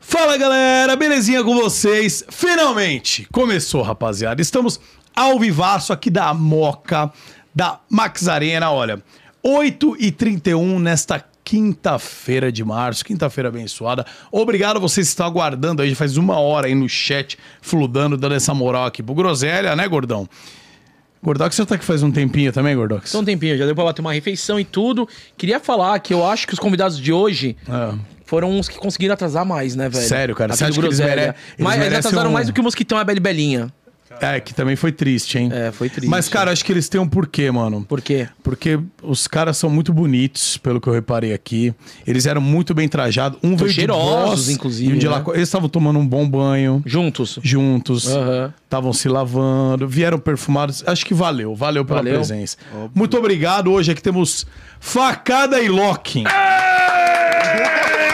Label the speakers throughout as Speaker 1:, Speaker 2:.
Speaker 1: Fala galera, belezinha com vocês? Finalmente começou, rapaziada. Estamos ao vivaço aqui da Moca, da Max Arena. Olha, 8h31 nesta quinta-feira de março, quinta-feira abençoada. Obrigado a vocês que estão aguardando aí, já faz uma hora aí no chat, fludando, dando essa moral aqui pro Groselha, né, gordão? Gordox já tá aqui faz um tempinho também, Gordox?
Speaker 2: Então um tempinho, já deu pra bater uma refeição e tudo. Queria falar que eu acho que os convidados de hoje
Speaker 1: É.
Speaker 2: foram os que conseguiram atrasar mais, né, velho?
Speaker 1: Sério, cara?
Speaker 2: Aqui
Speaker 1: Você
Speaker 2: do
Speaker 1: acha que eles
Speaker 2: Groselha.
Speaker 1: mere- eles
Speaker 2: Mas eles
Speaker 1: merecem
Speaker 2: atrasaram
Speaker 1: um-
Speaker 2: mais do que o Mosquitão e a Beli Belinha.
Speaker 1: É, que também foi triste, hein?
Speaker 2: É, foi triste.
Speaker 1: Mas, cara, acho que eles têm um porquê, mano.
Speaker 2: Por quê?
Speaker 1: Porque os caras são muito bonitos, pelo que eu reparei aqui. Eles eram muito bem trajados. Um veio
Speaker 2: cheirosos,
Speaker 1: de Voz,
Speaker 2: inclusive,
Speaker 1: e um de
Speaker 2: né?
Speaker 1: lá- Eles estavam tomando um bom banho
Speaker 2: Juntos.
Speaker 1: juntos.
Speaker 2: Aham.
Speaker 1: Estavam se lavando, vieram perfumados. Acho que valeu, valeu pela
Speaker 2: Valeu.
Speaker 1: presença. Muito obrigado. Hoje aqui temos Facada e Locking.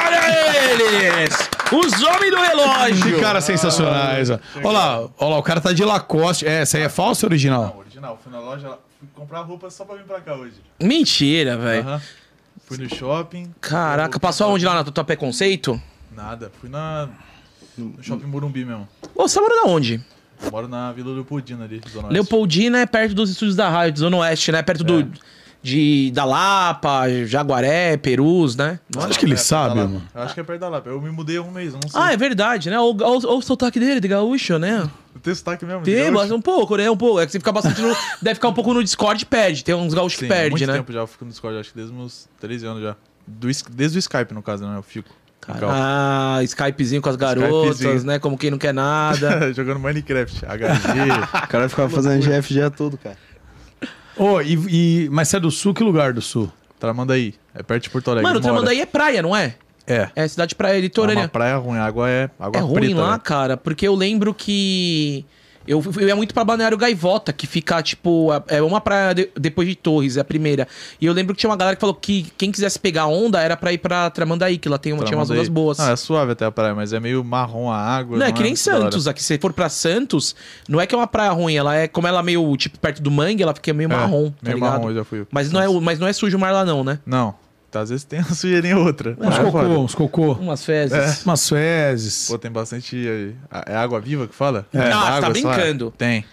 Speaker 2: Olha eles! Os homens do
Speaker 1: Que
Speaker 2: relógio!
Speaker 1: caras sensacionais. ó. Olha lá, olha lá, o cara tá de Lacoste. É, essa aí é falsa ou original?
Speaker 3: Não, original. Fui na loja, fui comprar roupa só pra vir pra cá hoje.
Speaker 2: Mentira, velho.
Speaker 3: Aham. Fui no shopping.
Speaker 2: Caraca,
Speaker 3: Eu-
Speaker 2: passou aonde lá na tua preconceito?
Speaker 3: Nada. Fui na. No shopping Morumbi mesmo.
Speaker 2: Ô, você tá mora da onde?
Speaker 3: Eu moro na Vila Leopoldina ali, Zona Oeste.
Speaker 2: Leopoldina é perto dos estúdios da rádio, Zona Oeste, né? Perto do. De, da Lapa, Jaguaré, Perus, né?
Speaker 1: Acho que ele
Speaker 3: É, perto
Speaker 1: sabe,
Speaker 3: da Lapa.
Speaker 1: mano.
Speaker 3: Eu acho que é perto da Lapa. Eu me mudei há um mês, eu não sei.
Speaker 2: Ah, é verdade, né? Ou, ou, ou o sotaque dele, de gaúcho, né?
Speaker 3: O teu sotaque mesmo.
Speaker 2: Tem,
Speaker 3: de
Speaker 2: mas
Speaker 3: gaúcho.
Speaker 2: um pouco, né? Um pouco. É que você fica bastante no- Deve ficar um pouco no Discord, perde. Tem uns gaúchos que
Speaker 3: Sim, há
Speaker 2: perde,
Speaker 3: muito
Speaker 2: né?
Speaker 3: tempo já eu fico no Discord, acho que desde meus 13 anos já. Do is- desde o Skype, no caso, né? Eu fico. Legal.
Speaker 2: Ah, Skypezinho com as garotas,
Speaker 3: Skypezinho.
Speaker 2: né? Como quem não quer nada.
Speaker 3: Jogando Minecraft, HG.
Speaker 4: O cara ficava fazendo GF o dia todo, cara.
Speaker 1: Ô, e, e- mas você é do sul? Que lugar do sul?
Speaker 3: Tramandaí. É perto de Porto Alegre.
Speaker 2: Mano,
Speaker 3: uma hora.
Speaker 2: Tramandaí é praia, não é?
Speaker 1: É.
Speaker 2: É cidade praia,
Speaker 3: É
Speaker 2: litorânea.
Speaker 3: uma praia ruim, a água é água
Speaker 2: É ruim
Speaker 3: preta,
Speaker 2: lá,
Speaker 3: velho.
Speaker 2: cara, porque eu lembro que. Eu, eu ia muito pra Balneário Gaivota, que fica, tipo, a- é uma praia de- depois de Torres, é a primeira. E eu lembro que tinha uma galera que falou que quem quisesse pegar onda era pra ir pra Tramandaí, que lá tem, uma- tinha umas
Speaker 3: Tramandaí.
Speaker 2: ondas boas.
Speaker 3: Ah, é suave até a praia, mas é meio marrom a água.
Speaker 2: Não, é que nem
Speaker 3: da hora.
Speaker 2: Santos. Aqui, se você for pra Santos, não é que é uma praia ruim, ela é, como ela é meio, tipo, perto do mangue, ela fica meio
Speaker 3: É,
Speaker 2: marrom, tá
Speaker 3: meio
Speaker 2: ligado?
Speaker 3: marrom, eu já fui.
Speaker 2: Mas não, é, o- mas não é sujo o mar lá, não, né?
Speaker 3: Não, tá, às vezes tem uma sujeirinha ou outra.
Speaker 1: Uns
Speaker 3: Mas é
Speaker 1: cocô,
Speaker 3: foda.
Speaker 1: uns cocô.
Speaker 2: Umas fezes. É,
Speaker 1: Umas fezes.
Speaker 3: Pô, tem bastante. aí. A- É água viva que fala?
Speaker 2: É. Ah, você tá
Speaker 3: água, sei lá.
Speaker 2: brincando.
Speaker 3: Tem.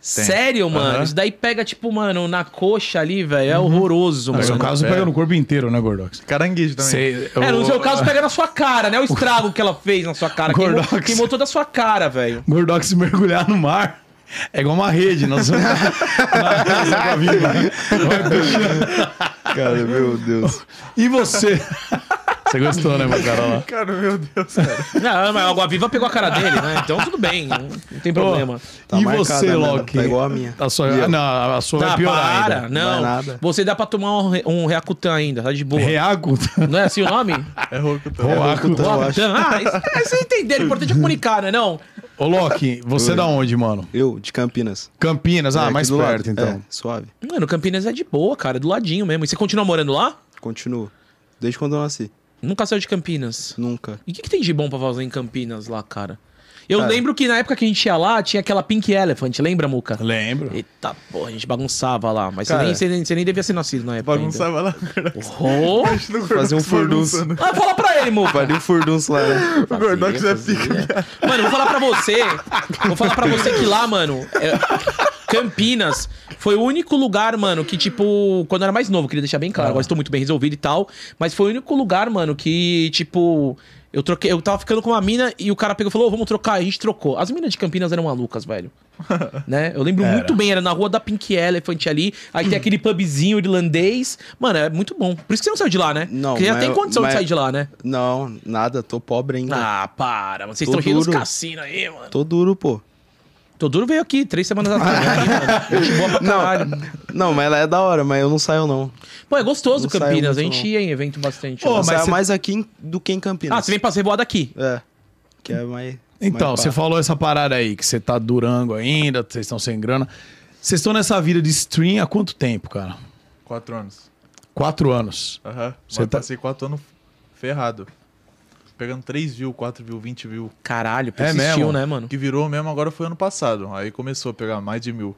Speaker 2: Sério, mano?
Speaker 3: Aham.
Speaker 2: Isso daí pega, tipo, mano, na coxa ali, velho. É horroroso,
Speaker 4: tá
Speaker 1: No
Speaker 2: mano.
Speaker 1: seu
Speaker 3: Pega
Speaker 1: caso,
Speaker 3: no pé.
Speaker 1: pega no corpo inteiro, né, Gordox?
Speaker 3: Caranguejo também.
Speaker 2: É, no seu caso pega na sua cara, né? O estrago que ela fez na sua cara. Queimou,
Speaker 1: Gordox.
Speaker 2: queimou toda a sua cara, velho.
Speaker 1: Gordox mergulhar no mar é igual uma rede. Nós vamos pra né? vida.
Speaker 4: Cara, meu Deus.
Speaker 1: E você? Você gostou, né, meu cara? Lá.
Speaker 3: Cara, meu Deus, cara.
Speaker 2: Não, é, mas a Água Viva pegou a cara dele, né? Então tudo bem, não, não tem problema.
Speaker 4: Tá
Speaker 1: e
Speaker 4: marcada,
Speaker 1: você,
Speaker 4: né,
Speaker 1: Loki?
Speaker 4: tá igual a minha.
Speaker 1: A sua,
Speaker 4: E eu?
Speaker 1: ah, não, a sua
Speaker 2: Tá,
Speaker 1: vai piorar
Speaker 2: para,
Speaker 1: ainda.
Speaker 2: não.
Speaker 4: Vai nada.
Speaker 2: Você dá pra tomar um, re- um Reacutan ainda, tá de boa.
Speaker 1: Reago?
Speaker 2: Não é assim o nome?
Speaker 3: É rouco também. É rouco.
Speaker 1: Reago.
Speaker 4: Então, eu acho.
Speaker 2: Reacutan. Ah, isso, é, você entender, o importante é comunicar, né? Não.
Speaker 1: Ô, Loki, você é da onde, mano?
Speaker 4: Eu, de Campinas.
Speaker 1: Campinas. Ah,
Speaker 4: É,
Speaker 1: mais
Speaker 4: aqui do lado.
Speaker 1: perto, então.
Speaker 4: É, suave.
Speaker 2: Mano, Campinas é de boa, cara, do ladinho mesmo. E você continua morando lá?
Speaker 4: Continuo. Desde quando eu nasci.
Speaker 2: Nunca saiu de Campinas.
Speaker 4: Nunca.
Speaker 2: E o que, que tem de bom pra fazer em Campinas lá, cara? Eu
Speaker 4: Cara.
Speaker 2: lembro que na época que a gente ia lá, tinha aquela Pink Elephant, lembra,
Speaker 4: é.
Speaker 2: Muca?
Speaker 1: Lembro.
Speaker 2: Eita, porra, a gente bagunçava lá. Mas
Speaker 4: Cara.
Speaker 2: você, nem, você, nem, você nem devia ser nascido na época
Speaker 3: Bagunçava lá. cara.
Speaker 2: ainda. Oh.
Speaker 4: Fazer um furdunço.
Speaker 2: Ah, fala pra ele, Muca.
Speaker 4: Faria um furdunço lá, né?
Speaker 3: O Gordox é pica.
Speaker 2: Mano, vou falar pra você. Vou falar pra você que lá, mano. é- Campinas foi o único lugar, mano, que, tipo, quando eu era mais novo, queria deixar bem
Speaker 4: Ah.
Speaker 2: claro, agora estou muito bem resolvido e tal. Mas foi o único lugar, mano, que, tipo, eu troquei. Eu tava ficando com uma mina e o cara pegou e falou, "Ô, vamos trocar, a gente trocou. As minas de Campinas eram malucas, velho. né? Eu lembro muito bem, era na rua da Pink Elephant ali. Aí tem aquele pubzinho irlandês. Mano, é muito bom. Por isso que você não saiu de lá, né?
Speaker 4: Não,
Speaker 2: Porque já
Speaker 4: mas
Speaker 2: tem
Speaker 4: eu-
Speaker 2: condição
Speaker 4: mas-
Speaker 2: de sair de lá, né?
Speaker 4: Não, nada. Tô pobre ainda.
Speaker 2: Ah, para. Vocês
Speaker 4: Tô
Speaker 2: estão cheios dos
Speaker 4: duro.
Speaker 2: cassinos aí, mano.
Speaker 4: Tô duro, pô.
Speaker 2: Tô duro veio aqui, três semanas atrás. Aí, mano. Gente boa pra caralho.
Speaker 4: Não, mas ela é da hora, mas eu não saio, não.
Speaker 2: Pô, é gostoso
Speaker 4: Não
Speaker 2: Campinas. A
Speaker 4: saiu muito,
Speaker 2: gente
Speaker 4: não.
Speaker 2: ia em evento bastante.
Speaker 1: Pô,
Speaker 2: né?
Speaker 4: Eu
Speaker 2: lá.
Speaker 1: mas
Speaker 4: saio
Speaker 1: você-
Speaker 4: mais aqui em- do que em Campinas.
Speaker 2: Ah, você vem pra revoada aqui.
Speaker 4: É. Que é mais...
Speaker 1: Então,
Speaker 4: mais
Speaker 1: você
Speaker 4: pá.
Speaker 1: falou essa parada aí, que você tá durango ainda, vocês estão sem grana. Vocês estão nessa vida de stream há quanto tempo, cara?
Speaker 3: Quatro anos.
Speaker 1: Quatro anos.
Speaker 3: Aham.
Speaker 1: Você
Speaker 3: Mas
Speaker 1: tá-
Speaker 3: passei quatro anos ferrado. Pegando 3 views, 4 views, 20 views.
Speaker 2: Caralho, persistiu,
Speaker 1: mesmo?
Speaker 2: né,
Speaker 3: O
Speaker 2: mano?
Speaker 3: que virou mesmo agora foi ano passado. Aí começou a pegar mais de mil.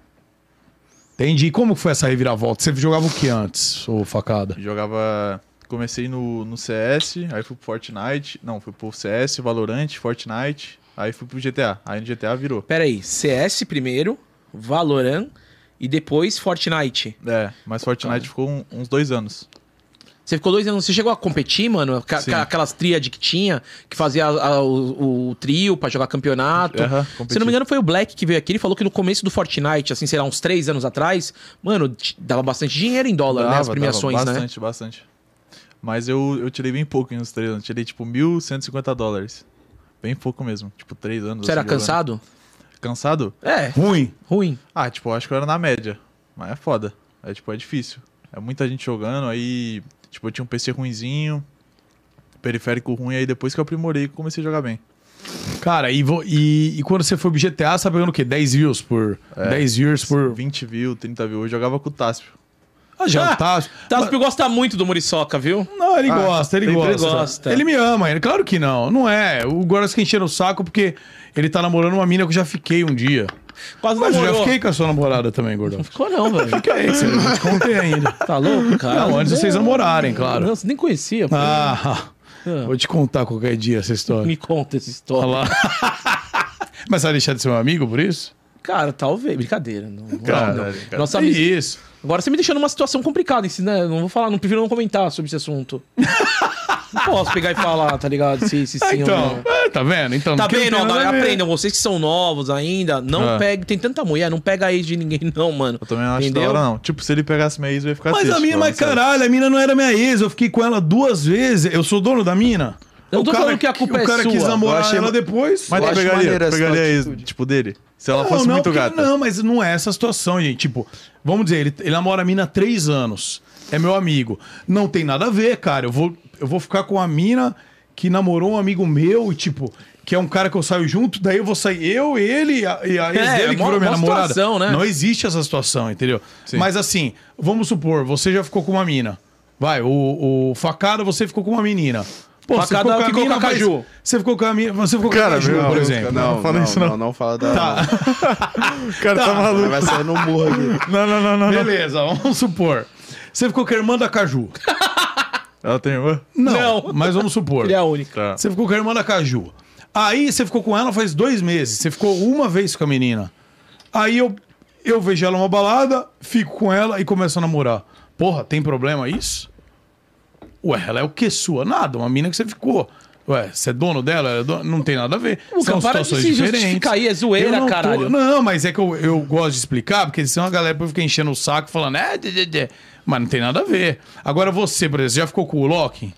Speaker 1: Entendi. E como que foi essa reviravolta? Você jogava o que antes, ô facada?
Speaker 3: Jogava Comecei no, no CS, aí fui pro Fortnite. Não, fui pro CS, Valorant, Fortnite. Aí fui pro GTA. Aí no GTA virou.
Speaker 2: Pera aí, CS primeiro, Valorant e depois Fortnite.
Speaker 3: É, mas Fortnite ficou um- uns dois anos.
Speaker 2: Você ficou dois anos. Você chegou a competir, mano? Aqua-
Speaker 3: Sim.
Speaker 2: Aquelas tríades que tinha, que fazia a- a- o, o trio pra jogar campeonato.
Speaker 3: Aham,
Speaker 2: Ah, Se
Speaker 3: competi.
Speaker 2: não me engano, foi o Black que veio aqui. Ele falou que no começo do Fortnite, assim, sei lá, uns três anos atrás, mano, t- dava bastante dinheiro em dólar, né? As
Speaker 3: Dava,
Speaker 2: premiações,
Speaker 3: dava
Speaker 2: né?
Speaker 3: Bastante, bastante. Mas eu, eu tirei bem pouco em uns três anos. Tirei tipo 1.150 dólares. Bem pouco mesmo. Tipo, três anos.
Speaker 2: Você era
Speaker 3: assim, jogando.
Speaker 2: cansado?
Speaker 3: Cansado?
Speaker 2: É,
Speaker 1: né? Ruim.
Speaker 2: ruim.
Speaker 3: Ah, tipo, eu acho que eu era na média. Mas é foda. É tipo, é difícil. É muita gente jogando, aí. Tipo, eu tinha um PC ruinzinho, periférico ruim, aí depois que eu aprimorei que eu comecei a jogar bem.
Speaker 1: Cara, e, vo- e- e quando você foi pro GTA, você tá pegando o quê? 10 views por. 10 views por.
Speaker 3: 20 view, 30 view. Eu jogava com o Táspio.
Speaker 1: Ah, já tá.
Speaker 2: Taspio gosta muito do Muriçoca, viu?
Speaker 1: Não, ele gosta, ele
Speaker 3: sempre
Speaker 1: gosta.
Speaker 2: gosta.
Speaker 1: Ele me ama, ele. Claro que não. Não é. O Goras que encheu o saco porque ele tá namorando uma mina que eu já fiquei um dia.
Speaker 2: Quase
Speaker 1: Mas eu já
Speaker 2: namorou.
Speaker 1: fiquei com a sua namorada também, gordão.
Speaker 2: Ficou não, velho.
Speaker 1: Fica aí, você não te é contei ainda.
Speaker 2: Tá louco, cara?
Speaker 1: Não, antes de vocês namorarem, claro.
Speaker 2: Não, você nem conhecia. pô.
Speaker 1: Ah, vou te contar qualquer dia essa história.
Speaker 2: É. Me conta essa história.
Speaker 1: Olha lá. Mas você vai deixar de ser meu amigo por isso?
Speaker 2: Cara, talvez. Brincadeira. Não, não,
Speaker 3: Cara,
Speaker 2: não.
Speaker 3: cara.
Speaker 2: Nossa,
Speaker 1: Que
Speaker 2: amizade-
Speaker 1: isso.
Speaker 2: Agora você me deixou numa situação complicada, hein? Se, né, Não vou falar, não prefiro não comentar sobre esse assunto. não posso pegar e falar, tá ligado? Se, se
Speaker 1: Ah,
Speaker 2: sim ou
Speaker 1: então,
Speaker 2: não.
Speaker 1: é, tá vendo? Então,
Speaker 2: Tá
Speaker 1: porque não
Speaker 2: bem,
Speaker 1: tem
Speaker 2: não,
Speaker 1: nada a
Speaker 2: galera,
Speaker 1: ver.
Speaker 2: aprendam. Vocês que são novos ainda, não
Speaker 3: Ah.
Speaker 2: pegue. Tem tanta mulher, não pega a ex de ninguém, não, mano.
Speaker 3: Eu também não acho
Speaker 2: Entendeu?
Speaker 3: da hora, não. Tipo, se ele pegasse minha ex, eu ia ficar
Speaker 1: Mas
Speaker 3: triste.
Speaker 1: a mina, mas
Speaker 3: falando sério.
Speaker 1: caralho, a mina não era minha ex. Eu fiquei com ela duas vezes. Eu sou dono da mina?
Speaker 2: Eu não tô
Speaker 1: O cara
Speaker 2: falando que a culpa
Speaker 1: o
Speaker 2: é
Speaker 1: cara quis
Speaker 2: sua.
Speaker 1: namorar
Speaker 4: Eu achei-
Speaker 1: ela depois.
Speaker 3: Mas
Speaker 4: Eu
Speaker 3: tu
Speaker 4: acho
Speaker 3: pegaria,
Speaker 4: maneira essa
Speaker 3: pegaria a ex,
Speaker 4: atitude.
Speaker 3: tipo, dele? Se ela
Speaker 1: não,
Speaker 3: fosse
Speaker 1: não,
Speaker 3: muito
Speaker 1: porque-
Speaker 3: gata.
Speaker 1: Não, mas não é essa situação, gente. Tipo, vamos dizer, ele, ele namora a mina há três anos. É meu amigo. Não tem nada a ver, cara. Eu vou, eu vou ficar com a mina que namorou um amigo meu e, tipo, que é um cara que eu saio junto, daí eu vou sair eu, ele e a, e a ex
Speaker 2: É,
Speaker 1: dele que
Speaker 2: mó-
Speaker 1: virou minha
Speaker 2: mó
Speaker 1: namorada.
Speaker 2: situação, né?
Speaker 1: Não existe essa situação, entendeu? Mas assim, vamos supor, você já ficou com uma mina. Vai, o, o facada, você ficou com uma menina. Pô, você
Speaker 2: Facada ficou com a
Speaker 1: mas
Speaker 2: Caju.
Speaker 1: Você ficou com a mina. Você ficou com a Caju, por exemplo.
Speaker 4: Não, não,
Speaker 3: fala
Speaker 4: não,
Speaker 3: isso, não.
Speaker 4: não, fala da.
Speaker 1: Tá,
Speaker 3: O cara tá, maluco.
Speaker 4: Vai sair no murro aqui.
Speaker 3: Não, não, não, não. não.
Speaker 1: beleza, vamos supor. Você ficou com a irmã da Caju.
Speaker 3: Ela tem irmã?
Speaker 1: Não,
Speaker 2: Não.
Speaker 1: mas vamos supor.
Speaker 2: Ele é a única.
Speaker 3: Tá.
Speaker 1: Você ficou com a irmã da Caju. Aí você ficou com ela faz dois meses. Você ficou uma vez com a menina. Aí eu, eu vejo ela numa balada, fico com ela e começo a namorar. Porra, tem problema isso? Ué, ela é o que sua? Nada, uma mina que você ficou. Ué, você é dono dela? Ela é dono- Não tem nada a ver.
Speaker 2: Luca, para de se justificar aí, é zoeira,
Speaker 1: Eu não tô-
Speaker 2: caralho.
Speaker 1: Não, mas é que eu, eu gosto de explicar, porque senão a galera depois fica enchendo o saco falando, é, dê, dê, dê." mas não tem nada a ver. Agora você, por exemplo, já ficou com o Loki?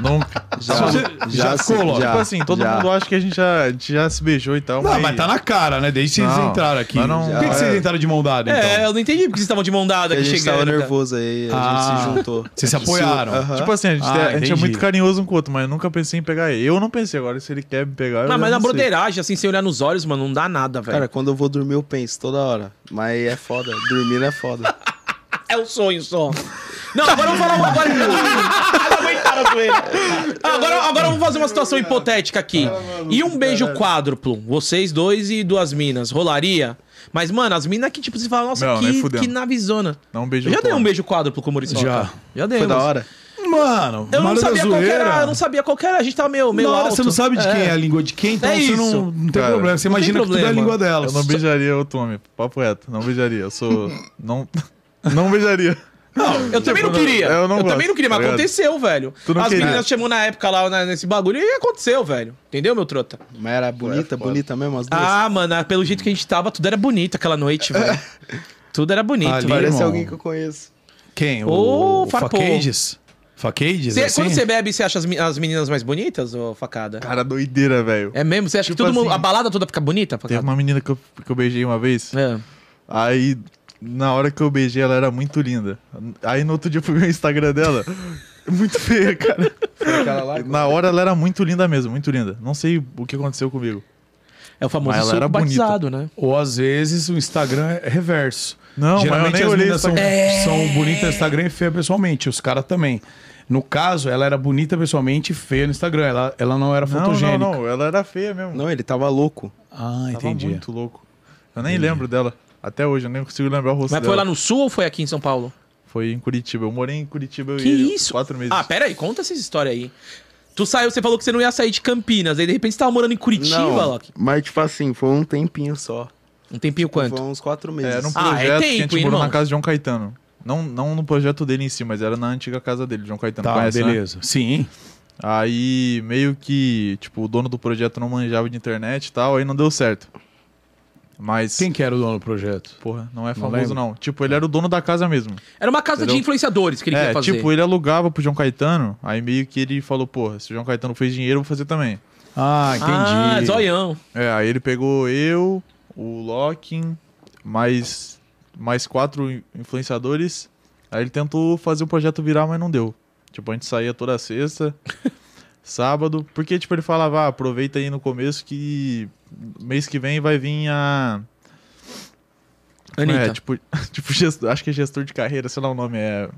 Speaker 3: Nunca.
Speaker 1: Se você- já
Speaker 4: sim,
Speaker 1: ficou, Loki?
Speaker 4: já,
Speaker 3: Tipo assim, todo
Speaker 4: já.
Speaker 3: mundo acha que a gente já, a gente já se beijou e tal.
Speaker 1: Não, mas tá na cara, né? Desde que vocês
Speaker 3: Não,
Speaker 1: entraram aqui.
Speaker 3: mas não-
Speaker 1: Por que, que
Speaker 4: Já
Speaker 1: vocês
Speaker 4: era.
Speaker 1: entraram de mão dada, então?
Speaker 2: É, eu não entendi porque vocês estavam de mão dada
Speaker 4: A
Speaker 2: aqui
Speaker 4: gente
Speaker 2: chegando.
Speaker 4: tava
Speaker 2: cara.
Speaker 4: nervoso aí, a
Speaker 1: Tá Ah,
Speaker 4: gente se juntou.
Speaker 1: vocês se apoiaram.
Speaker 4: Aham.
Speaker 3: Tipo assim, a
Speaker 1: Ah,
Speaker 3: gente, é- a gente é
Speaker 1: entendi.
Speaker 3: muito carinhoso um com o outro, mas eu nunca pensei em pegar ele. Eu não pensei agora, se ele quer me pegar. eu já
Speaker 2: Não, mas na
Speaker 3: sei.
Speaker 2: broderagem, assim, sem olhar nos olhos, mano, não dá nada, velho.
Speaker 4: Cara, quando eu vou dormir, eu penso toda hora. Mas é foda. Dormir é foda.
Speaker 2: É o sonho só. Não, agora vamos falar uma. Agora... Não aguentaram a zoeira. agora, agora vamos fazer uma situação hipotética aqui. E um beijo quádruplo, vocês dois e duas minas, rolaria? Mas, mano, as minas que, tipo, você fala, nossa,
Speaker 3: Não, nem
Speaker 2: que,
Speaker 3: fudendo.
Speaker 2: que navizona.
Speaker 3: Dá um beijo
Speaker 2: Eu já dei
Speaker 3: quádruplo.
Speaker 2: um beijo quádruplo com o Muriçoca.
Speaker 1: Já.
Speaker 2: Já dei.
Speaker 4: Foi da
Speaker 2: mas-
Speaker 4: hora.
Speaker 1: Mano,
Speaker 2: Eu não
Speaker 1: Mário da
Speaker 2: sabia qual que
Speaker 1: é Zoeira.
Speaker 2: era, eu não sabia qual que era, a gente tava meio, meio
Speaker 1: Na hora
Speaker 2: alto.
Speaker 1: você não sabe de quem é a língua de quem, então
Speaker 2: É
Speaker 1: você
Speaker 2: isso.
Speaker 1: não, não tem
Speaker 3: Cara,
Speaker 1: problema. Você
Speaker 2: não tem
Speaker 1: imagina que tudo é a
Speaker 2: problema.
Speaker 1: língua dela.
Speaker 3: Eu não beijaria outro homem, papo reto. Não beijaria. Eu sou. não. Não beijaria.
Speaker 2: Eu também não queria.
Speaker 3: Tipo, Eu não gosto,
Speaker 2: também não queria, mas
Speaker 3: tá ligado?
Speaker 2: aconteceu, velho.
Speaker 3: Tu não
Speaker 2: As
Speaker 3: queria.
Speaker 2: meninas chamou na época lá na- nesse bagulho e aconteceu, velho. Entendeu, meu trota?
Speaker 4: Mas era bonita, bonita mesmo, as duas.
Speaker 2: Ah, mano, ah, pelo jeito que a gente tava, tudo era bonito aquela noite, velho. tudo era bonito,
Speaker 1: Ali,
Speaker 2: velho.
Speaker 4: Parece
Speaker 1: irmão.
Speaker 4: alguém que eu conheço.
Speaker 1: Quem?
Speaker 2: Ô,
Speaker 1: O, o
Speaker 2: farpou.
Speaker 1: Facages? Facages,
Speaker 2: Cê-
Speaker 1: assim?
Speaker 2: Quando você bebe, você acha as, me- as meninas mais bonitas, ô facada?
Speaker 3: Cara, doideira, velho.
Speaker 2: É mesmo? Você acha que todo
Speaker 3: assim,
Speaker 2: mundo. A balada toda fica bonita,
Speaker 3: Teve
Speaker 2: facada?
Speaker 3: uma menina que eu, que eu beijei uma vez.
Speaker 2: É.
Speaker 3: Aí, na hora que eu beijei, ela era muito linda. Aí no outro dia eu fui ver o Instagram dela. Muito feia, cara. Na hora ela era muito linda mesmo, muito linda. Não sei o que aconteceu comigo.
Speaker 2: É o famoso
Speaker 3: Mas ela
Speaker 2: soco
Speaker 3: era bonita.
Speaker 2: batizado, né?
Speaker 1: Ou às vezes o Instagram é reverso.
Speaker 3: Não, mas eu
Speaker 1: Geralmente
Speaker 3: nem
Speaker 1: as
Speaker 3: olhei
Speaker 1: meninas são,
Speaker 3: Instagram.
Speaker 1: são bonitas no Instagram e feias pessoalmente. Os caras também. No caso, ela era bonita pessoalmente e feia no Instagram. Ela, ela não era
Speaker 3: Não,
Speaker 1: fotogênica.
Speaker 3: não, não. Ela era feia mesmo.
Speaker 4: Não, ele tava louco.
Speaker 1: Ah,
Speaker 3: Tava
Speaker 1: entendi.
Speaker 3: muito louco. Eu nem lembro dela. Até hoje, eu nem consigo lembrar o rosto
Speaker 2: Mas
Speaker 3: dela.
Speaker 2: foi lá no sul ou foi aqui em São Paulo?
Speaker 3: Foi em Curitiba. Eu morei em Curitiba
Speaker 2: Que
Speaker 3: e
Speaker 2: isso?
Speaker 3: quatro meses.
Speaker 2: Ah, pera aí, conta essa história aí. Tu saiu, você falou que você não ia sair de Campinas, aí de repente você tava morando em Curitiba,
Speaker 4: Não,
Speaker 2: Loki.
Speaker 4: mas tipo assim, foi um tempinho só.
Speaker 2: Um tempinho quanto?
Speaker 4: Foi uns quatro meses.
Speaker 3: Era um
Speaker 2: Ah, é
Speaker 3: projeto que a
Speaker 2: tempo,
Speaker 3: gente
Speaker 2: hein,
Speaker 3: morou
Speaker 2: irmão?
Speaker 3: na casa de João Caetano. Não, não no projeto dele em si, mas era na antiga casa dele, João Caetano.
Speaker 1: Tá,
Speaker 3: Conhece, né?
Speaker 1: beleza. Sim.
Speaker 3: Aí meio que, tipo, o dono do projeto não manjava de internet e tal, aí não deu certo. Mas,
Speaker 1: Quem que era o dono do projeto?
Speaker 3: porra, não
Speaker 1: Não
Speaker 3: é famoso
Speaker 1: lembro.
Speaker 3: não. Tipo, ele era o dono da casa mesmo.
Speaker 2: Era uma casa de
Speaker 3: Entendeu?
Speaker 2: influenciadores que ele
Speaker 3: é,
Speaker 2: queria fazer.
Speaker 3: tipo, ele alugava pro João Caetano, aí meio que ele falou, porra, se o João Caetano fez dinheiro, eu vou fazer também.
Speaker 1: Ah,
Speaker 2: Ah,
Speaker 1: entendi.
Speaker 2: zoião.
Speaker 3: É, aí ele pegou eu, o Locking, mais, mais quatro in- influenciadores. Aí ele tentou fazer o projeto virar, mas não deu. Tipo, a gente saía toda sexta, sábado. Porque, tipo, ele falava, ah, aproveita aí no começo que mês que vem vai vir a...
Speaker 2: Anitta.
Speaker 3: É, tipo, tipo gestor, acho que é gestor de carreira, sei lá o nome, é...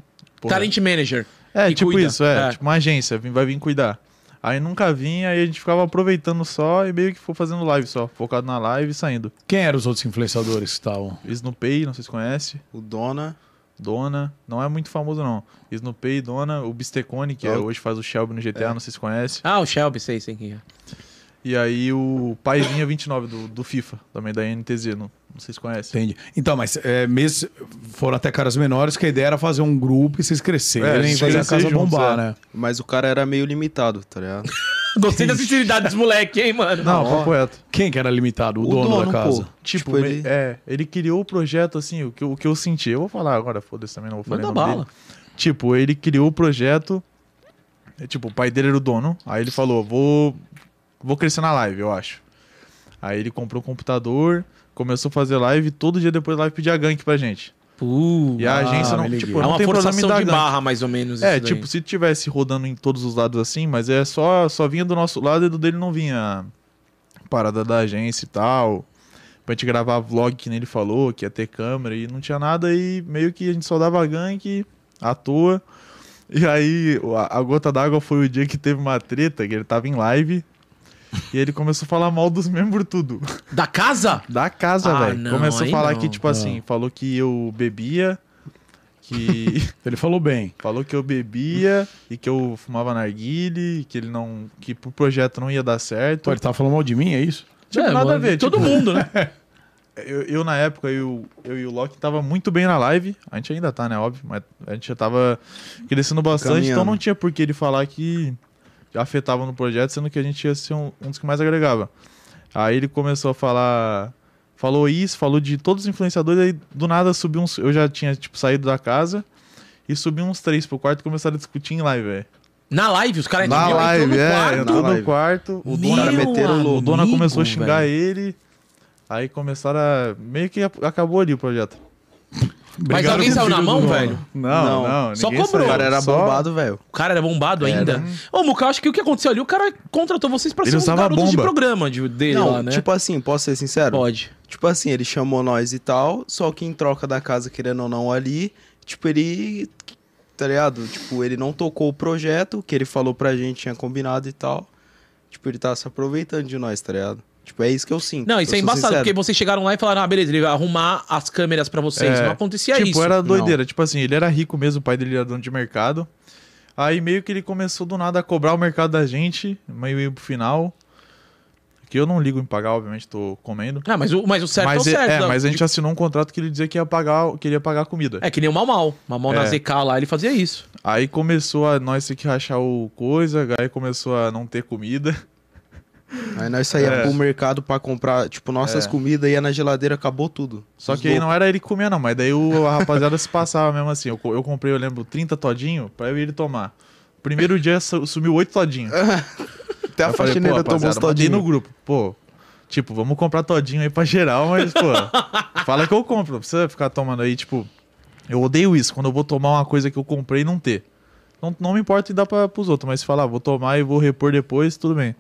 Speaker 3: porra.
Speaker 2: Talent manager.
Speaker 3: É,
Speaker 2: que
Speaker 3: tipo
Speaker 2: cuida.
Speaker 3: isso, é,
Speaker 2: É.
Speaker 3: Tipo uma agência, vim- vai vir cuidar. Aí nunca vinha, aí a gente ficava aproveitando só e meio que foi fazendo live só. Focado na live e saindo.
Speaker 1: Quem eram os outros influenciadores que estavam?
Speaker 3: Snoopy, não sei se conhece.
Speaker 4: O Dona.
Speaker 3: Dona. Não é muito famoso, não. Snoopy, Dona. O Bistecone, que é-
Speaker 4: Claro.
Speaker 3: hoje faz o Shelby no GTA, não sei se conhece.
Speaker 2: Ah, o Shelby, sei, sei quem é.
Speaker 3: E aí o Paivinha 29 do, do FIFA, também da NTZ. Não, não sei se conhece.
Speaker 1: Entendi. Então, mas é, mesmo foram até caras menores, que a ideia era fazer um grupo e vocês
Speaker 3: É,
Speaker 1: crescerem e
Speaker 3: vocês
Speaker 1: fazer a
Speaker 3: crescerem
Speaker 1: casa
Speaker 3: juntos,
Speaker 2: Ah,
Speaker 1: bombar,
Speaker 3: é.
Speaker 1: né?
Speaker 4: Mas o cara era meio limitado, tá ligado?
Speaker 2: Gostei da sinceridade dos moleque, hein, mano?
Speaker 3: Não, é um
Speaker 4: ó.
Speaker 3: papo reto.
Speaker 1: Quem que era limitado? O, dono, da casa.
Speaker 4: pô.
Speaker 3: Tipo,
Speaker 4: Tipo,
Speaker 3: ele...
Speaker 4: ele-
Speaker 3: É, ele criou o projeto, assim, o que, eu- o que eu senti. Eu vou falar agora, foda-se também, não vou falar
Speaker 2: Manda
Speaker 3: o nome
Speaker 2: bala.
Speaker 3: dele. Tipo, ele criou o projeto. é, Tipo, o pai dele era o dono. Aí ele falou: vou, vou crescer na live, eu acho. Aí ele comprou um computador, começou a fazer live. Todo dia depois da live pedia gank pra gente.
Speaker 2: Puh,
Speaker 3: E a
Speaker 1: Ah,
Speaker 3: agência não,
Speaker 1: me liguei.
Speaker 3: tipo,
Speaker 2: é
Speaker 3: não
Speaker 2: uma
Speaker 3: tem problema em
Speaker 2: forçação
Speaker 3: dar
Speaker 2: de
Speaker 3: gank.
Speaker 2: barra, mais ou menos.
Speaker 3: É,
Speaker 2: isso daí.
Speaker 3: tipo, se tivesse rodando em todos os lados assim, mas é só, só vinha do nosso lado e do dele não vinha a parada da agência e tal. Pra gente gravar vlog que nem ele falou, que ia ter câmera e não tinha nada e meio que a gente só dava gank à toa. E aí o- a, a gota d'água foi o dia que teve uma treta, que ele tava em live. E ele começou a falar mal dos membros tudo.
Speaker 2: Da casa?
Speaker 3: Da casa,
Speaker 2: Ah,
Speaker 3: velho.
Speaker 2: não,
Speaker 3: Começou a
Speaker 2: aí
Speaker 3: falar
Speaker 2: não. Ah.
Speaker 3: que, tipo assim, falou que eu bebia, que
Speaker 1: Ele falou bem.
Speaker 3: Falou que eu bebia e que eu fumava narguile, que ele não. que pro projeto não ia dar certo.
Speaker 1: Pô, ele tava falando mal de mim, é isso?
Speaker 3: Tipo, nada a ver,
Speaker 2: Todo
Speaker 3: tipo-
Speaker 2: mundo, né?
Speaker 3: Eu, eu, na época, eu, eu e o Loki tava muito bem na live. A gente ainda tá, né? Óbvio, mas a gente já tava crescendo bastante,
Speaker 4: Caminhando.
Speaker 3: então não tinha por que ele falar que afetava no projeto, sendo que a gente ia ser um, um dos que mais agregava. Aí ele começou a falar. Falou isso, falou de todos os influenciadores, aí do nada subiu uns. Eu já tinha, tipo, saído da casa e subiu uns três pro quarto e começaram a discutir em live, velho.
Speaker 2: Na live, os caras
Speaker 3: Na
Speaker 2: entraram no
Speaker 3: live, é,
Speaker 2: quarto.
Speaker 4: quarto.
Speaker 3: entrou
Speaker 4: Na
Speaker 3: no
Speaker 4: live.
Speaker 3: quarto. O
Speaker 2: Meu
Speaker 3: dono, meteram o
Speaker 2: amigo,
Speaker 3: dono começou a xingar
Speaker 2: velho.
Speaker 3: ele. Aí começaram a. Meio que a- acabou ali o projeto.
Speaker 2: Mas
Speaker 1: Brigaram
Speaker 2: alguém
Speaker 1: com o
Speaker 2: saiu na
Speaker 1: filho do
Speaker 2: mão,
Speaker 1: dono.
Speaker 2: velho?
Speaker 3: Não,
Speaker 4: Não,
Speaker 3: não.
Speaker 2: só
Speaker 3: ninguém
Speaker 2: cobrou.
Speaker 4: O
Speaker 3: saiu.
Speaker 4: cara era
Speaker 3: Só-
Speaker 4: bombado, velho.
Speaker 2: O cara era bombado ainda? Ô, Muca, eu acho que o que aconteceu ali, o cara contratou vocês pra
Speaker 3: Ele
Speaker 2: ser uns
Speaker 3: usava
Speaker 2: garotos de
Speaker 3: bomba.
Speaker 2: programa de, dele
Speaker 4: Não,
Speaker 2: lá, né?
Speaker 4: tipo assim, posso ser sincero?
Speaker 2: Pode.
Speaker 4: Tipo assim, ele chamou nós e tal, só que em troca da casa, querendo ou não, ali, tipo, ele. Tá ligado? Tipo, ele não tocou o projeto que ele falou pra gente, tinha combinado e tal. Tipo, ele tá se aproveitando de nós, tá ligado? Tipo, é isso que eu sinto.
Speaker 2: Não, isso
Speaker 4: eu
Speaker 2: é
Speaker 4: sou
Speaker 2: embaçado,
Speaker 4: sincero.
Speaker 2: porque vocês chegaram lá e falaram, ah, beleza, ele vai arrumar as câmeras pra vocês.
Speaker 3: É,
Speaker 2: Não acontecia
Speaker 3: tipo,
Speaker 2: isso.
Speaker 3: era doideira. Tipo assim, ele era rico mesmo, o pai dele era dono de mercado. Aí meio que ele começou do nada a cobrar o mercado da gente, meio pro final. Que eu não ligo em pagar, obviamente, tô comendo.
Speaker 2: Ah, mas o, mas o certo
Speaker 3: mas,
Speaker 2: é o
Speaker 3: é-
Speaker 2: certo.
Speaker 3: é,
Speaker 2: da-
Speaker 3: mas a gente assinou um contrato que ele dizia que ia pagar, que ele ia pagar a comida.
Speaker 2: É que nem o Mal Mal. Mal Mal na
Speaker 3: É.
Speaker 2: ZK lá, ele fazia isso.
Speaker 3: Aí começou a nós ter que rachar o coisa, aí começou a não ter comida.
Speaker 4: Aí nós saíamos
Speaker 3: É.
Speaker 4: pro mercado pra comprar, tipo, nossas
Speaker 3: É.
Speaker 4: comidas, ia na geladeira, acabou tudo.
Speaker 3: Só
Speaker 4: Os
Speaker 3: que aí
Speaker 4: loucos.
Speaker 3: não era ele que comia, não, mas daí o, a rapaziada se passava mesmo assim. Eu, co- eu comprei, eu lembro, 30 todinho pra eu e ele tomar. Primeiro dia su- sumiu 8 todinho.
Speaker 4: Até a
Speaker 3: Eu falei,
Speaker 4: faxineira
Speaker 3: pô,
Speaker 4: tomou os
Speaker 3: rapaziada, mandei no
Speaker 4: todinho.
Speaker 3: grupo. Pô, tipo, vamos comprar todinho aí pra geral, mas, pô, fala que eu compro. Não precisa ficar tomando aí, tipo. Eu odeio isso, quando eu vou tomar uma coisa que eu comprei e não ter. Não, não me importa e dá pra, pros outros, mas se falar, "Ah, vou tomar e vou repor depois, tudo bem.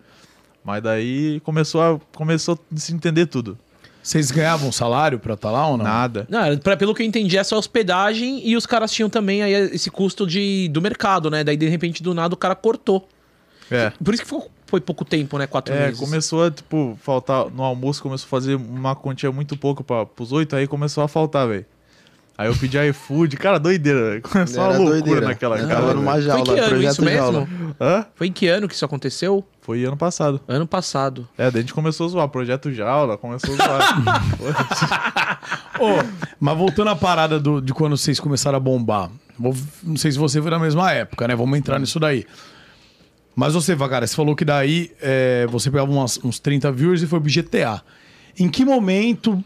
Speaker 3: Mas daí começou a, começou a se entender tudo.
Speaker 1: Vocês ganhavam um salário pra estar lá ou não?
Speaker 3: Nada.
Speaker 2: Não, era pra- pelo que eu entendi, é só hospedagem e os caras tinham também aí esse custo de, do mercado, né? Daí, de repente, do nada, o cara cortou.
Speaker 3: É.
Speaker 2: Por isso que ficou- foi pouco tempo, né? Quatro
Speaker 3: É,
Speaker 2: meses.
Speaker 3: começou a, tipo, faltar no almoço, começou a fazer uma quantia muito pouco pra, pros oito, aí começou a faltar, velho. Aí eu pedi iFood, cara, doideira. velho. Começou uma
Speaker 4: Era
Speaker 3: loucura
Speaker 4: doideira.
Speaker 3: naquela né?
Speaker 4: Não,
Speaker 3: casa.
Speaker 4: Tava numa jaula,
Speaker 2: Foi que ano
Speaker 4: projeto
Speaker 2: isso mesmo?
Speaker 4: jaula.
Speaker 3: Hã?
Speaker 2: Foi em que ano que isso aconteceu?
Speaker 3: Foi ano passado.
Speaker 2: Ano passado.
Speaker 3: É, daí a gente começou a zoar. Projeto Jaula, começou a zoar.
Speaker 1: Ô, mas voltando à parada do- de quando vocês começaram a bombar. Vou- não sei se você foi na mesma época, né? Vamos entrar nisso daí. Mas você, Vagara, você falou que daí é, você pegava umas- uns 30 viewers e foi pro GTA. Em que momento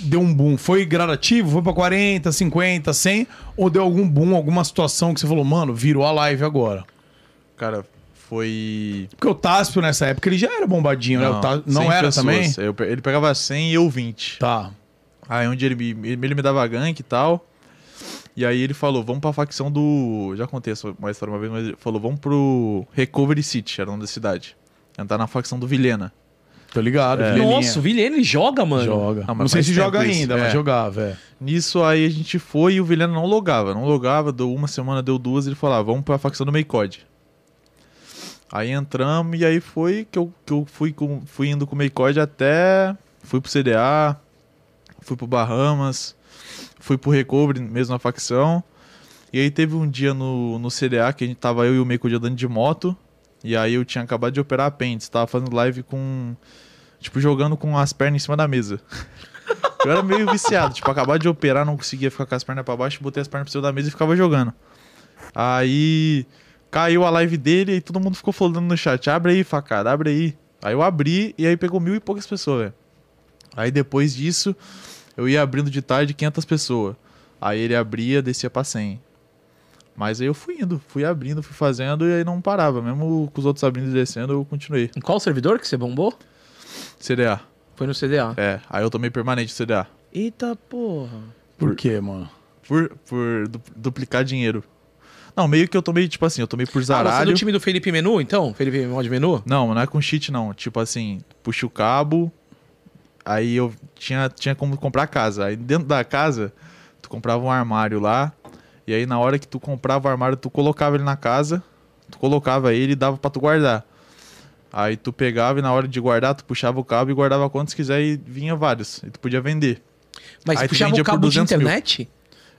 Speaker 1: deu um boom? Foi gradativo? Foi pra 40, 50, 100? Ou deu algum boom, alguma situação que você falou, mano, virou a live agora?
Speaker 3: cara, foi...
Speaker 1: Porque o Táspio nessa época ele já era bombadinho, né? O Tá- não
Speaker 3: 100
Speaker 1: era
Speaker 3: pessoas.
Speaker 1: também?
Speaker 3: Eu pe- ele pegava 100 e eu 20.
Speaker 1: Tá.
Speaker 3: Aí onde ele me, ele ele me dava gank e tal. E aí ele falou, vamos pra facção do. Já contei essa uma história uma vez, mas ele falou, vamos pro Recovery City, era o nome da cidade. Entrar na facção do Vilhena.
Speaker 1: Tô ligado.
Speaker 3: É.
Speaker 1: Vileninha.
Speaker 2: Nossa, o Vilhena ele joga, mano.
Speaker 1: Joga.
Speaker 3: Ah, mas
Speaker 1: não sei
Speaker 3: faz
Speaker 1: se joga
Speaker 3: tempo isso.
Speaker 1: ainda, mas
Speaker 3: É.
Speaker 1: jogava, é.
Speaker 3: Nisso aí a gente foi e o Vilhena não logava. Não logava, deu uma semana, deu duas, ele falou, ah, vamos pra facção do Meicod. Aí entramos e aí foi que eu, que eu fui, com, fui indo com o Meicod até. Fui pro CDA, fui pro Bahamas, fui pro Recovery, mesmo na facção. E aí teve um dia no, no CDA que a gente tava eu e o Meicod andando de moto. E aí eu tinha acabado de operar apêndice, tava fazendo live com. Tipo, jogando com as pernas em cima da mesa. Eu era meio viciado, tipo, acabar de operar, não conseguia ficar com as pernas pra baixo, botei as pernas pra cima da mesa e ficava jogando. Aí caiu a live dele e todo mundo ficou falando no chat, abre aí, facada, abre aí. Aí eu abri e aí pegou mil e poucas pessoas, velho. Aí depois disso, eu ia abrindo de tarde 500 pessoas. Aí ele abria, descia pra 100. Mas aí eu fui indo, fui abrindo, fui fazendo e aí não parava. Mesmo com os outros abrindo e descendo, eu continuei.
Speaker 2: Em qual servidor que você bombou?
Speaker 3: CDA.
Speaker 2: Foi no CDA.
Speaker 3: É, aí eu tomei permanente CDA.
Speaker 2: Eita porra.
Speaker 1: Por quê, mano?
Speaker 3: por, por du- duplicar dinheiro. Não, meio que eu tomei, tipo assim, eu tomei por
Speaker 2: Ah, você é
Speaker 3: zaralho.
Speaker 2: do time do Felipe Menu, então? Felipe Mod Menu?
Speaker 3: Não, não é com cheat, não. Tipo assim, puxa o cabo, aí eu tinha, tinha como comprar casa. Aí dentro da casa, tu comprava um armário lá, e aí na hora que tu comprava o armário, tu colocava ele na casa, tu colocava ele e dava pra tu guardar. Aí tu pegava e na hora de guardar, tu puxava o cabo e guardava quantos quiser e vinha vários. E tu podia vender.
Speaker 2: Mas
Speaker 3: Aí tu
Speaker 2: puxava o
Speaker 3: vendia por
Speaker 2: cabo de
Speaker 3: 200 mil.
Speaker 2: internet?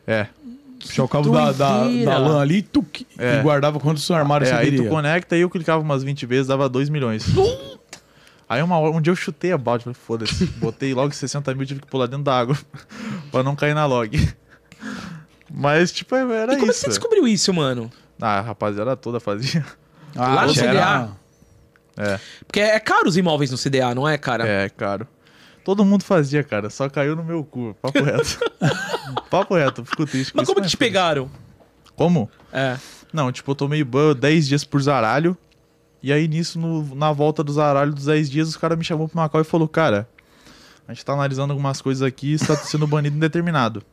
Speaker 3: É.
Speaker 1: Puxar o cabo da, da,
Speaker 2: doideira.
Speaker 1: da lã ali tuc,
Speaker 3: É.
Speaker 1: e guardava quantos armários
Speaker 3: É,
Speaker 1: você
Speaker 3: aí
Speaker 1: queria.
Speaker 3: tu conecta e eu clicava umas 20 vezes, dava 2 milhões. aí uma hora, um dia eu chutei a balde, falei, foda-se. Botei logo 60 mil, tive que pular dentro da água pra não cair na log. Mas, tipo, era
Speaker 2: e como é que
Speaker 3: isso.
Speaker 2: você descobriu isso, mano?
Speaker 3: Ah, a rapaziada toda fazia.
Speaker 1: Ah,
Speaker 2: Lá no
Speaker 1: já
Speaker 2: CDA.
Speaker 1: era-
Speaker 2: Porque é caro os imóveis no CDA, não é, cara?
Speaker 3: É, caro. Todo mundo fazia, cara. Só caiu no meu cu. Papo reto. papo reto, fico triste. com
Speaker 2: Mas
Speaker 3: isso,
Speaker 2: como que te pegaram?
Speaker 3: Como?
Speaker 2: É.
Speaker 3: Não, tipo, eu tomei ban 10 dias por zaralho. E aí, nisso, no- na volta do zaralho dos 10 dias, os caras me chamou pro Macau e falou, cara, a gente tá analisando algumas coisas aqui e está sendo banido indeterminado.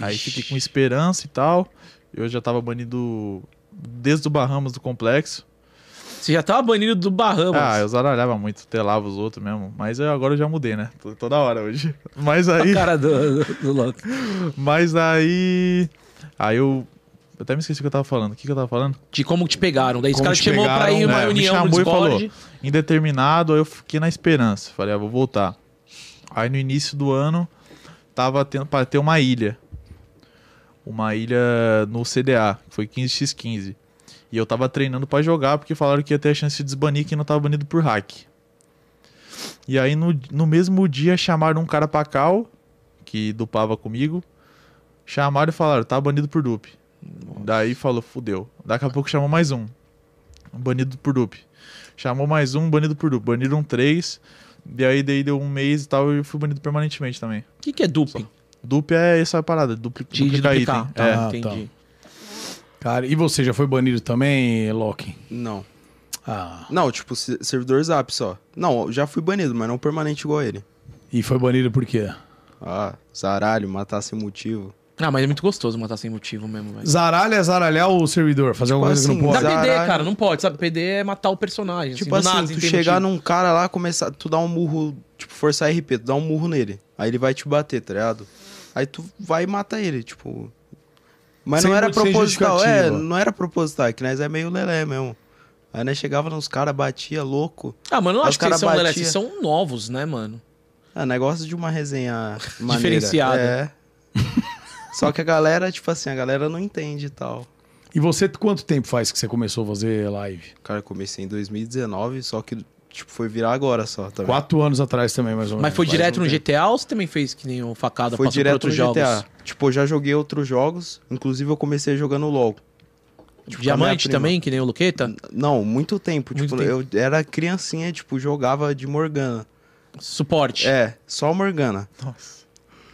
Speaker 3: Aí fiquei com esperança e tal. Eu já tava banido desde o Bahamas do complexo.
Speaker 2: Você já tava banido do Bahamas.
Speaker 3: Ah, eu zaralhava muito, telava os outros mesmo. Mas eu- agora eu já mudei, né? Tô- toda hora hoje. Mas
Speaker 2: A
Speaker 3: aí.
Speaker 2: Ah, cara do, do, do Loki.
Speaker 3: Mas aí. Aí eu. Eu até me esqueci o que eu tava falando. O que, que eu tava falando?
Speaker 2: De como te pegaram. Daí os
Speaker 1: Como
Speaker 2: caras
Speaker 1: te
Speaker 2: te chamou pra
Speaker 1: pegaram,
Speaker 2: ir uma
Speaker 3: né? Me
Speaker 2: reunião no
Speaker 3: chamou e falou.
Speaker 2: Discord.
Speaker 3: indeterminado, aí eu fiquei na esperança. Falei, ah, vou voltar. Aí no início do ano, tava tendo para ter uma ilha. Uma ilha no CDA, que foi 15x15. E eu tava treinando pra jogar, porque falaram que ia ter a chance de desbanir quem não tava banido por hack. E aí no, no mesmo dia chamaram um cara pra cal, que dupava comigo. Chamaram e falaram, tá banido por dupe. Daí falou, fudeu. Daqui a pouco chamou mais um. Banido por dupe. Chamou mais um, banido por duplo. Baniram três. E aí daí deu um mês e tal, e eu fui banido permanentemente também.
Speaker 2: O que, que é duping?
Speaker 3: Dupe é essa parada, dupli
Speaker 2: De, de
Speaker 3: duplicar
Speaker 2: duplicar.
Speaker 3: item.
Speaker 2: Tá,
Speaker 3: É.
Speaker 1: Ah,
Speaker 2: entendi.
Speaker 1: Cara, e você já foi banido também, Loki?
Speaker 4: Não.
Speaker 1: Ah.
Speaker 4: Não, tipo, se- servidor zap só. Não, eu já fui banido, mas não permanente igual ele.
Speaker 1: E foi banido por quê?
Speaker 4: Ah, zaralho, matar sem motivo.
Speaker 2: Ah, mas é muito gostoso matar sem motivo mesmo, velho.
Speaker 1: Zaralha é zaralhar o servidor, fazer alguma coisa que
Speaker 4: assim,
Speaker 1: não
Speaker 2: Tipo Dá
Speaker 1: pode.
Speaker 4: Zaralho.
Speaker 2: PD, cara, não pode. Sabe, PD é matar o personagem.
Speaker 4: Tipo
Speaker 2: assim, do
Speaker 4: assim,
Speaker 2: nada,
Speaker 4: tu
Speaker 2: sem
Speaker 4: chegar
Speaker 2: motivo.
Speaker 4: num cara lá, começar, tu dá um murro, tipo, forçar RP, tu dá um murro nele. Aí ele vai te bater, tá ligado? Aí tu vai e mata ele, tipo. Mas
Speaker 1: Sem
Speaker 4: não era
Speaker 1: muito- sem
Speaker 4: proposital, é,
Speaker 1: justificativa.
Speaker 4: não era proposital, que nós é meio lelé mesmo. Aí nós chegava nos caras, batia, louco.
Speaker 2: Ah, mano, eu não
Speaker 4: Aí
Speaker 2: acho
Speaker 4: os
Speaker 2: que eles
Speaker 4: cara
Speaker 2: são
Speaker 4: batia.
Speaker 2: LS, são novos, né, mano?
Speaker 4: É, Ah, negócio de uma resenha maneira.
Speaker 2: Diferenciada.
Speaker 4: É. Só que a galera, tipo assim, a galera não entende e tal.
Speaker 1: E você, quanto tempo faz que você começou a fazer live?
Speaker 4: Cara, eu comecei em 2019, só que, tipo, foi virar agora só, tá vendo?
Speaker 1: Quatro anos atrás também, mais ou menos.
Speaker 2: Mas foi
Speaker 1: Faz
Speaker 2: direto
Speaker 1: um
Speaker 2: no
Speaker 1: tempo.
Speaker 2: GTA ou você também fez que nem o facada
Speaker 4: Foi
Speaker 2: passou por
Speaker 4: direto
Speaker 2: outros
Speaker 4: no
Speaker 2: jogos?
Speaker 4: GTA. Tipo, eu já joguei outros jogos, inclusive eu comecei jogando LOL. Tipo,
Speaker 2: Diamante
Speaker 4: com a minha prima.
Speaker 2: também, que nem o Luqueta?
Speaker 4: Não, muito tempo.
Speaker 2: Muito
Speaker 4: tipo,
Speaker 2: tempo.
Speaker 4: eu era criancinha, tipo, jogava de Morgana.
Speaker 2: Suporte.
Speaker 4: É, só Morgana.
Speaker 3: Nossa.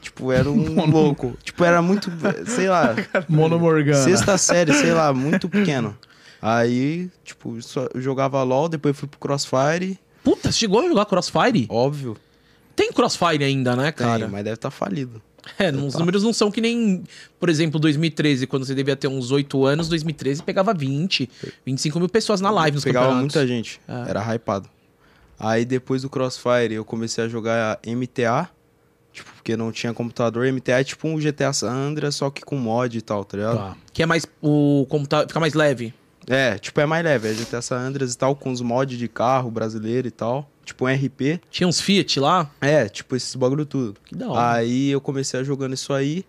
Speaker 4: Tipo, era um louco. Tipo, era muito, sei lá,
Speaker 1: Mono Morgana.
Speaker 4: sexta série, sei lá, muito pequeno. Aí, tipo, só- eu jogava LOL, depois fui pro Crossfire,
Speaker 2: Puta, você chegou a jogar Crossfire?
Speaker 4: óbvio.
Speaker 2: Tem Crossfire ainda, né,
Speaker 4: Tem,
Speaker 2: cara?
Speaker 4: mas deve estar falido.
Speaker 2: É, não- os números não são que nem, por exemplo, 2013, quando você devia ter uns 8 anos, 2013 pegava 20, 25 mil pessoas na live nos
Speaker 4: Pegava
Speaker 2: campeonatos.
Speaker 4: muita gente,
Speaker 2: Ah.
Speaker 4: era hypado. Aí depois do Crossfire eu comecei a jogar MTA, tipo, porque não tinha computador. MTA é tipo um GTA San Andreas, só que com mod e tal, tá ligado?
Speaker 1: Tá.
Speaker 2: Que é mais. O computador fica mais leve.
Speaker 4: É, tipo, é mais leve, é GTA San Andreas e tal, com os mods de carro brasileiro e tal. Tipo, um RP.
Speaker 2: Tinha uns Fiat lá.
Speaker 4: É, tipo, esses bagulho tudo.
Speaker 2: Que da hora.
Speaker 4: Aí eu comecei a jogando isso aí.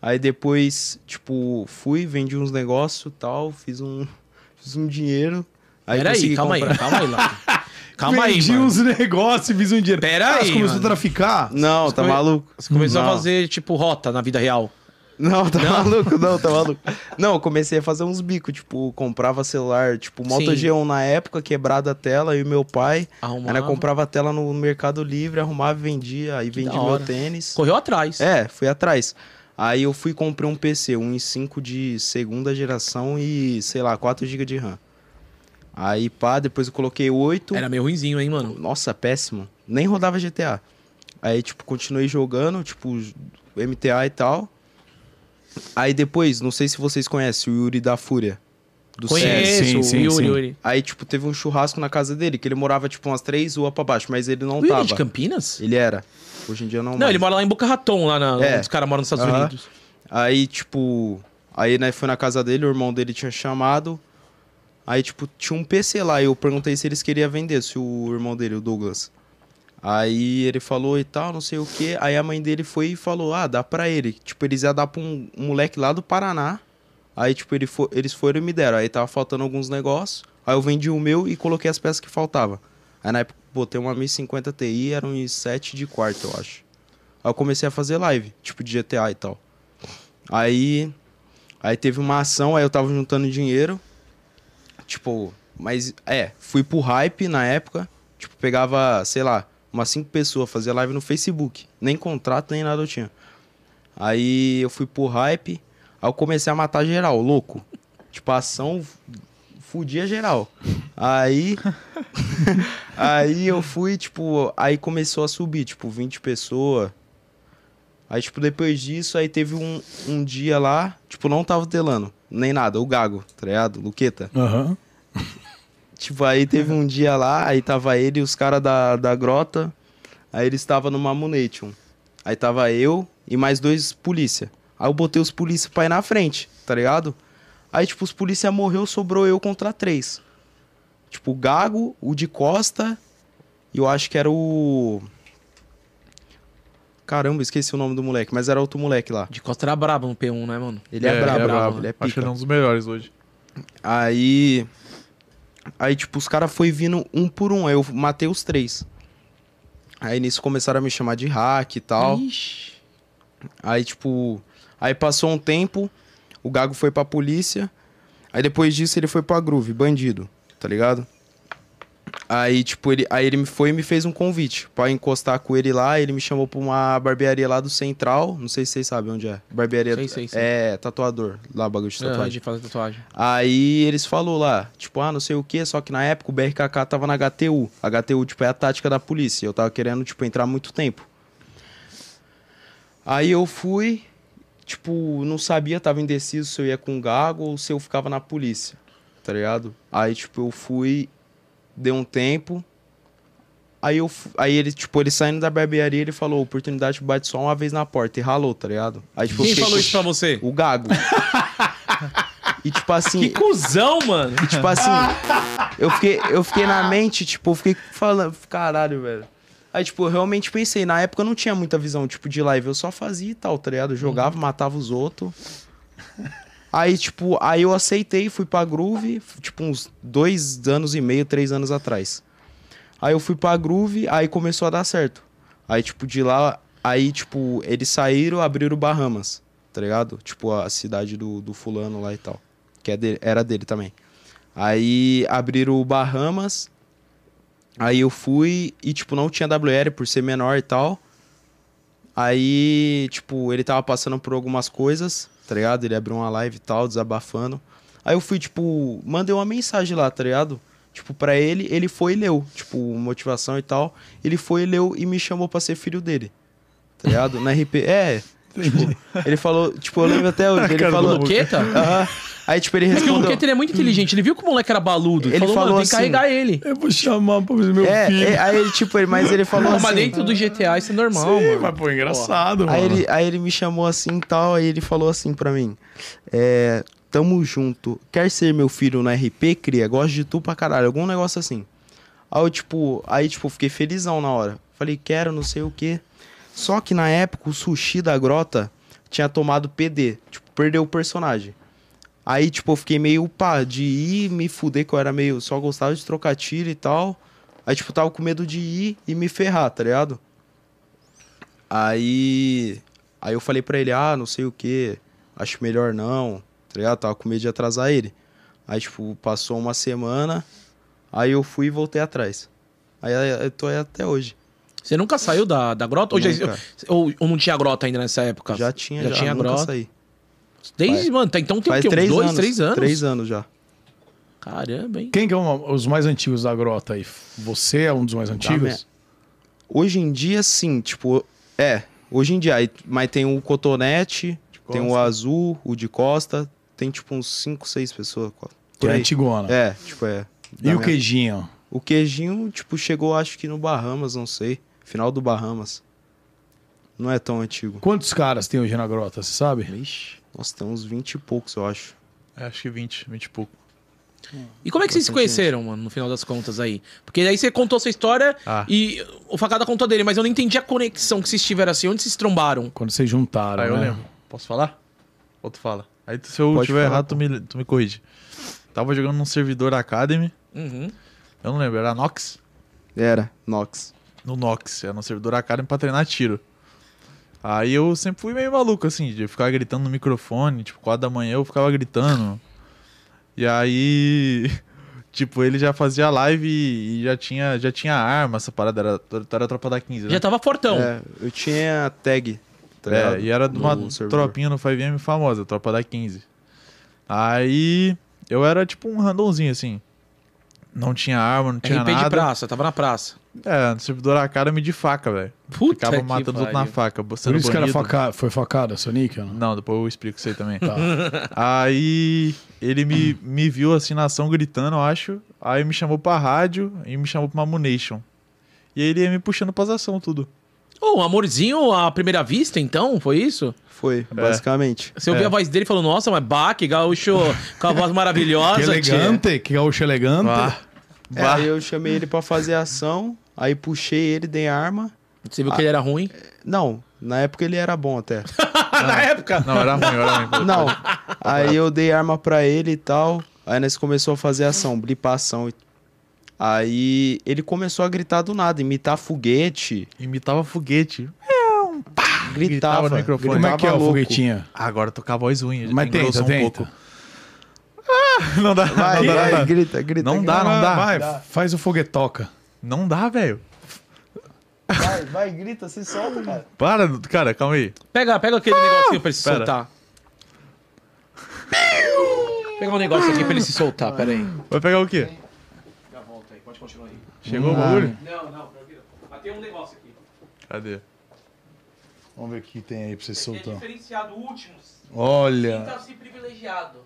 Speaker 4: Aí depois, tipo, fui, vendi uns negócios e tal, fiz um, fiz um dinheiro. Aí
Speaker 2: Pera aí,
Speaker 4: consegui
Speaker 2: calma
Speaker 4: comprar.
Speaker 2: aí, calma aí, Laura. Calma aí.
Speaker 1: Vendi
Speaker 2: mano.
Speaker 1: uns negócios e fiz um dinheiro.
Speaker 2: Pera
Speaker 1: Ah,
Speaker 2: aí,
Speaker 1: Você começou
Speaker 2: mano.
Speaker 1: a traficar?
Speaker 4: Não, tá
Speaker 2: Foi-
Speaker 4: maluco?
Speaker 2: Você começou
Speaker 1: Não.
Speaker 2: a fazer, tipo, rota na vida real.
Speaker 4: Não, tá
Speaker 2: Não?
Speaker 4: maluco, não, tá maluco. Não, eu comecei a fazer uns bicos, tipo, comprava celular, tipo, Moto
Speaker 2: Sim.
Speaker 4: G1 na época, quebrada a tela, e o meu pai,
Speaker 2: Arrumava.
Speaker 4: ela comprava a tela no Mercado Livre, arrumava e vendia, aí vendia
Speaker 2: da
Speaker 4: meu
Speaker 2: hora.
Speaker 4: tênis.
Speaker 2: Correu atrás.
Speaker 4: É, fui atrás. Aí eu fui e comprei um PC, um i5 de segunda geração e, sei lá, 4 GB de RAM. Aí, pá, depois eu coloquei 8.
Speaker 2: Era meio ruinzinho, hein, mano.
Speaker 4: Nossa, péssimo. Nem rodava GTA. Aí, tipo, continuei jogando, tipo, MTA e tal. Aí depois, não sei se vocês conhecem o Yuri da Fúria. Do CS.
Speaker 2: Conheço
Speaker 1: Sim,
Speaker 2: o
Speaker 1: sim,
Speaker 2: Yuri,
Speaker 1: sim.
Speaker 2: Yuri.
Speaker 4: Aí, tipo, teve um churrasco na casa dele, que ele morava, tipo, umas três ruas pra baixo, mas ele não
Speaker 2: O Yuri é
Speaker 4: tava.
Speaker 2: de Campinas?
Speaker 4: Ele era. Hoje em dia não,
Speaker 2: Não,
Speaker 4: mais.
Speaker 2: ele mora lá em Boca Raton, lá na,
Speaker 4: É.
Speaker 2: onde os caras moram nos Estados
Speaker 4: Aham.
Speaker 2: Unidos.
Speaker 4: Aí, tipo, aí né, foi na casa dele, o irmão dele tinha chamado. Aí, tipo, tinha um PC lá. e Eu perguntei se eles queriam vender, se o irmão dele, o Douglas. Aí ele falou e tal, não sei o que. Aí a mãe dele foi e falou: Ah, dá pra ele. Tipo, eles iam dar pra um um moleque lá do Paraná. Aí, tipo, ele fo- eles foram e me deram. Aí tava faltando alguns negócios. Aí eu vendi o meu e coloquei as peças que faltavam. Aí na época botei uma 1050 Ti, era um i7 de quarto, eu acho. Aí eu comecei a fazer live, tipo de GTA e tal. Aí, aí teve uma ação, aí eu tava juntando dinheiro. Tipo, mas é, fui pro hype na época. Tipo, pegava, sei lá, umas cinco pessoas, fazia live no Facebook. Nem contrato, nem nada eu tinha. Aí eu fui pro hype, aí eu comecei a matar geral, louco. Tipo, a ação fudia geral. Aí. aí eu fui, tipo, aí começou a subir, tipo, 20 pessoas. Aí, tipo, depois disso, aí teve um, um dia lá, tipo, não tava telando, nem nada, o Gago, tá ligado? Luqueta.
Speaker 1: Aham.
Speaker 4: Tipo, aí teve um dia lá, aí tava ele e os caras da, da grota, aí eles estavam no Mamunation. Aí tava eu e mais dois polícia. Aí eu botei os polícia pra ir na frente, tá ligado? Aí, tipo, os polícia morreu, sobrou eu contra três. Tipo, o Gago, o de Costa, e eu acho que era o... Caramba, esqueci o nome do moleque, mas era outro moleque lá.
Speaker 2: De Costa era brabo no P1, né, mano?
Speaker 4: Ele é, brabo,
Speaker 3: ele é
Speaker 4: brabo,
Speaker 3: brabo.
Speaker 4: ele é
Speaker 3: Acho que
Speaker 4: pica.
Speaker 3: ele é um dos melhores hoje.
Speaker 4: Aí. Aí, tipo, os caras foi vindo um por um. Aí eu matei os três. Aí nisso começaram a me chamar de hack e tal.
Speaker 2: Ixi.
Speaker 4: Aí, tipo. Aí passou um tempo, o Gago foi pra polícia. Aí depois disso ele foi pra Groove, bandido, tá ligado? Aí, tipo, ele, aí ele me foi e me fez um convite pra encostar com ele lá. Ele me chamou pra uma barbearia lá do Central. Não sei se vocês sabem onde é. Barbearia.
Speaker 2: Sei, sei, sei.
Speaker 4: É, tatuador. Lá, bagulho de
Speaker 2: Ah,
Speaker 4: tatuagem.
Speaker 2: de fazer tatuagem.
Speaker 4: Aí eles falou lá, tipo, ah, não sei o que, só que na época o BRKK tava na HTU. A HTU, tipo, é a tática da polícia. Eu tava querendo, tipo, entrar há muito tempo. Aí eu fui, tipo, não sabia, tava indeciso se eu ia com o Gago ou se eu ficava na polícia, tá ligado? Aí, tipo, eu fui, deu um tempo. Aí, eu, fu- aí ele, tipo, ele saindo da barbearia, ele falou, oportunidade bate só uma vez na porta. E ralou, tá ligado? Aí, tipo, eu
Speaker 2: Quem
Speaker 4: fiquei
Speaker 2: falou
Speaker 4: com-
Speaker 2: isso pra você?
Speaker 4: O Gago. e, tipo, assim...
Speaker 2: Que cuzão, mano.
Speaker 4: E, tipo assim, eu fiquei, eu fiquei na mente, tipo, eu fiquei falando, caralho, velho. Aí, tipo, eu realmente pensei, na época eu não tinha muita visão, tipo, de live, eu só fazia e tal, tá ligado? Eu Jogava, matava os outros. Aí, tipo, aí eu aceitei, fui pra Groove, f- tipo, uns dois anos e meio, três anos atrás. Aí eu fui pra Groove, aí começou a dar certo. Aí, tipo, de lá, aí, tipo, eles saíram, abriram Bahamas, tá ligado? Tipo, a cidade do, do fulano lá e tal. Que é dele- era dele também. Aí abriram o Bahamas, aí eu fui e, tipo, não tinha WR por ser menor e tal. Aí, tipo, ele tava passando por algumas coisas, tá ligado? Ele abriu uma live e tal, desabafando. Aí eu fui, tipo, mandei uma mensagem lá, tá ligado? Tipo, pra ele, ele foi e leu, tipo, motivação e tal. Ele foi e leu e me chamou pra ser filho dele. Tá ligado? Na RP. É. Tipo, ele falou, tipo, eu lembro até hoje, ele
Speaker 3: Cara,
Speaker 2: O
Speaker 4: falou.
Speaker 2: Luqueta?
Speaker 4: Aham. Aí, tipo, ele
Speaker 2: Porque o
Speaker 4: respondeu.
Speaker 2: Luqueta ele é muito inteligente. Ele viu que o moleque era baludo. Ele
Speaker 4: Ele
Speaker 2: falou, mano,
Speaker 4: falou
Speaker 2: vem
Speaker 4: assim-
Speaker 2: carregar ele.
Speaker 1: Eu vou chamar pra fazer meu
Speaker 4: É,
Speaker 1: filho.
Speaker 4: é, aí ele, tipo, ele- mas ele falou
Speaker 2: Não,
Speaker 4: assim.
Speaker 2: mas dentro do GTA isso é normal,
Speaker 1: Sim,
Speaker 2: mano.
Speaker 1: mas pô, engraçado,
Speaker 4: Aí
Speaker 1: mano.
Speaker 4: ele, aí ele me chamou assim e tal, aí ele falou assim pra mim: é, Tamo junto, quer ser meu filho na RP, cria? Gosto de tu pra caralho, algum negócio assim. Aí eu, tipo, aí, tipo, fiquei felizão na hora. Falei, quero, não sei o quê. Só que na época o sushi da grota tinha tomado PD, tipo, perdeu o personagem. Aí, tipo, eu fiquei meio pá, de ir me fuder, que eu era meio. Só gostava de trocar tiro e tal. Aí, tipo, tava com medo de ir e me ferrar, tá ligado? Aí. Aí eu falei pra ele, ah, não sei o que, acho melhor não, tá ligado? Tava com medo de atrasar ele. Aí, tipo, passou uma semana, aí eu fui e voltei atrás. Aí eu tô aí até hoje.
Speaker 2: Você nunca saiu da, da grota? Ou, já-
Speaker 4: Nunca.
Speaker 2: ou, ou não tinha grota ainda nessa época?
Speaker 4: Já tinha, já,
Speaker 2: tinha
Speaker 4: nunca
Speaker 2: grota.
Speaker 4: saí.
Speaker 2: Desde, mano, tá- então tem o
Speaker 4: Faz
Speaker 2: quê? Uns
Speaker 4: três
Speaker 2: dois,
Speaker 4: anos.
Speaker 2: três anos?
Speaker 4: Três anos já.
Speaker 2: Caramba, hein?
Speaker 1: Quem que é um- os mais antigos da grota aí? Você é um dos mais antigos?
Speaker 4: Hoje em dia, sim, tipo, é, hoje em dia. aí- Mas tem o Cotonete, tem o Azul, o de Costa, tem tipo uns cinco, seis pessoas. qua-
Speaker 1: Que
Speaker 4: Por
Speaker 1: é
Speaker 4: aí.
Speaker 1: antigona.
Speaker 2: né?
Speaker 4: É, tipo, é. da
Speaker 1: E o
Speaker 4: minha-
Speaker 1: queijinho?
Speaker 4: O queijinho, tipo, chegou acho que no Bahamas, não sei. Final do Bahamas. Não é tão antigo.
Speaker 1: Quantos caras tem hoje na grota, você sabe?
Speaker 4: Ixi. Nossa, tem uns 20 e poucos, eu acho.
Speaker 3: É, acho que 20, 20 e pouco.
Speaker 2: E como é que vocês se conheceram, mano, no final das contas aí? Porque aí você contou sua história
Speaker 3: Ah.
Speaker 2: e o Facada contou a dele, mas eu não entendi a conexão que vocês tiveram assim. Onde vocês se trombaram?
Speaker 1: Quando vocês juntaram,
Speaker 3: Ah, eu
Speaker 1: né?
Speaker 3: lembro. Posso falar? Ou tu fala? Aí tu- se eu
Speaker 4: Pode
Speaker 3: tiver
Speaker 4: falar,
Speaker 3: errado, tu me, tu me corrige. Tava jogando num servidor Academy,
Speaker 2: Uhum.
Speaker 3: eu não lembro, era Nox?
Speaker 4: Era, Nox.
Speaker 3: no Nox, era no servidor Academy pra treinar tiro. Aí eu sempre fui meio maluco, assim, de ficar gritando no microfone, tipo, 4 da manhã eu ficava gritando. E aí, tipo, ele já fazia live e já tinha, já tinha arma, essa parada, era, era a tropa da 15, né?
Speaker 2: Já tava fortão.
Speaker 4: É, eu tinha tag. tá
Speaker 3: É,
Speaker 4: ligado?
Speaker 3: e era de uma
Speaker 4: No servidor.
Speaker 3: tropinha no 5M famosa, tropa da 15. Aí eu era tipo um randonzinho, assim. Não tinha arma, não tinha
Speaker 2: RP de
Speaker 3: nada.
Speaker 2: praça, tava na praça.
Speaker 3: É, no servidor Academy de faca, velho.
Speaker 2: Puta
Speaker 3: Ficava
Speaker 2: que
Speaker 3: matando os outros
Speaker 2: pariu.
Speaker 3: na faca,
Speaker 1: Por
Speaker 3: sendo
Speaker 1: isso que era
Speaker 3: banido.
Speaker 1: faca... foi facada, Sonic? ou não?
Speaker 3: Não, depois eu explico isso aí também.
Speaker 1: Tá.
Speaker 3: aí ele me, me viu assim na ação gritando, eu acho. Aí me chamou pra rádio e me chamou pra Mamu Nation. E aí ele ia me puxando pras ação, tudo.
Speaker 2: Ô, um amorzinho à primeira vista, então? Foi isso?
Speaker 4: Foi, basicamente.
Speaker 2: Você ouviu
Speaker 3: É.
Speaker 2: a voz dele e falou, nossa, mas baque, gaúcho, com a voz maravilhosa.
Speaker 1: Que
Speaker 2: tio."
Speaker 1: elegante, que gaúcho elegante.
Speaker 3: Bah,
Speaker 4: É,
Speaker 3: bah.
Speaker 4: aí eu chamei ele pra fazer ação, aí puxei ele, dei arma.
Speaker 2: Você viu que ele era ruim?
Speaker 4: Não, na época ele era bom até.
Speaker 2: na época.
Speaker 3: Não, era ruim, era ruim.
Speaker 4: Não, aí eu dei arma pra ele e tal. Aí nós começou a fazer ação, blipar ação. e- Aí ele começou a gritar do nada, imitar foguete,
Speaker 3: Imitava foguete.
Speaker 4: gritava,
Speaker 3: no microfone.
Speaker 1: Como é que é o
Speaker 4: louco.
Speaker 1: foguetinho?
Speaker 3: Ah, Agora tô com a voz ruim.
Speaker 1: Mas
Speaker 3: engrossou um
Speaker 1: tenta, tenta.
Speaker 3: Não dá,
Speaker 4: Vai,
Speaker 3: não dá,
Speaker 4: vai,
Speaker 3: não dá.
Speaker 4: grita, grita.
Speaker 3: Não dá,
Speaker 4: grita.
Speaker 3: não dá.
Speaker 1: Vai, faz o foguetoca.
Speaker 3: Não dá, velho.
Speaker 4: Vai, vai, grita, se solta, cara.
Speaker 3: Para, cara, calma aí.
Speaker 2: Pega, pega aquele negocinho pra ele se
Speaker 3: Pera.
Speaker 2: soltar. Pegar um negócio aqui pra ele se soltar, peraí.
Speaker 3: Vai pegar o quê?
Speaker 2: Já volta aí, pode continuar aí.
Speaker 3: Chegou o bagulho?
Speaker 2: Não, não, tranquilo. Mas tem um negócio aqui.
Speaker 3: Cadê?
Speaker 1: Vamos ver o que tem aí pra vocês soltar.
Speaker 2: diferenciado, último. tá
Speaker 1: Olha,
Speaker 2: se privilegiado.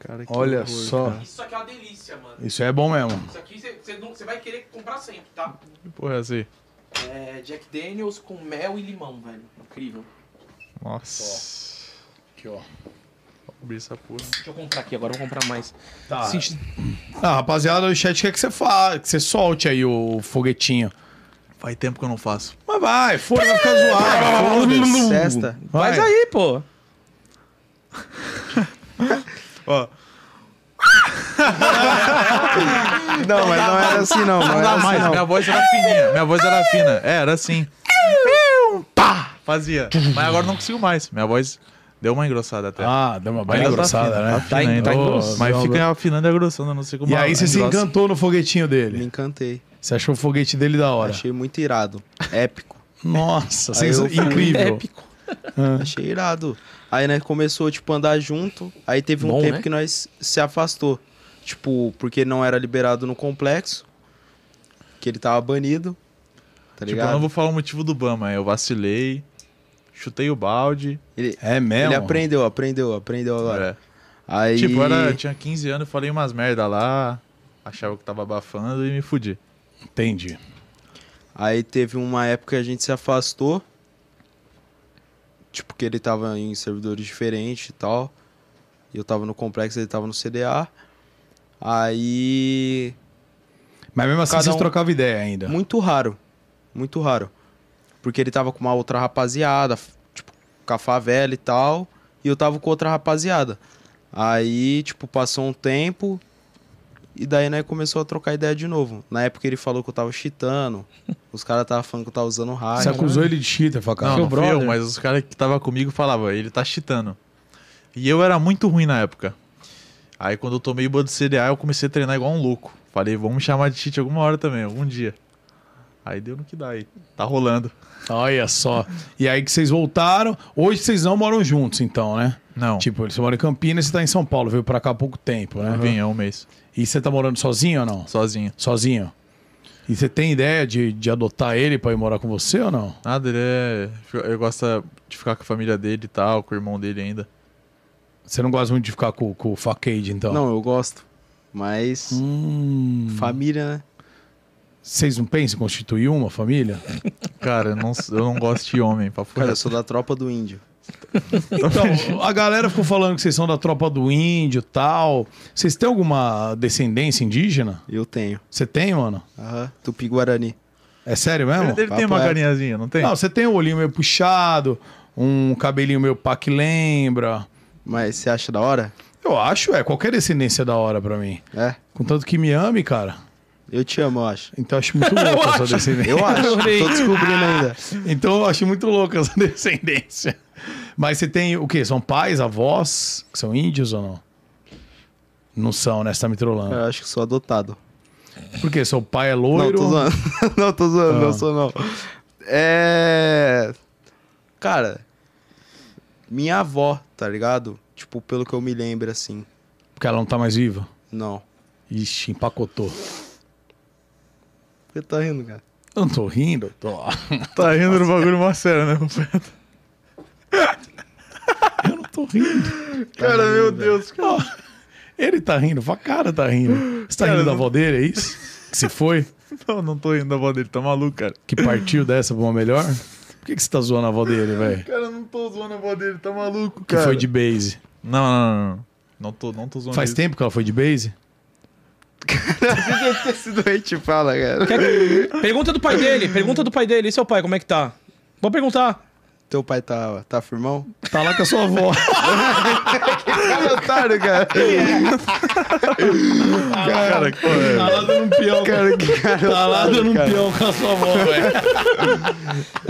Speaker 4: Cara, que
Speaker 1: olha
Speaker 4: horror,
Speaker 1: só.
Speaker 4: cara.
Speaker 2: Isso aqui é uma delícia, mano.
Speaker 1: Isso é bom mesmo.
Speaker 2: Isso aqui você vai querer comprar sempre, tá?
Speaker 3: Que porra é essa aí?
Speaker 2: É Jack Daniels com mel e limão, velho. Incrível.
Speaker 3: Nossa.
Speaker 1: Aqui, ó.
Speaker 3: Vou abrir essa porra.
Speaker 2: Deixa eu comprar aqui agora, eu vou comprar mais.
Speaker 1: Tá.
Speaker 2: Senti-
Speaker 1: Ah, rapaziada, o chat quer que você fale, que você solte aí o foguetinho.
Speaker 3: Faz tempo que eu não faço.
Speaker 1: Mas vai, foda, vai ficar zoado. foda-se.
Speaker 4: Sexta?
Speaker 1: Vai.
Speaker 2: Faz aí, pô.
Speaker 3: Ó,
Speaker 4: Não, mas não era assim não. Não
Speaker 3: não
Speaker 4: era
Speaker 3: dá mais, né?
Speaker 4: assim
Speaker 3: minha
Speaker 4: não.
Speaker 3: voz era fininha. Minha voz era fina. É, era assim. Pá! Fazia. Mas agora não consigo mais. Minha voz deu uma engrossada até.
Speaker 1: Ah, deu uma baita
Speaker 3: Ainda
Speaker 1: engrossada,
Speaker 3: fina,
Speaker 1: né?
Speaker 3: Tá fina
Speaker 2: en-
Speaker 3: ainda.
Speaker 2: tá
Speaker 3: Ô,
Speaker 2: engrossando.
Speaker 3: Mas fica afinando e agrossando, eu não sei como. né? Tipo,
Speaker 1: E aí você se
Speaker 3: engrossa.
Speaker 1: encantou no foguetinho
Speaker 4: Me
Speaker 1: dele.
Speaker 4: encantei.
Speaker 1: Você achou o foguete dele da hora.
Speaker 4: Achei muito irado. Épico.
Speaker 1: Nossa,
Speaker 4: Aí eu
Speaker 1: sensa-
Speaker 4: fui-
Speaker 1: incrível.
Speaker 2: É Épico.
Speaker 4: Achei irado. Aí, né, começou, tipo, andar junto. Aí teve um
Speaker 2: Bom,
Speaker 4: tempo
Speaker 2: né?
Speaker 4: que nós se afastou. Tipo, porque não era liberado no complexo. Que ele tava banido. Tá
Speaker 3: Tipo, eu
Speaker 4: ligado?
Speaker 3: não vou falar o motivo do ban, mas eu vacilei, chutei o balde.
Speaker 4: Ele,
Speaker 1: É mesmo?
Speaker 4: ele aprendeu, aprendeu, aprendeu agora.
Speaker 3: é.
Speaker 4: Aí...
Speaker 3: Tipo, eu, era, eu tinha 15 anos, falei umas merda lá, achava que tava abafando e me fudi.
Speaker 1: Entendi.
Speaker 4: Aí teve uma época que a gente se afastou. Tipo, que ele tava em servidores diferentes e tal. E eu tava no complexo, ele tava no CDA. Aí.
Speaker 1: Mas mesmo assim
Speaker 4: Cada
Speaker 1: vocês
Speaker 4: um-
Speaker 1: trocavam ideia ainda.
Speaker 4: Muito raro. Muito raro. Porque ele tava com uma outra rapaziada, f- tipo, com a favela e tal. E eu tava com outra rapaziada. Aí, tipo, passou um tempo. E daí, né, começou a trocar ideia de novo. Na época ele falou que eu tava cheatando. Os caras tava falando que eu tava usando raio.
Speaker 1: Você acusou ele de cheater, facada.
Speaker 3: Não,
Speaker 2: Seu
Speaker 3: não fui eu,
Speaker 2: brother.
Speaker 3: mas os caras que tava comigo falavam, ele tá cheatando. E eu era muito ruim na época. Aí quando eu tomei o ban do CDA, eu comecei a treinar igual um louco. Falei, vamos me chamar de cheat alguma hora também, algum dia. Aí deu no que dá aí. Tá rolando.
Speaker 1: Olha só. E aí que vocês voltaram. Hoje vocês não moram juntos, então, né?
Speaker 3: Não, tipo,
Speaker 1: Tipo, você mora em Campinas e você tá em São Paulo, veio pra cá há pouco tempo, né?
Speaker 3: vim, é um mês.
Speaker 1: E você tá morando sozinho ou não?
Speaker 3: Sozinho.
Speaker 1: Sozinho. E você tem ideia de, de adotar ele pra ir morar com você ou não?
Speaker 3: Nada, ele é. Eu gosto de ficar com a família dele e tal, com o irmão dele ainda.
Speaker 1: Você não gosta muito de ficar com, com o Facade, então?
Speaker 4: Não, eu gosto. Mas.
Speaker 1: Hum,
Speaker 4: Família, né?
Speaker 1: vocês não pensam em constituir uma família?
Speaker 3: Cara, eu não, eu não gosto de homem, papo
Speaker 4: Cara, eu
Speaker 3: reto.
Speaker 4: sou da tropa do índio.
Speaker 1: Então, a galera ficou falando que vocês são da tropa do índio e tal. Vocês têm alguma descendência indígena?
Speaker 4: Eu tenho.
Speaker 1: Você tem, mano?
Speaker 4: Aham. Tupi Guarani.
Speaker 1: É sério mesmo?
Speaker 3: Ele deve ter
Speaker 4: papo
Speaker 3: uma
Speaker 4: reto.
Speaker 3: carinhazinha, não tem?
Speaker 1: Não, você tem um olhinho meio puxado, um cabelinho meio pá que lembra.
Speaker 4: Mas você acha da hora?
Speaker 1: Eu acho, é, qualquer descendência é da hora pra mim.
Speaker 4: É.
Speaker 1: Contanto que me ame, cara.
Speaker 4: Eu te amo, eu acho.
Speaker 1: Então eu acho muito louca essa descendência.
Speaker 4: Eu acho.
Speaker 2: Adorei.
Speaker 4: Tô descobrindo ainda.
Speaker 1: Então eu acho muito louca essa descendência. Mas você tem o quê? São pais, avós, que são índios ou não? Não são, né? Você tá me
Speaker 4: Cara,
Speaker 1: trollando.
Speaker 4: eu acho que sou adotado.
Speaker 1: Por quê? Seu pai é loiro?
Speaker 4: É. Não, tô zoando. não, tô zoando,
Speaker 1: Ah.
Speaker 4: não sou não. É. Cara. Minha avó, tá ligado? Tipo, pelo que eu me lembro, assim.
Speaker 1: Porque ela não tá mais viva?
Speaker 4: Não.
Speaker 1: Ixi, empacotou.
Speaker 4: Você tá rindo, cara.
Speaker 1: Eu não tô rindo, eu tô...
Speaker 3: Tá rindo no bagulho mó sério, né, completo?
Speaker 1: Eu não tô rindo.
Speaker 3: Cara, meu Deus, cara.
Speaker 1: Ó, ele tá rindo, a cara tá rindo. Você tá
Speaker 3: Cara,
Speaker 1: rindo da
Speaker 3: não-
Speaker 1: avó dele, é isso? Que se foi?
Speaker 3: Não, não tô rindo da voz dele, tá maluco, cara.
Speaker 1: Que partiu dessa pra uma melhor? Por que, que você tá zoando a avó dele, velho?
Speaker 3: Cara, eu não tô zoando a voz dele, tá maluco,
Speaker 1: Que
Speaker 3: cara.
Speaker 1: foi de base.
Speaker 3: Não, não, não, não. Não tô, não tô zoando
Speaker 1: Faz
Speaker 3: ele.
Speaker 1: tempo que ela foi de base?
Speaker 4: Esse doente fala, cara.
Speaker 2: Pergunta do pai dele, pergunta do pai dele. E seu pai, como é que tá? Vou perguntar.
Speaker 4: Teu pai tá, tá firmão?
Speaker 1: Tá lá com a sua avó.
Speaker 4: Cara, otário, cara.
Speaker 3: Cara, que porra é?
Speaker 1: Tá lá dando um peão.
Speaker 4: Cara, que cara.
Speaker 1: Tá lá dando um
Speaker 4: cara.
Speaker 1: peão com a sua avó, velho.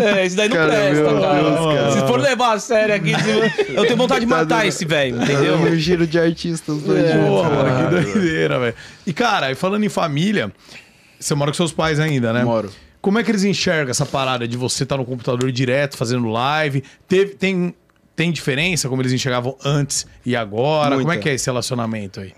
Speaker 2: É, isso daí não
Speaker 4: Cara,
Speaker 2: presta,
Speaker 4: meu
Speaker 2: cara.
Speaker 4: Deus, cara. Tá
Speaker 2: Se for levar a sério aqui, se- eu tenho vontade de matar esse velho, entendeu?
Speaker 4: um giro de artistas dois
Speaker 1: É. Porra, mano, que
Speaker 4: juntos.
Speaker 1: doideira, velho. E, cara, e falando em família, você mora com seus pais ainda, né?
Speaker 4: Moro.
Speaker 1: Como é que eles enxergam essa parada de você estar no computador direto, fazendo live? Teve, tem, tem diferença como eles enxergavam antes e agora? Como é
Speaker 4: Muita.
Speaker 1: que é esse relacionamento aí?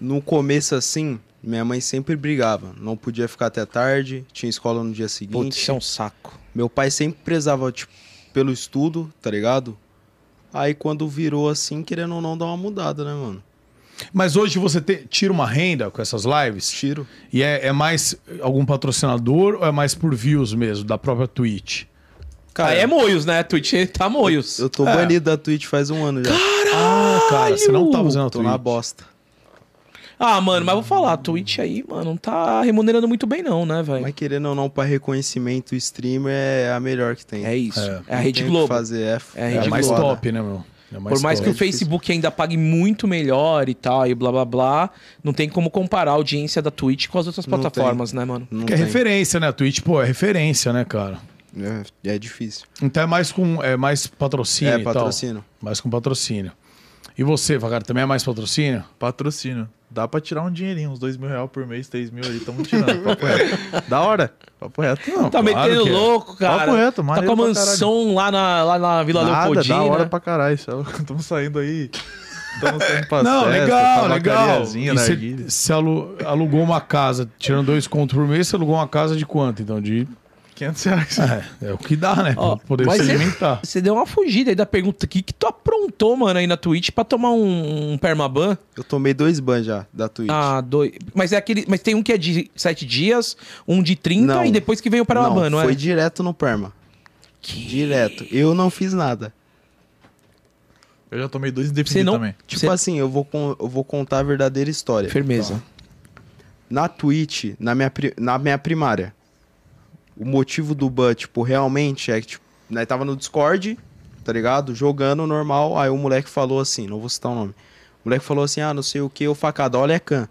Speaker 4: No começo, assim, minha mãe sempre brigava. Não podia ficar até tarde, tinha escola no dia seguinte.
Speaker 2: Putz, isso é um saco.
Speaker 4: Meu pai sempre prezava, tipo, pelo estudo, tá ligado? Aí quando virou assim, querendo ou não, dá uma mudada, né, mano?
Speaker 1: Mas hoje você te- tira uma renda com essas lives?
Speaker 4: Tiro.
Speaker 1: E é, é mais algum patrocinador ou é mais por views mesmo, da própria Twitch?
Speaker 4: Cara,
Speaker 2: Aí é moios, né? Twitch tá moios.
Speaker 4: Eu tô
Speaker 1: É.
Speaker 4: banido da Twitch faz um ano já.
Speaker 1: Ah, cara, você não tá usando a
Speaker 4: tô
Speaker 1: Twitch.
Speaker 4: na bosta.
Speaker 2: Ah, mano, mas vou falar, a Twitch aí, mano, não tá remunerando muito bem, não, né, velho?
Speaker 4: Mas querendo ou não, pra reconhecimento, o streamer é a melhor que tem.
Speaker 2: É isso. É,
Speaker 1: É.
Speaker 2: a
Speaker 4: Não
Speaker 2: Rede
Speaker 4: tem o que
Speaker 2: Globo.
Speaker 4: fazer, é,
Speaker 2: É a
Speaker 1: É
Speaker 2: Rede
Speaker 1: mais
Speaker 2: Globo.
Speaker 1: top, né, meu? É
Speaker 2: Por mais que
Speaker 1: top.
Speaker 2: o Facebook ainda pague muito melhor e tal, e blá blá blá, não tem como comparar a audiência da Twitch com as outras
Speaker 4: Não
Speaker 2: plataformas, né, mano?
Speaker 4: Não
Speaker 1: Que é
Speaker 4: tem.
Speaker 1: referência, né? A Twitch, pô, é referência, né, cara?
Speaker 4: É, é difícil.
Speaker 1: Então é mais com é mais patrocínio
Speaker 4: é
Speaker 1: e tal.
Speaker 4: patrocínio.
Speaker 1: Mais com patrocínio. E você, Vagar, também é mais patrocínio?
Speaker 3: Patrocínio. Dá pra tirar um dinheirinho, uns dois mil reais por mês, três mil ali, tamo tirando. papo reto. Da hora. Papo reto. Não,
Speaker 2: Tá
Speaker 1: Claro
Speaker 2: metendo
Speaker 1: que é.
Speaker 2: louco, cara.
Speaker 3: Papo reto,
Speaker 2: tá
Speaker 3: maneiro
Speaker 2: com a
Speaker 3: pra
Speaker 2: mansão lá na, lá na Vila
Speaker 3: Nada,
Speaker 2: Leopoldina.
Speaker 3: da
Speaker 1: né?
Speaker 3: hora pra caralho. é Tamo saindo aí. Tamo saindo pra
Speaker 1: Não,
Speaker 3: festa,
Speaker 1: legal, é legal.
Speaker 3: tabacariazinha,
Speaker 1: E
Speaker 3: narguilha.
Speaker 1: você você alu- alugou uma casa, tirando dois contos por mês, você alugou uma casa de quanto? Então, de.
Speaker 3: 500 reais.
Speaker 1: É, é o que dá, né?
Speaker 2: Ó,
Speaker 1: pra poder
Speaker 2: mas
Speaker 1: se
Speaker 2: você-
Speaker 4: é-
Speaker 1: alimentar.
Speaker 2: Você deu uma fugida aí da pergunta. O que, que tu aprontou, mano, aí na Twitch pra tomar um, um permaban?
Speaker 4: Eu tomei dois bans já da Twitch.
Speaker 2: Ah, dois. Mas é aquele. Mas tem um que é de sete dias, um de 30
Speaker 4: Não.
Speaker 2: e depois que vem o permaban, não,
Speaker 4: não,
Speaker 2: é?
Speaker 4: foi direto no Perma.
Speaker 2: Que-
Speaker 4: Direto. Eu não fiz nada.
Speaker 3: Eu já tomei dois
Speaker 2: Você
Speaker 3: indefinidos
Speaker 2: não.
Speaker 3: também.
Speaker 4: Tipo
Speaker 2: Você-
Speaker 4: assim, eu vou, con- eu vou contar a verdadeira história.
Speaker 2: Firmeza.
Speaker 4: na Twitch, na minha, pri- na minha primária. O motivo do ban, tipo, realmente é que, tipo, nós tava no Discord, tá ligado? Jogando normal, aí o moleque falou assim, não vou citar o nome. O moleque falou assim, ah, não sei o que, o facada, olha a can.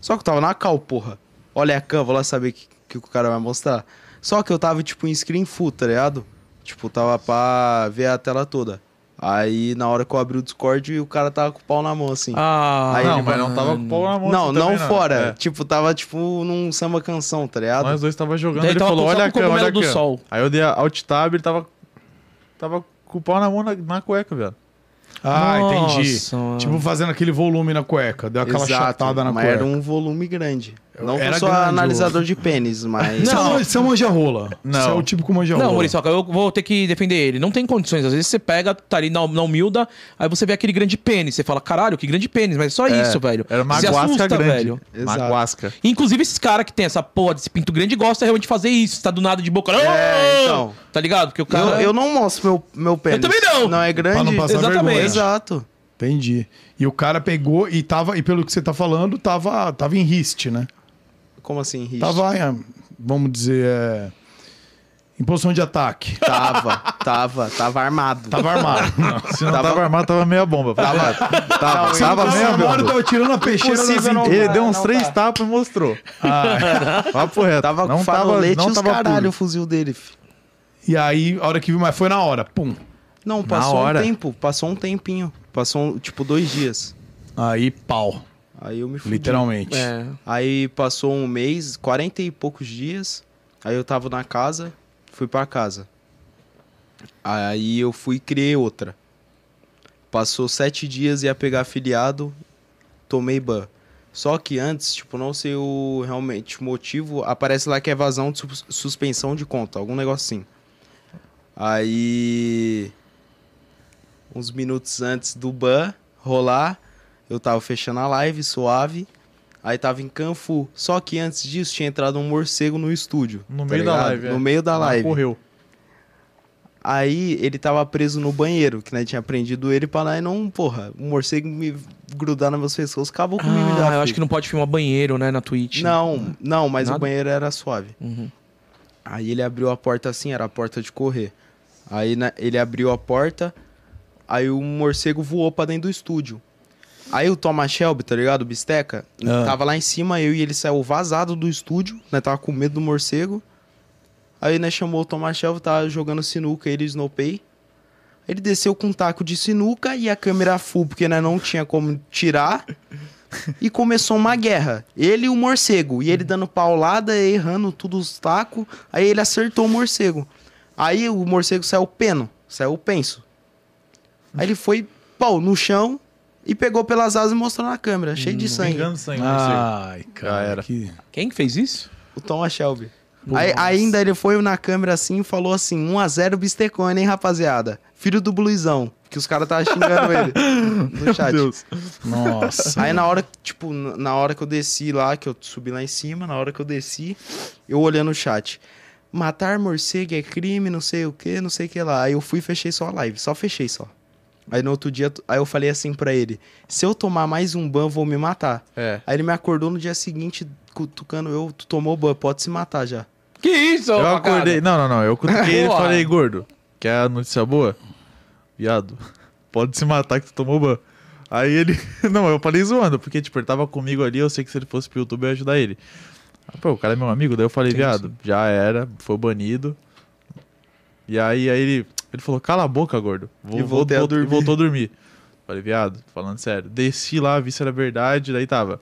Speaker 4: Só que eu tava na cal, porra. Olha a can, vou lá saber o que, que o cara vai mostrar. Só que eu tava, tipo, em screen full, tá ligado? Tipo, tava pra ver a tela toda. Aí, na hora que eu abri o Discord, o cara tava com o pau na mão, assim.
Speaker 2: Ah,
Speaker 4: Aí
Speaker 3: não,
Speaker 4: ele
Speaker 3: mas não tava com o pau na mão.
Speaker 4: Não,
Speaker 3: assim
Speaker 4: não
Speaker 3: também,
Speaker 4: fora.
Speaker 3: É.
Speaker 4: Tipo, tava tipo num samba canção, tá ligado?
Speaker 3: Nós dois tava jogando,
Speaker 2: Daí
Speaker 3: ele
Speaker 2: tava
Speaker 3: falou,
Speaker 2: só com
Speaker 3: olha a
Speaker 2: o
Speaker 3: cama, olha a
Speaker 2: cogumelo do
Speaker 3: cama.
Speaker 2: sol.
Speaker 3: Aí eu dei a alt tab, ele tava, tava com o pau na mão na, na cueca, velho.
Speaker 1: Ah, entendi.
Speaker 2: Nossa, mano.
Speaker 1: Tipo, fazendo aquele volume na cueca, deu aquela chatada na
Speaker 4: mas
Speaker 1: cueca.
Speaker 4: era um volume grande. Não
Speaker 1: Era
Speaker 4: era só
Speaker 1: grande,
Speaker 4: analisador de pênis, mas.
Speaker 1: Isso é
Speaker 2: Não.
Speaker 1: um- Isso é um manjarrola.
Speaker 3: Não.
Speaker 1: Isso é o típico manjarrola.
Speaker 2: Não, Muriçoca, eu vou ter que defender ele. Não tem condições. Às vezes você pega, tá ali na, na humilda, aí você vê aquele grande pênis. Você fala, caralho, que grande pênis, mas é só isso, velho.
Speaker 3: Era uma
Speaker 2: Você
Speaker 3: guasca grande. Uma
Speaker 4: Exato.
Speaker 3: guasca.
Speaker 2: Inclusive, esses caras que tem essa porra desse pinto grande gostam realmente de fazer isso. Você tá do nada de boca.
Speaker 4: É, então.
Speaker 2: Tá ligado? Porque o
Speaker 4: Eu,
Speaker 2: cara.
Speaker 4: eu não mostro meu, meu pênis.
Speaker 2: também não.
Speaker 4: Não é grande.
Speaker 1: Pra não passar
Speaker 2: Exatamente.
Speaker 1: vergonha.
Speaker 4: Exato.
Speaker 1: Entendi. E o cara pegou e tava, e pelo que você tá falando, tava, tava em riste, né?
Speaker 4: Como assim, Rich?
Speaker 1: Tava, é, vamos dizer, é, em posição de ataque.
Speaker 4: Tava, tava, tava armado.
Speaker 1: Tava armado.
Speaker 3: Se não
Speaker 4: Tava-
Speaker 3: tava, armado, tava meia bomba. Tava, tava,
Speaker 4: Não,
Speaker 3: Ah,
Speaker 4: tá
Speaker 3: tava
Speaker 1: Tava
Speaker 3: meia
Speaker 1: armado,
Speaker 3: bomba.
Speaker 1: tava tirando a peixeira
Speaker 4: Impossível
Speaker 1: das
Speaker 4: não-
Speaker 1: ideias.
Speaker 3: Ele
Speaker 4: Não,
Speaker 3: deu uns
Speaker 4: não
Speaker 3: três
Speaker 4: tá.
Speaker 3: tapas e mostrou. Papo reto.
Speaker 4: Tava com
Speaker 3: não
Speaker 4: farolete
Speaker 3: não
Speaker 4: e os
Speaker 3: tava
Speaker 4: caralho
Speaker 3: puro.
Speaker 4: o fuzil dele. fi.
Speaker 1: E aí, a hora que viu, mas foi na hora. Pum.
Speaker 4: Não, passou
Speaker 3: hora.
Speaker 4: um tempo. Passou um tempinho. Passou, tipo, dois dias.
Speaker 1: Aí, pau.
Speaker 4: Aí eu me fui.
Speaker 1: Literalmente.
Speaker 2: É.
Speaker 4: Aí passou um mês, 40 e poucos dias. Aí eu tava na casa, fui pra casa. Aí eu fui e criei outra. Passou sete dias ia pegar afiliado, tomei ban. Só que antes, tipo, não sei o realmente o motivo, aparece lá que é vazão de sus- suspensão de conta, algum negócio assim. Aí. Uns minutos antes do ban rolar, eu tava fechando a live, suave. Aí tava em Canfu. Só que antes disso tinha entrado um morcego no estúdio.
Speaker 3: No
Speaker 4: tá
Speaker 3: meio da
Speaker 4: ligado?
Speaker 3: live, é.
Speaker 4: No meio da
Speaker 3: Ela
Speaker 4: live.
Speaker 3: Correu.
Speaker 4: Aí ele tava preso no banheiro, que nós tinha prendido ele pra lá e não, porra, o morcego me grudar nos meus pescoços, acabou comigo já.
Speaker 2: Ah, eu
Speaker 4: filho.
Speaker 2: acho que não pode filmar banheiro, né, na Twitch.
Speaker 4: Não, não, mas
Speaker 2: Nada?
Speaker 4: o banheiro era suave.
Speaker 2: Uhum.
Speaker 4: Aí ele abriu a porta assim, era a porta de correr. Aí né, ele abriu a porta, aí o morcego voou pra dentro do estúdio. Aí o Thomas Shelby, tá ligado? O Bisteca,
Speaker 1: Ah.
Speaker 4: tava lá em cima, eu e ele saiu vazado do estúdio, né? Tava com medo do morcego. Aí, né, chamou o Thomas Shelby, tava jogando sinuca, ele e Snowpay. Ele desceu com um taco de sinuca e a câmera full, porque né, não tinha como tirar. E começou uma guerra. Ele e o morcego. E ele dando paulada, errando tudo os tacos. Aí ele acertou o morcego. Aí o morcego saiu peno, saiu penso. Aí ele foi, pau, no chão e pegou pelas asas e mostrou na câmera, cheio de sangue.
Speaker 3: Pingando sangue. Ah.
Speaker 1: Ai, cara.
Speaker 3: Já era.
Speaker 1: que-
Speaker 2: Quem que fez isso?
Speaker 4: O Thomas Shelby. Aí, ainda ele foi na câmera assim e falou assim: 1x0 Bistecone, hein, rapaziada? Filho do Bluizão. Que os caras estavam xingando ele no
Speaker 3: Meu
Speaker 4: chat.
Speaker 3: Deus.
Speaker 1: Nossa.
Speaker 4: Aí na hora, tipo, na na hora que eu desci lá, que eu subi lá em cima, na hora que eu desci, eu olhando o chat. Matar morcego é crime, não sei o que, não sei o que lá. Aí eu fui e fechei só a live, só fechei só. Aí no outro dia, aí eu falei assim pra ele: se eu tomar mais um ban, vou me matar.
Speaker 2: É.
Speaker 4: Aí ele me acordou no dia seguinte, cutucando eu, tu tomou ban, pode se matar já.
Speaker 2: Que isso, ô
Speaker 3: Eu
Speaker 2: facada?
Speaker 3: acordei. Não, não, não. Eu cutuquei ele e
Speaker 2: Boa.
Speaker 3: falei, gordo, quer a notícia boa? Viado, pode se matar que tu tomou ban. Aí ele. Não, eu falei zoando, porque, tipo, ele tava comigo ali, eu sei que se ele fosse pro YouTube eu ia ajudar ele. Ah, Pô, o cara é meu amigo, daí eu falei, viado, já era, foi banido. E aí, aí ele, ele falou, cala a boca, gordo. Vou,
Speaker 4: E voltei a
Speaker 3: vou-
Speaker 4: dormir.
Speaker 3: voltou a dormir. Falei, viado, tô falando sério. Desci lá, vi se era verdade, daí tava.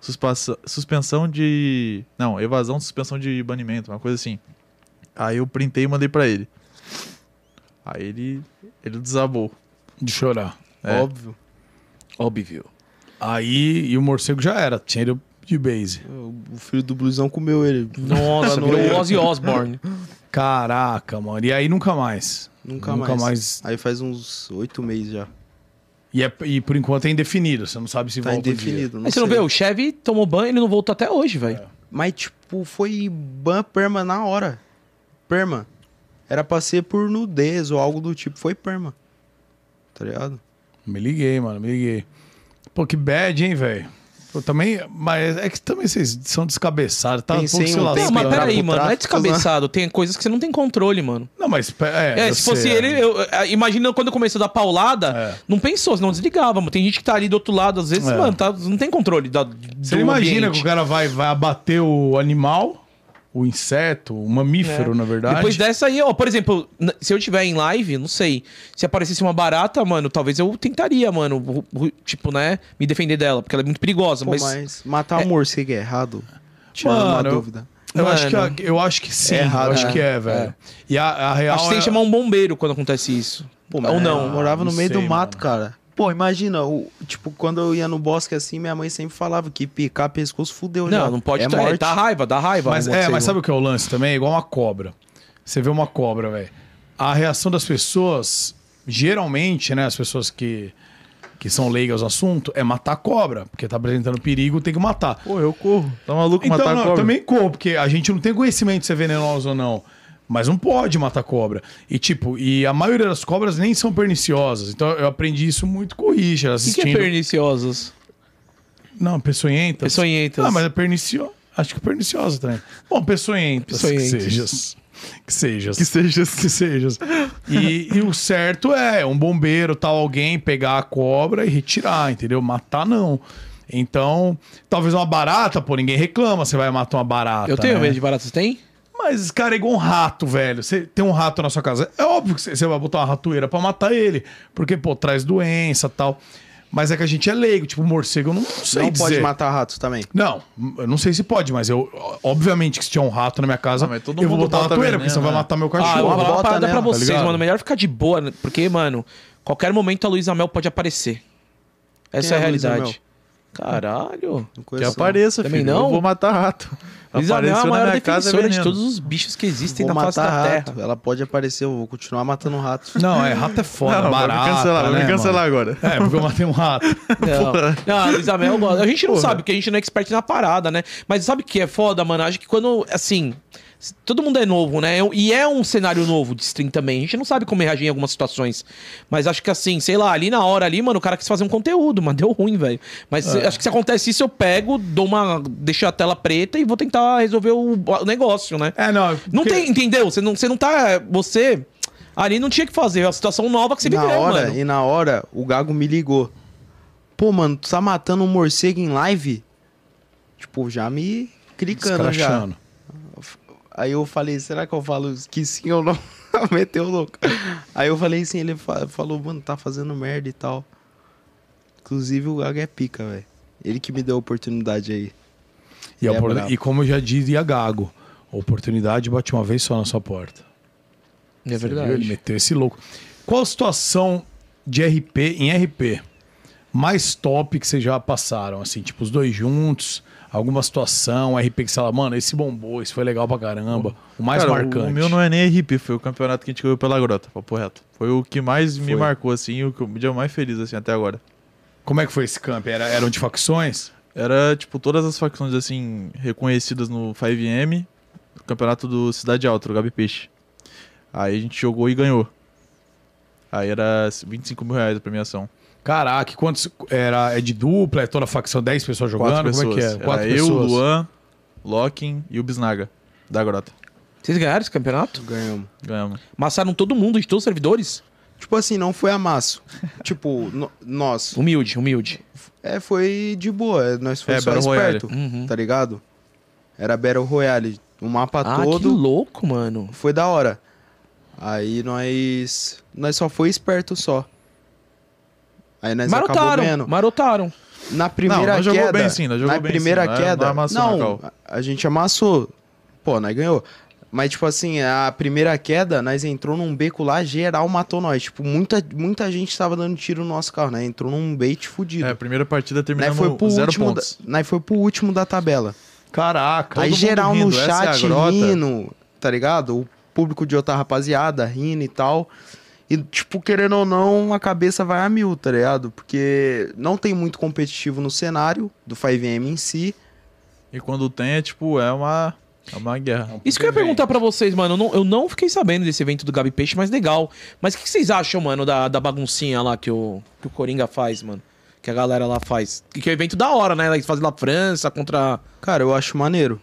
Speaker 3: suspensa- suspensão de. Não, evasão, suspensão de banimento, uma coisa assim. Aí eu printei e mandei pra ele. Aí ele. ele desabou.
Speaker 1: De chorar.
Speaker 3: É.
Speaker 4: Óbvio.
Speaker 2: Óbvio.
Speaker 1: Aí, e o morcego já era, tinha ele de base.
Speaker 4: O filho do blusão comeu ele.
Speaker 2: Nossa,
Speaker 4: Lá no
Speaker 2: virou
Speaker 4: olho.
Speaker 2: Ozzy Osbourne.
Speaker 1: Caraca, mano. E aí nunca mais.
Speaker 4: Nunca,
Speaker 1: Nunca
Speaker 4: mais.
Speaker 1: mais.
Speaker 4: Aí faz uns oito meses já.
Speaker 1: E, é- e por enquanto é indefinido, você não sabe se
Speaker 4: Tá
Speaker 1: volta o dia.
Speaker 4: indefinido. Não
Speaker 2: um Aí você não
Speaker 4: sei.
Speaker 2: vê, o Chevy tomou banho e ele não voltou até hoje, velho.
Speaker 4: Mas, tipo, foi ban perma na hora. Perma. Era pra ser por nudez ou algo do tipo. Foi perma. Tá ligado?
Speaker 1: Me liguei, mano, me liguei. Pô, que bad, hein, velho? Pô, Também, mas é que também vocês são descabeçados, tá?
Speaker 4: Pensei
Speaker 1: Pô, sei
Speaker 4: um
Speaker 1: lá,
Speaker 4: tempo
Speaker 2: Não,
Speaker 1: sei
Speaker 2: mas
Speaker 1: lá.
Speaker 4: pra-
Speaker 2: peraí,
Speaker 4: pro
Speaker 2: mano, não é
Speaker 4: tráfico, né?
Speaker 2: descabeçado. Tem coisas que você não tem controle, mano.
Speaker 1: Não, mas pe- é,
Speaker 2: É,
Speaker 1: eu
Speaker 2: se fosse
Speaker 1: sei,
Speaker 2: ele,
Speaker 1: é.
Speaker 2: eu, é, imagina quando começou a dar paulada,
Speaker 1: É.
Speaker 2: não pensou, senão desligava. Mano. Tem gente que tá ali do outro lado, às vezes,
Speaker 1: É.
Speaker 2: mano, tá- não tem controle da, do
Speaker 1: Você imagina
Speaker 2: um ambiente.
Speaker 1: que o cara vai, vai abater o animal, o inseto, o mamífero, é na verdade.
Speaker 2: É. Depois dessa aí, ó, por exemplo, n- se eu tiver em live, não sei, se aparecesse uma barata, mano, talvez eu tentaria, mano, ru- ru- tipo, né, me defender dela, porque ela é muito perigosa,
Speaker 4: Pô,
Speaker 2: mas,
Speaker 4: mas... matar
Speaker 2: é-
Speaker 4: um morcego é errado? Tirando
Speaker 1: Mano,
Speaker 4: uma
Speaker 1: eu-
Speaker 4: dúvida.
Speaker 1: Eu, acho que,
Speaker 2: Mano.
Speaker 1: a- eu acho que sim,
Speaker 4: É errado,
Speaker 1: eu acho
Speaker 4: né?
Speaker 1: que é, velho. E a, a real
Speaker 2: acho que tem que
Speaker 1: é-
Speaker 2: chamar um bombeiro quando acontece isso.
Speaker 4: Pô,
Speaker 2: Ou
Speaker 4: mas
Speaker 2: não.
Speaker 4: É, Eu morava
Speaker 1: não
Speaker 4: no meio
Speaker 1: sei,
Speaker 4: do mato, cara. Pô, imagina, o, tipo, quando eu ia no bosque assim, minha mãe sempre falava que picar pescoço fudeu já.
Speaker 2: Não, não pode
Speaker 4: é
Speaker 2: tá-
Speaker 4: morte.
Speaker 2: dá raiva, dá raiva.
Speaker 1: Mas,
Speaker 2: um
Speaker 1: é, mas
Speaker 2: morcego.
Speaker 1: sabe o que é o lance também? É igual uma cobra. Você vê uma cobra, velho. A reação das pessoas, geralmente, né? As pessoas que, que são leigas ao assunto, é matar a cobra. Porque tá apresentando perigo, tem que matar.
Speaker 3: Pô, eu corro. Tá maluco
Speaker 1: Então,
Speaker 3: matar
Speaker 1: não,
Speaker 3: a cobra?
Speaker 1: também corro, porque a gente não tem conhecimento se é venenosa ou não. Mas não pode matar cobra. E tipo, e a maioria das cobras nem são perniciosas. Então eu aprendi isso muito com o Richard,
Speaker 2: O que, que
Speaker 1: assistindo.
Speaker 2: é perniciosos?
Speaker 1: Não, peçonhentas.
Speaker 2: Peçonhentas.
Speaker 1: Ah, mas é pernicioso. Acho que é perniciosa também. Bom, peçonhentas.
Speaker 2: Peçonhentas.
Speaker 1: Que sejas. Que sejas.
Speaker 3: Que seja assim.
Speaker 1: Que sejas. E, e o certo é um bombeiro, tal, alguém pegar a cobra e retirar, entendeu? Matar não. Então, talvez uma barata, pô, ninguém reclama, você vai matar uma barata.
Speaker 2: eu tenho
Speaker 1: né?
Speaker 2: medo de baratas, tem?
Speaker 1: Mas, cara, é igual um rato, velho. Você tem um rato na sua casa. É óbvio que você você vai botar uma ratoeira pra matar ele. Porque, pô, traz doença tal. Mas é que a gente é leigo. Tipo, morcego, eu não sei
Speaker 4: Não
Speaker 1: dizer.
Speaker 4: pode matar rato também.
Speaker 1: Não, eu não sei se pode, mas eu. Obviamente que se tiver um rato na minha casa,
Speaker 3: Ah, mas todo
Speaker 1: eu vou
Speaker 3: mundo
Speaker 1: botar uma
Speaker 3: bota
Speaker 1: ratoeira,
Speaker 3: veneno,
Speaker 1: porque senão vai
Speaker 3: né?
Speaker 1: matar meu
Speaker 2: Ah, eu
Speaker 1: cachorro.
Speaker 2: vou falar uma
Speaker 4: bota
Speaker 2: parada
Speaker 4: nela,
Speaker 2: pra
Speaker 4: tá
Speaker 2: vocês,
Speaker 1: ligado?
Speaker 2: mano. Melhor ficar de boa, né? porque, mano, qualquer momento a Luísa Mel pode aparecer. Essa
Speaker 4: Quem
Speaker 2: é a
Speaker 4: é a Luísa
Speaker 2: realidade. Caralho.
Speaker 3: Que
Speaker 4: Não
Speaker 3: é
Speaker 4: conheço, não.
Speaker 3: apareça,
Speaker 2: Também
Speaker 3: filho.
Speaker 2: não?
Speaker 3: Eu vou matar rato.
Speaker 2: Luísa Mel é a
Speaker 3: Apareceu na
Speaker 2: maior
Speaker 3: minha casa, é
Speaker 2: defensora de
Speaker 3: veneno.
Speaker 2: todos os bichos que existem
Speaker 4: Vou
Speaker 2: na face da
Speaker 4: matar rato.
Speaker 2: Terra.
Speaker 4: Ela pode aparecer, eu vou continuar matando rato.
Speaker 1: Não, é rato é foda,
Speaker 3: Não,
Speaker 1: barata,
Speaker 3: vai me cancelar, vai
Speaker 1: né,
Speaker 3: me cancelar
Speaker 1: mano?
Speaker 3: agora.
Speaker 1: É, porque eu matei um rato.
Speaker 2: Não, não a Luísa Mel gosta. A gente não sabe, porque a gente não é expert na parada, né? Mas sabe o que é foda, mano? Acho que quando, assim... Todo mundo é novo, né? E é um cenário novo de stream também. A gente não sabe como reagir em algumas situações. Mas acho que assim, sei lá, ali na hora ali, mano, o cara quis fazer um conteúdo, mas deu ruim, velho. Mas acho que se acontece isso, eu pego, dou uma. deixo a tela preta e vou tentar resolver o, o negócio, né?
Speaker 1: É, não.
Speaker 2: Não
Speaker 1: porque-
Speaker 2: tem, entendeu? Você não, você não tá. Você. Ali não tinha que fazer. É uma situação nova que você
Speaker 4: na
Speaker 2: viveu,
Speaker 4: hora,
Speaker 2: mano.
Speaker 4: e na hora, o Gago me ligou. Pô, mano, tu tá matando um morcego em live? Tipo, já me clicando já.
Speaker 1: Escrachando.
Speaker 4: Aí eu falei, será que eu falo que sim ou não? Meteu louco. Aí eu falei sim, ele fa- falou, mano, tá fazendo merda e tal. Inclusive o Gago é pica, velho. Ele que me deu a oportunidade aí.
Speaker 1: E, a
Speaker 4: É
Speaker 1: opor-
Speaker 4: brabo.
Speaker 1: e como eu já dizia Gago, a oportunidade bate uma vez só na sua porta.
Speaker 2: É
Speaker 1: Você viu? Ele meteu esse louco. Qual a situação de RP em RP mais top que vocês já passaram? Assim, tipo, os dois juntos, alguma situação, RP que você fala, mano, esse bombou, esse foi legal pra caramba. O mais
Speaker 3: Cara, o-
Speaker 1: marcante.
Speaker 3: O meu não é nem RIP, foi o campeonato que a gente ganhou pela grota, papo reto. Foi o que mais me
Speaker 1: Foi.
Speaker 3: marcou, assim, o que eu me deu mais feliz, assim, até agora.
Speaker 1: Como é que foi esse camp? Era, eram de facções?
Speaker 3: Era, tipo, todas as facções, assim, reconhecidas no 5M, o campeonato do Cidade Alta, o Gabi Peixe. Aí a gente jogou e ganhou. Aí era 25 mil reais a premiação.
Speaker 1: Caraca, e quantos. Era, é de dupla, é toda a facção, 10 pessoas jogando?
Speaker 3: Quatro
Speaker 1: Como é
Speaker 3: pessoas.
Speaker 1: que é?
Speaker 3: Era eu, Luan, Lokin e o Bisnaga, da Grota.
Speaker 2: Vocês ganharam esse campeonato?
Speaker 4: Ganhamos.
Speaker 3: Ganhamos.
Speaker 2: Massaram todo mundo de todos os servidores?
Speaker 4: Tipo assim, não foi amasso. tipo, no- nós.
Speaker 2: Humilde, humilde.
Speaker 4: É, foi de boa. Nós
Speaker 3: É,
Speaker 4: fomos só
Speaker 3: Battle Royale.
Speaker 4: esperto,
Speaker 2: Uhum.
Speaker 4: tá ligado? Era Battle Royale. O mapa
Speaker 2: Ah, que
Speaker 4: todo
Speaker 2: louco, mano.
Speaker 4: foi da hora. Aí nós. Nós só foi esperto só. Aí nós acabou
Speaker 2: marotaram,
Speaker 4: ganhando.
Speaker 2: marotaram.
Speaker 4: Na primeira
Speaker 3: Não, nós jogou
Speaker 4: queda.
Speaker 3: bem sim, nós jogou
Speaker 4: na
Speaker 3: bem
Speaker 4: primeira
Speaker 3: sim, nós-
Speaker 4: queda.
Speaker 3: nós amassou,
Speaker 4: não,
Speaker 3: Macau.
Speaker 4: a gente amassou. Pô, nós ganhou. Mas, tipo assim, a primeira queda, nós entrou num beco lá, geral matou nós. Tipo, muita, muita gente tava dando tiro no nosso carro, né? Entrou num bait fudido.
Speaker 3: É, a primeira partida
Speaker 4: nós
Speaker 3: terminamos
Speaker 4: foi pro
Speaker 3: zero
Speaker 4: último. Da,
Speaker 3: pontos.
Speaker 4: nós foi pro último da tabela.
Speaker 1: Caraca.
Speaker 4: Aí
Speaker 3: mundo
Speaker 4: geral no
Speaker 3: rindo, essa é a
Speaker 4: chat
Speaker 3: grota.
Speaker 4: rindo, tá ligado? O público de outra rapaziada rindo e tal. E, tipo, querendo ou não, a cabeça vai a mil, tá ligado? Porque não tem muito competitivo no cenário do 5M em si.
Speaker 3: E quando tem, é tipo, é uma, é uma
Speaker 4: um
Speaker 3: guerra.
Speaker 2: Isso que eu ia
Speaker 1: Evento.
Speaker 2: perguntar pra vocês, mano. Eu não, eu não fiquei sabendo desse evento do Gabi Peixe, mas legal. Mas o que, que vocês acham, mano, da, da baguncinha lá que o, que o Coringa faz, mano? Que a galera lá faz. Que, que é um evento da hora, né? Eles fazem lá França contra.
Speaker 4: Cara, eu acho maneiro.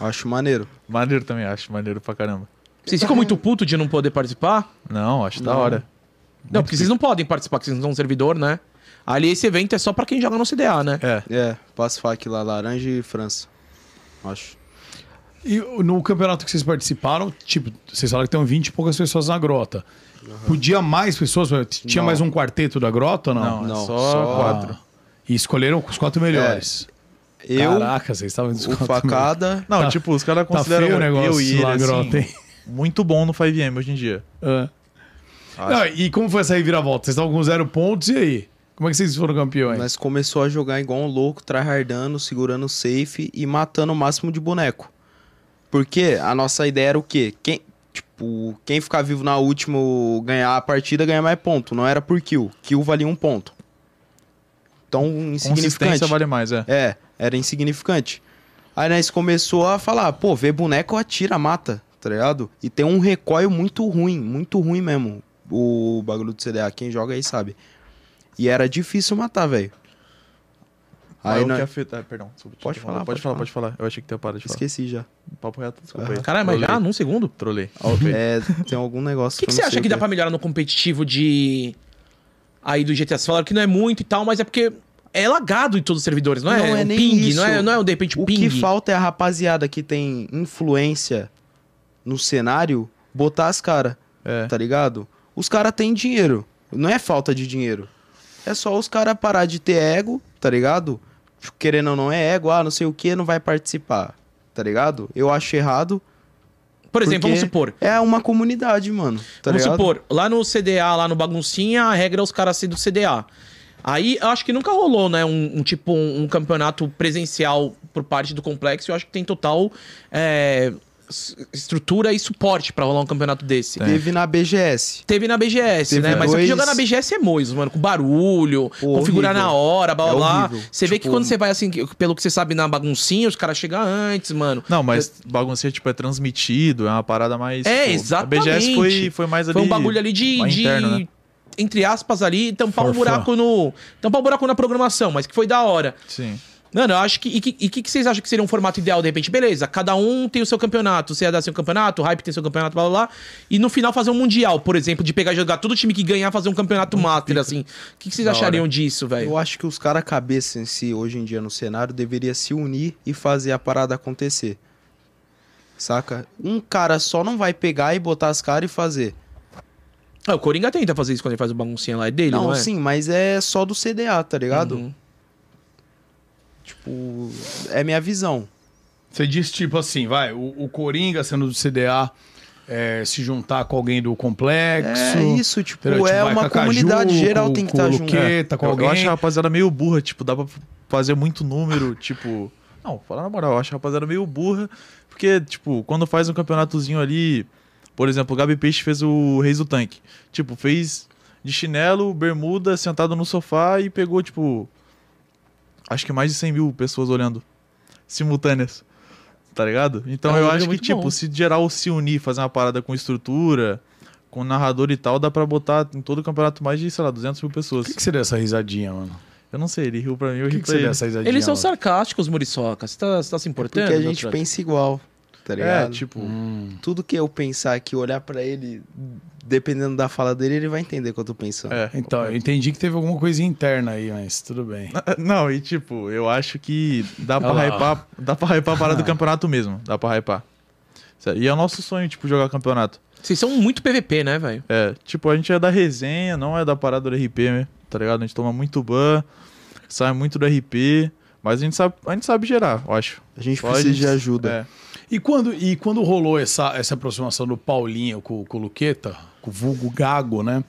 Speaker 4: Eu acho maneiro.
Speaker 3: Maneiro também, acho. Maneiro pra caramba.
Speaker 2: Vocês ficam muito puto de não poder participar?
Speaker 3: Não, acho da
Speaker 4: Não.
Speaker 3: hora.
Speaker 2: Não, porque vocês não podem participar, porque vocês não são servidor, né? Ali esse evento é só pra quem joga no CDA, né?
Speaker 3: É.
Speaker 4: É, passo fac lá, laranja e França. Acho.
Speaker 1: E no campeonato que vocês participaram, tipo, vocês falaram que tem 20 e poucas pessoas na grota. Podia mais pessoas? Tinha
Speaker 4: Não.
Speaker 1: mais um quarteto da grota ou não?
Speaker 3: Não, é
Speaker 4: não,
Speaker 3: só,
Speaker 4: só-
Speaker 3: quatro.
Speaker 1: Ah, E escolheram os quatro melhores.
Speaker 4: É, Eu,
Speaker 1: Caraca, vocês estavam nos
Speaker 4: o um
Speaker 1: quatro melhores.
Speaker 4: facada.
Speaker 3: Não,
Speaker 1: Tá-
Speaker 3: tipo, os caras
Speaker 1: Tá
Speaker 3: consideram
Speaker 1: feio o negócio
Speaker 3: eu e ele,
Speaker 1: lá na
Speaker 3: assim,
Speaker 1: grota, hein?
Speaker 3: muito bom no 5M hoje em dia.
Speaker 1: Ah. Não, e como foi essa reviravolta? Vocês estavam com zero pontos e aí? Como é que vocês foram campeões?
Speaker 4: Nós começou a jogar igual um louco, tryhardando, segurando o safe e matando o máximo de boneco. Porque a nossa ideia era o quê? Quem, tipo, quem ficar vivo na última ganhar a partida ganha mais ponto. Não era por kill. Kill valia um ponto. Então, insignificante.
Speaker 3: Consistência vale mais, é.
Speaker 4: É, era insignificante. Aí nós começou a falar, pô, vê boneco, atira, mata, tá ligado? E tem um recoil muito ruim, muito ruim mesmo. O bagulho do CDA, quem joga aí sabe. E era difícil matar, velho.
Speaker 3: Aí
Speaker 4: Aí
Speaker 3: o
Speaker 4: nós...
Speaker 3: que
Speaker 2: é
Speaker 3: afeta... ah, perdão, desculpa, te
Speaker 4: Pode
Speaker 3: interromper.
Speaker 4: falar,
Speaker 3: pode
Speaker 4: pode
Speaker 3: falar,
Speaker 4: falar. Ah.
Speaker 3: pode falar. Eu achei que tinha parado de falar.
Speaker 4: Esqueci já.
Speaker 3: Papo reto, desculpa aí.
Speaker 2: Caralho, mas já?
Speaker 3: Trolei.
Speaker 2: Num segundo? O
Speaker 3: Trolei.
Speaker 4: É, tem algum negócio
Speaker 2: que, que
Speaker 4: eu
Speaker 2: você
Speaker 4: não
Speaker 2: acha
Speaker 4: sei
Speaker 2: que
Speaker 4: o
Speaker 2: dá
Speaker 4: quê.
Speaker 2: pra melhorar no competitivo de. Aí do GTA? Vocês falaram que não é muito e tal, mas é porque é lagado em todos os servidores, não é?
Speaker 4: Não é
Speaker 2: um
Speaker 4: nem
Speaker 2: ping,
Speaker 4: isso.
Speaker 2: não é, não é um, de repente
Speaker 4: O
Speaker 2: ping.
Speaker 4: que falta é a rapaziada que tem influência no cenário botar as caras,
Speaker 3: É.
Speaker 4: tá ligado? Os caras têm dinheiro, não é falta de dinheiro. É só os caras parar de ter ego, tá ligado? Querendo ou não é ego, ah, não sei o que, não vai participar, tá ligado? Eu acho errado.
Speaker 2: Por exemplo,
Speaker 4: porque
Speaker 2: vamos supor.
Speaker 4: É uma comunidade, mano, tá
Speaker 2: Vamos
Speaker 4: ligado?
Speaker 2: supor, lá no CDA, lá no Baguncinha, a regra é os caras serem do CDA. Aí, eu acho que nunca rolou, né? Um, um tipo, um, um campeonato presencial por parte do complexo. Eu acho que tem total é, s- estrutura e suporte pra rolar um campeonato desse.
Speaker 4: Teve na BGS.
Speaker 2: Teve na BGS,
Speaker 4: Teve
Speaker 2: né? Mas só que
Speaker 4: dois-
Speaker 2: jogar na BGS é moiso, mano. Com barulho,
Speaker 4: Pô,
Speaker 2: configurar
Speaker 4: horrível.
Speaker 2: na hora, blá
Speaker 4: É
Speaker 2: blá blá.
Speaker 4: horrível.
Speaker 2: Você vê que
Speaker 4: Tipo-
Speaker 2: quando você vai assim, que- pelo que você sabe na baguncinha, os caras chegam antes, mano.
Speaker 3: Não, mas baguncinha, tipo, é transmitido, é uma parada mais...
Speaker 2: É,
Speaker 3: tipo,
Speaker 2: exatamente.
Speaker 3: A BGS foi, foi mais ali...
Speaker 2: Foi um bagulho ali de.
Speaker 3: mais
Speaker 2: de-
Speaker 3: interno, né?
Speaker 2: Entre aspas ali, tampar um
Speaker 1: Forfã.
Speaker 2: buraco no. Tampar um buraco na programação, mas que foi da hora.
Speaker 3: Sim.
Speaker 2: Mano, eu acho que. E o que, e que, que vocês acham que seria um formato ideal, de repente? Beleza, cada um tem o seu campeonato, você ia dar seu campeonato, o hype tem seu campeonato, blá blá blá. E no final fazer um mundial, por exemplo, de pegar e jogar todo time que ganhar, fazer um campeonato master, assim. O que, que vocês
Speaker 3: Da
Speaker 2: achariam disso, velho?
Speaker 4: Eu acho que os caras cabeça em si, hoje em dia no cenário, deveria se unir e fazer a parada acontecer. Saca? Um cara só não vai pegar e botar as caras e fazer.
Speaker 2: Ah, o Coringa tenta fazer isso quando ele faz o baguncinha lá, é dele, não,
Speaker 4: não,
Speaker 2: é?
Speaker 4: sim, mas é só do CDA, tá ligado?
Speaker 2: Uhum.
Speaker 4: Tipo, é minha visão.
Speaker 1: Você diz tipo assim, vai, o, o Coringa sendo do CDA é, se juntar com alguém do complexo.
Speaker 4: É isso, tipo,
Speaker 1: entendeu?
Speaker 4: é
Speaker 1: vai
Speaker 4: uma
Speaker 1: com a Caju,
Speaker 4: comunidade geral
Speaker 1: com-
Speaker 4: tem que
Speaker 1: com
Speaker 4: estar
Speaker 1: o
Speaker 4: junto.
Speaker 1: Luqueta, tá com
Speaker 3: eu,
Speaker 1: alguém.
Speaker 3: eu acho a rapaziada meio burra, tipo, dá pra fazer muito número, tipo. Não, fala na moral, eu acho a rapaziada meio burra, porque, tipo, quando faz um campeonatozinho ali, por exemplo, o Gabi Peixe fez o Reis do Tanque. Tipo, fez de chinelo, bermuda, sentado no sofá e pegou, tipo. Acho que mais de 100 mil pessoas olhando. Simultâneas. Tá ligado? Então
Speaker 2: É um
Speaker 3: eu
Speaker 2: número
Speaker 3: acho que,
Speaker 2: muito
Speaker 3: tipo,
Speaker 2: bom.
Speaker 3: se geral se unir, fazer uma parada com estrutura, com narrador e tal, dá pra botar em todo o campeonato mais de, sei lá, 200 mil pessoas.
Speaker 1: Por que, que você deu essa risadinha, mano?
Speaker 3: Eu não sei, ele riu pra mim, eu
Speaker 1: Por
Speaker 3: ri
Speaker 1: que, que você
Speaker 3: pra
Speaker 1: deu
Speaker 3: ele.
Speaker 1: essa risadinha?
Speaker 2: Eles são
Speaker 1: mano?
Speaker 2: sarcásticos, Muriçoca. Você tá, você tá se importando?
Speaker 4: Porque a gente
Speaker 2: doutor?
Speaker 4: pensa igual, tá
Speaker 3: É,
Speaker 4: ligado?
Speaker 3: tipo,
Speaker 1: Hum.
Speaker 4: Tudo que eu pensar aqui, olhar pra ele, dependendo da fala dele, ele vai entender o que eu tô pensando.
Speaker 3: é.
Speaker 1: Então, eu entendi que teve alguma coisa interna aí, mas tudo bem.
Speaker 3: Não, e tipo, eu acho que dá pra
Speaker 1: Olha lá. Ah.
Speaker 3: hypar, dá pra hypar a parada do campeonato mesmo. Dá pra hypar. Sério, E é o nosso sonho, tipo, jogar campeonato.
Speaker 2: Vocês são muito PVP, né, velho?
Speaker 3: É, tipo, a gente é da resenha, não é da parada do RP, né? tá ligado? A gente toma muito ban, sai muito do RP, mas a gente sabe, a gente sabe gerar, eu acho.
Speaker 4: A gente
Speaker 3: Só a
Speaker 4: precisa
Speaker 3: gente-
Speaker 4: de ajuda.
Speaker 3: É.
Speaker 1: E quando, e quando rolou essa, essa aproximação do Paulinho com, com o Luqueta, com o vulgo Gago, né?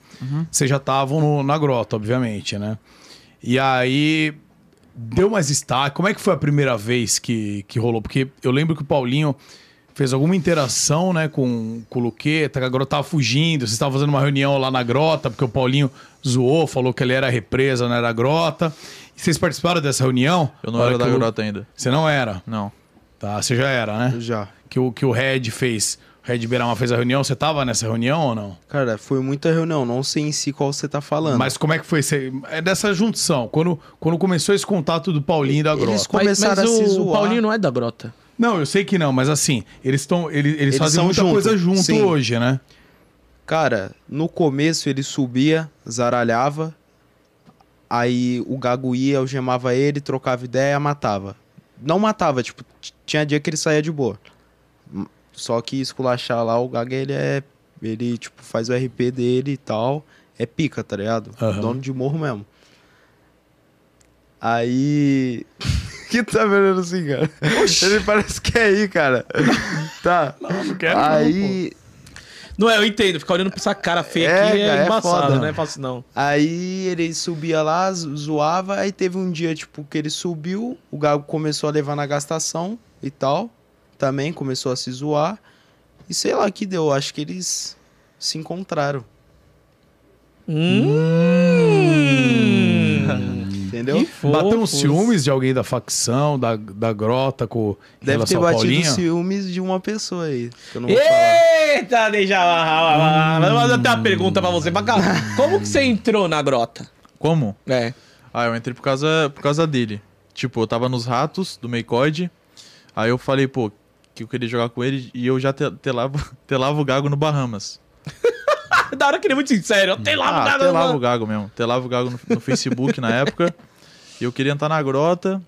Speaker 1: Vocês já estavam no- na grota, obviamente, né? E aí deu mais destaque. Como é que foi a primeira vez que, que rolou? Porque eu lembro que o Paulinho fez alguma interação, né, com, com o Luqueta, que a grota tava fugindo, vocês estavam fazendo uma reunião lá na grota, porque o Paulinho zoou, falou que ele era represa, não era grota. E vocês participaram dessa reunião?
Speaker 3: Eu não
Speaker 1: Na hora
Speaker 3: era da
Speaker 1: que o Lu-
Speaker 3: grota ainda.
Speaker 1: Você não era,
Speaker 3: Não.
Speaker 1: tá? Você já era, né?
Speaker 4: Já.
Speaker 1: que o, que o Red fez. O Red Beirama fez a reunião. Você tava nessa reunião ou não?
Speaker 4: Cara, foi muita reunião, não sei em si qual você tá falando.
Speaker 1: Mas como é que foi? Cê- É dessa junção. Quando, quando começou esse contato do Paulinho e da
Speaker 4: Eles
Speaker 1: Grota.
Speaker 4: com- Começaram
Speaker 2: mas
Speaker 4: a se
Speaker 2: o
Speaker 4: zoar.
Speaker 2: Paulinho não é da grota.
Speaker 1: Não, eu sei que não, mas assim, eles, tão, eles, eles,
Speaker 4: Eles
Speaker 1: fazem
Speaker 4: são
Speaker 1: muita
Speaker 4: junto,
Speaker 1: coisa junto
Speaker 4: sim.
Speaker 1: hoje, né?
Speaker 4: Cara, no começo ele subia, zaralhava, aí o Gago ia, algemava ele, trocava ideia, matava. Não matava, tipo, t- tinha dia que ele saía de boa. M- Só que esculachar lá, o Gago ele é. Ele, tipo, faz o RP dele e tal. É pica, tá ligado?
Speaker 1: Aham.
Speaker 4: Dono de morro mesmo. Aí. que tá vendo assim, cara? Ele parece que é aí, cara. tá. aí.
Speaker 2: Não é, eu entendo. Ficar olhando pra essa cara feia
Speaker 4: É,
Speaker 2: aqui é,
Speaker 4: cara, é
Speaker 2: embaçado,
Speaker 4: foda.
Speaker 2: não é fácil não.
Speaker 4: Aí ele subia lá, zo- zoava, aí teve um dia, tipo, que ele subiu, o Gago começou a levar na gastação e tal. Também começou a se zoar. E sei lá o que deu, acho que eles se encontraram,
Speaker 2: Hum.
Speaker 4: entendeu?
Speaker 2: Que fofos.
Speaker 1: Bateu
Speaker 4: um
Speaker 1: uns ciúmes de alguém da facção, da, da Grota, com em
Speaker 4: Deve ter
Speaker 1: relação ao
Speaker 4: batido
Speaker 1: Paulinho?
Speaker 4: ciúmes de uma pessoa aí, que eu não vou falar.
Speaker 2: Eita, deixa lá. Mas eu tenho uma pergunta pra você. Macau. Como que você entrou na grota?
Speaker 3: Como?
Speaker 2: É.
Speaker 3: Ah, eu entrei por causa, por causa dele. Tipo, eu tava nos ratos do Meicode. Aí eu falei, pô, que eu queria jogar com ele e eu já te- telava, telava o Gago no Bahamas.
Speaker 2: Da hora que ele é muito sincero. Eu tenho lá
Speaker 3: ah,
Speaker 2: nada,
Speaker 3: telava
Speaker 2: mano.
Speaker 3: o Gago mesmo. Telava o Gago no, no Facebook na época. E eu queria entrar na grota.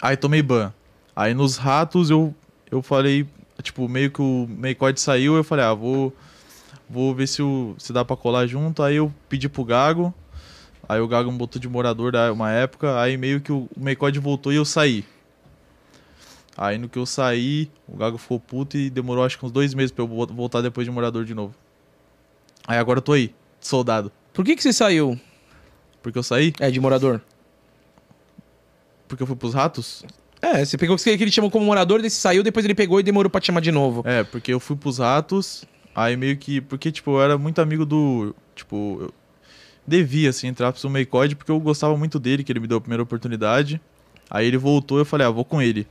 Speaker 3: Aí tomei ban. Aí nos ratos eu, eu falei, tipo, meio que o Meicode saiu, eu falei, ah, vou. Vou ver se, o, se dá pra colar junto. Aí eu pedi pro Gago. Aí o Gago me botou de morador da uma época. Aí meio que o Meicode voltou e eu saí. Aí no que eu saí, o Gago ficou puto e demorou acho que uns dois meses pra eu vo- voltar depois de morador de novo. Aí agora eu tô aí, soldado.
Speaker 2: Por que, que você saiu?
Speaker 3: Porque eu saí?
Speaker 2: É, de morador.
Speaker 3: Porque eu fui pros ratos?
Speaker 2: É, você pegou que ele te chamou como morador, daí você saiu, depois ele pegou e demorou pra te chamar de novo.
Speaker 3: É, porque eu fui pros ratos. Aí meio que. Porque, tipo, eu era muito amigo do. Tipo, eu devia, assim, entrar pro Meicode porque eu gostava muito dele, que ele me deu a primeira oportunidade. Aí ele voltou eu falei, ah, vou com ele.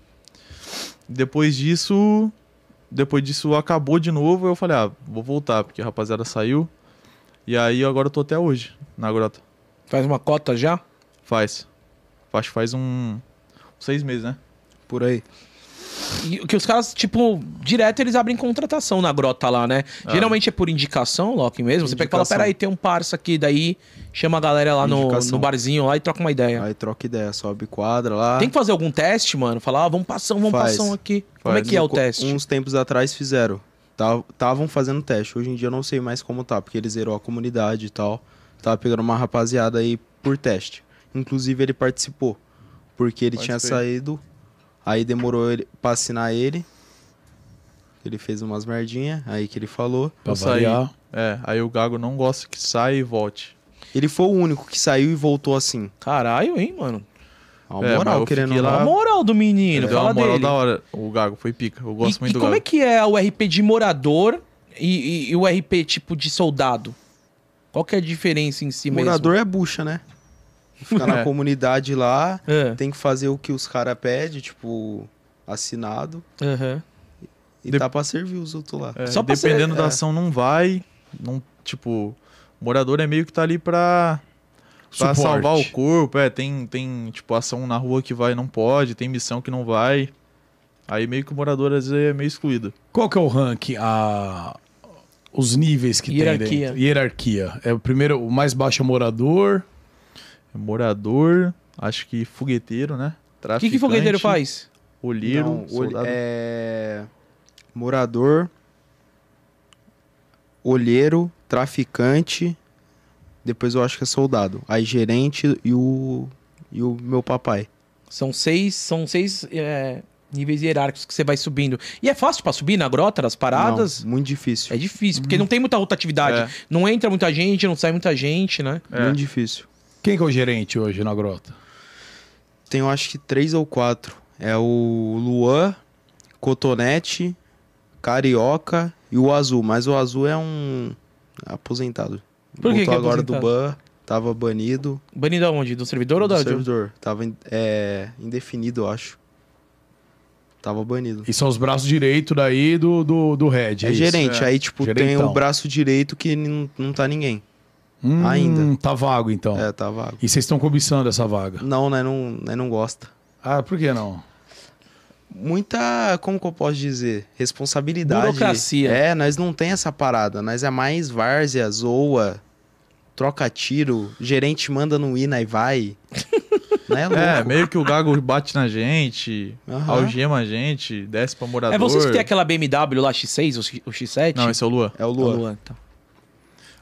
Speaker 3: Depois disso. Depois disso acabou de novo, eu falei, ah, vou voltar, porque a rapaziada saiu. E aí agora eu tô até hoje, na grota.
Speaker 2: Faz uma cota já?
Speaker 3: Faz. Acho que faz um. Seis meses, né?
Speaker 4: Por aí.
Speaker 2: E que os caras, tipo, direto eles abrem contratação na grota lá, né?
Speaker 3: Ah.
Speaker 2: Geralmente é por indicação, Loki mesmo. Você pega e fala,
Speaker 4: Indicação.
Speaker 2: peraí, tem um parça aqui, daí chama a galera lá no,
Speaker 4: Indicação.
Speaker 2: no barzinho lá e troca uma ideia.
Speaker 4: Aí troca ideia, sobe quadra lá.
Speaker 2: Tem que fazer algum teste, mano? Falar, ah, vamos passar, um, vamos
Speaker 4: Faz.
Speaker 2: passar um aqui. Como é
Speaker 3: ah. Faz.
Speaker 2: que é o
Speaker 4: Co-
Speaker 2: teste?
Speaker 4: Uns tempos atrás fizeram. Estavam fazendo teste. Hoje em dia eu não sei mais como tá, porque ele zerou a comunidade e tal. Tava pegando uma rapaziada aí por teste. Inclusive ele participou. Porque ele tinha
Speaker 3: Participei.
Speaker 4: saído. Aí demorou ele pra assinar ele. Ele fez umas merdinha, aí que ele falou.
Speaker 1: Pra
Speaker 3: Eu saí.
Speaker 1: variar.
Speaker 3: É, aí o Gago não gosta que saia e volte.
Speaker 4: Ele foi o único que saiu e voltou assim.
Speaker 2: Caralho, hein, mano?
Speaker 4: Uma
Speaker 3: É, mas
Speaker 4: moral,
Speaker 3: eu
Speaker 4: querendo
Speaker 3: fiquei
Speaker 4: ou
Speaker 3: lá-
Speaker 2: A
Speaker 4: não.
Speaker 2: moral do menino,
Speaker 3: Ele deu
Speaker 2: fala
Speaker 3: uma moral
Speaker 2: dele.
Speaker 3: da hora. O Gago foi pica. Eu gosto
Speaker 2: e,
Speaker 3: muito
Speaker 2: e
Speaker 3: do
Speaker 2: como
Speaker 3: Gago.
Speaker 2: é que é o RP de morador e, e- e o RP, tipo, de soldado? Qual que é a diferença em si
Speaker 4: Morador é bucha, né? Ficar na
Speaker 3: É.
Speaker 4: comunidade lá,
Speaker 2: mesmo?
Speaker 4: tem que fazer o que os caras pedem, tipo, assinado.
Speaker 2: É. Aham.
Speaker 4: E
Speaker 3: Dep-
Speaker 4: tá pra servir os outros lá.
Speaker 3: É,
Speaker 2: Só pra
Speaker 3: dependendo
Speaker 4: ser-
Speaker 3: da
Speaker 4: é.
Speaker 3: ação, não vai. Não, tipo, o morador é meio que tá ali pra, pra
Speaker 1: Suporte.
Speaker 3: salvar o corpo. É, tem, tem, tipo, ação na rua que vai e não pode, tem missão que não vai. Aí meio que o morador às vezes é meio excluído.
Speaker 1: Qual que é o ranking? A... Os níveis que tem
Speaker 2: Hierarquia.
Speaker 1: dentro. Hierarquia. É o primeiro, o mais baixo é o morador.
Speaker 3: Morador, acho que fogueteiro, né?
Speaker 2: O que, que fogueteiro
Speaker 3: Traficante,
Speaker 2: faz?
Speaker 3: Olheiro,
Speaker 4: Não, olhe-
Speaker 3: soldado.
Speaker 4: é, Morador, olheiro, traficante, depois eu acho que é soldado. Aí gerente e o, e o meu papai.
Speaker 2: São seis, são seis é, níveis hierárquicos que você vai subindo. E é fácil pra subir na grota, nas paradas?
Speaker 4: Não, muito difícil.
Speaker 2: É difícil,
Speaker 3: Uhum.
Speaker 2: porque não tem muita rotatividade. Não entra muita gente, não sai muita gente, né?
Speaker 3: É.
Speaker 4: Muito difícil.
Speaker 1: Quem que é o gerente hoje na grota?
Speaker 4: Tem eu acho que três ou quatro. É o Luan, Cotonete, Carioca e o Azul. Mas o Azul é um aposentado.
Speaker 2: Por que que é
Speaker 4: agora do
Speaker 2: aposentado?
Speaker 4: ban, tava banido.
Speaker 2: Banido aonde? Do servidor ou
Speaker 4: do
Speaker 2: da... um?
Speaker 4: servidor. Tava in- é, indefinido, eu acho. Tava banido.
Speaker 1: E são os braços direitos daí do, do, do head.
Speaker 4: é
Speaker 1: isso?
Speaker 4: gerente.
Speaker 3: é.
Speaker 4: Aí, tipo, tem
Speaker 1: Gerentão.
Speaker 4: o braço direito que não, não tá ninguém.
Speaker 1: Hum,
Speaker 4: ainda.
Speaker 1: Tá vago então.
Speaker 4: É, tá vago.
Speaker 1: E vocês estão cobiçando essa vaga.
Speaker 4: Não, né? Não, né, não gosta.
Speaker 1: Ah, por que não?
Speaker 4: Muita, como que eu posso dizer? Responsabilidade.
Speaker 2: Burocracia.
Speaker 4: É, nós não tem essa parada. Nós é mais várzea, zoa, troca tiro, gerente manda no INA e vai. né, louco?
Speaker 3: É, meio que o Gago bate na gente,
Speaker 4: Aham.
Speaker 3: algema a gente, desce pra morador.
Speaker 2: É vocês que tem aquela BMW lá, X6 ou X- ou X7?
Speaker 3: Não, esse é o Lua.
Speaker 4: É o
Speaker 2: Lua.
Speaker 4: Luan.
Speaker 2: Lua tá.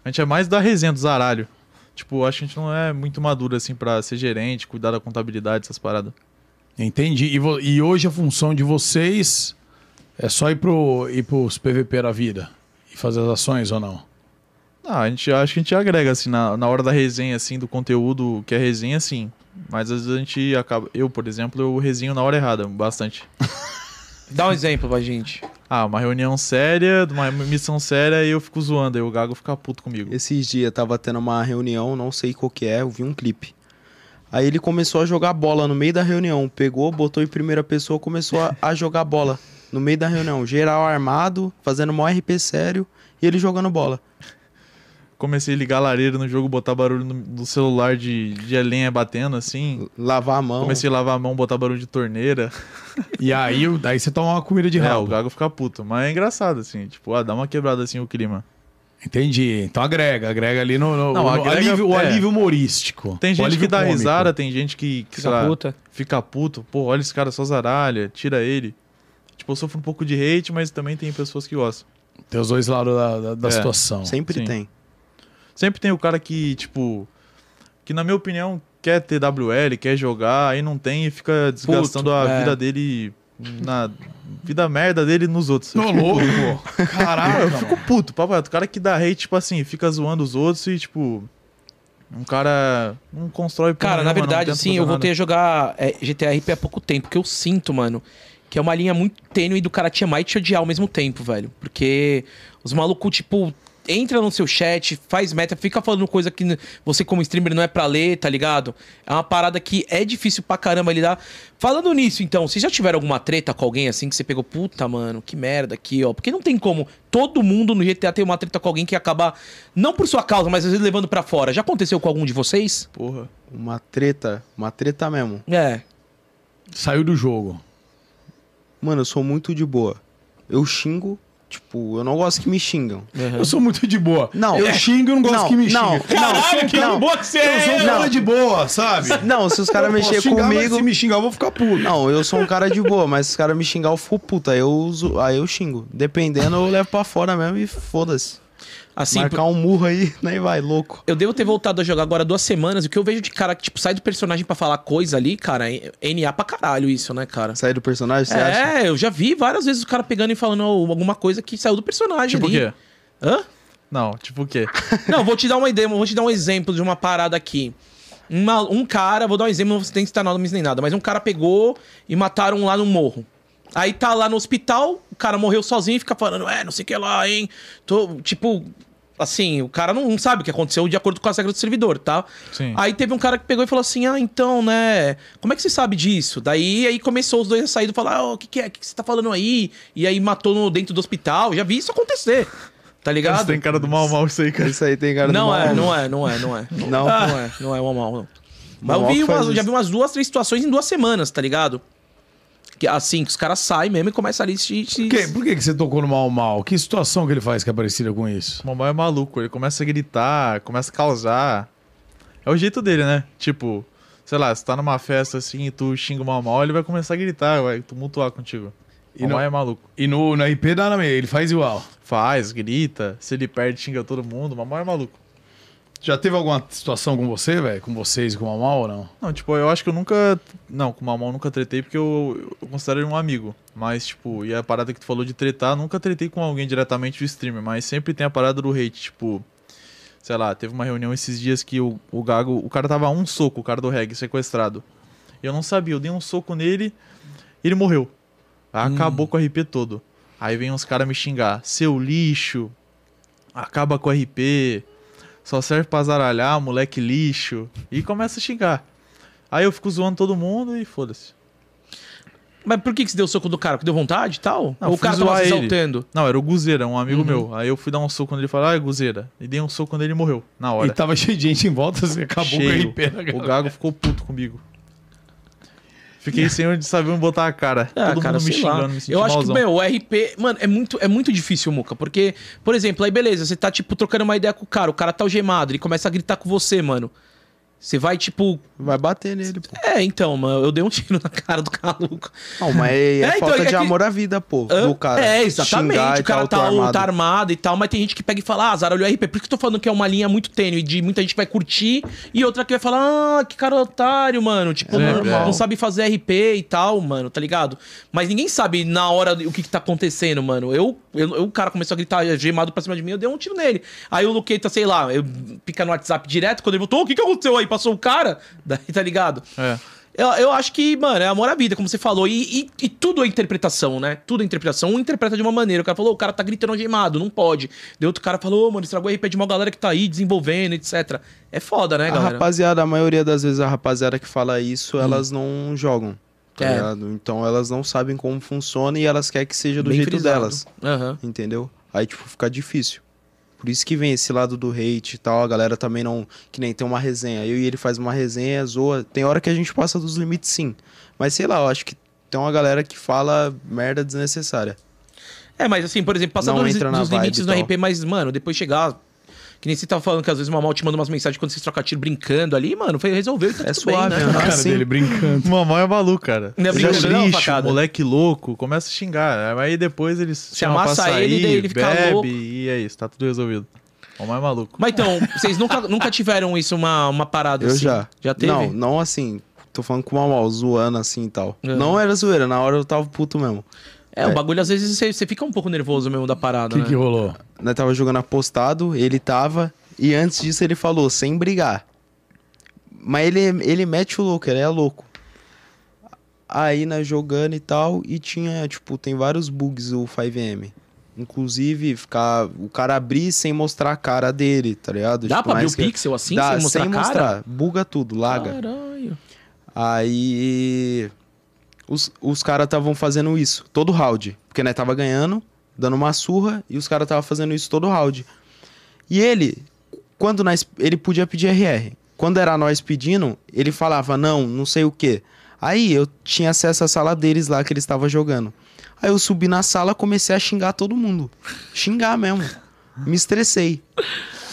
Speaker 3: A gente é mais da resenha do zaralho. Tipo, acho que a gente não é muito maduro, assim, pra ser gerente, cuidar da contabilidade, essas paradas.
Speaker 1: Entendi. E, vo- e hoje a função de vocês é só ir, pro, ir pros PVP da vida e fazer as ações ou não?
Speaker 3: Ah, a gente, acho que a gente agrega, assim, na, na hora da resenha, assim, do conteúdo que é resenha, sim. Mas às vezes a gente acaba... Eu, por exemplo, eu resenho na hora errada, bastante.
Speaker 2: Dá um exemplo pra gente.
Speaker 3: Ah, uma reunião séria, de uma missão séria, e eu fico zoando, aí o Gago fica puto comigo.
Speaker 4: Esses dias tava tendo uma reunião, não sei qual que é, eu vi um clipe. Aí ele começou a jogar bola no meio da reunião. Pegou, botou em primeira pessoa, começou a, a jogar bola no meio da reunião. Geral armado, fazendo mó RP sério e ele jogando bola.
Speaker 3: Comecei a ligar a lareira no jogo, botar barulho no, no celular de, de lenha batendo, assim.
Speaker 4: Lavar a mão.
Speaker 3: Comecei a lavar a mão, botar barulho de torneira.
Speaker 1: E aí, o- daí você toma uma comida de
Speaker 3: é, o
Speaker 1: rabo.
Speaker 3: Gago fica puto. Mas é engraçado, assim. Tipo, ah, dá uma quebrada, assim, o clima.
Speaker 1: Entendi. Então agrega, agrega ali no, no-
Speaker 3: Não,
Speaker 1: no-
Speaker 3: agrega-
Speaker 1: alívio- o
Speaker 3: é.
Speaker 1: alívio humorístico.
Speaker 3: Tem
Speaker 1: O
Speaker 3: gente que
Speaker 1: alívio
Speaker 3: dá
Speaker 1: cômico.
Speaker 3: risada, tem gente que, que sei
Speaker 2: Fica
Speaker 3: lá,
Speaker 2: puta.
Speaker 3: fica puto. Pô, olha esse cara só zaralha, tira ele. Tipo, eu sofro um pouco de hate, mas também tem pessoas que gostam.
Speaker 1: Tem os dois lados da, da, da
Speaker 3: É,
Speaker 1: situação.
Speaker 4: Sempre
Speaker 3: Sim.
Speaker 4: tem.
Speaker 3: Sempre tem o cara que, tipo... Que, na minha opinião, quer ter WL, quer jogar, aí não tem e fica desgastando a
Speaker 2: é.
Speaker 3: vida dele... Na vida merda dele nos outros.
Speaker 1: Tô louco, pô. Caralho,
Speaker 3: Eu fico puto, papo reto. O cara que dá hate, tipo assim, fica zoando os outros e, tipo. Um cara. Não constrói porra
Speaker 2: Cara, na
Speaker 3: nenhuma, não
Speaker 2: verdade,
Speaker 3: tenta
Speaker 2: sim,
Speaker 3: fazer
Speaker 2: eu
Speaker 3: nada.
Speaker 2: voltei a jogar é, GTA RP há pouco tempo, que eu sinto, mano, que é uma linha muito tênue do cara te amar e te odiar ao mesmo tempo, velho. Porque os malucos, tipo, entra no seu chat, faz meta, fica falando coisa que n- você, como streamer, não é pra ler, tá ligado? É uma parada que é difícil pra caramba lidar. Falando nisso, então, vocês já tiveram alguma treta com alguém assim que você pegou, puta, mano, que merda aqui, ó? Porque não tem como todo mundo no GTA ter uma treta com alguém que acaba, não por sua causa, mas às vezes levando pra fora. Já aconteceu com algum de vocês?
Speaker 3: Porra.
Speaker 4: Uma treta, uma treta mesmo.
Speaker 2: É.
Speaker 1: Saiu do jogo.
Speaker 4: Mano, eu sou muito de boa. Eu xingo, tipo, eu não gosto que me xingam.
Speaker 3: É.
Speaker 1: Eu sou muito de boa.
Speaker 4: Não.
Speaker 1: Eu xingo e não gosto
Speaker 4: Não,
Speaker 1: que me xingue.
Speaker 4: não, não, não.
Speaker 1: boa que você é. Eu sou um
Speaker 4: Não.
Speaker 1: cara de boa, sabe?
Speaker 4: Não, se os caras
Speaker 1: Eu posso
Speaker 4: mexerem
Speaker 1: xingar, mas
Speaker 4: comigo.
Speaker 1: Se me xingar, eu vou ficar puto.
Speaker 4: Não, eu sou um cara de boa, mas se os caras me xingar, eu for puta. Aí eu, uso, aí eu xingo. Dependendo, eu levo pra fora mesmo e foda-se.
Speaker 2: Assim,
Speaker 4: Marcar um murro aí, nem vai, louco.
Speaker 2: eu devo ter voltado a jogar agora duas semanas. e O que eu vejo de cara que, tipo, sai do personagem pra falar coisa ali, cara, é é NA pra caralho isso, né, cara?
Speaker 4: Sair do personagem, você acha?
Speaker 2: É, eu já vi várias vezes o cara pegando e falando ó, alguma coisa que saiu do personagem
Speaker 3: Tipo o
Speaker 2: ali.
Speaker 3: quê?
Speaker 2: Hã?
Speaker 3: Não, tipo o quê?
Speaker 2: Não, vou te dar uma ideia, vou te dar um exemplo de uma parada aqui. Uma- um cara, vou dar um exemplo, não vou citar nomes nem nada, mas um cara pegou e mataram um lá no morro. Aí tá lá no hospital, o cara morreu sozinho e fica falando, é, não sei o que lá, hein? Tô, tipo, assim, o cara não, não sabe o que aconteceu de acordo com a regra do servidor, tá?
Speaker 3: Sim.
Speaker 2: Aí teve um cara que pegou e falou assim, ah, então, né, como é que você sabe disso? Daí aí começou os dois a sair e falar, "Ah, o que que é, o que que você tá falando aí? E aí matou no, dentro do hospital, já vi isso acontecer. Tá
Speaker 3: Cara,
Speaker 2: ligado?
Speaker 3: Isso tem cara do mal mal isso aí, cara.
Speaker 4: Isso aí tem cara
Speaker 2: Não
Speaker 4: do
Speaker 2: é,
Speaker 4: mal.
Speaker 2: não é, não é, não é.
Speaker 4: Não?
Speaker 2: Não é, não é uma mal, não. Mas eu
Speaker 4: Mó
Speaker 2: vi
Speaker 4: faz
Speaker 2: umas- já
Speaker 4: isso.
Speaker 2: vi umas duas, três situações em duas semanas, tá ligado? Que, assim, que os caras saem mesmo e começam ali se. se...
Speaker 1: Por que, por que que você tocou no mal mal? Que situação que ele faz que é parecida com isso?
Speaker 3: O Mamão é maluco, ele começa a gritar, começa a causar. É o jeito dele, né? Tipo, sei lá, se tá numa festa assim e tu xinga o Mamão, ele vai começar a gritar, vai tumultuar contigo.
Speaker 1: E
Speaker 3: O Mamão
Speaker 1: não-
Speaker 3: é maluco.
Speaker 1: E no, na IP dá na meia, ele faz igual.
Speaker 3: Faz, grita, se ele perde, xinga todo mundo. O Mamão é maluco.
Speaker 1: Já teve alguma situação com você, velho? Com vocês e com o mal mal ou não?
Speaker 3: Não, tipo, eu acho que eu nunca. Não, com o Mamão eu nunca tretei porque eu, eu considero ele um amigo. Mas, tipo, e a parada que tu falou de tretar, nunca tretei com alguém diretamente do streamer, mas sempre tem a parada do hate, tipo. Sei lá, teve uma reunião esses dias que o, o Gago. O cara tava a um soco, o cara do reggae, sequestrado. Eu não sabia, eu dei um soco nele, ele morreu. Aí Acabou com o RP todo. Aí vem uns caras me xingar. Seu lixo, acaba com o RP, só serve pra zaralhar, moleque lixo. E começa a xingar. Aí eu fico zoando todo mundo e foda-se.
Speaker 2: Mas por que, que você deu o soco do cara? Que deu vontade e tal?
Speaker 3: Não,
Speaker 2: Ou o
Speaker 3: fui
Speaker 2: cara tava
Speaker 3: zoar
Speaker 2: se
Speaker 3: ele.
Speaker 2: exaltando?
Speaker 3: Não, era o Guzeira, um
Speaker 1: Uhum.
Speaker 3: amigo meu. Aí eu fui dar um soco nele e falei, ah, Guzeira. E dei um soco nele e morreu, na hora.
Speaker 1: E tava cheio de gente em volta, você Então, acabou
Speaker 3: Cheio.
Speaker 1: com a né, IP na
Speaker 3: O
Speaker 1: galera.
Speaker 3: Gago ficou puto comigo. Fiquei sem onde saber onde botar a cara.
Speaker 2: Ah,
Speaker 3: todo
Speaker 2: cara,
Speaker 3: mundo me
Speaker 2: sei lá.
Speaker 3: xingando, me sentindo
Speaker 2: Eu acho que,
Speaker 3: malzão.
Speaker 2: meu, o RP, mano, é muito, é muito difícil, Muca, porque, por exemplo, aí beleza, você tá, tipo, trocando uma ideia com o cara, o cara tá algemado, ele começa a gritar com você, mano. Você vai, tipo.
Speaker 4: Vai bater nele, pô.
Speaker 2: É, então, mano, eu dei um tiro na cara do maluco.
Speaker 4: Não, mas é,
Speaker 2: É, então,
Speaker 4: falta
Speaker 2: é
Speaker 4: de
Speaker 2: que-
Speaker 4: amor à vida, pô.
Speaker 2: Hã?
Speaker 4: Do cara.
Speaker 2: É, exatamente.
Speaker 4: xingar e
Speaker 2: O cara
Speaker 4: tal,
Speaker 2: tá
Speaker 4: tô
Speaker 2: armado.
Speaker 4: armado.
Speaker 2: tá armado e tal, mas tem gente que pega e fala, ah, Zaralho RP, por isso que eu tô falando que é uma linha muito tênue, de muita gente que vai curtir e outra que vai falar, ah, que cara otário, mano. Tipo,
Speaker 3: É,
Speaker 2: não,
Speaker 3: normal.
Speaker 2: não sabe fazer RP e tal, mano, tá ligado? Mas ninguém sabe na hora o que que tá acontecendo, mano. Eu, eu- eu- o cara começou a gritar gemado pra cima de mim, eu dei um tiro nele. Aí o Luqueta, sei lá, eu pica no WhatsApp direto, quando ele voltou, o que que aconteceu aí? Passou o cara? Daí, tá ligado?
Speaker 3: É.
Speaker 2: Eu, eu acho que, mano, é amor à vida, como você falou. E, e- e tudo é interpretação, né? Tudo é interpretação. Um interpreta de uma maneira. O cara falou, o cara tá gritando algemado, não pode. Daí outro cara falou, ô, mano, estragou a RP de uma galera que tá aí desenvolvendo, etc. É foda, né,
Speaker 4: A
Speaker 2: galera? Hum.
Speaker 4: rapaziada, a maioria das vezes a rapaziada que fala isso, elas não jogam. Tá
Speaker 2: É.
Speaker 4: ligado? Então elas não sabem como funciona e elas querem que seja do
Speaker 2: Bem
Speaker 4: jeito
Speaker 2: frisado.
Speaker 4: delas.
Speaker 2: Aham.
Speaker 4: Entendeu? Aí, tipo, fica difícil. Por isso que vem esse lado do hate e tal. A galera também não. Que nem tem uma resenha. Eu e ele faz uma resenha, zoa. Tem hora que a gente passa dos limites, sim. Mas sei lá, eu acho que tem uma galera que fala merda desnecessária.
Speaker 2: É, mas assim, por exemplo, passando
Speaker 4: Não
Speaker 2: dos,
Speaker 4: entra na
Speaker 2: dos
Speaker 4: vibe então.
Speaker 2: limites no
Speaker 4: e tal.
Speaker 2: RP, mas, mano, depois chegar. Que nem você tava falando que às vezes o Mamal te manda umas mensagens quando vocês trocam tiro brincando ali, mano, foi, resolveu e tá
Speaker 4: É
Speaker 2: tudo
Speaker 4: suave,
Speaker 2: bem, né?
Speaker 4: né?
Speaker 1: A cara
Speaker 4: Assim.
Speaker 1: dele brincando.
Speaker 3: O Mamão é maluco, cara.
Speaker 2: Não é
Speaker 3: Seu
Speaker 2: brincadeira, não,
Speaker 3: lixo,
Speaker 2: facada.
Speaker 3: moleque louco, começa a xingar. Aí depois eles se
Speaker 2: amassa ele, daí ele fica
Speaker 3: bebe,
Speaker 2: louco.
Speaker 3: e é isso, tá tudo resolvido. O Mamão é maluco.
Speaker 2: Mas então, vocês nunca, nunca tiveram isso, uma, uma parada
Speaker 4: Eu
Speaker 2: assim?
Speaker 4: já.
Speaker 2: Já teve?
Speaker 4: Não, não assim. Tô falando com uma mal, zoando assim e tal.
Speaker 2: É.
Speaker 4: Não era zoeira, na hora eu tava puto mesmo.
Speaker 2: É, o bagulho às vezes você, você fica um pouco nervoso mesmo da
Speaker 1: O
Speaker 2: parada,
Speaker 1: que,
Speaker 2: né?
Speaker 1: que rolou?
Speaker 4: Nós tava jogando apostado, ele tava. E antes disso ele falou, sem brigar. Mas ele, ele mete o louco, ele é louco. Aí nós jogando e tal, e tinha, tipo, tem vários bugs o 5M. Inclusive, ficar o cara abrir sem mostrar a cara dele, tá ligado?
Speaker 2: Dá
Speaker 4: Tipo,
Speaker 2: pra abrir
Speaker 4: mais
Speaker 2: o
Speaker 4: que-
Speaker 2: pixel assim,
Speaker 4: Dá,
Speaker 2: sem mostrar a cara?
Speaker 4: buga tudo, laga.
Speaker 2: Caralho.
Speaker 4: Aí os, os caras estavam fazendo isso todo round. Porque né, tava ganhando, dando uma surra, e os caras estavam fazendo isso todo round. E ele, quando nós. Ele podia pedir RR. Quando era nós pedindo, ele falava, não, não sei o quê. Aí eu tinha acesso à sala deles lá que eles estavam jogando. Aí eu subi na sala comecei a xingar todo mundo. Xingar mesmo. Me estressei.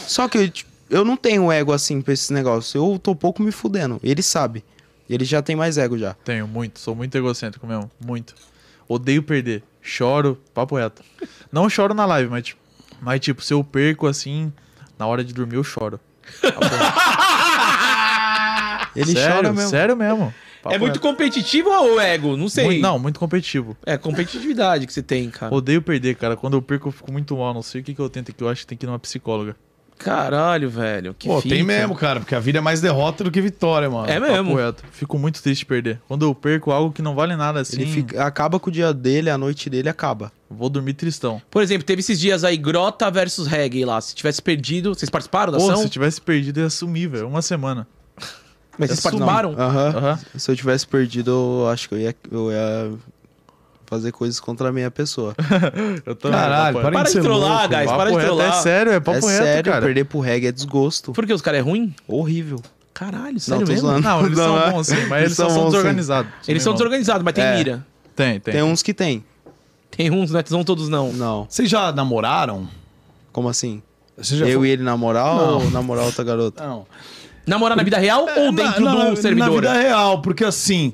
Speaker 4: Só que eu, tipo, eu não tenho ego assim pra esses negócios. Eu tô pouco me fudendo. Ele sabe. Ele já tem mais ego já.
Speaker 3: Tenho muito, sou muito egocêntrico mesmo, muito. Odeio perder, choro, papo reto. Não choro na live, mas tipo, mas, tipo, se eu perco assim, na hora de dormir eu choro.
Speaker 4: Ele
Speaker 3: sério,
Speaker 4: chora mesmo.
Speaker 3: sério mesmo. Papo
Speaker 2: É muito assim.
Speaker 3: reto.
Speaker 2: competitivo ou ego? Não sei.
Speaker 3: Muito- Não, muito competitivo.
Speaker 2: É competitividade que você tem, cara.
Speaker 3: Odeio perder, cara. Quando eu perco, eu fico muito mal. Não sei o que, que eu tento, que eu acho que tem que ir numa psicóloga.
Speaker 2: Caralho, velho. Que
Speaker 1: Pô,
Speaker 2: fita.
Speaker 1: tem mesmo, cara, porque a vida é mais derrota do que vitória, mano.
Speaker 2: É
Speaker 3: Papo
Speaker 2: mesmo.
Speaker 3: reto. Fico muito triste de perder. Quando eu perco algo que não vale nada assim,
Speaker 4: Ele fica- acaba com o dia dele, a noite dele acaba.
Speaker 3: vou dormir tristão.
Speaker 2: Por exemplo, teve esses dias aí, Grota versus Reggae lá. Se tivesse perdido, vocês participaram da
Speaker 3: Pô, se
Speaker 2: ação?
Speaker 3: eu tivesse perdido, eu ia sumir, velho. Uma semana.
Speaker 2: Mas vocês participaram?
Speaker 4: Aham.
Speaker 3: É Aham.
Speaker 4: Se eu tivesse perdido, eu acho que eu ia, eu ia fazer coisas contra a minha pessoa.
Speaker 3: É Eu também,
Speaker 1: Caralho,
Speaker 3: papo reto.
Speaker 2: Para de
Speaker 1: ser
Speaker 2: trollar,
Speaker 1: louco,
Speaker 2: guys, para de
Speaker 3: Papo reto,
Speaker 2: trollar.
Speaker 3: É sério, é papo
Speaker 4: é
Speaker 3: reto,
Speaker 4: sério,
Speaker 3: cara.
Speaker 4: perder pro reggae é desgosto.
Speaker 2: Por que os caras é ruim?
Speaker 4: Horrível.
Speaker 2: Caralho,
Speaker 4: Não,
Speaker 2: sério
Speaker 4: tô
Speaker 2: mesmo?
Speaker 4: zoando.
Speaker 3: Não, eles
Speaker 4: Não,
Speaker 3: são
Speaker 4: é.
Speaker 3: bons, sim, mas eles só são
Speaker 4: bons, sim.
Speaker 3: desorganizados.
Speaker 2: Eles são
Speaker 3: irmão.
Speaker 2: desorganizados, mas tem
Speaker 4: É.
Speaker 2: mira.
Speaker 3: Tem, tem.
Speaker 4: Tem
Speaker 1: um-
Speaker 4: uns que tem.
Speaker 2: Tem uns, né? São todos não.
Speaker 4: Não.
Speaker 1: Vocês já namoraram?
Speaker 4: Como assim?
Speaker 1: Você já
Speaker 4: eu
Speaker 1: foi-
Speaker 4: e ele na moral
Speaker 1: Não.
Speaker 4: ou na moral outra garota?
Speaker 1: Não.
Speaker 2: Namorar na vida real
Speaker 3: É,
Speaker 2: ou dentro
Speaker 1: É, na, na-
Speaker 2: do servidor?
Speaker 1: Na vida real, porque assim,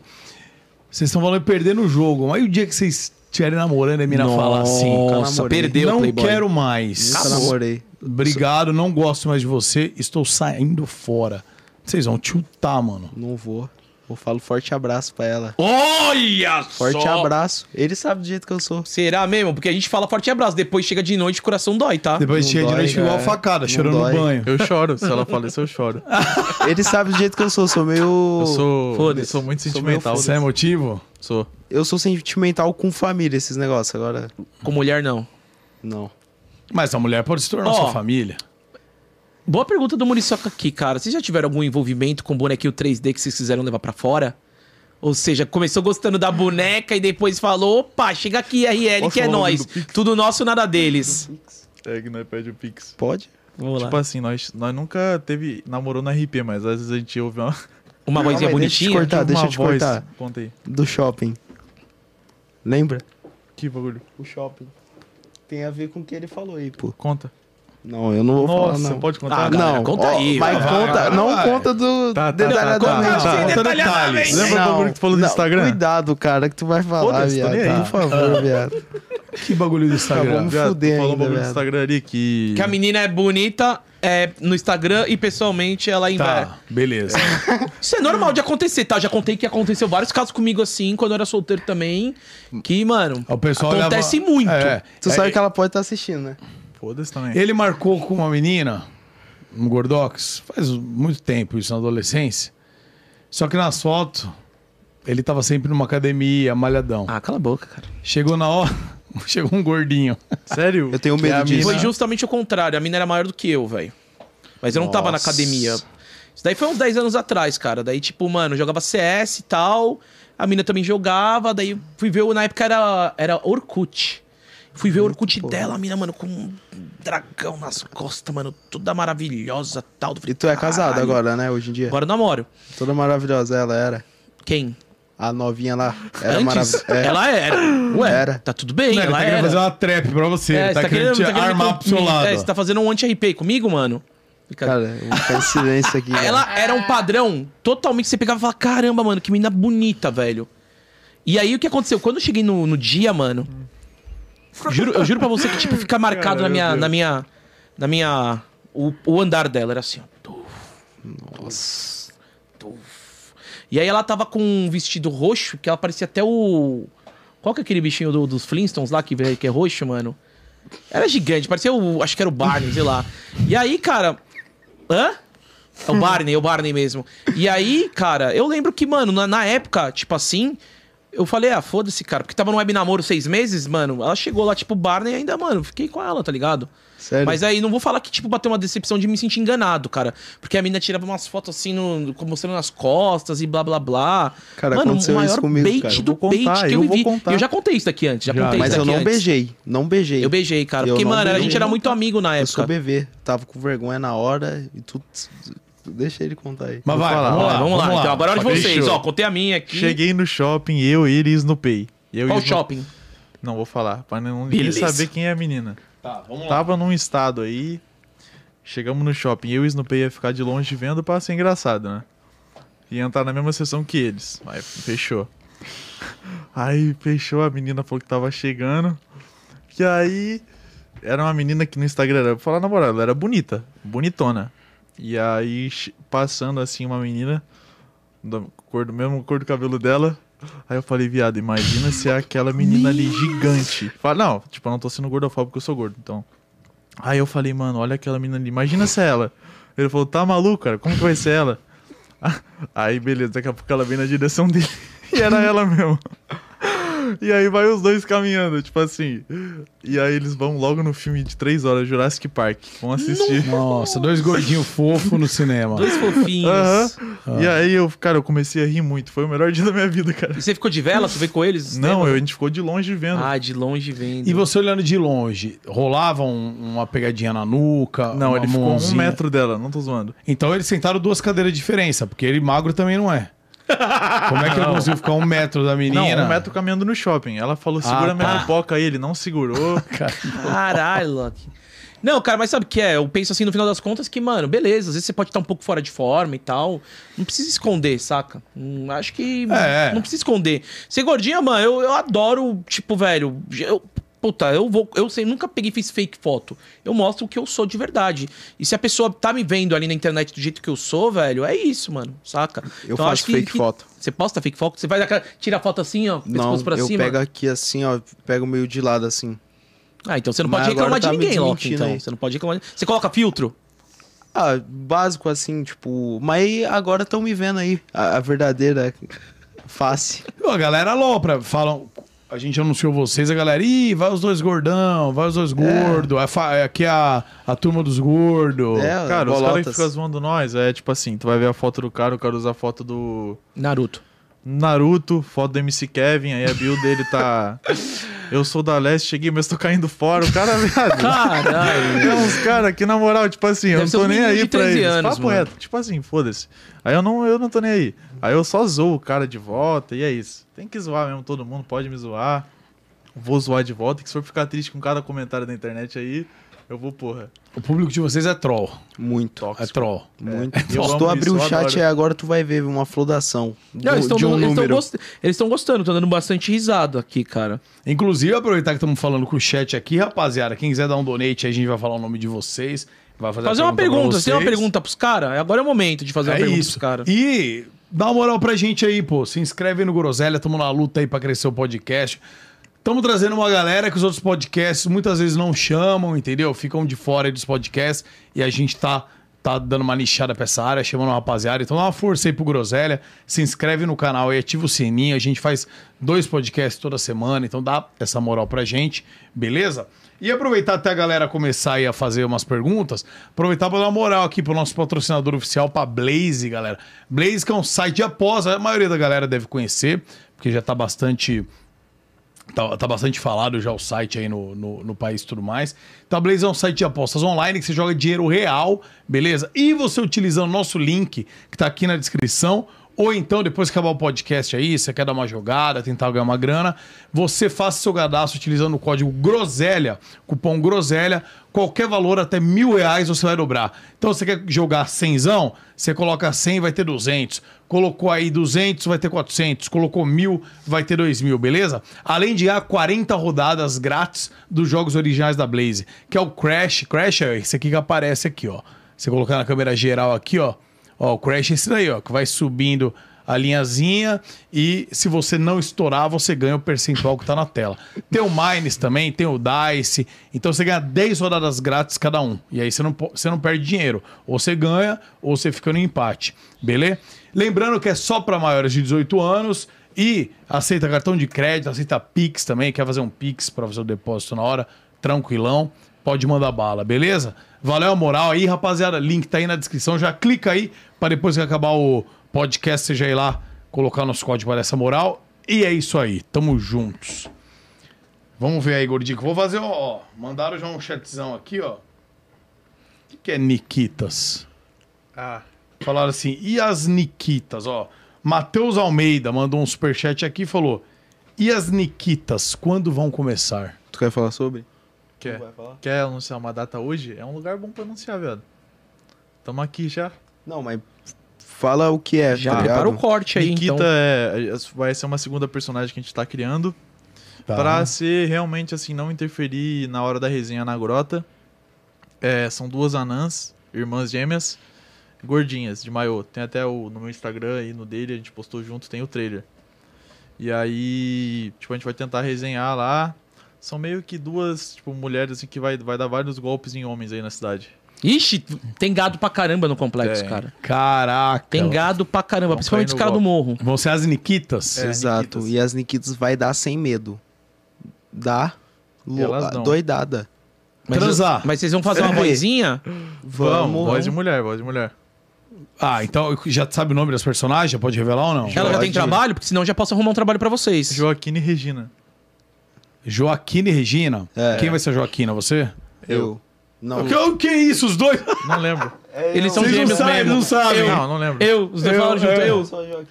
Speaker 1: vocês estão falando de perder no jogo. Aí o dia que vocês estiverem namorando, a mina fala assim,
Speaker 4: cara,
Speaker 2: Nossa,
Speaker 4: namorei.
Speaker 2: perdeu
Speaker 1: não
Speaker 2: Playboy.
Speaker 1: quero mais.
Speaker 4: Nunca
Speaker 2: Acabou.
Speaker 4: namorei.
Speaker 1: Obrigado, não gosto mais de você, estou saindo fora. Vocês vão chutar, mano.
Speaker 4: Não vou. Eu falo forte abraço pra ela.
Speaker 2: Olha
Speaker 4: Forte
Speaker 2: só!
Speaker 4: abraço. Ele sabe do jeito que eu sou.
Speaker 2: Será mesmo? Porque a gente fala forte abraço, depois chega de noite o coração dói, tá?
Speaker 1: Depois
Speaker 4: Não
Speaker 1: chega de
Speaker 4: dói,
Speaker 1: noite igual a
Speaker 4: cara.
Speaker 1: facada,
Speaker 4: Não
Speaker 1: chorando
Speaker 4: dói.
Speaker 1: no banho.
Speaker 3: Eu choro, se ela fala isso, eu choro.
Speaker 1: Ah,
Speaker 4: Ele sabe do jeito que eu sou. Sou meio.
Speaker 3: Eu sou,
Speaker 2: Foda-se.
Speaker 3: eu sou muito
Speaker 4: Sou
Speaker 3: sentimental.
Speaker 1: Você é emotivo?
Speaker 3: Sou.
Speaker 4: Eu sou sentimental com família, esses negócios. Agora,
Speaker 2: Com mulher, não.
Speaker 4: não.
Speaker 1: Mas a mulher pode se tornar
Speaker 2: Ó.
Speaker 1: sua família.
Speaker 2: Boa pergunta do Muriçoca aqui, cara. Vocês já tiveram algum envolvimento com bonequinho 3D que vocês quiseram levar pra fora? Ou seja, começou gostando da boneca e depois falou: opa, chega aqui, RL,
Speaker 3: Posso
Speaker 2: que é
Speaker 3: falar o nome
Speaker 2: nós.
Speaker 3: do Pix?
Speaker 2: Tudo nosso, nada deles.
Speaker 3: É que nós pede o Pix.
Speaker 4: Pode?
Speaker 2: Vamos lá.
Speaker 3: Tipo assim, nós, nós nunca teve. Namorou na RP, mas às vezes a gente ouve uma.
Speaker 2: Uma vozinha
Speaker 4: Calma aí, deixa eu te
Speaker 2: bonitinha.
Speaker 4: cortar.
Speaker 3: uma
Speaker 4: Tá, deixa eu te
Speaker 3: voz.
Speaker 4: cortar.
Speaker 3: Conta aí.
Speaker 4: Do shopping. Lembra?
Speaker 3: Que bagulho?
Speaker 4: O shopping. Tem a ver com o que ele falou aí, pô.
Speaker 3: Conta.
Speaker 4: Não, eu não vou falar.
Speaker 3: Nossa,
Speaker 4: não.
Speaker 3: pode
Speaker 2: Ah,
Speaker 3: contar?
Speaker 2: cara. galera,
Speaker 4: não,
Speaker 2: conta aí,
Speaker 4: Mas
Speaker 1: vai,
Speaker 4: conta,
Speaker 1: vai,
Speaker 4: não
Speaker 1: vai.
Speaker 4: conta do
Speaker 3: Tá, tá,
Speaker 4: detalhadamente.
Speaker 3: tá, tá, tá.
Speaker 1: Conta detalhes.
Speaker 2: detalhadamente.
Speaker 3: Lembra o
Speaker 4: Não,
Speaker 3: bagulho que tu falou do
Speaker 4: não,
Speaker 3: Instagram?
Speaker 4: Cuidado, cara, que tu vai falar,
Speaker 3: Foda-se, tô
Speaker 4: viado.
Speaker 3: nem aí.
Speaker 4: Por favor, viado.
Speaker 1: Que bagulho
Speaker 4: Tá,
Speaker 1: do Instagram.
Speaker 4: Acabou. me
Speaker 3: Tá, Viado, tu
Speaker 4: fuder
Speaker 3: falou um
Speaker 4: ainda,
Speaker 3: bagulho do
Speaker 4: velho.
Speaker 3: Instagram ali que.
Speaker 2: Que a menina é bonita é, no Instagram e pessoalmente ela inverte.
Speaker 1: Tá, beleza.
Speaker 2: Isso é normal de acontecer, tá? Já contei que aconteceu vários casos comigo assim, quando eu era solteiro também. Que, mano,
Speaker 1: O pessoal olhava-
Speaker 2: acontece muito.
Speaker 1: É.
Speaker 4: Tu sabe que ela pode estar assistindo, né?
Speaker 3: Foda-se também.
Speaker 1: Ele marcou com uma menina, um gordox, faz muito tempo isso, na adolescência. Só que nas fotos, ele tava sempre numa academia, malhadão.
Speaker 2: Ah, cala a boca, cara.
Speaker 1: Chegou na hora, chegou um gordinho.
Speaker 3: Sério?
Speaker 4: Eu tenho
Speaker 3: Que é
Speaker 4: medo
Speaker 3: a
Speaker 4: disso.
Speaker 2: Foi
Speaker 3: mina-
Speaker 2: justamente o contrário. A mina era maior do que eu, velho. Mas eu não tava na
Speaker 1: Nossa.
Speaker 2: academia. Isso daí foi uns 10 anos atrás, cara. Daí, tipo, mano, eu jogava CS e tal. A mina também jogava. Daí fui ver, na época era, era Orkut. Fui ver o Orkut dela, a mina, mano, com um dragão nas costas, mano. Toda maravilhosa tal.
Speaker 4: E tu é casado agora, né? Hoje em dia.
Speaker 2: Agora eu namoro.
Speaker 4: Toda maravilhosa ela era.
Speaker 2: Quem?
Speaker 4: A novinha lá. Era
Speaker 2: Antes?
Speaker 4: maravilhosa. É.
Speaker 2: Ela era. Ué,
Speaker 4: Era.
Speaker 2: tá tudo bem,
Speaker 1: Não, ele
Speaker 2: ela
Speaker 1: tá
Speaker 2: era.
Speaker 1: querendo fazer uma trap pra você.
Speaker 2: É,
Speaker 1: ele
Speaker 2: você
Speaker 1: tá, querendo, te
Speaker 2: tá querendo
Speaker 1: armar
Speaker 2: com-
Speaker 1: pro seu lado.
Speaker 2: É, você tá fazendo um anti-RP comigo, mano? Fica-
Speaker 4: Cara, eu vou ficar em silêncio aqui. velho.
Speaker 2: Ela era um padrão totalmente. Você pegava e falava, caramba, mano, que menina bonita, velho. E aí o que aconteceu? Quando eu cheguei no, no dia, mano. Juro, eu juro pra você que, tipo, fica marcado
Speaker 3: Cara,
Speaker 2: na
Speaker 3: meu
Speaker 2: minha,
Speaker 3: Deus.
Speaker 2: na minha. Na minha. O, o andar dela era assim, ó. Tuf, Nossa. E aí ela tava com um vestido roxo, que ela parecia até o. Qual que é aquele bichinho do- dos Flintstones lá que, que é roxo, mano? Era gigante, parecia o. Acho que era o Barney, sei lá. E aí, cara. Hã? É o
Speaker 4: Hum.
Speaker 2: Barney, é o Barney mesmo. E aí, cara, eu lembro que, mano, na, na época, tipo assim, eu falei, ah, foda-se, cara, porque tava no web namoro seis meses, mano, ela chegou lá, tipo, Barney ainda, mano, fiquei com ela, tá ligado?
Speaker 4: Sério?
Speaker 2: Mas aí não vou falar que, tipo, bateu uma decepção de me sentir enganado, cara. Porque a mina tirava umas fotos assim, no, mostrando as costas e blá blá blá.
Speaker 4: Cara,
Speaker 2: mano,
Speaker 4: aconteceu
Speaker 2: o maior
Speaker 4: isso comigo,
Speaker 2: bait
Speaker 4: cara. Eu
Speaker 2: do
Speaker 3: vou contar,
Speaker 2: bait que eu,
Speaker 3: eu vou
Speaker 2: vivi.
Speaker 3: contar.
Speaker 2: Eu já contei isso daqui antes, já,
Speaker 3: Já,
Speaker 2: contei
Speaker 4: Mas
Speaker 2: isso
Speaker 4: eu
Speaker 2: daqui
Speaker 4: não
Speaker 2: antes.
Speaker 4: beijei. Não beijei.
Speaker 2: Eu beijei, cara.
Speaker 4: Eu
Speaker 2: porque,
Speaker 4: não
Speaker 2: mano, a
Speaker 4: beijei.
Speaker 2: gente era muito amigo na
Speaker 4: Eu sou
Speaker 2: época.
Speaker 4: bebê. Tava com vergonha na hora e tudo. Deixa ele contar aí.
Speaker 1: Mas vai,
Speaker 3: falar.
Speaker 1: vamos lá.
Speaker 2: Olha, vamos, lá, então. Agora é de vocês,
Speaker 3: Fechou.
Speaker 2: ó. Contei a minha aqui.
Speaker 3: Cheguei no shopping, eu, ele e Snoopy. Eu
Speaker 2: Qual
Speaker 3: e Snoopy-
Speaker 2: shopping?
Speaker 3: Não vou falar, pra não ninguém
Speaker 2: Beleza.
Speaker 3: saber quem é a menina.
Speaker 1: Tá, vamos lá.
Speaker 3: Tava num estado aí, chegamos no shopping, eu e Snoopy ia ficar de longe vendo pra ser engraçado, né? Ia entrar na mesma sessão que eles. Aí fechou. Aí fechou, a menina falou que tava chegando. Que aí era uma menina que no Instagram era, vou falar na moral, ela era bonita, bonitona. E aí che- passando assim uma menina da cor do mesmo cor do cabelo dela. Aí eu falei, viado, imagina se é aquela menina ali gigante. Fala, não, tipo, eu não tô sendo gordofóbico, eu sou gordo, então. Aí eu falei, mano, olha aquela menina ali, imagina se é ela. Ele falou, tá maluco, cara, como que vai ser ela? Aí, beleza, daqui a pouco ela vem na direção dele. E era ela mesmo. E aí vai os dois caminhando, tipo assim. E aí eles vão logo no filme de três horas, Jurassic Park. Vão assistir.
Speaker 1: Nossa, dois gordinhos fofos no cinema.
Speaker 2: Dois fofinhos.
Speaker 3: Aham. E aí eu, cara, eu comecei a rir muito. Foi o melhor dia da minha vida, cara.
Speaker 2: E você ficou de vela? Tu veio com eles?
Speaker 3: Não, eu, a gente ficou de longe vendo.
Speaker 2: Ah, de longe vendo.
Speaker 1: E você olhando de longe, rolava um- uma pegadinha na nuca?
Speaker 3: não,
Speaker 1: uma
Speaker 3: ele ficou a um
Speaker 1: mãozinha?
Speaker 3: metro dela, não tô zoando.
Speaker 1: Então eles sentaram duas cadeiras de diferença, porque ele magro também não é. Como é que ele conseguiu ficar um metro da menina?
Speaker 3: Não, um metro caminhando no shopping. Ela falou, segura
Speaker 1: Ah,
Speaker 3: minha
Speaker 1: tá.
Speaker 3: pipoca aí, ele não segurou.
Speaker 2: Caralho, Loki. Não, cara, mas sabe o que é? Eu penso assim, no final das contas, que, mano, beleza, às vezes você pode estar um pouco fora de forma e tal. Não precisa esconder, saca? Hum, acho que.
Speaker 1: É.
Speaker 2: Não precisa esconder. Ser gordinha, mano, eu, eu adoro, tipo, velho. Eu, puta, eu vou. Eu sei, nunca peguei e fiz fake foto. Eu mostro o que eu sou de verdade. E se a pessoa tá me vendo ali na internet do jeito que eu sou, velho, é isso, mano, saca?
Speaker 4: Eu
Speaker 2: Então,
Speaker 4: faço
Speaker 2: acho que-
Speaker 4: fake
Speaker 2: que-
Speaker 4: foto.
Speaker 2: Você posta fake foto? Você vai daquela. Tira a foto assim, ó,
Speaker 4: Não,
Speaker 2: pescoço pra
Speaker 4: eu
Speaker 2: cima?
Speaker 4: pego aqui assim, ó, pego meio de lado assim.
Speaker 2: Ah, então você não pode
Speaker 4: Mas agora
Speaker 2: reclamar
Speaker 4: tá
Speaker 2: de
Speaker 4: me
Speaker 2: ninguém, Loki,
Speaker 4: desmentindo
Speaker 2: então.
Speaker 4: aí.
Speaker 2: Você não pode reclamar. de- Você coloca filtro?
Speaker 4: Ah, básico assim, tipo. Mas aí agora estão me vendo aí, a, a verdadeira face.
Speaker 1: Pô, A galera lopra, falam. A gente anunciou vocês, a galera, ih, vai os dois gordão, vai os dois gordos, é fa- é aqui a, a turma dos gordos.
Speaker 4: É,
Speaker 3: cara, os caras que
Speaker 4: bolotas.
Speaker 3: ficam zoando nós, é tipo assim, tu vai ver a foto do cara, o cara usa a foto do
Speaker 2: Naruto.
Speaker 3: Naruto, foto do MC Kevin, aí a build dele tá... Eu sou da Leste, cheguei, mas tô caindo fora. O cara, viado...
Speaker 2: Caralho.
Speaker 3: Tem uns caras que, na moral, tipo assim, eu
Speaker 2: Deve
Speaker 3: não
Speaker 2: ser
Speaker 3: tô
Speaker 2: um
Speaker 3: nem
Speaker 2: menino de
Speaker 3: aí pra
Speaker 2: 13
Speaker 3: eles.
Speaker 2: anos,
Speaker 3: Papo
Speaker 2: mano.
Speaker 3: reto. Tipo assim, foda-se. Aí eu não, eu não tô nem aí. Aí eu só zoo o cara de volta e é isso. Tem que zoar mesmo todo mundo, pode me zoar. Vou zoar de volta, que se for ficar triste com cada comentário da internet aí, eu vou, porra.
Speaker 1: O público de vocês é troll.
Speaker 4: Muito.
Speaker 1: É
Speaker 3: Tóxico.
Speaker 1: troll.
Speaker 4: Muito.
Speaker 3: eu
Speaker 4: Se tu
Speaker 3: amo
Speaker 4: abrir
Speaker 3: isso,
Speaker 4: o
Speaker 3: eu
Speaker 4: chat
Speaker 3: adoro.
Speaker 4: aí agora, tu vai ver uma flodação
Speaker 2: Não, eles
Speaker 4: do- de um
Speaker 2: estão
Speaker 4: número.
Speaker 2: gostando, estão dando bastante risada aqui, cara.
Speaker 1: Inclusive, aproveitar que estamos falando com o chat aqui, rapaziada. Quem quiser dar um donate, aí a gente vai falar o nome de vocês. Vai fazer, a
Speaker 2: Fazer uma
Speaker 1: pra
Speaker 2: pergunta, você tem uma
Speaker 1: vocês.
Speaker 2: pergunta pros caras? Agora é o momento de fazer uma
Speaker 1: É
Speaker 2: pergunta
Speaker 1: isso.
Speaker 2: pros caras.
Speaker 1: E dá uma moral pra gente aí, pô. Se inscreve aí no Groselha, tamo na luta aí pra crescer o podcast. Tamo trazendo uma galera que os outros podcasts muitas vezes não chamam, entendeu? Ficam de fora aí dos podcasts e a gente tá, tá dando uma lixada pra essa área, chamando uma rapaziada. Então dá uma força aí pro Groselha, se inscreve no canal aí, ativa o sininho. A gente faz dois podcasts toda semana, então dá essa moral pra gente, beleza? E aproveitar até a galera começar aí a fazer umas perguntas, aproveitar para dar uma moral aqui pro nosso patrocinador oficial, pra Blaze, galera. Blaze que é um site de aposta, a maioria da galera deve conhecer, porque já tá bastante Tá, tá bastante falado já o site aí no, no, no país e tudo mais. Então a Blaze é um site de apostas online que você joga dinheiro real, beleza? E você utilizando o nosso link que tá aqui na descrição, ou então depois que acabar o podcast aí, você quer dar uma jogada, tentar ganhar uma grana, você faça seu cadastro utilizando o código GROSELHA, cupom GROSELHA, qualquer valor até mil reais você vai dobrar. Então você quer jogar cenzão, você coloca 100 vai ter 200 colocou aí 200, vai ter 400, colocou 1000, vai ter 2000, beleza? Além de há 40 rodadas grátis dos jogos originais da Blaze, que é o Crash. Crash é esse aqui que aparece aqui, ó. Você colocar na câmera geral aqui, ó. Ó, o Crash é esse daí, ó, que vai subindo a linhazinha e se você não estourar, você ganha o percentual que tá na tela. Tem o Mines também, tem o Dice. Então você ganha 10 rodadas grátis cada um. E aí você não, po- você não perde dinheiro. Ou você ganha, ou você fica no empate. Beleza? Lembrando que é só para maiores de 18 anos e aceita cartão de crédito, aceita Pix também. Quer fazer um Pix para fazer o depósito na hora? Tranquilão pode mandar bala, beleza? Valeu a moral aí, rapaziada. Link tá aí na descrição. Já clica aí para depois que acabar o podcast, você já ir lá colocar nosso código para essa moral. E é isso aí, tamo juntos. Vamos ver aí, Gordico. Vou fazer, ó. ó, Mandaram já um chatzão aqui, ó. O que, que é Nikitas?
Speaker 3: Ah.
Speaker 1: Falaram assim, e as Nikitas, ó. Matheus Almeida mandou um superchat aqui e falou: E as Nikitas, quando vão começar?
Speaker 4: Tu quer falar sobre?
Speaker 3: Quer,
Speaker 4: vai falar?
Speaker 3: quer anunciar uma data hoje? É um lugar bom pra anunciar, velho. Tamo aqui já.
Speaker 4: Não, mas fala o que é,
Speaker 2: Já
Speaker 4: tá
Speaker 2: prepara o
Speaker 4: ligado?
Speaker 2: corte aí,
Speaker 3: Nikita
Speaker 2: então.
Speaker 3: é- vai ser uma segunda personagem que a gente tá criando.
Speaker 1: Tá.
Speaker 3: Pra ser realmente assim, não interferir na hora da resenha na grota. É, são duas anãs, irmãs gêmeas, gordinhas, de maiô. Tem até o, no meu Instagram e no dele, a gente postou junto, tem o trailer. E aí, tipo, a gente vai tentar resenhar lá. São meio que duas, tipo, mulheres assim, que vai, vai dar vários golpes em homens aí na cidade.
Speaker 2: Ixi, tem gado pra caramba no complexo, cara.
Speaker 1: Caraca.
Speaker 2: Tem
Speaker 1: mano.
Speaker 2: gado pra caramba,
Speaker 3: Vão
Speaker 2: principalmente os
Speaker 3: cair no
Speaker 2: caras do
Speaker 3: golpe.
Speaker 2: morro.
Speaker 1: Vão ser as Nikitas?
Speaker 3: É,
Speaker 4: Exato.
Speaker 3: Nikitas.
Speaker 4: E as Nikitas vai dar sem medo. Dá. Lo-
Speaker 3: Elas dão.
Speaker 4: doidada.
Speaker 2: Mas,
Speaker 1: Transar.
Speaker 2: mas vocês vão fazer uma
Speaker 4: Peraí.
Speaker 2: vozinha?
Speaker 4: Vamos.
Speaker 3: voz de mulher, voz de mulher.
Speaker 1: Ah, então já sabe o nome das personagens? Já pode revelar ou não?
Speaker 2: Ela já tem
Speaker 3: Pode.
Speaker 2: trabalho? Porque senão eu já posso arrumar um trabalho pra vocês.
Speaker 3: Joaquina e Regina.
Speaker 1: Joaquina e Regina.
Speaker 4: É.
Speaker 1: Quem vai ser a Joaquina? Você?
Speaker 4: Eu. Não.
Speaker 1: O que é isso? Os dois?
Speaker 3: Não lembro.
Speaker 2: Eles são
Speaker 1: Vocês não
Speaker 2: gêmeos
Speaker 1: sabem,
Speaker 2: mesmo.
Speaker 1: não sabem.
Speaker 3: Não, não lembro.
Speaker 2: Eu, os dois
Speaker 1: Eu,
Speaker 2: falaram junto,
Speaker 1: é.
Speaker 2: eu.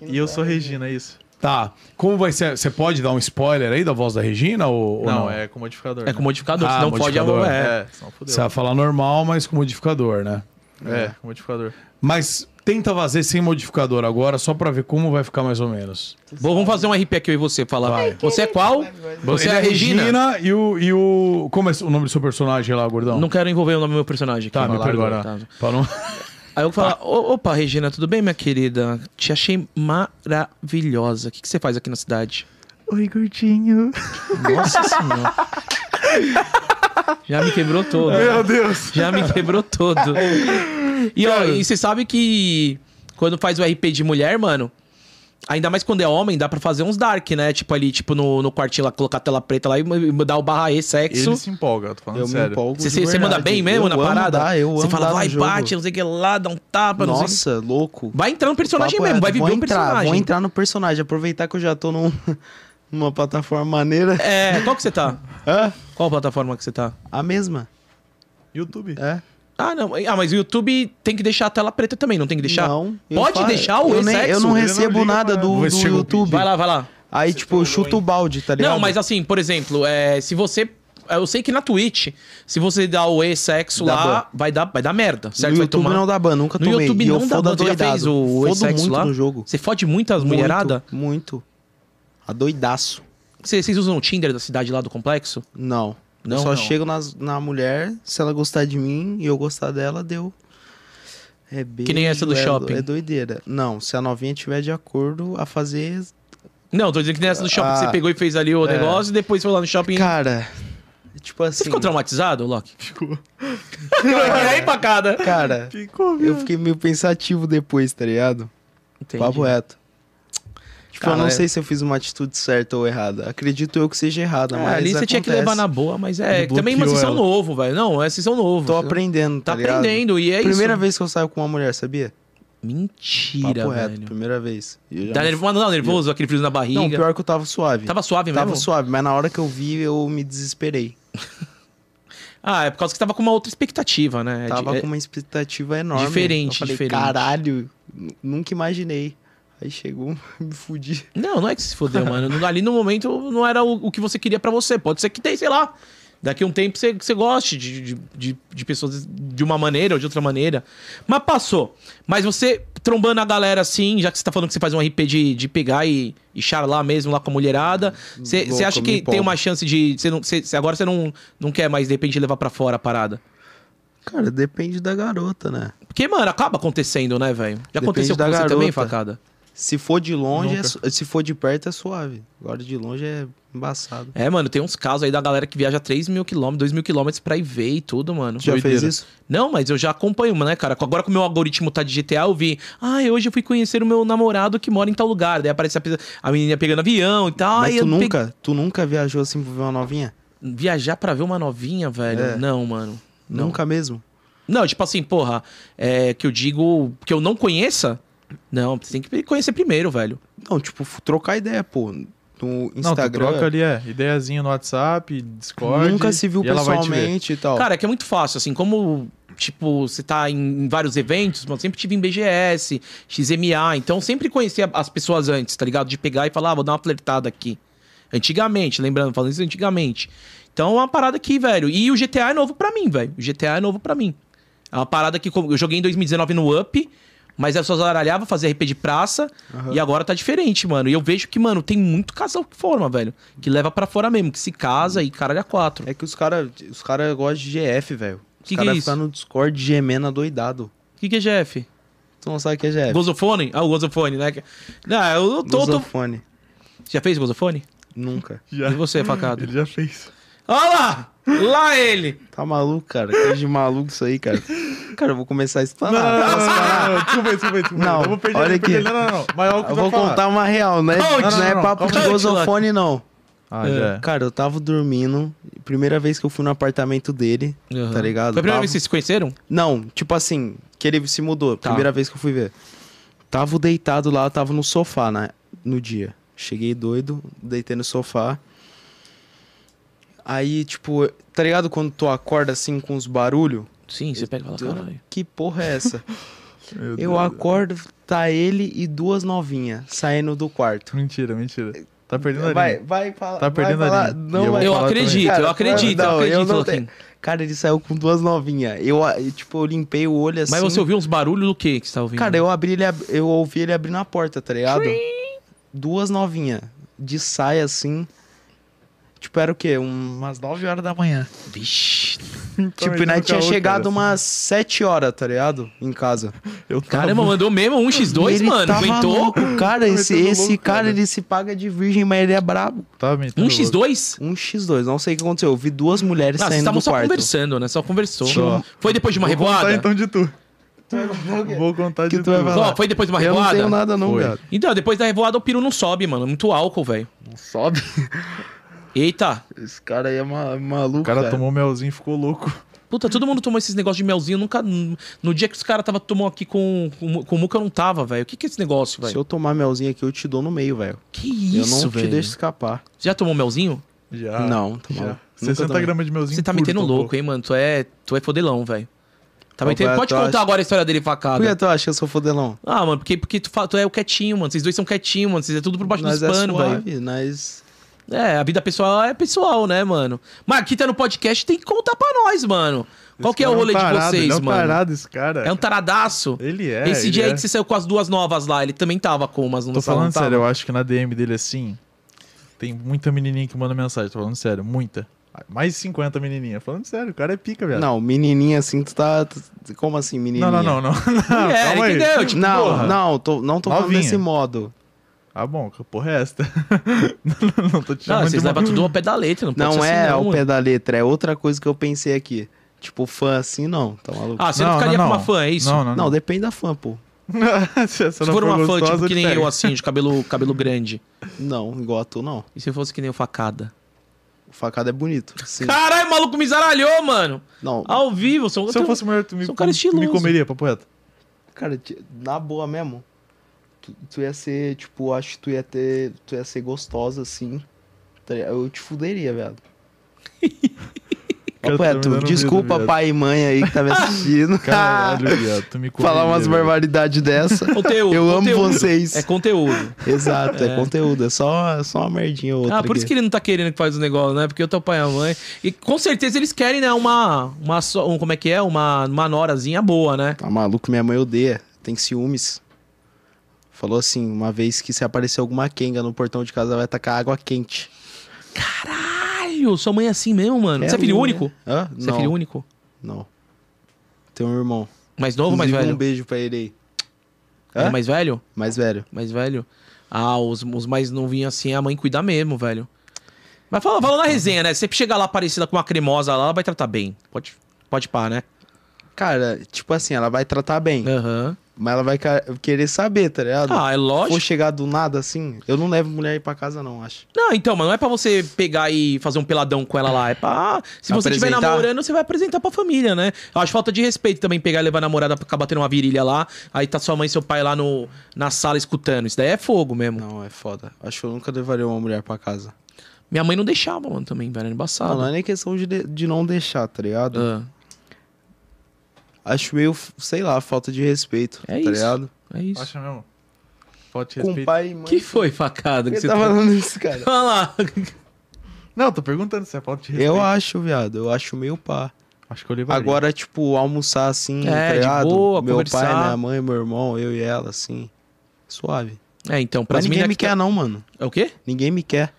Speaker 3: E eu sou Regina, é isso.
Speaker 1: Tá. Como vai ser? Você pode dar um spoiler aí da voz da Regina ou ou
Speaker 3: Não,
Speaker 1: não?
Speaker 3: é com modificador.
Speaker 2: É com modificador,
Speaker 1: Ah,
Speaker 2: senão
Speaker 1: modificador.
Speaker 2: pode... É.
Speaker 3: É, senão fudeu.
Speaker 1: Você vai falar normal, mas com modificador, né?
Speaker 3: É, com modificador.
Speaker 1: Mas tenta fazer sem modificador agora, só pra ver como vai ficar mais ou menos.
Speaker 2: Bom, vamos fazer uma RP aqui, eu e você. Falar,
Speaker 1: Vai.
Speaker 2: você é qual? Você
Speaker 1: Ele
Speaker 2: é a Regina?
Speaker 1: e o, e o... Como é o nome do seu personagem lá, gordão?
Speaker 2: Não quero envolver o nome do meu personagem.
Speaker 1: Tá,
Speaker 2: aqui.
Speaker 1: me
Speaker 2: Falar
Speaker 1: perdoa.
Speaker 2: agora, tá.
Speaker 1: Pra não-
Speaker 2: Aí eu falo, "Ô, opa, Regina, tudo bem, minha querida? Te achei maravilhosa. O que, que você faz aqui na cidade?
Speaker 3: Oi, gordinho.
Speaker 2: Nossa senhora. Já me quebrou todo. Meu Deus. Já me quebrou todo. E, ó, e você sabe que quando faz o RP de mulher, mano, ainda mais quando é homem, dá pra fazer uns dark, né? Tipo ali, tipo no, no quartinho lá, colocar a tela preta lá e mudar o barra E sexo.
Speaker 3: Ele se empolga, eu tô falando
Speaker 4: Eu me
Speaker 3: sério.
Speaker 4: empolgo.
Speaker 2: Você,
Speaker 4: de
Speaker 2: você- você manda
Speaker 4: verdade.
Speaker 2: bem mesmo
Speaker 4: Eu
Speaker 2: na
Speaker 4: amo
Speaker 2: parada?
Speaker 4: dar, eu
Speaker 2: você
Speaker 4: amo
Speaker 2: fala,
Speaker 4: dar no
Speaker 2: vai,
Speaker 4: jogo.
Speaker 2: bate, não sei o que lá, dá um tapa, não sei.
Speaker 4: Nossa, louco.
Speaker 2: Vai entrar no personagem
Speaker 4: Papo
Speaker 2: mesmo,
Speaker 4: reto,
Speaker 2: vai viver
Speaker 4: vou
Speaker 2: um
Speaker 4: entrar,
Speaker 2: personagem.
Speaker 4: Vou entrar no personagem, aproveitar que eu já tô num, numa plataforma maneira.
Speaker 2: É, qual que você tá?
Speaker 4: Hã?
Speaker 2: Qual plataforma que você tá?
Speaker 4: A mesma.
Speaker 3: YouTube.
Speaker 4: É.
Speaker 2: Ah, não. Ah, mas o YouTube tem que deixar a tela preta também, não tem que deixar?
Speaker 4: Não. eu
Speaker 2: Pode
Speaker 4: falo-
Speaker 2: deixar o
Speaker 4: eu, nem,
Speaker 2: sexo?
Speaker 4: eu não
Speaker 3: Ele não
Speaker 4: recebo
Speaker 3: liga
Speaker 4: nada
Speaker 3: pra-
Speaker 4: do,
Speaker 1: Vou ver se
Speaker 4: do
Speaker 1: chega o
Speaker 4: YouTube.
Speaker 2: Vai lá, vai lá.
Speaker 4: Aí, tipo, chuta o balde, tá ligado?
Speaker 2: Não, mas assim, por exemplo, é, se você... Eu sei que na Twitch, se você dá o e-sexo
Speaker 4: Dá
Speaker 2: lá, vai dar, vai dar merda, certo?
Speaker 4: No
Speaker 2: vai
Speaker 4: YouTube não dá ban, nunca
Speaker 2: No
Speaker 4: tomei.
Speaker 2: YouTube
Speaker 4: e eu
Speaker 2: não dá
Speaker 4: foda
Speaker 2: ban, tu já
Speaker 4: doidado.
Speaker 2: fez o
Speaker 4: Fodo
Speaker 2: e-sexo
Speaker 4: muito
Speaker 2: lá?
Speaker 4: no jogo.
Speaker 2: Você fode muitas mulheradas?
Speaker 4: Muito, muito. Adoidaço.
Speaker 2: Vocês vocês usam o Tinder da cidade lá do complexo?
Speaker 4: Não.
Speaker 2: Não,
Speaker 4: eu só
Speaker 2: não.
Speaker 4: chego nas- na mulher, se ela gostar de mim e eu gostar dela, deu. É beijo,
Speaker 2: nem essa do
Speaker 4: é,
Speaker 2: shopping.
Speaker 4: É doideira. Não, se a novinha tiver de acordo a fazer.
Speaker 2: Não, tô dizendo que nessa do shopping
Speaker 4: Ah.
Speaker 2: que você pegou e fez ali o negócio e depois foi lá no shopping.
Speaker 4: Cara, tipo assim.
Speaker 2: Você ficou traumatizado, Loki?
Speaker 3: Ficou.
Speaker 2: Aí empacada.
Speaker 4: Cara,
Speaker 3: Ficou,
Speaker 4: eu fiquei meio pensativo depois, tá ligado?
Speaker 2: Entendi.
Speaker 4: Papo reto. Tipo,
Speaker 2: Cara,
Speaker 4: eu não
Speaker 2: é-
Speaker 4: sei se eu fiz uma atitude certa ou errada. Acredito eu que seja errada,
Speaker 2: É,
Speaker 4: mas.
Speaker 2: ali você tinha que levar na
Speaker 4: acontece.
Speaker 2: boa, mas é.
Speaker 3: Ele
Speaker 2: Também uma
Speaker 3: bloqueou
Speaker 2: sessão
Speaker 3: ela.
Speaker 2: novo, velho. Não, é sessão novo.
Speaker 4: Tô aprendendo,
Speaker 2: Tá
Speaker 4: tá, ligado?
Speaker 2: aprendendo, e é
Speaker 4: Primeira
Speaker 2: isso.
Speaker 4: vez que eu saio com uma mulher, sabia?
Speaker 2: Mentira,
Speaker 4: Papo reto,
Speaker 2: velho.
Speaker 4: primeira vez. E eu já
Speaker 2: Dá
Speaker 4: me
Speaker 2: nervo- mas não dá nervoso, aquele frio na barriga.
Speaker 4: Não, pior que eu tava suave.
Speaker 2: Tava suave mesmo?
Speaker 4: Tava suave, mas na hora que eu vi, eu me desesperei.
Speaker 2: Ah, é por causa que você tava com uma outra expectativa, né? É de-
Speaker 4: tava
Speaker 2: é-
Speaker 4: com uma expectativa enorme.
Speaker 2: Diferente,
Speaker 4: eu falei,
Speaker 2: diferente.
Speaker 4: Caralho, nu- nunca imaginei. Aí chegou, me fudi.
Speaker 2: Não, não é que se fodeu, mano. No- Ali no momento não era o, o que você queria pra você. Pode ser que tem, sei lá. Daqui a um tempo você, você goste de, de, de, de pessoas de uma maneira ou de outra maneira. Mas passou. Mas você trombando a galera assim, já que você tá falando que você faz um RP de, de pegar e, e charlar mesmo lá com a mulherada, você,
Speaker 4: Louco,
Speaker 2: você acha
Speaker 4: me
Speaker 2: que
Speaker 4: empolgo.
Speaker 2: tem uma chance de. Você não, você- você- agora você não, não quer mais, de repente, levar pra fora a parada?
Speaker 4: Cara, depende da garota, né?
Speaker 2: Porque, mano, acaba acontecendo, né, velho? Já
Speaker 4: Depende
Speaker 2: aconteceu com
Speaker 4: da
Speaker 2: você também,
Speaker 4: garota.
Speaker 2: facada?
Speaker 4: Se for de longe, é su- se for de perto, é suave. Agora de longe é embaçado.
Speaker 2: É, mano, tem uns casos aí da galera que viaja 3 mil quilômetros, 2 mil quilômetros pra ir ver e tudo, mano.
Speaker 4: Já
Speaker 3: Doideira.
Speaker 4: fez isso?
Speaker 2: Não, mas eu já acompanho, né, cara? Agora que o meu algoritmo tá de GTA, eu vi. Ah, hoje eu fui conhecer o meu namorado que mora em tal lugar. Daí aparece a, pe- a menina pegando avião e tal. aí
Speaker 4: mas tu
Speaker 2: Ah, eu pe-
Speaker 4: nunca, tu nunca viajou assim pra ver uma novinha?
Speaker 2: Viajar pra ver uma novinha, velho?
Speaker 4: É.
Speaker 2: Não, mano. Não.
Speaker 4: Nunca mesmo?
Speaker 2: Não, tipo assim, porra, é, que eu digo que eu não conheça. Não, você tem que conhecer primeiro, velho.
Speaker 4: Não, tipo, f- trocar ideia, pô. No
Speaker 3: Não, tu
Speaker 4: Instagram.
Speaker 3: troca ali, é. Ideiazinha no WhatsApp, Discord.
Speaker 4: nunca se viu
Speaker 3: e ela vai te ver.
Speaker 4: pessoalmente e tal.
Speaker 2: Cara, é que é muito fácil, assim, como, tipo, você tá em, em vários eventos, mano, sempre tive em BGS, XMA, então sempre conhecia as pessoas antes, tá ligado? De pegar e falar, ah, vou dar uma flertada aqui. Antigamente, lembrando, falando isso antigamente. Então é uma parada aqui, velho. E o GTA é novo pra mim, velho. O GTA é novo pra mim. É uma parada que como- eu joguei em 2019 no Up, mas eu só zaralhava, fazia RP de praça, e agora tá diferente, mano. E eu vejo que, mano, tem muito casal que forma, velho. Que leva pra fora mesmo, que se casa e caralho a quatro.
Speaker 4: É que os caras os cara gostam de GF, velho.
Speaker 2: Que
Speaker 4: Os
Speaker 2: que
Speaker 4: caras
Speaker 2: é
Speaker 4: ficam
Speaker 2: isso?
Speaker 4: no Discord gemendo adoidado.
Speaker 2: O que, que é GF?
Speaker 4: Tu não sabe o que é GF?
Speaker 2: Gozofone? Ah, o gozofone, né? Não, eu tô. tô-
Speaker 4: Gozofone.
Speaker 2: Já fez gozofone?
Speaker 4: Nunca.
Speaker 3: Já.
Speaker 2: E você, facado?
Speaker 3: Ele já fez.
Speaker 2: Olha lá! Lá ele!
Speaker 4: Tá maluco, cara? Coisa de maluco isso aí, cara. Cara, eu vou começar a
Speaker 3: Não, não,
Speaker 4: explanar.
Speaker 3: Ah, não, não, não, não, não. Desculpa aí, desculpa aí, desculpa aí.
Speaker 4: Não,
Speaker 3: eu vou perder,
Speaker 4: olha
Speaker 3: eu vou perder.
Speaker 4: aqui.
Speaker 3: Não, não, não. Mas olha É o que
Speaker 4: Eu vou
Speaker 3: falar.
Speaker 4: contar uma real, né?
Speaker 2: Conte,
Speaker 4: Não, não, é
Speaker 3: não,
Speaker 4: papo
Speaker 3: conte,
Speaker 4: de
Speaker 2: Laco.
Speaker 4: gozofone, não.
Speaker 3: Ah, já é.
Speaker 4: Cara, eu tava dormindo. Primeira vez que eu fui no apartamento dele,
Speaker 2: Foi a
Speaker 4: tá ligado?
Speaker 2: primeira
Speaker 4: Tava-
Speaker 2: vez que vocês se conheceram?
Speaker 4: Não, tipo assim, que ele se mudou.
Speaker 2: Tá.
Speaker 4: Primeira vez que eu fui ver. Tava deitado lá, tava no sofá né, no dia. Cheguei doido, deitei no sofá. Aí, tipo, tá ligado quando tu acorda assim com os barulhos?
Speaker 2: Sim, você pega e fala, caralho.
Speaker 4: Que porra é essa?
Speaker 3: Meu
Speaker 4: eu
Speaker 3: Deus.
Speaker 4: acordo, tá ele e duas novinhas saindo do quarto.
Speaker 3: Mentira, mentira. Tá perdendo a
Speaker 4: Vai,
Speaker 3: linha.
Speaker 4: vai falar.
Speaker 3: Tá perdendo
Speaker 4: vai
Speaker 3: a
Speaker 4: falar,
Speaker 3: linha. E
Speaker 4: Não
Speaker 3: eu
Speaker 4: vai
Speaker 2: Eu
Speaker 3: falar
Speaker 2: acredito,
Speaker 4: Cara,
Speaker 2: eu acredito,
Speaker 4: não,
Speaker 2: eu assim. acredito,
Speaker 4: não
Speaker 2: Loquinho.
Speaker 4: tenho. Cara, ele saiu com duas novinhas. Eu, ah, tipo, eu limpei o olho assim.
Speaker 2: Mas você ouviu uns barulhos do que que você tá ouvindo?
Speaker 4: Cara, eu abri ele, ab- eu ouvi ele abrindo a porta, tá ligado? Duas novinhas de saia assim. Tipo, era o quê? Um- umas 9 horas da manhã.
Speaker 2: Vixe.
Speaker 4: tipo, e nós
Speaker 3: indo
Speaker 4: tinha
Speaker 3: com a outra.
Speaker 4: chegado umas 7 horas, tá ligado? Em casa.
Speaker 3: Eu tava-
Speaker 2: Caramba, mandou mesmo um
Speaker 4: E
Speaker 2: x2,
Speaker 4: ele
Speaker 2: mano.
Speaker 4: tava
Speaker 2: Aguentou?
Speaker 4: Louco, cara,
Speaker 3: Tá
Speaker 4: esse,
Speaker 3: metendo
Speaker 4: esse
Speaker 3: louco,
Speaker 4: cara,
Speaker 3: cara.
Speaker 4: ele se paga de virgem, mas ele é brabo.
Speaker 3: Tava metendo
Speaker 2: Um
Speaker 3: louco.
Speaker 2: x2?
Speaker 4: Um x2, não sei o que aconteceu. Eu vi duas mulheres
Speaker 2: Ah, vocês
Speaker 4: saindo
Speaker 2: estavam
Speaker 4: do
Speaker 2: só
Speaker 4: quarto.
Speaker 2: conversando, né? Só conversou.
Speaker 4: Só.
Speaker 2: Foi depois de uma
Speaker 3: Vou contar
Speaker 2: revoada?
Speaker 3: então de tu. Vou contar
Speaker 4: Que
Speaker 3: de
Speaker 4: tu vai falar?
Speaker 2: Ó, foi depois de uma
Speaker 4: Eu não
Speaker 2: revoada?
Speaker 4: tenho nada não,
Speaker 3: Foi.
Speaker 4: cara.
Speaker 2: Então, depois da revoada o peru não sobe, mano. Muito álcool, velho.
Speaker 4: Sobe.
Speaker 2: Eita.
Speaker 4: Esse cara aí é ma- maluco,
Speaker 3: O cara tomou melzinho e ficou louco.
Speaker 2: Puta, todo mundo tomou esses negócios de melzinho. eu Nunca. No dia que os caras tava tomou aqui com, com, com muca, eu não tava, velho. O que que é esse negócio,
Speaker 4: Se
Speaker 2: velho?
Speaker 4: eu tomar melzinho aqui, eu te dou no meio, velho.
Speaker 2: Que
Speaker 4: Eu
Speaker 2: isso,
Speaker 4: não te
Speaker 2: velho? Ah,
Speaker 4: deixo escapar.
Speaker 2: Já tomou melzinho?
Speaker 3: Já.
Speaker 4: não, tá
Speaker 3: Já.
Speaker 4: maluco.
Speaker 3: 60
Speaker 4: tomei.
Speaker 3: gramas de melzinho.
Speaker 2: Você tá
Speaker 3: puro,
Speaker 2: metendo
Speaker 3: tão
Speaker 2: louco,
Speaker 3: um pouco.
Speaker 2: hein, mano? Tu é, tu é fodelão, velho. Tá
Speaker 4: Ô,
Speaker 2: metendo...
Speaker 4: Beto,
Speaker 2: Pode
Speaker 4: eu
Speaker 2: contar
Speaker 4: acho-
Speaker 2: agora a história dele
Speaker 4: Por que
Speaker 2: facada.
Speaker 4: tu acha que eu sou fodelão?
Speaker 2: Ah, mano, porque, porque tu, fa- tu é o quietinho, mano. Vocês dois são quietinhos, mano. Vocês é tudo por baixo dos
Speaker 4: é
Speaker 2: panos, velho.
Speaker 4: suave, nós...
Speaker 2: É, a vida pessoal é pessoal, né, mano? Mas aqui tá no podcast, tem que contar pra nós, mano. Qual
Speaker 3: Esse
Speaker 2: que é
Speaker 3: cara
Speaker 2: o rolê
Speaker 3: um
Speaker 2: de
Speaker 3: tarado,
Speaker 2: vocês,
Speaker 3: ele é um
Speaker 2: mano?
Speaker 3: parado esse cara.
Speaker 2: É um taradaço.
Speaker 3: Ele é.
Speaker 2: Esse
Speaker 3: ele
Speaker 2: dia
Speaker 3: é.
Speaker 2: aí que você saiu com as duas novas lá, ele também tava com umas não
Speaker 3: Tô
Speaker 2: tava,
Speaker 3: falando
Speaker 2: não tava?
Speaker 3: sério, eu acho que na DM dele assim. Tem muita menininha que manda mensagem, tô falando sério, muita. Mais 50 menininha. Falando sério, o cara é pica, velho.
Speaker 4: Não, menininha assim, tu tá... tu- Como assim, menininha?
Speaker 3: não, não, não. não, não,
Speaker 2: É,
Speaker 3: calma aí.
Speaker 2: entendeu? Tipo,
Speaker 4: Não,
Speaker 3: porra.
Speaker 4: não, tô, não tô falando
Speaker 3: Novinha.
Speaker 4: desse modo.
Speaker 3: Ah, bom, que porra é esta? não, não, não, tô te
Speaker 2: não,
Speaker 3: chamando de
Speaker 2: vocês
Speaker 3: uma-
Speaker 2: levam tudo ao pé da letra, não pode
Speaker 4: Não
Speaker 2: ser
Speaker 4: é
Speaker 2: assim, não,
Speaker 4: ao
Speaker 2: mano.
Speaker 4: pé da letra, é outra coisa que eu pensei aqui. Tipo, fã assim, não, tá maluco?
Speaker 2: Ah, você não, ficaria com uma fã, é isso?
Speaker 3: Não, não,
Speaker 4: não,
Speaker 3: não.
Speaker 4: depende da fã, pô.
Speaker 3: se,
Speaker 2: Se for uma fã, tipo, que nem eu,
Speaker 3: assim.
Speaker 2: assim, de cabelo, cabelo grande.
Speaker 4: Não, igual a tu, não.
Speaker 2: E se eu fosse que nem o Facada?
Speaker 4: O facada é bonito, sim.
Speaker 2: Caralho, o maluco me zaralhou, mano!
Speaker 4: Não,
Speaker 2: Ao vivo, sou...
Speaker 3: Se eu fosse mulher, tu me,
Speaker 2: sou um cara
Speaker 3: tu me
Speaker 2: estiloso.
Speaker 3: comeria, papo reto.
Speaker 4: cara, ti- na boa mesmo, tu, tu ia ser, tipo, acho que tu ia ter, tu ia ser gostosa, assim. tá ligado? Eu te fuderia, velho.
Speaker 3: Cara,
Speaker 4: Ô,
Speaker 3: tá me
Speaker 4: Beto,
Speaker 3: dando medo,
Speaker 4: desculpa
Speaker 3: viado.
Speaker 4: pai e mãe aí que tá me assistindo.
Speaker 3: Caralho, viado, tu me comeria.
Speaker 4: Falar umas
Speaker 3: né, velho.
Speaker 4: barbaridades dessa.
Speaker 2: Conteúdo,
Speaker 4: Eu amo
Speaker 2: conteúdo.
Speaker 4: vocês.
Speaker 2: É conteúdo.
Speaker 4: Exato, é. conteúdo, é só, é só uma merdinha ou outra.
Speaker 2: ah, por isso que
Speaker 4: aqui.
Speaker 2: ele não tá querendo que faz o negócio, né? Porque o teu pai e a mãe... E com certeza eles querem, né, uma... uma só- um, como é que é? Uma, uma norazinha boa, né?
Speaker 4: Tá maluco, minha mãe odeia, tem ciúmes. Falou assim, uma vez que se aparecer alguma quenga no portão de casa, vai tacar água quente.
Speaker 2: Caralho, sua mãe é assim mesmo, mano. Você é filho
Speaker 4: ruim,
Speaker 2: único?
Speaker 4: né? Hã?
Speaker 2: Você
Speaker 4: não,
Speaker 2: é filho único?
Speaker 4: Não. Tem um irmão.
Speaker 2: Mais novo ou mais
Speaker 4: Inclusive,
Speaker 2: velho?
Speaker 4: Um beijo pra ele aí.
Speaker 2: Ele é
Speaker 4: Hã?
Speaker 2: mais velho?
Speaker 4: Mais velho.
Speaker 2: Mais velho? Ah, os, os mais novinhos assim, a mãe cuida mesmo, velho. Mas fala, fala na resenha, né? Se você chegar lá parecida com uma cremosa lá, ela vai tratar bem. Pode, pode pá, né?
Speaker 4: Cara, tipo assim, ela vai tratar bem,
Speaker 2: Aham.
Speaker 4: mas ela vai ca- querer saber, tá ligado?
Speaker 2: É. Ah, é
Speaker 4: Vou
Speaker 2: lógico.
Speaker 4: chegar do nada assim, eu não levo mulher aí pra casa, não, acho.
Speaker 2: Não, então, mas não é pra você pegar e fazer um peladão com ela lá. É pra. Se você estiver
Speaker 4: Apresentar?
Speaker 2: namorando, você vai apresentar pra família, né? Eu acho falta de respeito também pegar e levar a namorada pra ficar batendo uma virilha lá. Aí tá sua mãe e seu pai lá no, na sala escutando. Isso daí é fogo mesmo.
Speaker 4: Não, é foda. Acho que eu nunca levaria uma mulher pra casa.
Speaker 2: Minha mãe não deixava, mano, também, velho. Era
Speaker 4: Não, não
Speaker 2: embaçado.
Speaker 4: é nem questão de, de- de não deixar, tá ligado?
Speaker 2: Ah,
Speaker 4: Acho meio, sei lá, falta de respeito,
Speaker 2: É
Speaker 4: tá
Speaker 2: isso.
Speaker 4: ligado?
Speaker 2: é isso.
Speaker 3: Acha mesmo? Pode te
Speaker 4: Com
Speaker 3: respeitar.
Speaker 4: pai e mãe.
Speaker 2: que foi facada que
Speaker 4: Por
Speaker 2: você
Speaker 4: que tá
Speaker 2: tá...
Speaker 4: falando isso, cara?
Speaker 2: Olha lá.
Speaker 3: Não, tô perguntando se é falta de respeito.
Speaker 4: Eu acho, viado. Eu acho meio pá.
Speaker 3: Acho que eu levaria.
Speaker 4: Agora, tipo, almoçar assim,
Speaker 2: É,
Speaker 4: tá
Speaker 2: de
Speaker 4: ligado?
Speaker 2: boa,
Speaker 4: meu pai,
Speaker 2: conversar.
Speaker 4: minha mãe, meu irmão, eu e ela, assim. Suave.
Speaker 2: É, então, pra
Speaker 4: Mas ninguém me quer, não, mano.
Speaker 2: É o quê?
Speaker 4: Ninguém me quer.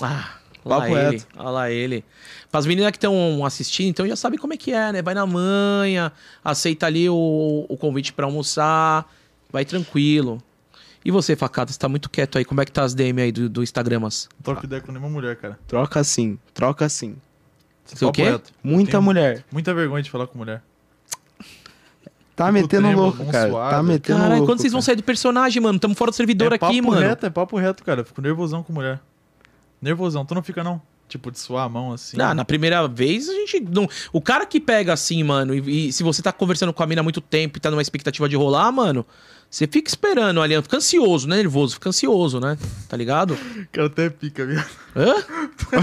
Speaker 2: Ah, lá
Speaker 4: Papo
Speaker 2: ele.
Speaker 4: reto.
Speaker 2: Olha lá ele. Pras meninas que estão assistindo, então já sabe como é que é, né? Vai na manha, aceita ali o, o convite pra almoçar, vai tranquilo. E você, facada, você tá muito quieto aí. Como é que tá as DM aí do, do Instagramas?
Speaker 3: Não troco ideia com nenhuma mulher, cara. é
Speaker 4: Troca assim, troca assim.
Speaker 2: Sei o
Speaker 3: Papo
Speaker 2: quê?
Speaker 3: reto.
Speaker 4: Muita
Speaker 3: Tenho
Speaker 4: mulher.
Speaker 3: Muita vergonha de falar com mulher.
Speaker 4: Tá
Speaker 3: Fico
Speaker 4: metendo
Speaker 2: né,
Speaker 3: trêmulo,
Speaker 4: louco, cara. Tá
Speaker 3: suado.
Speaker 4: metendo
Speaker 2: Caralho,
Speaker 4: louco.
Speaker 2: quando vocês vão
Speaker 4: cara.
Speaker 2: sair do personagem, mano? Tamo fora do servidor
Speaker 3: é
Speaker 2: aqui,
Speaker 3: papo
Speaker 2: mano.
Speaker 3: reto, é papo reto, cara. Eu fico nervosão com mulher. Nervosão. Tu não fica, não? Tipo, de suar a mão assim.
Speaker 2: Ah, na primeira vez a gente não. O cara que pega assim, mano, e, e se você tá conversando com a mina há muito tempo e tá numa expectativa de rolar, mano, você fica esperando ali, fica ansioso, né? Nervoso, fica ansioso, né? Tá ligado?
Speaker 3: O cara até pica, viado.
Speaker 2: Hã? Por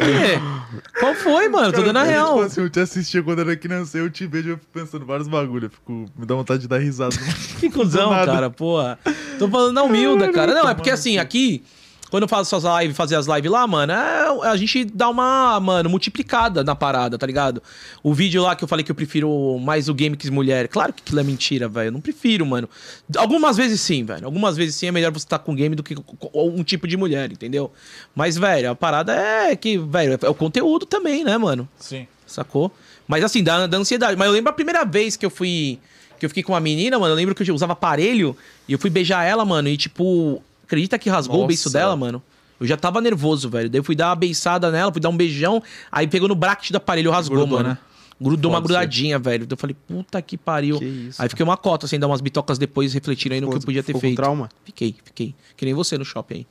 Speaker 2: quê? Qual foi, mano? Tô
Speaker 3: Cara,
Speaker 2: dando a
Speaker 3: eu,
Speaker 2: real.
Speaker 3: Tipo assim, eu te assistia quando era criança, eu te vejo, eu fico pensando vários bagulho. eu Fico, me dá vontade de dar risada.
Speaker 2: Que cuzão,
Speaker 3: Do nada.
Speaker 2: cara, porra. Tô falando na humilda, cara. Não, é porque assim, aqui, quando eu faço essas lives, fazer as lives lá, mano, é- a gente dá uma, mano, multiplicada na parada, tá ligado? O vídeo lá que eu falei que eu prefiro mais o game que as mulheres. Claro que aquilo é mentira, velho. Eu não prefiro, mano. Algumas vezes sim, velho. Algumas vezes sim é melhor você estar com game do que com um tipo de mulher, entendeu? Mas, velho, a parada é que, velho, é o conteúdo também, né, mano?
Speaker 3: Sim.
Speaker 2: Sacou? Mas assim, dá, dá ansiedade. Mas eu lembro a primeira vez que eu fui. Que eu fiquei com uma menina, mano. Eu lembro que eu usava aparelho e eu fui beijar ela, mano. E tipo, acredita que rasgou o beiço
Speaker 3: Nossa.
Speaker 2: dela, mano? Eu já tava nervoso, velho. Daí eu fui dar uma beiçada nela, fui dar um beijão. Aí pegou no bracket do aparelho, rasgou,
Speaker 3: Grudou,
Speaker 2: mano.
Speaker 3: né?
Speaker 2: Grudou uma
Speaker 3: Pode ser.
Speaker 2: grudadinha, velho. Daí eu falei, puta que pariu.
Speaker 4: Que isso,
Speaker 2: aí fiquei uma cota, assim, dar umas bitocas depois, refletindo aí no que eu
Speaker 4: Pô,
Speaker 2: podia ter
Speaker 4: ficou com
Speaker 2: feito.
Speaker 4: trauma?
Speaker 2: Fiquei, fiquei. Que nem você no shopping aí.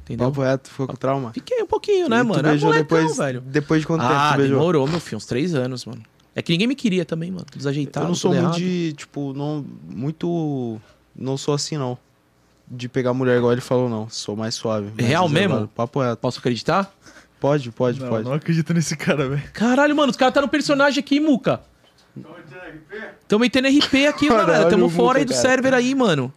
Speaker 2: Entendeu?
Speaker 4: Papo reto, ficou com trauma.
Speaker 2: Fiquei um pouquinho, né,
Speaker 4: E tu
Speaker 2: mano? É
Speaker 4: beijou
Speaker 2: molecão,
Speaker 4: depois,
Speaker 2: velho.
Speaker 4: depois de quanto tempo
Speaker 2: Ah,
Speaker 4: tu beijou?
Speaker 2: demorou, meu filho, uns três anos, mano. É que ninguém me queria também, mano. Tudo Desajeitado.
Speaker 4: eu não sou
Speaker 2: tá tudo
Speaker 4: muito
Speaker 2: errado.
Speaker 4: de, tipo, não, muito. Não sou assim, não. De pegar mulher igual ele falou, não. Sou mais suave. mais
Speaker 2: Real mesmo?
Speaker 4: reservado. Papo reto.
Speaker 2: Posso acreditar?
Speaker 4: Pode, pode,
Speaker 3: Não,
Speaker 4: pode.
Speaker 3: não acredito nesse cara, velho.
Speaker 2: Caralho, mano, os caras tá no personagem aqui, Muca. Tão metendo RP aqui,
Speaker 4: Caralho,
Speaker 2: mano. Tamo
Speaker 4: o
Speaker 2: fora
Speaker 4: Muca,
Speaker 2: aí do
Speaker 4: cara.
Speaker 2: server aí, mano.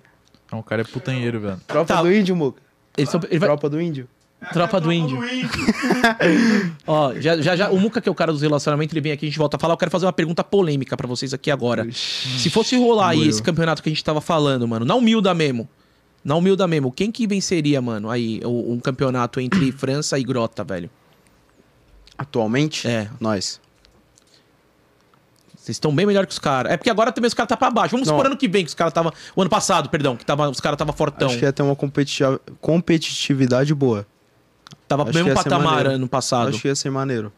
Speaker 3: Não, o cara é putanheiro, velho.
Speaker 4: Tropa
Speaker 2: Tá.
Speaker 4: do índio, Muca.
Speaker 2: Eles são- ele vai-
Speaker 4: Tropa do índio.
Speaker 2: Tropa do índio. Ó, já, já, já, o Muca, que é o cara dos relacionamentos, ele vem aqui, a gente volta a falar. Eu quero fazer uma pergunta polêmica pra vocês aqui agora. Se fosse rolar aí esse campeonato que a gente tava falando, mano, na humilda mesmo. Na humilda mesmo, quem que venceria, mano, aí, o- um campeonato entre França e Grota, velho?
Speaker 4: Atualmente?
Speaker 2: É.
Speaker 4: Nós.
Speaker 2: Vocês estão bem melhor que os caras. É porque agora também os caras tá pra baixo. Vamos
Speaker 4: Não.
Speaker 2: supor ano que vem que os caras tava. O ano passado, perdão, que tava, os caras tava fortão.
Speaker 4: Acho que é- ia ter uma competi- competitividade boa.
Speaker 2: tava
Speaker 4: acho
Speaker 2: pro mesmo
Speaker 4: que ia ser
Speaker 2: patamar
Speaker 4: maneiro.
Speaker 2: ano passado.
Speaker 4: Acho que ia ser maneiro.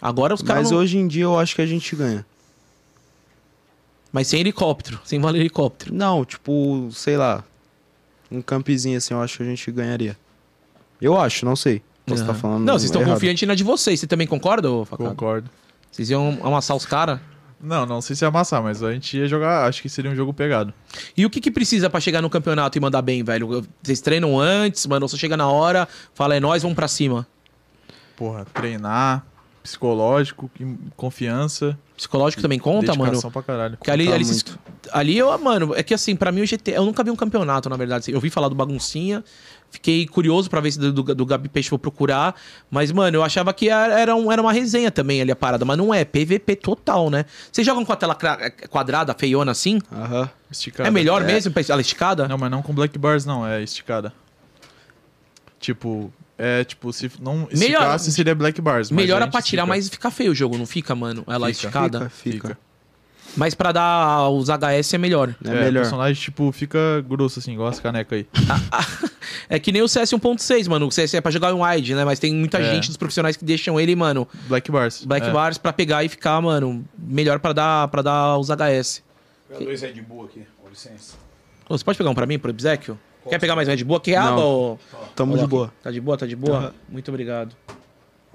Speaker 2: Agora os caras.
Speaker 4: Mas
Speaker 2: não-
Speaker 4: hoje em dia eu acho que a gente ganha.
Speaker 2: Mas sem helicóptero, sem vale helicóptero.
Speaker 4: Não, tipo, sei lá. Um campzinho assim, eu acho que a gente ganharia. Eu acho, não sei. Posso
Speaker 2: Aham.
Speaker 4: estar Então tá falando.
Speaker 2: Não, vocês estão
Speaker 4: errado.
Speaker 2: confiantes na de vocês. Você também concorda, ô Facada?
Speaker 3: Concordo.
Speaker 2: Vocês iam amassar os caras?
Speaker 3: Não, não sei se ia amassar, mas a gente ia jogar. Acho que seria um jogo pegado.
Speaker 2: E o que, que precisa pra chegar no campeonato e mandar bem, velho? Vocês treinam antes, mano, ou só chega na hora, fala, é nós, vamos pra cima.
Speaker 3: Porra, treinar, psicológico, que- confiança,
Speaker 2: Psicológico também conta, mano?
Speaker 3: dedicação pra caralho.
Speaker 2: Porque ali,
Speaker 4: Contar
Speaker 2: ali,
Speaker 4: muito.
Speaker 2: ali eu, mano, é que assim, pra mim o GT. Eu nunca vi um campeonato, na verdade. Eu ouvi falar do Baguncinha, fiquei curioso pra ver se do, do, do Gabi Peixe vou procurar. Mas, mano, eu achava que era, era um- era uma resenha também ali a parada, mas não é. PVP total, né? Vocês jogam com a tela cra- é, quadrada, feiona assim?
Speaker 4: Aham.
Speaker 3: Esticada.
Speaker 2: é melhor mesmo pra ela esticada?
Speaker 3: Não, mas não com black bars, não. É esticada. Tipo, é tipo, se não esticasse, seria black bars. mas a
Speaker 2: Melhora
Speaker 3: gente
Speaker 2: pra tirar,
Speaker 3: estica.
Speaker 2: mas fica feio o jogo, não fica, mano? Ela é
Speaker 3: Fica.
Speaker 2: esticada.
Speaker 4: Fica, fica.
Speaker 3: Fica.
Speaker 2: Mas pra dar os HS é melhor.
Speaker 4: É,
Speaker 3: É, o
Speaker 4: melhor.
Speaker 3: personagem, tipo, fica grosso, assim, igual as canecas aí.
Speaker 2: É que nem o CS 1.6, mano. O CS é pra jogar em wide, né? Mas tem muita
Speaker 3: É.
Speaker 2: gente dos profissionais que deixam ele, mano,
Speaker 3: Black bars.
Speaker 2: Black
Speaker 3: é.
Speaker 2: Bars pra pegar e ficar, mano, melhor pra dar para dar os HS.
Speaker 5: Pega dois Red Bull aqui, com licença.
Speaker 2: Ô, você pode pegar um pra mim, pro obsequio? Quer pegar mais um Red Bull? Que
Speaker 4: Não.
Speaker 2: aba, ô?
Speaker 4: Tamo
Speaker 2: ô,
Speaker 4: de
Speaker 2: Loki?
Speaker 4: boa.
Speaker 2: Tá de boa, tá de boa? Muito obrigado.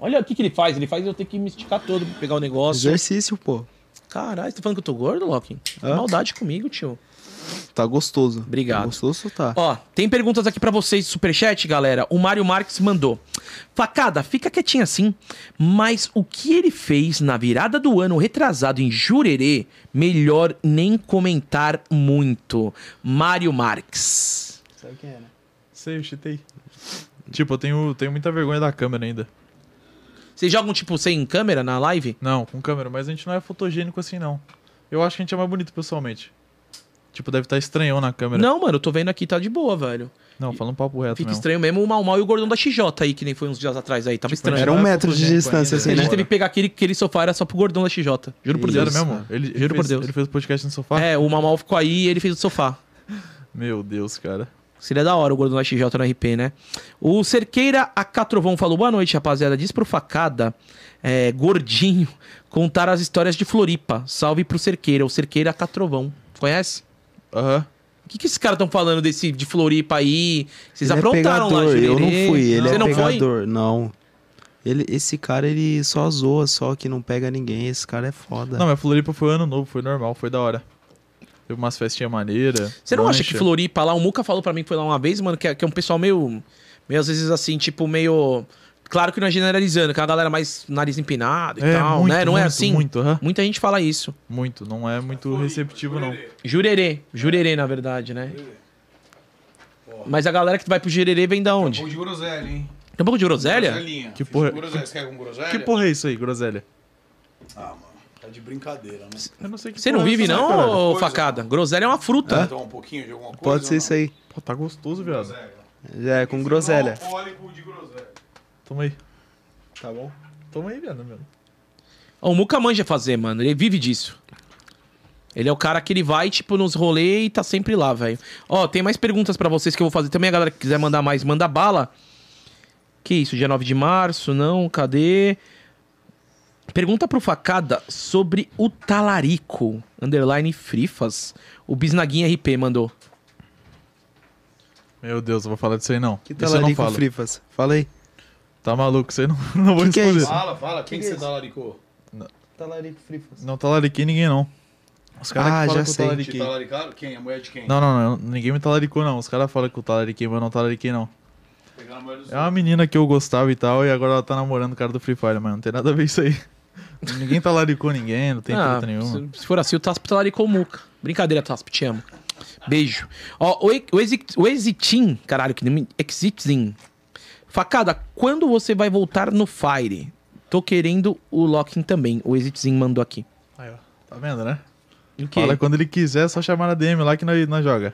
Speaker 2: Olha o que, que ele faz. Ele faz eu ter que me esticar todo pra pegar o negócio.
Speaker 4: Exercício, pô.
Speaker 2: Caralho, você tá falando que eu tô gordo, Loki?
Speaker 4: é- Hã?
Speaker 2: Maldade comigo, tio.
Speaker 4: Tá gostoso.
Speaker 2: Obrigado.
Speaker 4: Tá gostoso tá?
Speaker 2: Ó, tem perguntas aqui pra vocês do Superchat, galera. O Mário Marques mandou. Facada, fica quietinho assim, mas o que ele fez na virada do ano retrasado em Jurerê, melhor nem comentar muito. Mário Marques.
Speaker 4: Sabe quem é, né?
Speaker 3: Sei, eu chitei. Tipo, eu tenho, tenho muita vergonha da câmera ainda.
Speaker 2: Vocês jogam, tipo, sem câmera na live?
Speaker 3: Não, com câmera, mas a gente não é fotogênico assim, não. Eu acho que a gente é mais bonito pessoalmente. Tipo, deve estar estranhão na câmera.
Speaker 2: Não, mano, eu tô vendo aqui, tá de boa, velho.
Speaker 3: Não, fala um papo reto
Speaker 2: Fica
Speaker 3: mesmo.
Speaker 2: estranho mesmo o Mal Mal e o Gordão da XJ aí, que nem foi uns dias atrás aí. Tava estranho.
Speaker 4: Era um
Speaker 3: Não é
Speaker 4: metro de
Speaker 3: fotogênico
Speaker 4: distância,
Speaker 3: ainda,
Speaker 4: assim,
Speaker 2: A
Speaker 4: né?
Speaker 2: gente teve que pegar aquele, aquele sofá, era só pro Gordão da XJ. Juro por
Speaker 4: Isso.
Speaker 2: Deus.
Speaker 3: Sério mesmo? Ele, ele
Speaker 2: Juro por
Speaker 3: fez,
Speaker 2: Deus.
Speaker 3: Ele fez podcast no sofá?
Speaker 2: É, o Mal Mal ficou aí e ele fez o sofá.
Speaker 3: Meu Deus, cara.
Speaker 2: Seria da hora o Gordon da XJ no RP, né? O Cerqueira Acatrovão falou: boa noite, rapaziada. Diz pro facada, é, gordinho, contar as histórias de Floripa. Salve pro Cerqueira, o Cerqueira Acatrovão. Conhece?
Speaker 3: Aham.
Speaker 2: O que, que esses caras estão falando desse de Floripa aí? Vocês
Speaker 4: Ele é
Speaker 2: aprontaram lá,
Speaker 4: pegador,
Speaker 2: Jurerê?
Speaker 4: Eu não fui, ele
Speaker 2: Você
Speaker 4: é
Speaker 2: não foi?
Speaker 4: pegador, não. Ele, esse cara, ele só zoa, só que não pega ninguém. Esse cara é foda.
Speaker 3: Não, mas Floripa foi ano novo, foi normal, foi da hora. Teve umas festinhas maneiras.
Speaker 2: Você não acha que Floripa lá, o Muca falou pra mim que foi lá uma vez, mano, que é, que é um pessoal meio. Meio às vezes assim, tipo, meio. Claro que não é generalizando, que é a galera mais nariz empinado e
Speaker 3: é,
Speaker 2: tal,
Speaker 3: muito,
Speaker 2: né? Não é
Speaker 3: muito,
Speaker 2: assim?
Speaker 3: Muito, aham.
Speaker 2: Muita gente fala isso.
Speaker 3: Muito, não é muito receptivo, não.
Speaker 2: Jurerê. Jurerê, na verdade, né? Mas a galera que vai pro Jurerê vem da onde?
Speaker 5: Pão de groselha, hein?
Speaker 2: Tem um pouco de groselha?
Speaker 5: Groselinha.
Speaker 3: Que
Speaker 5: Fiz
Speaker 3: porra-
Speaker 5: com Groselha. Você quer com groselha?
Speaker 3: Que porra é isso aí, groselha?
Speaker 5: Ah, mano. Tá de brincadeira, né?
Speaker 3: Eu não sei que
Speaker 2: Você não
Speaker 3: porra é
Speaker 2: vive,
Speaker 3: essa, né,
Speaker 2: não,
Speaker 3: caralho?
Speaker 2: ô
Speaker 5: Coisa.
Speaker 2: facada? Groselha é uma fruta.
Speaker 5: Então, um pouquinho de alguma coisa.
Speaker 4: Pode ser
Speaker 5: ou
Speaker 4: isso
Speaker 5: não?
Speaker 4: aí.
Speaker 3: Pô, tá gostoso, viado.
Speaker 5: Groselha.
Speaker 4: É, com groselha.
Speaker 5: Alcoólico de groselha.
Speaker 3: Toma aí.
Speaker 4: Tá bom.
Speaker 3: Toma aí, viado, meu.
Speaker 2: Ó, O Muca manja fazer, mano. Ele vive disso. Ele é o cara que ele vai, tipo, nos rolês e tá sempre lá, velho. Ó, tem mais perguntas pra vocês que eu vou fazer também. A galera que quiser mandar mais, manda bala. Que isso, dia 9 de março? Não, cadê? Pergunta pro Facada sobre o talarico. Underline Frifas. O Bisnaguinha RP mandou.
Speaker 3: Meu Deus, eu vou falar disso aí não.
Speaker 4: Que
Speaker 3: isso eu não
Speaker 4: talarico
Speaker 3: falo.
Speaker 4: frifas? Fala aí.
Speaker 3: Tá maluco, isso aí não, não vou
Speaker 4: Que que é
Speaker 3: responder.
Speaker 4: isso?
Speaker 5: Fala, fala. Quem que você talaricou?
Speaker 4: Talarico frifas.
Speaker 3: Não talariquei ninguém, não. Os caras
Speaker 4: Ah,
Speaker 3: que falam
Speaker 4: já
Speaker 3: que eu
Speaker 4: sei.
Speaker 5: Te
Speaker 3: talariquei.
Speaker 5: talaricaram? Quem? A mulher de quem?
Speaker 3: Não, não, não. eu- Ninguém me talaricou, não. Os caras falam que eu talariquei, mas eu não talariquei, não.
Speaker 5: Pegaram a mulher dos
Speaker 3: É uma menina que eu gostava e tal, e agora ela tá namorando o cara do Free Fire, mas não tem nada a ver isso aí. ninguém talaricou ninguém, não tem
Speaker 2: Ah,
Speaker 3: treta nenhuma.
Speaker 2: Se, se for assim, o Tasp talaricou o Muca. Brincadeira, Tasp, te amo. Beijo. Ó, o, E- o, Exit- o Exitim, caralho, que nome. Exitim. Facada, quando você vai voltar no Fire? Tô querendo o Locking também. O Exitim mandou aqui.
Speaker 3: Aí, ó. Tá vendo, né?
Speaker 2: E O quê?
Speaker 3: Fala quando ele quiser, é só chamar na DM lá que nós, nós joga.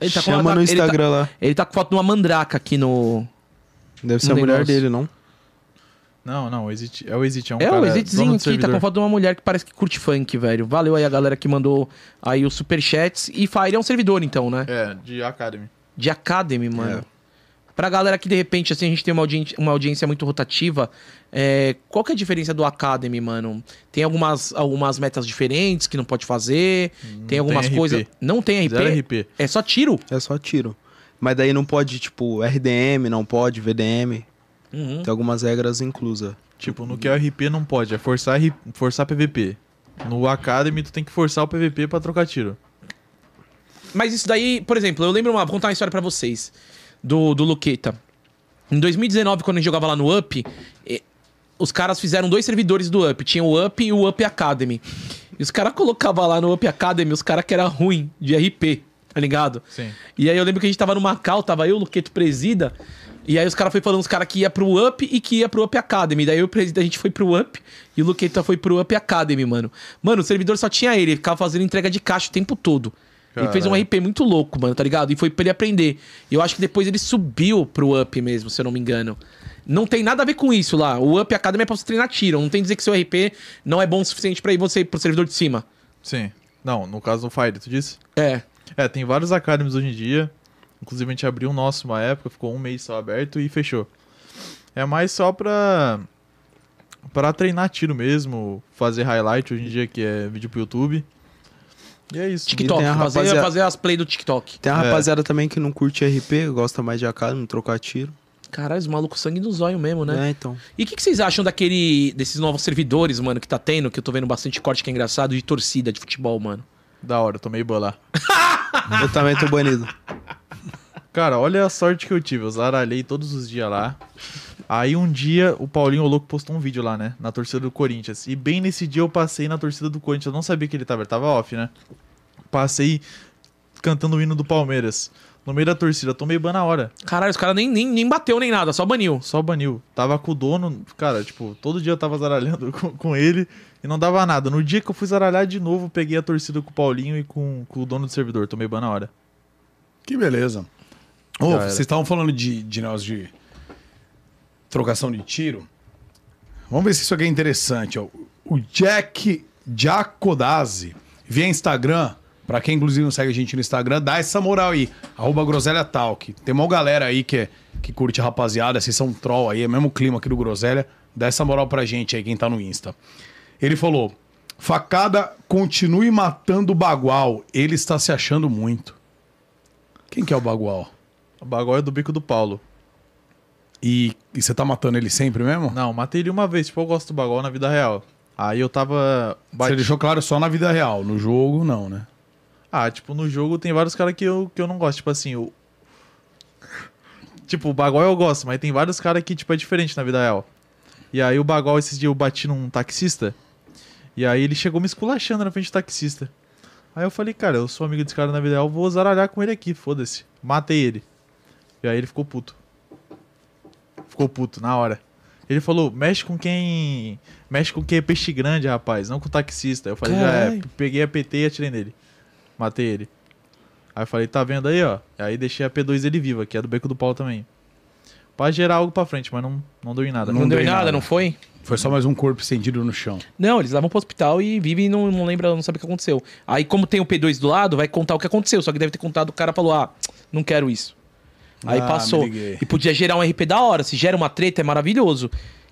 Speaker 2: Ele tá com uma-
Speaker 4: Chama no
Speaker 2: ele tá-
Speaker 4: Instagram lá.
Speaker 2: Ele tá com foto de uma mandraca aqui no.
Speaker 4: Deve ser
Speaker 2: Um
Speaker 4: a mulher
Speaker 2: negócio.
Speaker 4: dele, não?
Speaker 3: Não, não, o Exit, é o Exit, é um
Speaker 2: É,
Speaker 3: cara
Speaker 2: o Exitzinho
Speaker 3: dono do
Speaker 2: aqui tá com
Speaker 3: servidor.
Speaker 2: foto de uma mulher que parece que curte funk, velho. Valeu aí a galera que mandou aí os superchats. E Fire é um servidor, então, né?
Speaker 3: É, de Academy.
Speaker 2: De Academy, mano. Pra galera que de repente, assim, a gente tem uma audiência, uma audiência muito rotativa, é, qual que é a diferença do Academy, mano? Tem algumas, algumas metas diferentes que não pode fazer, tem algumas
Speaker 3: RP.
Speaker 2: coisas. Não tem RP,
Speaker 3: Zero RP.
Speaker 2: É só tiro.
Speaker 4: É só tiro. Mas daí não pode, tipo, RDM, não pode, VDM.
Speaker 2: Uhum.
Speaker 4: Tem algumas regras inclusa.
Speaker 3: Tipo, no que é RP não pode, é forçar, R- forçar PVP. No Academy tu tem que forçar o PVP pra trocar tiro.
Speaker 2: Mas isso daí, por exemplo, eu lembro uma. Vou contar uma história pra vocês. Do, do Luqueta. Em 2019, quando a gente jogava lá no Up, eh, os caras fizeram dois servidores do Up. Tinha o Up e o Up Academy. E os caras colocavam lá no Up Academy os caras que era ruim de RP, tá ligado?
Speaker 3: Sim.
Speaker 2: E aí eu lembro que a gente tava no Macau, tava eu, o Luqueto Presida. E aí os caras foi falando os caras que ia pro Up e que ia pro Up Academy. Daí o Presida a gente foi pro Up e o Luqueta foi pro Up Academy, mano. Mano, o servidor só tinha ele, ele ficava fazendo entrega de caixa o tempo todo. Ele fez um
Speaker 3: Caralho.
Speaker 2: RP muito louco, mano, tá ligado? E foi pra ele aprender. E eu acho que depois ele subiu pro Up mesmo, se eu não me engano. Não tem nada a ver com isso lá. O Up Academy é pra você treinar tiro. Não tem dizer que seu RP não é bom o suficiente pra ir você pro servidor de cima.
Speaker 3: Sim. Não, no caso do Fire, tu disse?
Speaker 2: É.
Speaker 3: É, tem vários academies hoje em dia. Inclusive a gente abriu o nosso uma época, ficou um mês só aberto e fechou. É mais só pra, pra treinar tiro mesmo, fazer highlight hoje em dia, que é vídeo pro YouTube. E é isso.
Speaker 2: TikTok.
Speaker 4: tem a
Speaker 2: Fazer,
Speaker 4: rapaziada-
Speaker 2: fazer as play do TikTok.
Speaker 4: Tem a
Speaker 3: É.
Speaker 4: rapaziada também que não curte RP, gosta mais de AK, não trocar tiro.
Speaker 2: Caralho, os malucos sangue do zóio mesmo, né?
Speaker 4: É, então.
Speaker 2: E o que, que vocês acham daquele. desses novos servidores, mano, que tá tendo, que eu tô vendo bastante corte que é engraçado, de torcida de futebol, mano.
Speaker 3: Da hora, tomei bola.
Speaker 4: Eu também tô banido.
Speaker 3: Cara, olha a sorte que eu tive. Eu zaralhei todos os dias lá. Aí um dia o Paulinho o Louco postou um vídeo lá, né? Na torcida do Corinthians. E bem nesse dia eu passei na torcida do Corinthians. Eu não sabia que ele tava, ele tava off, né? Passei cantando o hino do Palmeiras. No meio da torcida, tomei ban na hora.
Speaker 2: Caralho, os caras nem, nem, nem bateu nem nada, só baniu.
Speaker 3: Só baniu. Tava com o dono, cara, tipo, todo dia eu tava zaralhando com, com ele e não dava nada. No dia que eu fui zaralhar de novo, peguei a torcida com o Paulinho e com, com o dono do servidor. Tomei ban na hora.
Speaker 1: Que beleza. Ô,
Speaker 3: Já era.
Speaker 1: vocês estavam falando de, de nós de trocação de tiro. Vamos ver se isso aqui é interessante. Ó. O Jack Jacodazzi via Instagram Pra quem, inclusive, não segue a gente no Instagram, dá essa moral aí. Arroba Groselha Talk. Tem uma galera aí que, é- que curte a rapaziada. Vocês são troll aí. É o mesmo clima aqui do Groselha. Dá essa moral pra gente aí, quem tá no Insta. Ele falou... Facada, continue matando o Bagual. Ele está se achando muito. Quem que é o Bagual?
Speaker 3: O bagulho é do bico do Paulo.
Speaker 1: E, e você tá matando ele sempre mesmo?
Speaker 3: Não, matei ele uma vez. Tipo, eu gosto do bagulho na vida real. Aí eu tava.
Speaker 1: Você
Speaker 3: bati-
Speaker 1: deixou claro só na vida real. No jogo, não, né?
Speaker 3: Ah, tipo, no jogo tem vários caras que eu, que eu não gosto. Tipo assim, o. Tipo, o Bagol eu gosto, mas tem vários caras que, tipo, é diferente na vida real. E aí o Bagol, esses dias eu bati num taxista. E aí ele chegou me esculachando na frente do taxista. Aí eu falei, cara, eu sou amigo desse cara na vida real, vou zaralhar com ele aqui, foda-se. Matei ele. E aí ele ficou puto. Ficou puto, na hora. Ele falou, mexe com quem. Mexe com quem é peixe grande, rapaz, não com taxista. Eu falei, já é,
Speaker 2: Caralho.
Speaker 3: peguei a PT e atirei nele. Matei ele. Aí eu falei, tá vendo aí, ó? Aí deixei a P2 dele viva, que é do Beco do Paulo também. Pra gerar algo pra frente, mas não, não deu em nada.
Speaker 2: Não, deu em nada, não foi?
Speaker 1: Foi só mais um corpo estendido no chão.
Speaker 2: Não, eles levam pro hospital e vivem e não, não lembra, não sabe o que aconteceu. Aí, como tem o P2 do lado, vai contar o que aconteceu. Só que deve ter contado, o cara falou, ah, não quero isso. Aí
Speaker 1: Ah,
Speaker 2: passou.
Speaker 1: me liguei.
Speaker 2: E podia gerar um RP da hora. Se gera uma treta, é maravilhoso.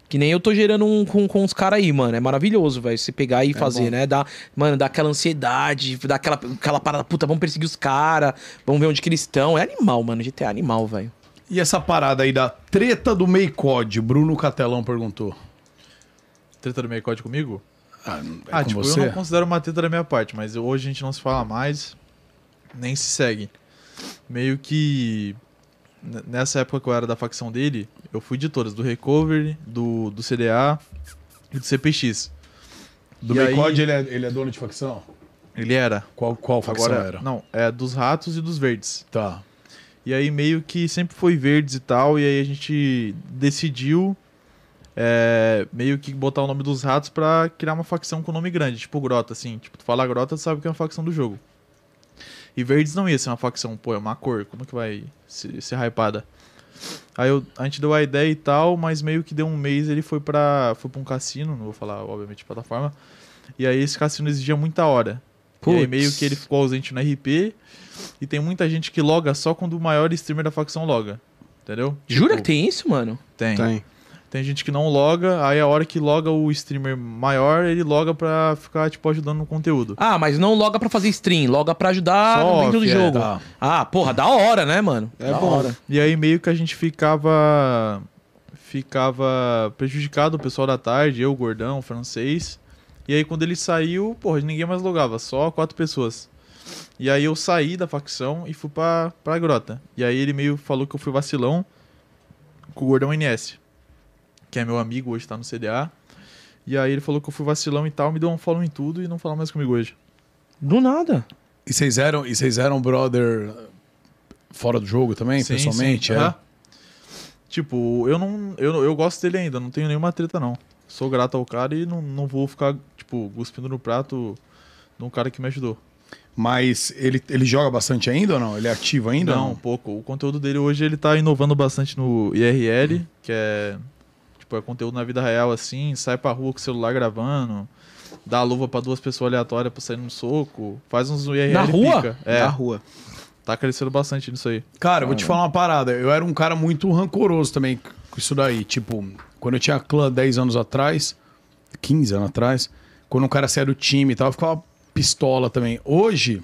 Speaker 2: Que nem eu tô gerando um com, com os caras aí, mano. É maravilhoso, velho. Você pegar e
Speaker 3: É
Speaker 2: fazer, né? Dá, mano, dá aquela ansiedade, dá aquela, aquela parada, puta, vamos perseguir os caras, vamos ver onde que eles estão. É animal, mano. GTA é animal, velho.
Speaker 1: E essa parada aí da treta do Meicod? Bruno Catelão perguntou.
Speaker 3: Treta do meio código comigo?
Speaker 1: Ah, não- é
Speaker 3: ah,
Speaker 1: com
Speaker 3: tipo,
Speaker 1: você?
Speaker 3: eu não considero uma treta da minha parte, mas hoje a gente não se fala mais, nem se segue. Meio que. n- Nessa época que eu era da facção dele, eu fui de todas, do Recovery, do, do CDA e do CPX.
Speaker 1: Do
Speaker 3: E aí-
Speaker 1: Meicod, ele, é, ele é dono de facção?
Speaker 3: Ele era.
Speaker 1: Qual, qual facção
Speaker 3: Agora
Speaker 1: era?
Speaker 3: Não, é dos ratos e dos verdes.
Speaker 1: Tá.
Speaker 3: E aí meio que sempre foi verdes e tal, e aí a gente decidiu é, meio que botar o nome dos ratos pra criar uma facção com nome grande, tipo Grota, assim. Tipo, tu fala Grota, tu sabe que é uma facção do jogo. E verdes não ia ser uma facção, pô, é uma cor, como que vai se- ser hypada? Aí eu- a gente deu a ideia e tal, mas meio que deu um mês ele foi pra, foi pra um cassino, não vou falar, obviamente, plataforma. E aí esse cassino exigia muita hora. E aí
Speaker 2: Putz.
Speaker 3: meio que ele ficou ausente no RP. E tem muita gente que loga só quando o maior streamer da facção loga. Entendeu?
Speaker 2: Jura que
Speaker 3: Tipo,
Speaker 2: tem isso, mano?
Speaker 3: tem? Tem.
Speaker 4: Tem.
Speaker 3: gente que não loga, aí a hora que loga o streamer maior, ele loga pra ficar, tipo, ajudando no conteúdo.
Speaker 2: Ah, mas não loga pra fazer stream, loga pra ajudar
Speaker 3: Só
Speaker 2: dentro do
Speaker 3: off, é,
Speaker 2: jogo.
Speaker 1: tá.
Speaker 2: Ah, porra, da hora, né, mano?
Speaker 4: É
Speaker 2: da
Speaker 4: bom.
Speaker 2: hora.
Speaker 3: E aí meio que a gente ficava. Ficava prejudicado o pessoal da tarde, eu, o gordão, o francês. E aí quando ele saiu, porra, ninguém mais logava, só quatro pessoas. E aí eu saí da facção e fui pra, pra grota. E aí ele meio falou que eu fui vacilão com o gordão NS, que é meu amigo, hoje tá no CDA. E aí ele falou que eu fui vacilão e tal, me deu um follow em tudo e não fala mais comigo hoje.
Speaker 2: Do nada.
Speaker 1: E vocês eram, e vocês eram brother eh, fora do jogo também,
Speaker 3: Sim,
Speaker 1: pessoalmente?
Speaker 3: sim,
Speaker 1: é?
Speaker 3: aham. Tipo, eu não. Eu, eu gosto dele ainda, não tenho nenhuma treta, não. Sou grato ao cara e não, não vou ficar, tipo, cuspindo no prato de um cara que me ajudou.
Speaker 1: Mas ele, ele joga bastante ainda ou não? Ele é ativo ainda? ou
Speaker 3: não, um pouco. O conteúdo dele hoje ele tá inovando bastante no IRL, que é. Tipo, é conteúdo na vida real assim, sai pra rua com o celular gravando, dá a luva pra duas pessoas aleatórias pra sair num soco, faz uns IRL
Speaker 2: Na rua?
Speaker 3: pica. É,
Speaker 4: Na rua.
Speaker 3: tá crescendo bastante nisso aí.
Speaker 1: Cara, eu vou te falar uma parada. Eu era um cara muito rancoroso também com isso daí. Tipo, quando eu tinha clã 10 anos atrás, 15 anos atrás, quando um cara saía do time e tal, eu ficava pistola também. Hoje,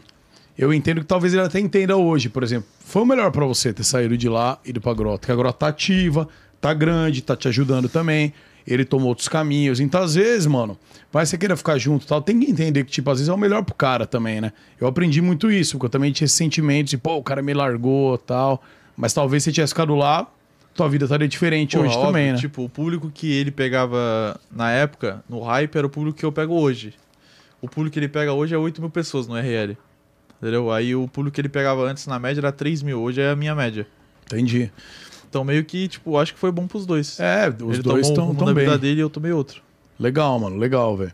Speaker 1: eu entendo que talvez ele até entenda hoje, por exemplo. Foi o melhor pra você ter saído de lá e ido pra grota, que a grota tá ativa, tá grande, tá te ajudando também. Ele tomou outros caminhos. Então, às vezes, mano, vai você queira ficar junto e tal, tem que entender que, tipo, às vezes é o melhor pro cara também, né? Eu aprendi muito isso, porque eu também tinha esse sentimento de, pô, o cara me largou tal. Mas talvez se tivesse ficado lá, tua vida estaria diferente
Speaker 3: Pô,
Speaker 1: hoje
Speaker 3: óbvio,
Speaker 1: também, né?
Speaker 3: Tipo, o público que ele pegava na época, no hype, era o público que eu pego hoje. O público que ele pega hoje é 8 mil pessoas no RL. Entendeu? Aí o público que ele pegava antes na média era 3 mil, hoje é a minha média.
Speaker 1: Entendi.
Speaker 3: Então meio que, tipo, acho que foi bom pros dois.
Speaker 1: É, os dois
Speaker 3: ele tomou um
Speaker 1: estão
Speaker 3: rumo
Speaker 1: tão
Speaker 3: da
Speaker 1: bem.
Speaker 3: vida dele e eu tomei outro.
Speaker 1: Legal, mano, legal, velho.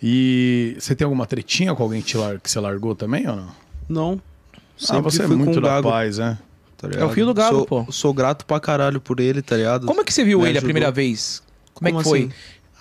Speaker 1: E você tem alguma tretinha com alguém que, te lar- que você largou também ou não?
Speaker 4: Não.
Speaker 1: ah,
Speaker 4: Sempre
Speaker 1: você é
Speaker 4: fui com
Speaker 1: muito
Speaker 4: o
Speaker 1: da
Speaker 4: Gago,
Speaker 1: paz, né?
Speaker 4: tá ligado?
Speaker 2: É o fio do Gago,
Speaker 4: Sou-
Speaker 2: pô.
Speaker 4: Sou grato pra caralho por ele, tá ligado?
Speaker 2: Como é que você viu
Speaker 4: Me
Speaker 2: ele a
Speaker 4: ajudou.
Speaker 2: primeira vez? Como, é que
Speaker 4: Como
Speaker 2: foi?
Speaker 4: assim?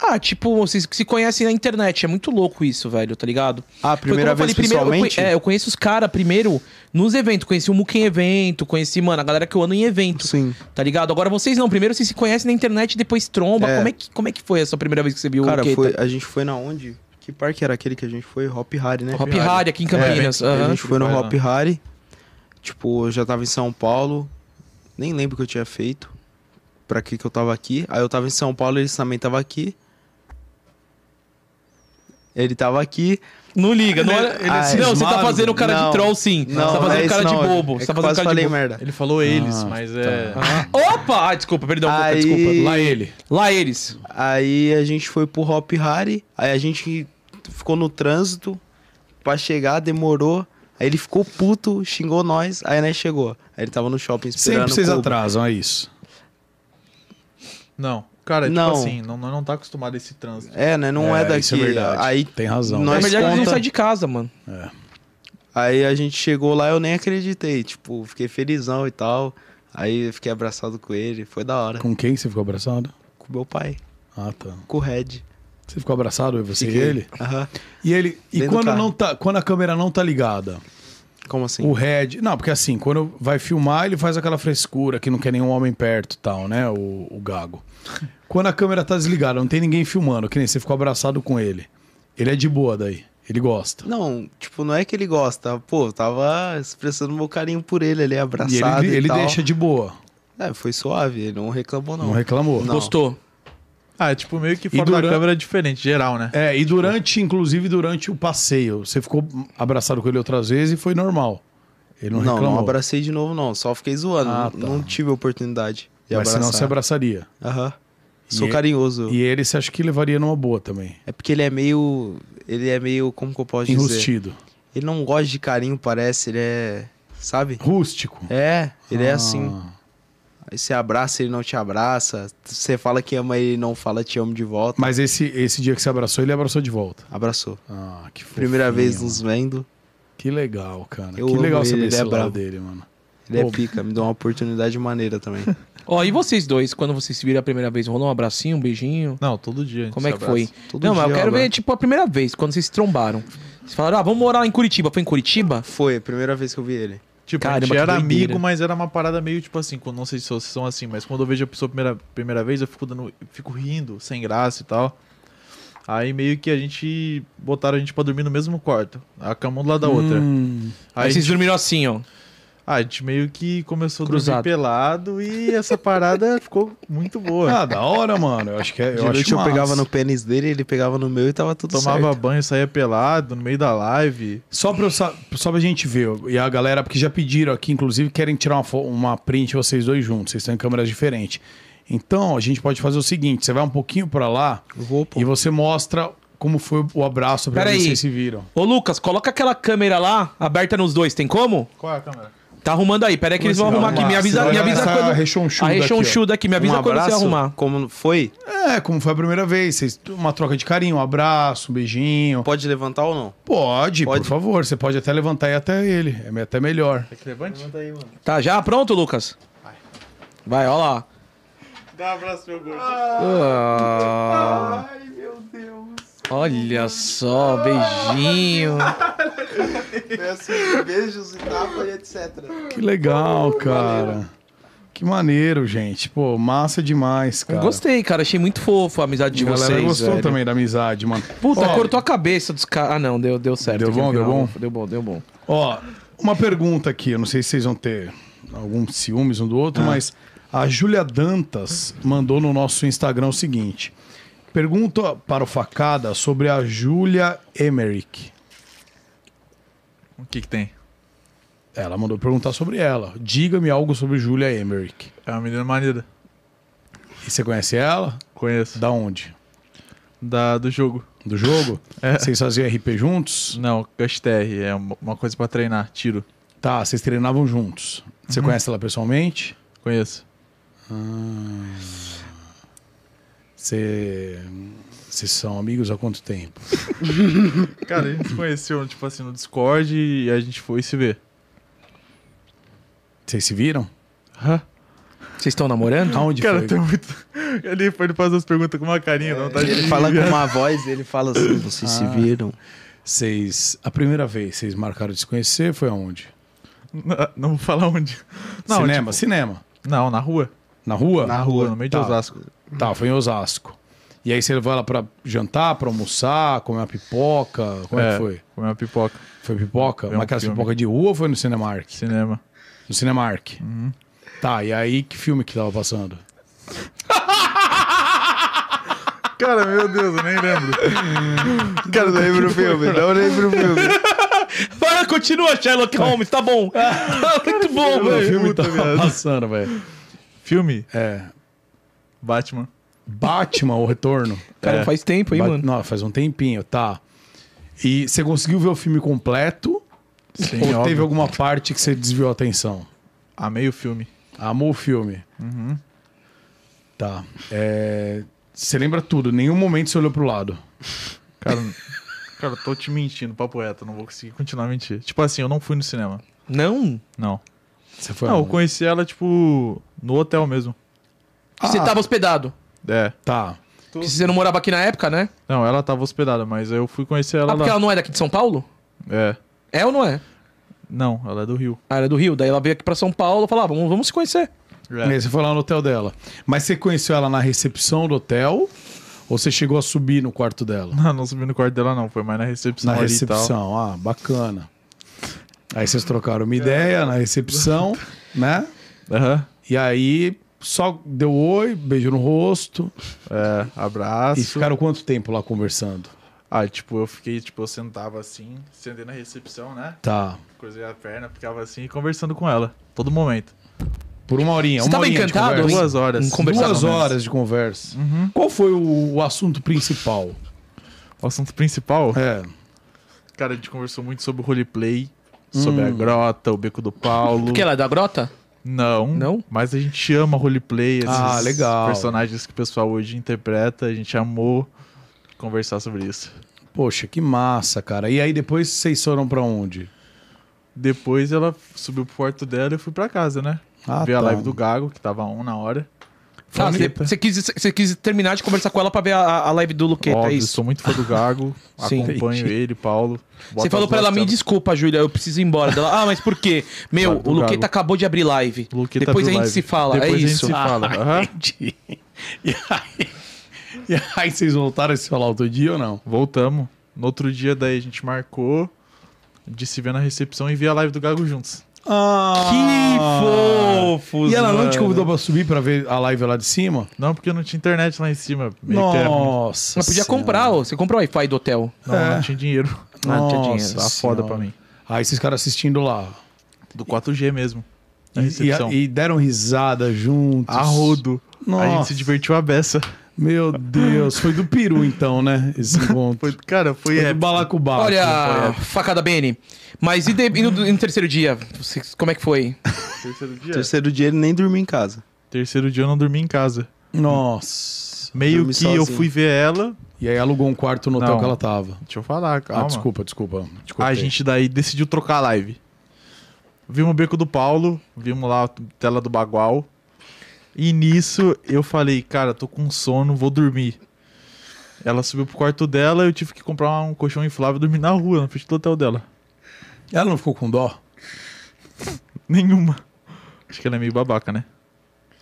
Speaker 2: Ah, tipo, vocês que se conhecem na internet. É muito louco isso, velho, tá ligado? Foi
Speaker 4: Ah,
Speaker 2: como
Speaker 4: primeira
Speaker 2: eu
Speaker 4: vez
Speaker 2: primeiro, eu conhe-
Speaker 4: pessoalmente?
Speaker 2: é, eu conheço os caras primeiro nos eventos. Conheci o Muca em evento, conheci, mano, a galera que eu ando em evento.
Speaker 4: Sim.
Speaker 2: Tá ligado? Agora vocês não. Primeiro vocês se conhecem na internet, depois tromba.
Speaker 4: É.
Speaker 2: Como, é que, como é que foi essa primeira vez que você viu
Speaker 4: Cara,
Speaker 2: o Keita?
Speaker 4: foi, a gente foi na onde? Que parque era aquele que a gente foi? Hop Hari, né?
Speaker 2: Hop Hard aqui em Campinas.
Speaker 3: É,
Speaker 4: A
Speaker 2: aham.
Speaker 4: gente foi no
Speaker 3: Vai lá.
Speaker 4: Hop Hari. Tipo, eu já tava em São Paulo. Nem lembro o que eu tinha feito. Pra que que eu tava aqui. Aí eu tava em São Paulo, eles também tava aqui. Ele tava aqui.
Speaker 2: Não liga, não
Speaker 1: Ele-
Speaker 4: é-
Speaker 2: olha.
Speaker 1: ele
Speaker 2: Ah,
Speaker 1: se
Speaker 2: não, você tá
Speaker 1: esmaga.
Speaker 2: fazendo o cara
Speaker 4: Não.
Speaker 2: de troll, sim. você tá
Speaker 4: não
Speaker 2: fazendo
Speaker 4: é
Speaker 2: cara
Speaker 4: isso
Speaker 2: de
Speaker 4: não.
Speaker 2: bobo.
Speaker 4: É
Speaker 2: Você
Speaker 4: que
Speaker 2: tá fazendo
Speaker 4: eu
Speaker 2: cara
Speaker 4: quase
Speaker 2: de
Speaker 4: falei
Speaker 2: bobo.
Speaker 4: merda.
Speaker 3: Ele
Speaker 1: Ah,
Speaker 3: falou eles,
Speaker 1: tá.
Speaker 3: mas é.
Speaker 2: Opa! Ah, desculpa, perdão, Cuca,
Speaker 4: Aí-
Speaker 2: desculpa.
Speaker 1: Lá ele.
Speaker 2: Lá eles.
Speaker 4: Aí a gente foi pro Hop Hari. Aí a gente ficou no trânsito pra chegar, demorou. Aí ele ficou puto, xingou nós. Aí nós chegou. Aí ele tava no shopping esperando.
Speaker 1: Sempre vocês
Speaker 4: pô,
Speaker 1: atrasam, é isso.
Speaker 3: Não. Cara,
Speaker 4: Não.
Speaker 3: tipo assim, não, nós não tá acostumado a esse trânsito.
Speaker 4: É, né? Não é,
Speaker 1: É,
Speaker 4: daqui.
Speaker 1: isso é verdade.
Speaker 4: Aí
Speaker 1: Tem razão.
Speaker 4: Nós
Speaker 2: Na verdade, eles não
Speaker 4: conta-
Speaker 2: saem de casa, mano.
Speaker 4: Aí a gente chegou lá, eu nem acreditei. Tipo, fiquei felizão e tal. Aí eu fiquei abraçado com ele. Foi da hora. Com,
Speaker 1: Com quem você ficou abraçado?
Speaker 4: meu pai,
Speaker 1: Ah, tá.
Speaker 4: com o Red.
Speaker 1: Você ficou abraçado, eu, você e
Speaker 4: Fiquei.
Speaker 1: ele?
Speaker 4: Aham.
Speaker 1: E ele. E
Speaker 4: Dentro do
Speaker 1: quando,
Speaker 4: carro.
Speaker 1: não tá, quando a câmera não tá ligada?
Speaker 4: Como assim?
Speaker 1: O Red. Não, porque assim, quando vai filmar, ele faz aquela frescura que não quer nenhum homem perto e tal, né? O, o Gago. Quando a câmera tá desligada, não tem ninguém filmando, que nem você ficou abraçado com ele. Ele é de boa daí. Ele gosta.
Speaker 4: Não, tipo, não é que ele gosta. Pô, eu tava expressando meu carinho por ele ali,
Speaker 1: E
Speaker 4: abraçado.
Speaker 1: ele,
Speaker 4: E
Speaker 1: ele
Speaker 4: tal.
Speaker 1: deixa de boa.
Speaker 4: É, foi suave, ele não reclamou, não.
Speaker 1: Não reclamou.
Speaker 4: Não.
Speaker 2: Gostou.
Speaker 3: Ah, é tipo meio que fora da
Speaker 1: durante-
Speaker 3: câmera é diferente, geral, né?
Speaker 1: É, e durante, inclusive durante o passeio, você ficou abraçado com ele outras vezes e foi normal. Ele não,
Speaker 4: não, não,
Speaker 1: reclamou.
Speaker 4: abracei de novo, não. Só fiquei zoando.
Speaker 1: Ah,
Speaker 4: não-
Speaker 1: tá.
Speaker 4: Não tive oportunidade de
Speaker 1: Mas senão
Speaker 4: abraçar.
Speaker 1: você abraçaria.
Speaker 4: Aham. Sou
Speaker 1: E- é-
Speaker 4: carinhoso.
Speaker 1: E ele você acha que levaria numa boa também.
Speaker 4: É porque ele é meio. Ele é meio. Como que eu posso dizer?
Speaker 1: Enrustido.
Speaker 4: Ele não gosta de carinho, parece. Ele é. Sabe?
Speaker 1: Rústico.
Speaker 4: É, ele é
Speaker 1: Ah,
Speaker 4: assim. Aí você abraça, ele não te abraça. Você fala que ama, ele não fala te amo de volta.
Speaker 1: Mas esse, esse dia que você abraçou, ele abraçou de volta.
Speaker 4: Abraçou.
Speaker 1: Ah, que fofinho,
Speaker 4: Primeira vez
Speaker 1: mano.
Speaker 4: nos vendo.
Speaker 1: Que legal, cara.
Speaker 4: Eu
Speaker 1: que
Speaker 4: amo
Speaker 1: legal
Speaker 4: ele,
Speaker 1: saber
Speaker 4: ele
Speaker 1: esse
Speaker 4: é
Speaker 1: lado
Speaker 4: bravo.
Speaker 1: dele, mano.
Speaker 4: Ele
Speaker 1: Pô.
Speaker 4: é pica, me deu uma oportunidade maneira também.
Speaker 2: Ó, e vocês dois, quando vocês se viram a primeira vez, rolou um abracinho, um beijinho?
Speaker 3: Não, todo dia. a gente
Speaker 2: Como é
Speaker 3: se
Speaker 2: que foi?
Speaker 3: abraça.
Speaker 4: Todo
Speaker 2: não, mas eu
Speaker 4: dia,
Speaker 2: quero
Speaker 4: ó,
Speaker 2: ver,
Speaker 4: mano.
Speaker 2: tipo, a primeira vez, quando vocês se trombaram. Vocês falaram, ah, vamos morar lá em Curitiba. Foi em Curitiba?
Speaker 4: Foi, a primeira vez que eu vi ele.
Speaker 3: Tipo, a
Speaker 2: Caramba,
Speaker 3: gente
Speaker 2: que
Speaker 3: era
Speaker 2: doideira.
Speaker 3: amigo, mas era uma parada meio tipo assim, quando não sei se vocês são assim, mas quando eu vejo a pessoa a primeira, primeira vez, eu fico dando. eu fico rindo, sem graça e tal. Aí meio que a gente botaram a gente pra dormir no mesmo quarto. A cama um do lado da outra.
Speaker 1: Hum.
Speaker 2: Aí,
Speaker 3: Aí a
Speaker 2: vocês
Speaker 3: gente,
Speaker 2: dormiram assim, ó.
Speaker 3: ah, a gente meio que começou a
Speaker 2: Cruzado.
Speaker 3: dormir pelado e essa parada ficou muito boa.
Speaker 1: Ah, da hora, mano. Eu acho que é.
Speaker 4: De
Speaker 1: Eu, acho
Speaker 4: noite eu
Speaker 1: massa.
Speaker 4: pegava no pênis dele, ele pegava no meu e tava tudo
Speaker 3: Tomava
Speaker 4: certo.
Speaker 3: banho, saía pelado no meio da live.
Speaker 1: Só pra, eu sa- só pra gente ver, e a galera, porque já pediram aqui, inclusive, querem tirar uma, fo- uma print vocês dois juntos, vocês estão em câmeras diferentes. Então, a gente pode fazer o seguinte: você vai um pouquinho pra lá
Speaker 4: Vou, pô.
Speaker 1: e você mostra como foi o abraço pra
Speaker 2: Pera
Speaker 1: ver se
Speaker 2: aí.
Speaker 1: vocês se viram.
Speaker 2: Ô, Lucas, coloca aquela câmera lá, aberta nos dois, tem como?
Speaker 3: Qual é a câmera?
Speaker 2: Tá arrumando aí, pera aí que eles vão
Speaker 1: assim?
Speaker 2: arrumar
Speaker 1: Vamos
Speaker 2: aqui.
Speaker 1: lá,
Speaker 2: Me avisa,
Speaker 1: você
Speaker 2: me
Speaker 1: vai
Speaker 2: avisa
Speaker 1: nessa
Speaker 2: quando...
Speaker 1: rechonchuda
Speaker 2: A
Speaker 1: aqui, ó.
Speaker 2: rechonchuda aqui, me avisa
Speaker 4: um
Speaker 2: quando
Speaker 4: abraço,
Speaker 2: você arrumar.
Speaker 4: Como foi?
Speaker 1: É, como foi a primeira vez, vocês, uma troca de carinho, um abraço, um beijinho.
Speaker 4: Pode levantar ou não?
Speaker 1: Pode, por
Speaker 4: Pode.
Speaker 1: favor. Você pode até levantar e ir até ele. É até melhor.
Speaker 3: Quer que levante?
Speaker 2: Tá já pronto, Lucas? Vai, ó lá.
Speaker 5: Dá um abraço, meu gordo.
Speaker 2: Ah. Olha só, beijinho.
Speaker 4: assim, Beijos e tapa e etc.
Speaker 1: Que legal, cara. Que maneiro, gente. Pô, massa demais, cara.
Speaker 2: Gostei, cara. Achei muito fofo a amizade de
Speaker 1: A galera
Speaker 2: vocês.
Speaker 1: gostou
Speaker 2: velho.
Speaker 1: também da amizade, mano.
Speaker 2: Puta,
Speaker 1: ó,
Speaker 2: cortou a cabeça dos caras. Ah, não, deu, deu certo.
Speaker 1: Deu
Speaker 2: aqui no
Speaker 1: bom, deu
Speaker 2: final.
Speaker 1: bom?
Speaker 2: Deu bom, deu bom.
Speaker 1: Ó, uma pergunta aqui. Eu não sei se vocês vão ter algum ciúmes um do
Speaker 2: Ah.
Speaker 1: outro, mas a Júlia Dantas mandou no nosso Instagram o seguinte. Pergunta para o Facada sobre a Júlia Emerick.
Speaker 3: O que que tem?
Speaker 1: Ela mandou perguntar sobre ela. Diga-me algo sobre Júlia Emerick.
Speaker 3: É uma menina maneira.
Speaker 1: E você conhece ela?
Speaker 3: Conheço.
Speaker 1: Da onde?
Speaker 3: Da, do jogo.
Speaker 1: Do jogo?
Speaker 3: É.
Speaker 1: Vocês faziam RP juntos?
Speaker 3: Não, GSTR, é uma uma coisa pra treinar, tiro.
Speaker 1: Tá, vocês treinavam juntos. Você
Speaker 3: Uhum.
Speaker 1: conhece ela pessoalmente?
Speaker 3: Conheço.
Speaker 1: Você. Vocês são amigos há quanto tempo?
Speaker 3: Cara, a gente se conheceu, tipo assim, no Discord e a gente foi se ver.
Speaker 1: Vocês se viram?
Speaker 2: Vocês estão namorando?
Speaker 1: Aonde
Speaker 3: Cara,
Speaker 1: foi?
Speaker 3: tem um- muito. Ele, ele faz as perguntas com uma carinha, não
Speaker 1: É,
Speaker 3: tá
Speaker 4: Ele
Speaker 3: de-
Speaker 4: fala com uma voz, ele fala assim, vocês se viram.
Speaker 1: Vocês. A primeira vez vocês marcaram de se conhecer foi aonde?
Speaker 3: Na- Não vou falar onde. Não,
Speaker 1: cinema,
Speaker 3: tipo-
Speaker 1: cinema.
Speaker 3: Não, na rua.
Speaker 1: Na rua?
Speaker 3: Na rua, no meio de
Speaker 1: Tá.
Speaker 3: Osasco.
Speaker 1: Tá, foi em Osasco. E aí você vai lá pra jantar, pra almoçar, comer uma pipoca. Como é, que foi?
Speaker 3: Comer uma pipoca.
Speaker 1: Foi pipoca?
Speaker 3: Foi
Speaker 1: Mas
Speaker 3: um
Speaker 1: aquelas
Speaker 3: filme.
Speaker 1: pipoca de rua ou foi no Cinemark?
Speaker 3: Cinema.
Speaker 1: No Cinemark.
Speaker 3: Uhum.
Speaker 1: Tá, e aí que filme que tava passando?
Speaker 3: Cara, meu Deus, eu nem lembro.
Speaker 4: Cara, não lembro o filme, não lembro o filme.
Speaker 2: Vai, continua, Sherlock Holmes, tá bom. Muito bom,
Speaker 1: Que
Speaker 2: velho.
Speaker 1: filme então.
Speaker 3: puta
Speaker 1: tava
Speaker 3: merda.
Speaker 1: passando, velho?
Speaker 3: Filme?
Speaker 1: É.
Speaker 3: Batman.
Speaker 1: Batman, o retorno. É,
Speaker 2: Cara, faz tempo, hein,
Speaker 1: Ba-
Speaker 2: mano.
Speaker 1: Não, faz um tempinho, tá. E você conseguiu ver o filme completo?
Speaker 3: Sim,
Speaker 1: ou
Speaker 3: óbvio.
Speaker 1: teve alguma parte que você desviou a atenção?
Speaker 3: Amei o filme.
Speaker 1: Amou o filme.
Speaker 3: Uhum.
Speaker 1: Tá. É, Você lembra tudo, em nenhum momento você olhou pro lado.
Speaker 3: Cara, cara, eu tô te mentindo, papo reto. Não vou conseguir continuar a mentir. Tipo assim, eu não fui no cinema.
Speaker 2: Não?
Speaker 3: Não.
Speaker 1: Você foi.
Speaker 3: não, eu
Speaker 1: aonde?
Speaker 3: conheci ela, tipo, no hotel mesmo.
Speaker 2: Você
Speaker 1: Ah.
Speaker 2: tava hospedado.
Speaker 3: É.
Speaker 1: Tá.
Speaker 2: Porque você não morava aqui na época, né?
Speaker 3: Não, ela tava hospedada, mas eu fui conhecer ela
Speaker 2: Ah,
Speaker 3: lá.
Speaker 2: porque ela não é daqui de São Paulo?
Speaker 3: É.
Speaker 2: É ou não é?
Speaker 3: Não, ela é do Rio.
Speaker 2: Ah, ela é do Rio. Daí ela veio aqui pra São Paulo e falou, ah, vamos, vamos se conhecer.
Speaker 3: É.
Speaker 1: E aí Você foi lá no hotel dela. Mas você conheceu ela na recepção do hotel? Ou você chegou a subir no quarto dela?
Speaker 3: Não, não subi no quarto dela, não. Foi mais na recepção
Speaker 1: Na
Speaker 3: ali e tal.
Speaker 1: recepção, ah, bacana. Aí vocês trocaram uma ideia na recepção, né?
Speaker 3: Aham.
Speaker 1: E aí só deu oi, beijo no rosto.
Speaker 3: É, abraço.
Speaker 1: E ficaram quanto tempo lá conversando?
Speaker 3: Ah, tipo, eu fiquei, tipo, eu sentava assim, sentei na recepção, né?
Speaker 1: Tá.
Speaker 3: Cruzei a perna, ficava assim, conversando com ela. Todo momento.
Speaker 1: Por uma horinha.
Speaker 2: Você
Speaker 1: uma
Speaker 2: tava
Speaker 1: horinha de
Speaker 2: encantado?
Speaker 1: conversa.
Speaker 2: hein?
Speaker 3: Duas horas.
Speaker 2: Em conversar
Speaker 1: Duas
Speaker 2: com ela.
Speaker 1: horas de conversa.
Speaker 2: Uhum.
Speaker 1: Qual foi o, o assunto principal?
Speaker 3: O assunto principal,
Speaker 1: É.
Speaker 3: cara, a gente conversou muito sobre o roleplay, sobre a grota, o Beco do Paulo.
Speaker 2: Hum. Porque ela é da grota?
Speaker 3: Não.
Speaker 2: Não?
Speaker 3: Mas a gente ama roleplay, esses
Speaker 1: Ah, legal.
Speaker 3: personagens que o pessoal hoje interpreta, a gente amou conversar sobre isso.
Speaker 1: Poxa, que massa, cara. E aí depois vocês foram pra onde?
Speaker 3: Depois ela subiu pro quarto dela e eu fui pra casa, né?
Speaker 1: Ah,
Speaker 3: ver a
Speaker 1: tá.
Speaker 3: live do Gago, que tava on na hora.
Speaker 2: Ah, você,
Speaker 3: Luqueta.
Speaker 2: você quis, você quis terminar de conversar com ela pra ver a, a live do Luqueta,
Speaker 3: Óbvio,
Speaker 2: é isso?
Speaker 3: sou um muito fã do Gago,
Speaker 2: Sim.
Speaker 3: acompanho ele, Paulo.
Speaker 2: Você falou pra ela, me desculpa, Júlia, eu preciso ir embora. Ela, ah, mas por quê? Meu,
Speaker 3: Claro, do
Speaker 2: o Luqueta
Speaker 3: Galo.
Speaker 2: acabou de abrir live. Depois a gente se fala,
Speaker 3: tá Depois
Speaker 2: é
Speaker 3: a gente
Speaker 2: isso.
Speaker 3: se fala. Aham.
Speaker 1: Entendi. E aí, e aí vocês voltaram a se falar outro dia ou não?
Speaker 3: Voltamos. No outro dia, daí a gente marcou de se ver na recepção e ver a live do Gago juntos.
Speaker 1: Ah,
Speaker 2: que fofos,
Speaker 1: E ela não te
Speaker 2: mano.
Speaker 1: convidou pra subir pra ver a live lá de cima?
Speaker 3: Não, porque não tinha internet lá em cima. Meio que era- não,
Speaker 1: Nossa.
Speaker 2: Ela podia
Speaker 1: Senhora.
Speaker 2: comprar, ó, você comprou o Wi-Fi do hotel.
Speaker 1: É.
Speaker 3: não tinha dinheiro.
Speaker 1: Nossa
Speaker 2: Não tinha dinheiro.
Speaker 3: Tá foda
Speaker 1: Senhora.
Speaker 3: pra mim.
Speaker 1: Aí Ah, esses caras assistindo lá.
Speaker 3: Do 4G mesmo. Na
Speaker 1: E,
Speaker 3: recepção.
Speaker 1: e- e deram risada juntos.
Speaker 3: A rodo. A gente
Speaker 1: Nossa.
Speaker 3: se divertiu a beça.
Speaker 1: Meu Deus. Foi do Peru então, né? Esse encontro.
Speaker 3: Foi- cara,
Speaker 1: Foi
Speaker 3: foi
Speaker 1: do
Speaker 3: épico.
Speaker 1: Balacobaco. é.
Speaker 2: Olha, facada Bene. Mas e, de- e no, e no terceiro dia? Você- como é que foi?
Speaker 3: Terceiro dia?
Speaker 4: Terceiro dia ele nem dormiu em casa.
Speaker 3: Terceiro dia eu não dormi em casa.
Speaker 1: Nossa.
Speaker 3: Meio
Speaker 4: Dormi
Speaker 3: que eu
Speaker 4: sozinho.
Speaker 3: fui ver ela.
Speaker 1: E aí alugou um quarto no hotel
Speaker 3: Não.
Speaker 1: que ela tava.
Speaker 3: Deixa eu falar, calma.
Speaker 1: Ah, desculpa, desculpa. Te
Speaker 3: A
Speaker 1: cortei.
Speaker 3: gente daí decidiu trocar a live. Vimos o Beco do Paulo, vimos lá a tela do Bagual. E nisso eu falei, cara, tô com sono, vou dormir. Ela subiu pro quarto dela, eu tive que comprar um colchão inflável e dormir na rua, na frente do hotel dela.
Speaker 1: Ela não ficou com dó?
Speaker 3: Nenhuma. Acho que ela é meio babaca, né?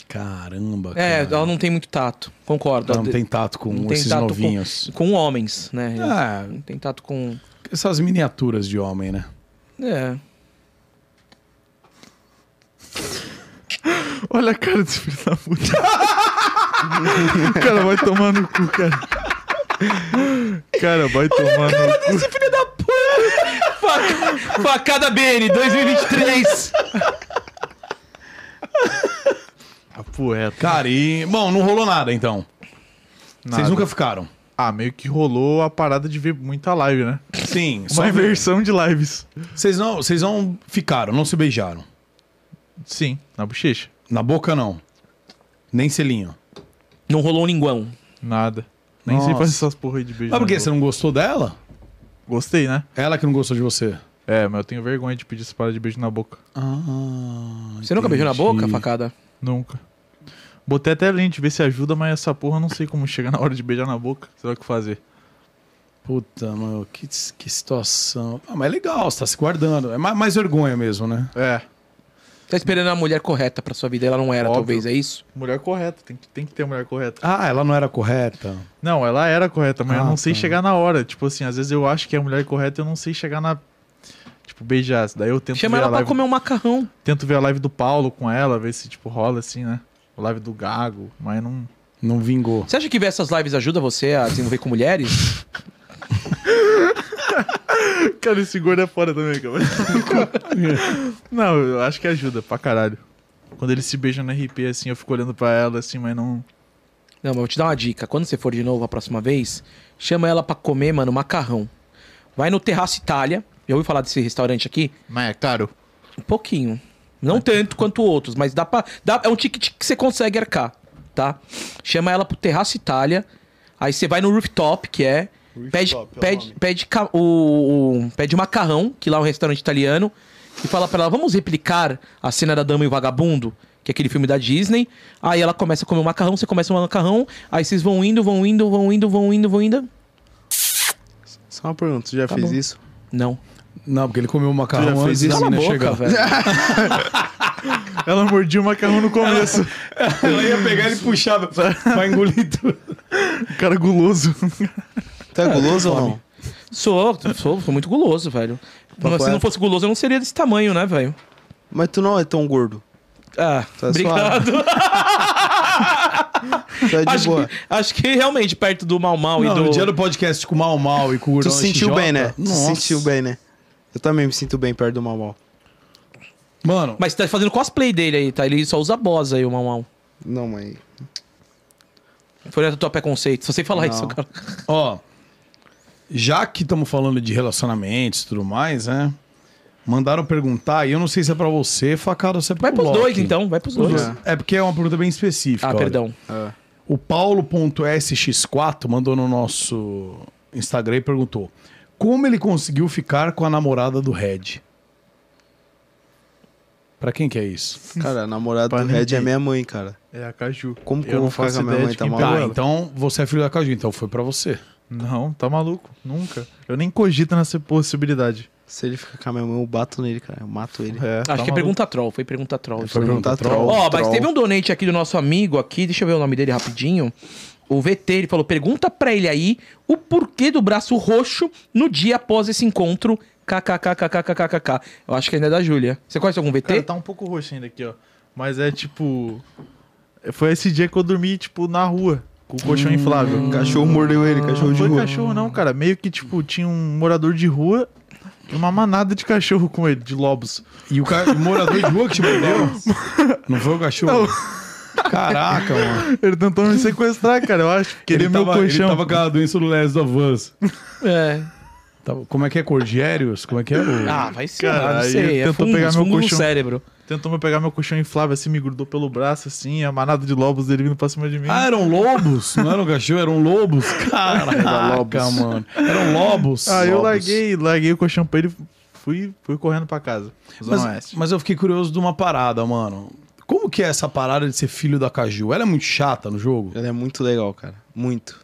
Speaker 1: Caramba, cara.
Speaker 2: É, ela não tem muito tato, concordo.
Speaker 1: Ela não tem tato com
Speaker 2: Não tem
Speaker 1: esses
Speaker 2: tato com-
Speaker 1: novinhos.
Speaker 2: Com homens, né?
Speaker 1: Ah,
Speaker 2: Não tem tato com...
Speaker 1: essas miniaturas de homem, né?
Speaker 2: É.
Speaker 3: Olha a cara desse filho da puta. o cara vai tomar no cu, cara. Cara, vai tomar no cu.
Speaker 2: Faca- facada Bene, 2023.
Speaker 3: Ah, poeta.
Speaker 1: Cara, e. Bom, não rolou nada então. Vocês
Speaker 3: Nada.
Speaker 1: nunca ficaram.
Speaker 3: Ah, meio que rolou a parada de ver muita live, né?
Speaker 1: Sim,
Speaker 3: Uma
Speaker 1: só ver.
Speaker 3: inversão de lives.
Speaker 1: Vocês não, vocês não ficaram, não se beijaram.
Speaker 3: Sim, na bochecha.
Speaker 1: Na boca, não. Nem selinho.
Speaker 2: Não rolou um linguão.
Speaker 3: Nada. Nem
Speaker 1: Nossa.
Speaker 3: sei fazer essas porra aí de beijo.
Speaker 1: Mas por
Speaker 3: na
Speaker 1: quê?
Speaker 3: boca.
Speaker 1: Você não gostou dela?
Speaker 3: Gostei, né?
Speaker 1: Ela que não gostou de você.
Speaker 3: É, mas eu tenho vergonha de pedir essa parada de beijo na boca.
Speaker 1: Ah,
Speaker 2: Você nunca beijou na boca, facada?
Speaker 3: Nunca. Botei até lente, ver se ajuda, mas essa porra eu não sei como chega na hora de beijar na boca. Será que fazer?
Speaker 1: Puta, mano, que, que situação. Ah, mas é legal, você tá se guardando. É ma- mais, vergonha mesmo, né?
Speaker 3: É,
Speaker 2: Tá esperando a mulher correta pra sua vida, ela não era,
Speaker 3: Óbvio.
Speaker 2: talvez, é isso?
Speaker 3: mulher correta, tem que, tem que ter mulher correta.
Speaker 1: Ah, ela não era correta.
Speaker 3: Não, ela era correta, mas eu
Speaker 1: Ah,
Speaker 3: não sei
Speaker 1: tá.
Speaker 3: chegar na hora. Tipo assim, às vezes eu acho que é a mulher correta e eu não sei chegar na. Tipo, beijar. Daí eu tento
Speaker 2: Chama
Speaker 3: ver
Speaker 2: ela
Speaker 3: a
Speaker 2: pra
Speaker 3: live.
Speaker 2: comer um macarrão.
Speaker 3: Tento ver a live do Paulo com ela, ver se, tipo, rola assim, né? A live do Gago, mas não.
Speaker 1: Não vingou.
Speaker 2: Você acha que ver essas lives ajuda você a desenvolver com mulheres?
Speaker 3: Cara, esse gordo é fora também, cara. não, eu acho que ajuda pra caralho. Quando eles se beijam no RP, assim, eu fico olhando pra ela, assim, mas não.
Speaker 2: Não, mas eu vou te dar uma dica. Quando você for de novo a próxima vez, chama ela pra comer, mano, macarrão. Vai no Terraço Itália. Já ouviu falar desse restaurante aqui?
Speaker 3: Mas é caro.
Speaker 2: Um pouquinho. Não tanto quanto outros, mas dá pra. Dá, é um ticket que você consegue arcar, tá? Chama ela pro Terraço Itália. Aí você vai no rooftop, que é. Pede,
Speaker 5: Rooftop é o
Speaker 2: pede,
Speaker 5: nome.
Speaker 2: pede, ca- o, o- pede macarrão, que lá é um restaurante italiano. E fala pra ela, vamos replicar a cena da Dama e o Vagabundo, que é aquele filme da Disney. Aí ela começa a comer o macarrão, você começa a comer o macarrão. Aí vocês vão indo, vão indo, vão indo, vão indo, vão indo.
Speaker 4: Só uma pergunta, você já
Speaker 2: Tá
Speaker 4: fez
Speaker 2: bom.
Speaker 4: isso?
Speaker 2: Não.
Speaker 1: Não, porque ele comeu o macarrão
Speaker 3: Tu já
Speaker 1: antes
Speaker 3: fez
Speaker 1: da
Speaker 2: Cala a
Speaker 1: menina chegar.
Speaker 2: boca, velho.
Speaker 3: Ela mordia o macarrão no começo.
Speaker 1: Ela ia pegar ele e puxava pra engolir tudo.
Speaker 3: cara guloso.
Speaker 4: Tá guloso ou não?
Speaker 2: Sou, sou, sou muito guloso, velho.
Speaker 4: Papo
Speaker 2: Mas se
Speaker 4: é.
Speaker 2: não fosse guloso, eu não seria desse tamanho, né, velho?
Speaker 4: Mas tu não é tão gordo.
Speaker 2: Ah,
Speaker 4: Tá
Speaker 2: obrigado.
Speaker 4: Tu é de
Speaker 2: acho,
Speaker 4: boa.
Speaker 2: que, acho que realmente perto do Mal Mal
Speaker 1: Não,
Speaker 2: e
Speaker 1: no
Speaker 2: do.
Speaker 1: dia do podcast com o Mal Mal e com o
Speaker 4: Tu
Speaker 1: Urão
Speaker 4: se sentiu
Speaker 1: XJ,
Speaker 4: bem, né? Tu
Speaker 1: é Nossa.
Speaker 4: se sentiu bem, né? Eu também me sinto bem perto do Mamal.
Speaker 1: Mano,
Speaker 2: Mas você tá fazendo cosplay dele aí, tá? Ele só usa boss aí, o Mal Mal.
Speaker 4: Não, mas...
Speaker 2: Foi a tua preconceito. Só sei falar
Speaker 4: Não.
Speaker 2: isso, cara.
Speaker 1: ó. Já que estamos falando de relacionamentos e tudo mais, né? Mandaram perguntar, e eu não sei se é pra você, facada, ou se é pro
Speaker 2: Vai pros
Speaker 1: Loki.
Speaker 2: dois, então. Vai pros
Speaker 1: Os
Speaker 2: dois.
Speaker 1: dois. É porque é uma pergunta bem específica.
Speaker 2: Ah,
Speaker 1: olha.
Speaker 2: perdão.
Speaker 1: O paulo.sx4 mandou no nosso Instagram e perguntou: Como ele conseguiu ficar com a namorada do Red? Pra quem que é isso?
Speaker 4: Cara, a namorada
Speaker 3: Pra
Speaker 4: do Red
Speaker 3: ninguém.
Speaker 4: é minha mãe, cara.
Speaker 3: É a Caju.
Speaker 4: Como que eu
Speaker 3: não
Speaker 4: vou ficar
Speaker 3: faço
Speaker 4: com a minha
Speaker 3: ideia
Speaker 4: mãe,
Speaker 3: de
Speaker 4: tá
Speaker 3: quem
Speaker 4: maluco?
Speaker 1: Tá,
Speaker 3: pegou ela.
Speaker 1: então você é filho da Caju, então foi pra você.
Speaker 3: Não, tá maluco. Nunca. Eu nem cogito nessa possibilidade.
Speaker 4: Se ele ficar com a minha mãe, eu bato nele, cara. Eu mato ele.
Speaker 3: É,
Speaker 2: Acho que é pergunta troll. Foi pergunta troll. isso
Speaker 1: Foi
Speaker 2: aí.
Speaker 1: perguntar
Speaker 4: troll.
Speaker 1: troll.
Speaker 2: Ó, mas teve um donate aqui do nosso amigo aqui, deixa eu ver o nome dele rapidinho. O VT, ele falou: pergunta pra ele aí o porquê do braço roxo no dia após esse encontro. KKKKKKKK. Eu acho que ainda é da Júlia. Você conhece algum VT?
Speaker 3: Cara, tá um pouco roxo ainda aqui, ó. Mas é tipo. Foi esse dia que eu dormi, tipo, na rua, com o colchão inflável.
Speaker 4: Cachorro
Speaker 2: um
Speaker 4: mordeu ele, cachorro
Speaker 3: Não
Speaker 4: de
Speaker 3: foi
Speaker 4: rua.
Speaker 3: cachorro, não, cara. Meio que, tipo, tinha um morador de rua e uma manada de cachorro com ele, de lobos.
Speaker 1: E o, ca- o morador de rua que te mordeu? Não foi o cachorro? Caraca, mano.
Speaker 3: Ele tentou me sequestrar, cara. Eu acho que ele, é meu
Speaker 1: tava, ele
Speaker 3: colchão.
Speaker 1: tava com a doença do Last of Us.
Speaker 2: É.
Speaker 1: Tava- como é que é? Cordérios? Como é que é? o-
Speaker 2: Ah, vai ser.
Speaker 3: Cara,
Speaker 2: não
Speaker 3: aí
Speaker 2: sei.
Speaker 3: ele
Speaker 2: É
Speaker 3: tentou
Speaker 2: fungo,
Speaker 3: pegar meu
Speaker 2: fungo no
Speaker 3: colchão.
Speaker 2: cérebro.
Speaker 3: Tentou me pegar meu colchão inflável, assim, me grudou pelo braço, assim, a manada de lobos dele vindo pra cima de mim.
Speaker 1: Ah, eram lobos? Não eram cachorro, eram lobos? Caraca,
Speaker 4: lobos.
Speaker 1: mano. Eram lobos.
Speaker 3: Ah, eu
Speaker 1: Lobos.
Speaker 3: larguei, larguei o colchão pra ele e fui, fui correndo pra casa. Zona
Speaker 1: Mas,
Speaker 3: Oeste.
Speaker 1: mas eu fiquei curioso de uma parada, mano. Como que é essa parada de ser filho da Caju? Ela é muito chata no jogo?
Speaker 4: Ela é muito legal, cara. Muito.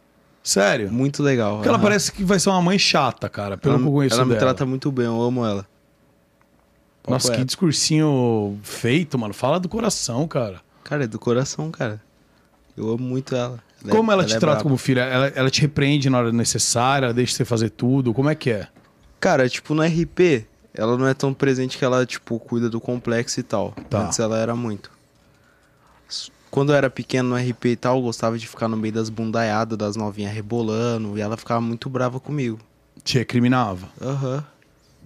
Speaker 1: Sério?
Speaker 4: Muito legal.
Speaker 1: Porque ela
Speaker 4: Aham.
Speaker 1: parece um que vai ser uma mãe chata, cara, pelo
Speaker 4: Ela-
Speaker 1: que eu conheço
Speaker 4: Ela me
Speaker 1: dela.
Speaker 4: trata muito bem, eu amo ela.
Speaker 1: Nossa,
Speaker 4: Papo
Speaker 1: que
Speaker 4: é.
Speaker 1: discursinho feito, mano. Fala do coração, cara.
Speaker 4: Cara, é do coração, cara. Eu amo muito ela.
Speaker 1: Como
Speaker 4: é-
Speaker 1: ela, te
Speaker 4: é
Speaker 1: trata
Speaker 4: braba.
Speaker 1: como filha? Ela, ela te repreende na hora necessária, ela deixa você fazer tudo. Como é que é?
Speaker 4: Cara, tipo, no RP, ela não é tão presente que ela, tipo, cuida do complexo e tal.
Speaker 1: Tá.
Speaker 4: Antes ela era muito. S- Quando eu era pequeno no RP e tal, eu gostava de ficar no meio das bundaiadas, das novinhas rebolando, e ela ficava muito brava comigo.
Speaker 1: Te recriminava.
Speaker 4: Aham.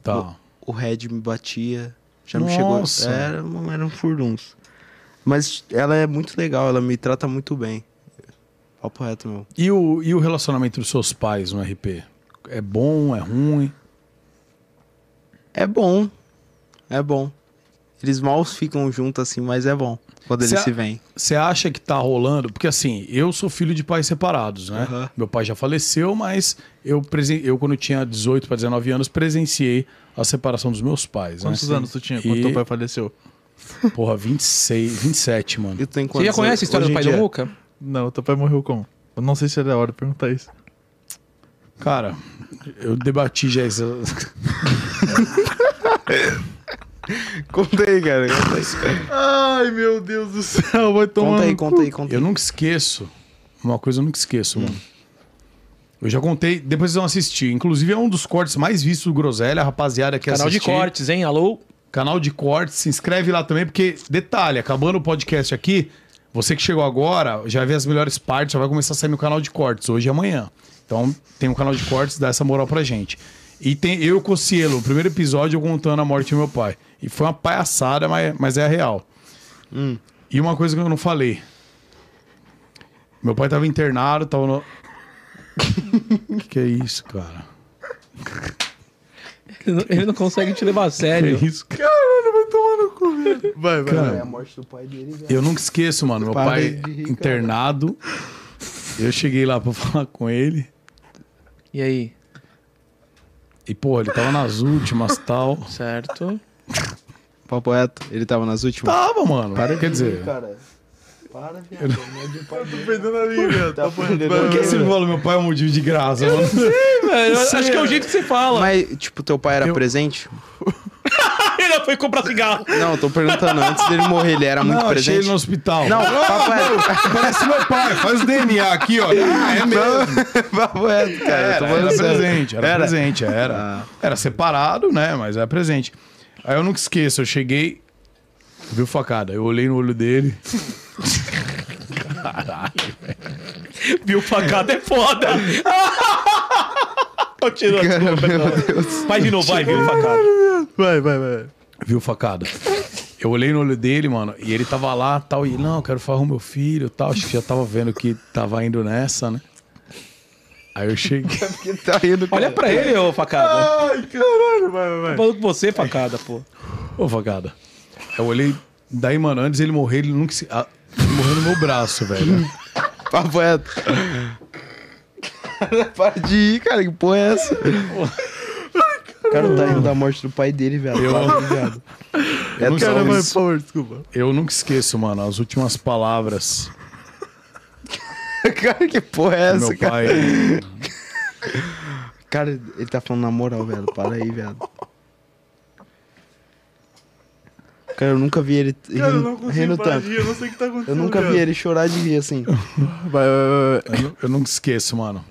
Speaker 1: Tá.
Speaker 4: o Red me batia. Já me
Speaker 1: Nossa.
Speaker 4: chegou. Era, um- era um furdunço. Mas ela é muito legal, ela me trata muito bem. Papo reto, meu.
Speaker 1: E o, e o relacionamento dos seus pais no RP? É bom, é ruim?
Speaker 4: É bom. É bom. Eles mal ficam juntos assim, mas é bom. Quando
Speaker 1: Cê
Speaker 4: eles
Speaker 1: a-
Speaker 4: se veem.
Speaker 1: Você acha que tá rolando? Porque assim, eu sou filho de pais separados, né?
Speaker 4: Aham.
Speaker 1: Meu pai já faleceu, mas eu, presen... eu quando eu tinha 18 para 19 anos, presenciei a separação dos meus pais.
Speaker 3: Quantos
Speaker 1: né?
Speaker 3: anos tu tinha
Speaker 1: E
Speaker 3: quando teu pai faleceu?
Speaker 1: Porra, 26, 27, mano.
Speaker 4: Eu tenho
Speaker 2: Você já
Speaker 4: quantos
Speaker 2: conhece a história do
Speaker 4: hoje em
Speaker 2: pai
Speaker 4: dia?
Speaker 2: do Muca?
Speaker 3: Não, teu pai morreu como? Eu não sei se era a hora de perguntar isso.
Speaker 1: Cara, eu debati já isso.
Speaker 4: Conta aí, cara. Conta aí,
Speaker 3: Ai, meu Deus do céu, vai
Speaker 1: Então,
Speaker 3: tomar.
Speaker 4: conta aí,
Speaker 3: no cu.
Speaker 4: conta aí. Conta
Speaker 1: Eu
Speaker 4: aí.
Speaker 1: nunca esqueço. Uma coisa eu nunca esqueço, mano. Eu já contei, depois vocês vão assistir. Inclusive é um dos cortes mais vistos do Groselha, a rapaziada que
Speaker 2: Canal
Speaker 1: assistiu.
Speaker 2: de cortes, hein? Alô?
Speaker 1: Canal de cortes, se inscreve lá também, porque, detalhe, acabando o podcast aqui, você que chegou agora, já vê as melhores partes, já vai começar a sair no canal de cortes, hoje e amanhã. Então, tem um canal de cortes, dá essa moral pra gente. E tem eu e o Cocielo, o primeiro episódio eu contando a morte do meu pai. E foi uma palhaçada, mas, mas é a real. E uma coisa que eu não falei. Meu pai tava internado, tava no... que que é isso, cara?
Speaker 2: Ele não consegue te levar a sério.
Speaker 1: Que É isso, cara?
Speaker 3: Vai, vai,
Speaker 1: Cara,
Speaker 3: vai.
Speaker 4: A morte do pai dele já.
Speaker 1: Eu nunca esqueço, mano. Meu
Speaker 4: Parei
Speaker 1: pai
Speaker 4: de rir, cara.
Speaker 1: internado. Eu cheguei lá pra falar com ele.
Speaker 2: E aí?
Speaker 1: E, pô, ele tava nas últimas tal.
Speaker 2: Certo.
Speaker 4: Papo reto, ele tava nas últimas.
Speaker 1: Tava, mano. Quer dizer.
Speaker 4: Cara, para, viado. a morte do pai dele.
Speaker 3: Perdendo a linha,
Speaker 4: Tá
Speaker 3: tá perdendo
Speaker 1: Por
Speaker 4: perdendo.
Speaker 1: que você não falou meu pai é um motivo de graça, mano? tá
Speaker 2: acho que é o jeito que você fala.
Speaker 4: Mas, tipo, teu pai era
Speaker 1: Eu-
Speaker 4: presente?
Speaker 2: Ele foi comprar cigarro.
Speaker 4: Não, eu tô perguntando. Antes dele morrer, ele era muito
Speaker 1: Não, achei
Speaker 4: presente?
Speaker 1: ele no hospital.
Speaker 4: Não, papo reto.
Speaker 1: parece meu pai. Faz o DNA aqui, ó. Ah, é mesmo.
Speaker 4: papo reto, cara. eu tô
Speaker 1: Era, era
Speaker 4: falando sério.
Speaker 1: presente, era,
Speaker 4: Era?
Speaker 1: presente, era.
Speaker 4: Ah.
Speaker 1: Era separado, né? Mas era presente. Aí eu nunca esqueço, eu cheguei, viu facada, eu olhei no olho dele.
Speaker 2: Viu facada é foda. Continua, desculpa. Vai de novo, vai, viu facada.
Speaker 3: Vai, vai, vai.
Speaker 1: Viu, facada? Eu olhei no olho dele, mano, e ele tava lá, tal, e não, eu quero falar com meu filho, tal. Acho que já tava vendo que tava indo nessa, né? Aí eu cheguei.
Speaker 4: Que tá indo, cara.
Speaker 2: Olha pra ele, ô facada.
Speaker 3: Ai, caralho, vai, vai, vai.
Speaker 2: Tô falando com você, facada, pô.
Speaker 1: Ô, facada. Eu olhei. Daí, mano, antes ele morrer, ele nunca se. ah, ele morreu no meu braço, velho.
Speaker 4: Papo reto. Cara, para de ir, cara. Que porra é essa? O cara tá indo da morte do pai dele, velho.
Speaker 1: Eu-
Speaker 4: Para, viado. É
Speaker 1: não sei,
Speaker 3: Cara,
Speaker 4: cara,
Speaker 3: vai,
Speaker 1: mas-
Speaker 4: mas...
Speaker 3: por favor, desculpa.
Speaker 1: Eu nunca esqueço, mano, as últimas palavras
Speaker 4: cara, que porra é
Speaker 1: do
Speaker 4: essa,
Speaker 1: meu
Speaker 4: cara?
Speaker 1: pai.
Speaker 4: Cara, ele tá falando na moral, velho. Para aí, velho. Cara, eu nunca vi ele rindo,
Speaker 3: Cara, eu não consigo
Speaker 4: rindo
Speaker 3: parar
Speaker 4: tanto.
Speaker 3: de rir, eu não sei o que tá acontecendo.
Speaker 4: Eu nunca vi
Speaker 3: cara.
Speaker 4: ele chorar de rir assim.
Speaker 3: Vai, vai, vai, vai.
Speaker 1: Eu, nu- eu nunca esqueço, mano.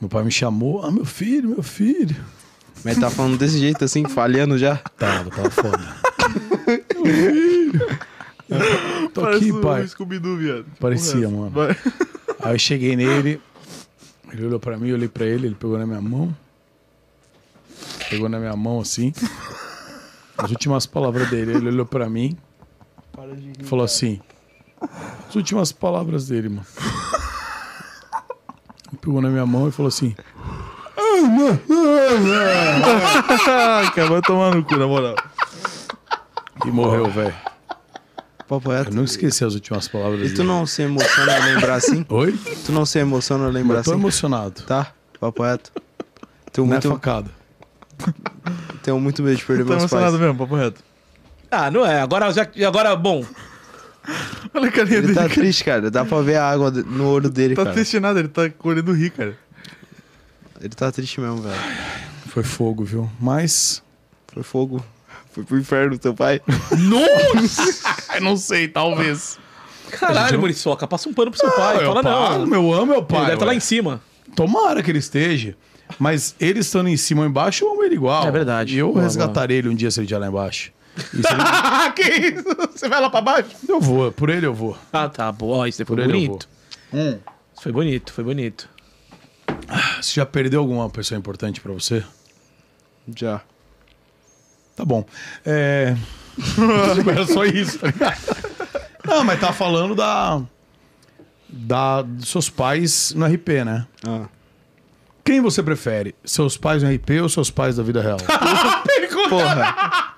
Speaker 1: Meu pai me chamou, ah, meu filho, meu filho.
Speaker 4: Mas ele tá falando desse jeito assim, falhando já.
Speaker 1: Tava, tava foda. meu filho. Tô
Speaker 3: Parece
Speaker 1: aqui, pai.
Speaker 3: o
Speaker 4: um
Speaker 3: Scooby-Doo, viado. Que porra é
Speaker 1: Parecia,
Speaker 3: essa?
Speaker 1: mano.
Speaker 3: Vai.
Speaker 1: Aí eu cheguei nele, ele olhou pra mim, eu olhei pra ele, ele pegou na minha mão. Pegou na minha mão assim. As últimas palavras dele, ele olhou pra mim
Speaker 4: Para de
Speaker 1: e
Speaker 4: rir.
Speaker 1: falou assim: As últimas palavras dele, mano. Ele Pegou na minha mão e falou assim:
Speaker 3: Ah, cara, vai tomar no cu, na moral.
Speaker 1: E morreu, velho.
Speaker 4: Papo
Speaker 1: Eu
Speaker 4: reto.
Speaker 1: não esqueci as últimas palavras
Speaker 4: E
Speaker 1: dele.
Speaker 4: tu não se emociona a lembrar assim?
Speaker 1: Oi?
Speaker 4: Tu não se emociona a lembrar
Speaker 1: Eu tô
Speaker 4: assim?
Speaker 1: emocionado.
Speaker 4: Tá, papo reto. Tenho
Speaker 1: Não é
Speaker 4: muito,
Speaker 1: facada.
Speaker 4: tenho muito medo de perder
Speaker 3: Tá
Speaker 4: meus pais.
Speaker 3: emocionado mesmo, papo reto.
Speaker 2: Ah, não é. Agora, já, agora bom.
Speaker 3: Olha a carinha
Speaker 4: Ele
Speaker 3: dele,
Speaker 4: tá
Speaker 3: cara.
Speaker 4: triste, cara. Dá pra ver a água de- no olho dele,
Speaker 3: Tá
Speaker 4: cara.
Speaker 3: testinado, ele tá colhendo rir, cara.
Speaker 4: Ele tá triste mesmo, velho.
Speaker 1: Foi fogo, viu? Mas.
Speaker 4: Foi fogo. Foi pro inferno, teu pai.
Speaker 1: Eu não sei, talvez.
Speaker 2: Caralho, Muriçoca, passa um pano pro seu pai. Fala não.
Speaker 1: Ah, Meu amo, meu pai.
Speaker 2: Ele deve estar lá
Speaker 1: ué.
Speaker 2: em cima.
Speaker 1: Tomara que ele esteja. Mas ele estando em cima ou embaixo, eu amo ele igual.
Speaker 2: É verdade.
Speaker 1: E eu
Speaker 2: Boa,
Speaker 1: resgatarei ele um dia se ele estiver lá embaixo. E se ele-
Speaker 2: Ah, que isso? Você vai lá pra baixo?
Speaker 1: eu vou, por ele eu vou.
Speaker 2: Ah, tá. Boa, isso foi
Speaker 1: Por ele eu
Speaker 2: bonito.
Speaker 4: Hum.
Speaker 2: Isso foi bonito, foi bonito.
Speaker 1: Você já perdeu alguma pessoa importante pra você?
Speaker 4: Já.
Speaker 1: Tá bom. É. Era só isso. tá ligado? Não, mas tá falando da. da dos seus pais no RP, né?
Speaker 4: Ah.
Speaker 1: Quem você prefere? Seus pais no RP ou seus pais da vida real?
Speaker 4: Porra.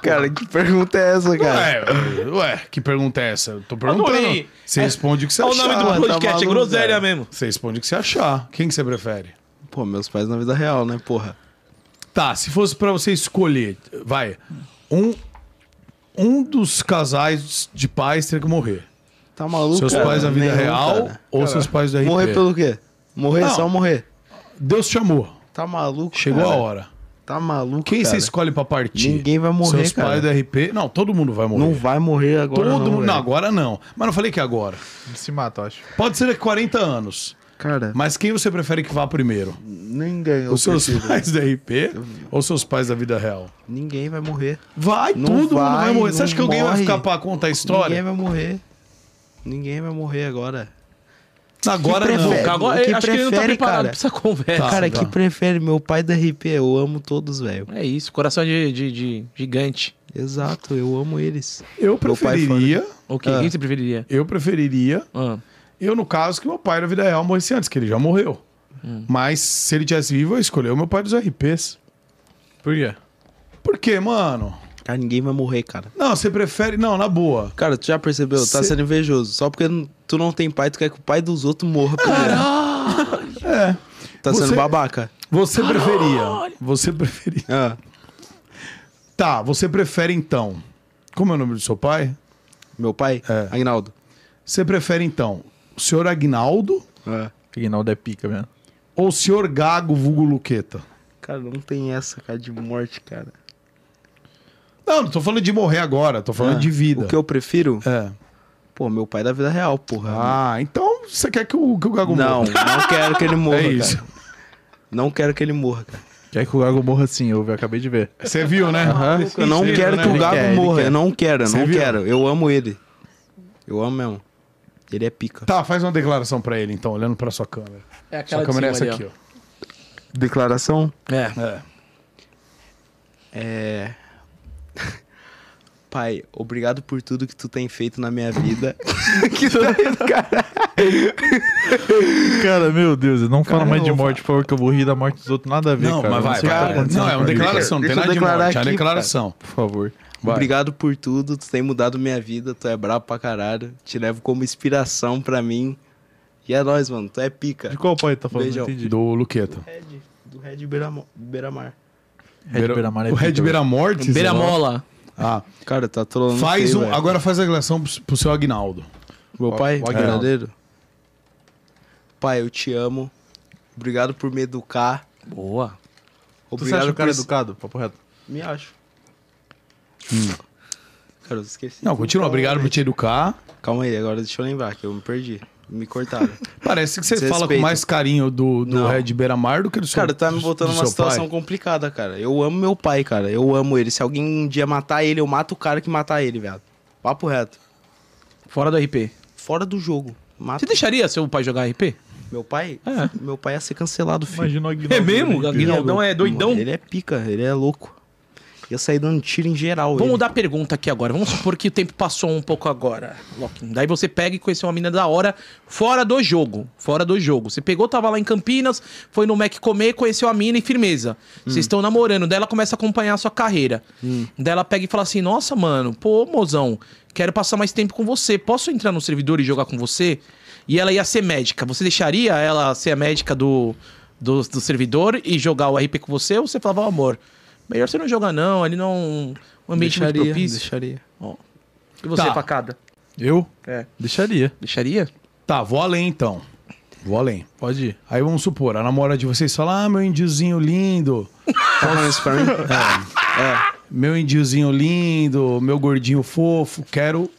Speaker 4: Cara, que pergunta é essa,
Speaker 1: Ah,
Speaker 4: cara?
Speaker 1: Ué, ué, que pergunta é essa? Eu tô perguntando.
Speaker 2: Adorei.
Speaker 1: Você responde É, o que você
Speaker 2: Olha o
Speaker 1: achar.
Speaker 2: nome do
Speaker 4: tá
Speaker 2: podcast, é
Speaker 4: maluco,
Speaker 2: groselha
Speaker 4: cara.
Speaker 2: mesmo.
Speaker 1: Você responde o que você achar. Quem que você prefere?
Speaker 4: Pô, meus pais na vida real, né, porra?
Speaker 1: Tá, se fosse pra você escolher, vai, um um dos casais de pais teria que morrer.
Speaker 4: Tá maluco?
Speaker 1: seus
Speaker 4: cara?
Speaker 1: pais na vida
Speaker 4: Nenhum,
Speaker 1: real
Speaker 4: cara.
Speaker 1: ou seus pais da RP.
Speaker 4: Morrer pelo quê? Morrer
Speaker 1: Não.
Speaker 4: só morrer.
Speaker 1: Deus chamou.
Speaker 4: Tá maluco,
Speaker 1: Chegou
Speaker 4: cara.
Speaker 1: a hora.
Speaker 4: Tá maluco,
Speaker 1: Quem você
Speaker 4: cara.
Speaker 1: escolhe pra partir?
Speaker 4: Ninguém vai morrer,
Speaker 1: Seus
Speaker 4: cara.
Speaker 1: pais da RP. Não, todo mundo vai morrer.
Speaker 4: Não vai morrer agora
Speaker 1: Todo
Speaker 4: não,
Speaker 1: mundo. Não,
Speaker 4: velho.
Speaker 1: agora não. Mas não falei que é agora.
Speaker 3: Se mata, eu acho.
Speaker 1: Pode ser daqui a 40 anos.
Speaker 4: Cara,
Speaker 1: Mas quem você prefere que vá primeiro?
Speaker 4: ninguém, eu
Speaker 1: Os seus
Speaker 4: prefiro.
Speaker 1: pais da RP ou seus pais da vida real?
Speaker 4: Ninguém vai morrer.
Speaker 1: Vai,
Speaker 4: Não
Speaker 1: todo mundo vai
Speaker 4: vai,
Speaker 1: morrer. Você acha
Speaker 4: não
Speaker 1: que alguém vai
Speaker 4: morre.
Speaker 1: ficar pra contar a
Speaker 4: Ninguém
Speaker 1: história?
Speaker 4: vai morrer. Ninguém vai morrer agora.
Speaker 1: Agora
Speaker 4: Que
Speaker 1: não.
Speaker 4: prefere?
Speaker 1: Cara,
Speaker 2: Agora,
Speaker 4: o que
Speaker 2: acho que ele não tá
Speaker 4: prefere,
Speaker 2: preparado
Speaker 4: cara?
Speaker 2: pra essa conversa.
Speaker 1: Tá.
Speaker 4: cara,
Speaker 1: tá.
Speaker 4: que prefere meu pai da RP? Eu amo todos, velho.
Speaker 2: É isso, coração de, de- de gigante.
Speaker 4: Exato, eu amo eles.
Speaker 1: Eu
Speaker 4: Meu pai fora.
Speaker 1: preferiria.
Speaker 2: O que? Quem você preferiria?
Speaker 1: Eu preferiria.
Speaker 2: Ah,
Speaker 1: Eu, no caso, que meu pai da vida real morresse antes, que ele já morreu. Mas se ele tivesse vivo, eu escolheria o meu pai dos RPs.
Speaker 3: Por quê?
Speaker 1: Por quê, mano?
Speaker 4: Cara, ninguém vai morrer, cara.
Speaker 1: Não, você prefere. Não, na boa.
Speaker 4: Cara, tu já percebeu? Tá
Speaker 1: Cê-
Speaker 4: sendo invejoso. Só porque n- tu não tem pai, tu quer que o pai dos outros morra primeiro.
Speaker 1: É.
Speaker 4: Tá
Speaker 1: Você- É.
Speaker 4: sendo babaca.
Speaker 1: Você preferia. Você preferia.
Speaker 4: Ah,
Speaker 1: Tá, você prefere então. Como é o nome do seu pai?
Speaker 4: meu pai?
Speaker 1: É.
Speaker 4: Agnaldo.
Speaker 1: Você prefere então o senhor Agnaldo
Speaker 3: Aguinaldo é pica mesmo.
Speaker 1: ou o senhor Gago Vulgo Luqueta?
Speaker 4: Cara, não tem essa, cara, de morte, cara.
Speaker 1: Não, não tô falando de morrer agora, tô falando
Speaker 4: Ah,
Speaker 1: de vida.
Speaker 4: O que eu prefiro?
Speaker 1: É.
Speaker 4: Pô, meu pai é da vida real, porra.
Speaker 1: Ah, então você quer que o, que o Gago
Speaker 4: não,
Speaker 1: morra?
Speaker 4: não quero que ele morra,
Speaker 1: É isso.
Speaker 4: cara. Não quero que ele morra, cara.
Speaker 3: Quer que o Gago morra assim, eu acabei de ver.
Speaker 1: Você viu, né?
Speaker 4: Eu não
Speaker 1: Sim,
Speaker 4: quero
Speaker 1: né?
Speaker 4: que o
Speaker 1: Ele
Speaker 4: Gago
Speaker 3: quer, ele
Speaker 4: morra.
Speaker 3: quer.
Speaker 4: Eu não quero, eu
Speaker 1: Você
Speaker 4: não
Speaker 1: viu?
Speaker 4: quero. Eu amo ele. Eu amo mesmo. Ele é pica.
Speaker 1: Tá, faz uma declaração pra ele então, olhando pra sua câmera.
Speaker 2: é
Speaker 1: Sua
Speaker 2: aquela
Speaker 1: câmera é
Speaker 2: de
Speaker 1: essa
Speaker 2: cima
Speaker 1: aqui,
Speaker 2: ali,
Speaker 1: ó.
Speaker 4: Declaração?
Speaker 2: ó. É.
Speaker 1: É.
Speaker 4: É. Pai, obrigado por tudo que tu tem feito na minha vida. que tá... cara,
Speaker 3: Cara, meu Deus, não fala
Speaker 1: Cara,
Speaker 3: mais
Speaker 1: eu
Speaker 3: de
Speaker 1: vou
Speaker 3: morte, por favor, que eu vou rir da morte dos outros, nada a ver,
Speaker 1: Não,
Speaker 3: cara.
Speaker 1: mas vai,
Speaker 3: sei o que tá
Speaker 1: vai.
Speaker 3: acontecendo
Speaker 1: Não, é uma
Speaker 3: comigo.
Speaker 1: declaração, não tem
Speaker 4: Deixa eu
Speaker 1: nada de
Speaker 4: declarar
Speaker 1: morte, é uma
Speaker 4: aqui,
Speaker 1: declaração.
Speaker 3: Por favor. Vai.
Speaker 4: obrigado por tudo, tu tem mudado minha vida, tu é brabo pra caralho, te levo como inspiração pra mim. E é nóis, mano, tu é
Speaker 3: De
Speaker 4: pica.
Speaker 3: qual pai tá falando?
Speaker 4: Beijão.
Speaker 3: Não entendi.
Speaker 1: Do Luqueta.
Speaker 4: Red, do Red Beiramo- Beiramar.
Speaker 3: Red
Speaker 1: Beira-
Speaker 3: Beiramar é
Speaker 1: o Red
Speaker 3: pica,
Speaker 1: Beiramorte. sei lá.
Speaker 2: Beiramola.
Speaker 1: Ah,
Speaker 4: Cara, tá trolando.
Speaker 1: faz
Speaker 4: feio,
Speaker 1: um,
Speaker 4: velho.
Speaker 1: agora faz a declaração pro, pro seu Agnaldo.
Speaker 4: Meu pai,
Speaker 3: o Aguinaldo.
Speaker 4: verdadeiro. Pai, eu te amo. Obrigado por me educar.
Speaker 2: Boa.
Speaker 3: Tu você acha
Speaker 4: Obrigado
Speaker 3: o cara
Speaker 4: por...
Speaker 3: educado? Papo reto.
Speaker 4: Me acho. Cara, eu esqueci.
Speaker 1: Não, continua. Obrigado por te educar.
Speaker 4: Calma aí, agora deixa eu lembrar que eu me perdi. Me cortaram.
Speaker 1: Parece que você
Speaker 4: Desrespeito.
Speaker 1: fala com mais carinho do, do
Speaker 4: Não.
Speaker 1: Red Beiramar do que do seu
Speaker 4: cara, tá me botando
Speaker 1: do
Speaker 4: numa
Speaker 1: seu
Speaker 4: situação
Speaker 1: pai.
Speaker 4: complicada, cara. Eu amo meu pai, cara. Eu amo ele. Se alguém um dia matar ele, eu mato o cara que matar ele, velho. Papo reto.
Speaker 2: Fora do RP.
Speaker 4: Fora do jogo. Mato.
Speaker 2: Você deixaria seu pai jogar RP?
Speaker 4: Meu pai?
Speaker 2: É.
Speaker 4: Meu pai ia ser cancelado, filho.
Speaker 3: Imagina o Aguinaldo.
Speaker 2: É mesmo?
Speaker 3: né?
Speaker 2: Aguinaldo. Guinaldão é doidão?
Speaker 4: Ele é pica, ele é louco. Ia sair dando tiro em geral.
Speaker 2: Vamos
Speaker 4: ele.
Speaker 2: mudar a pergunta aqui agora. Vamos supor que o tempo passou um pouco agora, Loki. Daí você pega e conheceu uma mina da hora fora do jogo. Fora do jogo. Você pegou, tava lá em Campinas, foi no Mac comer, conheceu a mina e firmeza. Vocês estão namorando. Daí ela começa a acompanhar a sua carreira. Daí ela pega e fala assim: Nossa, mano, pô, mozão, quero passar mais tempo com você. Posso entrar no servidor e jogar com você? E ela ia ser médica. Você deixaria ela ser a médica do, do, do servidor e jogar o RP com você? Ou você falava, "Ó, amor, melhor você não jogar, não. Ele não. O ambiente é muito
Speaker 4: deixaria,
Speaker 2: propício.
Speaker 4: deixaria.
Speaker 2: Ó. E você,
Speaker 1: Tá.
Speaker 2: facada?
Speaker 3: Eu?
Speaker 2: É.
Speaker 3: Deixaria.
Speaker 2: Deixaria?
Speaker 1: Tá, vou além então. Vou além.
Speaker 3: Pode ir.
Speaker 1: Aí vamos supor, a namora de vocês fala: Ah, meu índiozinho lindo,
Speaker 4: Tá falando isso pra mim?
Speaker 1: meu índiozinho lindo, meu gordinho fofo, quero.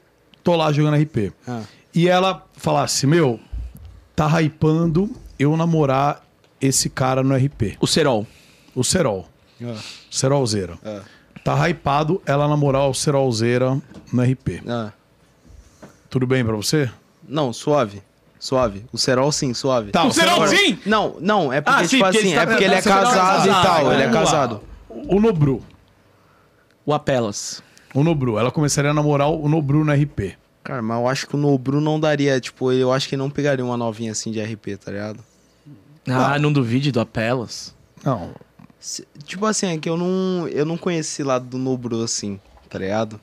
Speaker 1: tô lá jogando RP.
Speaker 4: Ah.
Speaker 1: E ela falasse: Meu, tá hypando eu namorar esse cara no RP.
Speaker 2: O Serol.
Speaker 1: O Serol.
Speaker 4: Ah.
Speaker 1: Serolzeira.
Speaker 4: Ah.
Speaker 1: Tá hypado ela namorar o Serolzeira no RP.
Speaker 4: Ah.
Speaker 1: Tudo bem pra você?
Speaker 4: Não, suave. Suave. O Serol sim, suave.
Speaker 1: Tá, O o Serol Serol-
Speaker 2: sim?
Speaker 4: Não, não, é porque,
Speaker 2: Ah, sim,
Speaker 4: tipo
Speaker 2: porque
Speaker 4: assim,
Speaker 2: ele tá-
Speaker 4: é porque ele é
Speaker 2: tá- tá- tá-
Speaker 4: casado
Speaker 2: tá-
Speaker 4: e tal.
Speaker 2: tá-
Speaker 4: ele é
Speaker 1: né? Vamos lá.
Speaker 4: casado.
Speaker 1: O Nobru.
Speaker 2: O Apelas.
Speaker 1: O Nobru. Ela começaria a namorar o Nobru no RP.
Speaker 4: Cara, mas eu acho que o Nobru não daria, tipo, eu acho que ele não pegaria uma novinha assim de RP, tá ligado?
Speaker 2: Ah, não duvide do Apelas.
Speaker 1: Não.
Speaker 4: Se- tipo assim, é que eu não, eu não conheci esse lado do Nobru assim, tá ligado?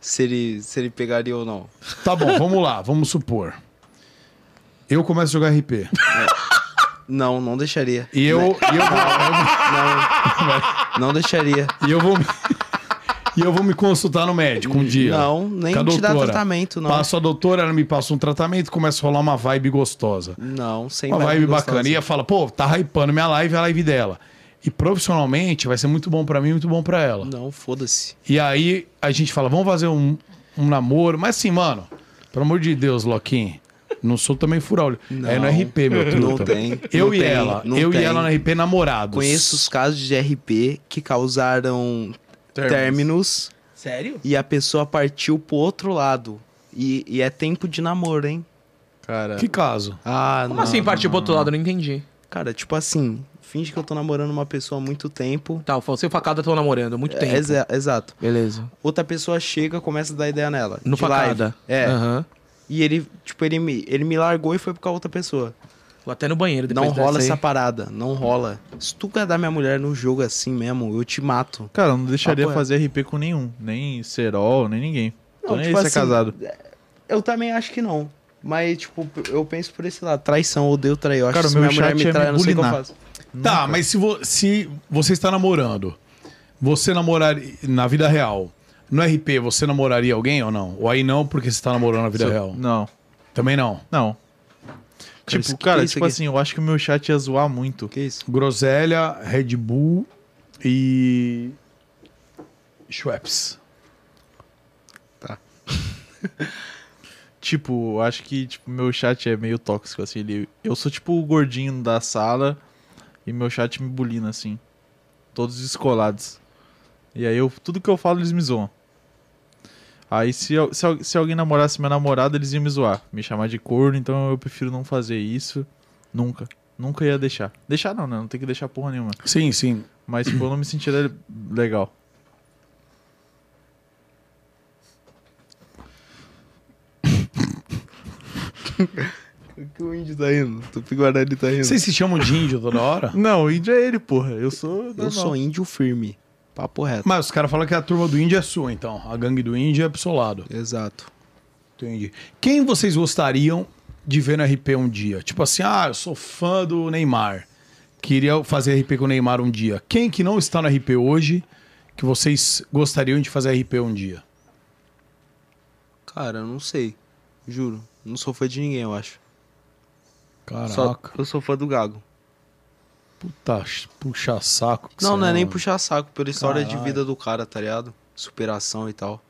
Speaker 4: Se ele, se ele pegaria ou não.
Speaker 1: Tá bom, vamos lá. Vamos supor. Eu começo a jogar RP.
Speaker 4: Não, não deixaria.
Speaker 1: E eu, e eu, vou,
Speaker 4: Não, não deixaria.
Speaker 1: e eu vou me... e eu vou me consultar no médico um dia.
Speaker 4: Não, nem
Speaker 1: Com a
Speaker 4: te dá
Speaker 1: doutora.
Speaker 4: tratamento, não.
Speaker 1: Passo a doutora, ela me passa um tratamento, começa a rolar uma vibe gostosa.
Speaker 4: Não, sem
Speaker 1: uma vibe
Speaker 4: gostosa.
Speaker 1: bacana. E ela fala, pô, tá hypando minha live, é a live dela. E profissionalmente vai ser muito bom pra mim, muito bom pra ela.
Speaker 4: Não, foda-se.
Speaker 1: E aí a gente fala, vamos fazer um, um namoro. Mas assim, mano, pelo amor de Deus, Loquim, não sou também furolho. É no
Speaker 4: Não.
Speaker 1: RP, meu truta.
Speaker 4: Não tem.
Speaker 1: Eu
Speaker 4: não
Speaker 1: e
Speaker 4: tem,
Speaker 1: ela,
Speaker 4: não
Speaker 1: eu e
Speaker 4: tem.
Speaker 1: ela no RP namorados.
Speaker 4: Conheço os casos de RP que causaram
Speaker 3: Términos.
Speaker 4: términos
Speaker 2: Sério?
Speaker 4: e a pessoa partiu pro outro lado. E, e é tempo de namoro, hein?
Speaker 3: Cara,
Speaker 1: Que caso?
Speaker 4: Ah,
Speaker 2: Como assim partiu pro outro lado? Eu não entendi.
Speaker 4: Cara, tipo assim, finge que eu tô namorando uma pessoa há muito tempo.
Speaker 2: Tá, você e o Facada estão namorando há muito tempo.
Speaker 4: É, exa- exato.
Speaker 2: Beleza.
Speaker 4: Outra pessoa chega, começa a dar ideia nela.
Speaker 2: No
Speaker 4: de live.
Speaker 2: Facada. Ah.
Speaker 4: É.
Speaker 2: Aham.
Speaker 4: E ele, tipo, ele me, ele me largou e foi com a outra pessoa.
Speaker 2: Vou até no banheiro depois
Speaker 4: não rola
Speaker 2: dessa
Speaker 4: essa
Speaker 2: aí.
Speaker 4: parada, não rola. Se tu quer dar minha mulher no jogo assim mesmo, eu te mato.
Speaker 3: cara, eu não deixaria
Speaker 4: Ah, pô, é.
Speaker 3: fazer RP com nenhum. Nem Serol, nem ninguém. Tô
Speaker 4: Não,
Speaker 3: nem
Speaker 4: tipo
Speaker 3: aí se
Speaker 4: assim,
Speaker 3: é casado.
Speaker 4: Eu também acho que não. Mas, tipo, eu penso por esse lado. Traição, odeio trair. Eu acho
Speaker 3: Cara,
Speaker 4: que se
Speaker 3: o meu
Speaker 4: minha mulher
Speaker 3: chat
Speaker 4: me
Speaker 3: é
Speaker 4: trai,
Speaker 3: me
Speaker 4: eu não sei o que eu
Speaker 3: bulinar.
Speaker 4: faço.
Speaker 1: Tá, mas se, vo- se você está namorando, você namoraria na vida real. No RP, você namoraria alguém ou não? Ou aí não, porque você está namorando na vida
Speaker 3: Se eu-
Speaker 1: real?
Speaker 3: Não,
Speaker 1: Também não.
Speaker 3: não.
Speaker 4: isso-
Speaker 3: Tipo,
Speaker 4: que
Speaker 3: cara,
Speaker 4: isso
Speaker 3: tipo
Speaker 4: aqui?
Speaker 3: assim, eu acho que o meu chat ia zoar muito.
Speaker 4: Que é isso?
Speaker 1: Groselha, Red Bull e. Schweppes.
Speaker 3: Tipo, eu acho que tipo, meu chat é meio tóxico, assim. Ele, eu sou tipo o gordinho da sala e meu chat me bulina, assim. Todos descolados. E aí eu, tudo que eu falo, eles me zoam. Aí se, al- se, al- se alguém namorasse minha namorada, eles iam me zoar. Me chamar de corno, então eu prefiro não fazer isso. Nunca. Nunca ia deixar. Deixar não, né? Não tem que deixar porra nenhuma.
Speaker 1: Sim, sim.
Speaker 3: Mas tipo, eu não me sentiria legal.
Speaker 4: O que o índio tá rindo? O Tupi Guarani tá rindo.
Speaker 1: Vocês se chamam de índio toda hora?
Speaker 3: Não, o índio é ele, porra. Eu sou.
Speaker 4: Eu sou índio firme. Papo reto.
Speaker 1: Mas os caras falam que a turma do índio é sua, então. A gangue do índio é pro seu lado.
Speaker 4: Exato.
Speaker 1: Entendi. Quem vocês gostariam de ver no RP um dia? Tipo assim, ah, eu sou fã do Neymar. Queria fazer RP com o Neymar um dia. Quem que não está no RP hoje que vocês gostariam de fazer RP um dia?
Speaker 4: Cara, eu não sei. Juro. Não sou fã de ninguém, eu acho. Só
Speaker 1: Caraca.
Speaker 4: eu sou fã do Gago.
Speaker 1: Puta, ch- puxa saco. que
Speaker 4: Não,
Speaker 1: você um-
Speaker 4: não é nem
Speaker 3: um
Speaker 1: mano.
Speaker 4: puxar saco pela história
Speaker 1: Caralho.
Speaker 4: de vida do cara, tá ligado? Superação e tal.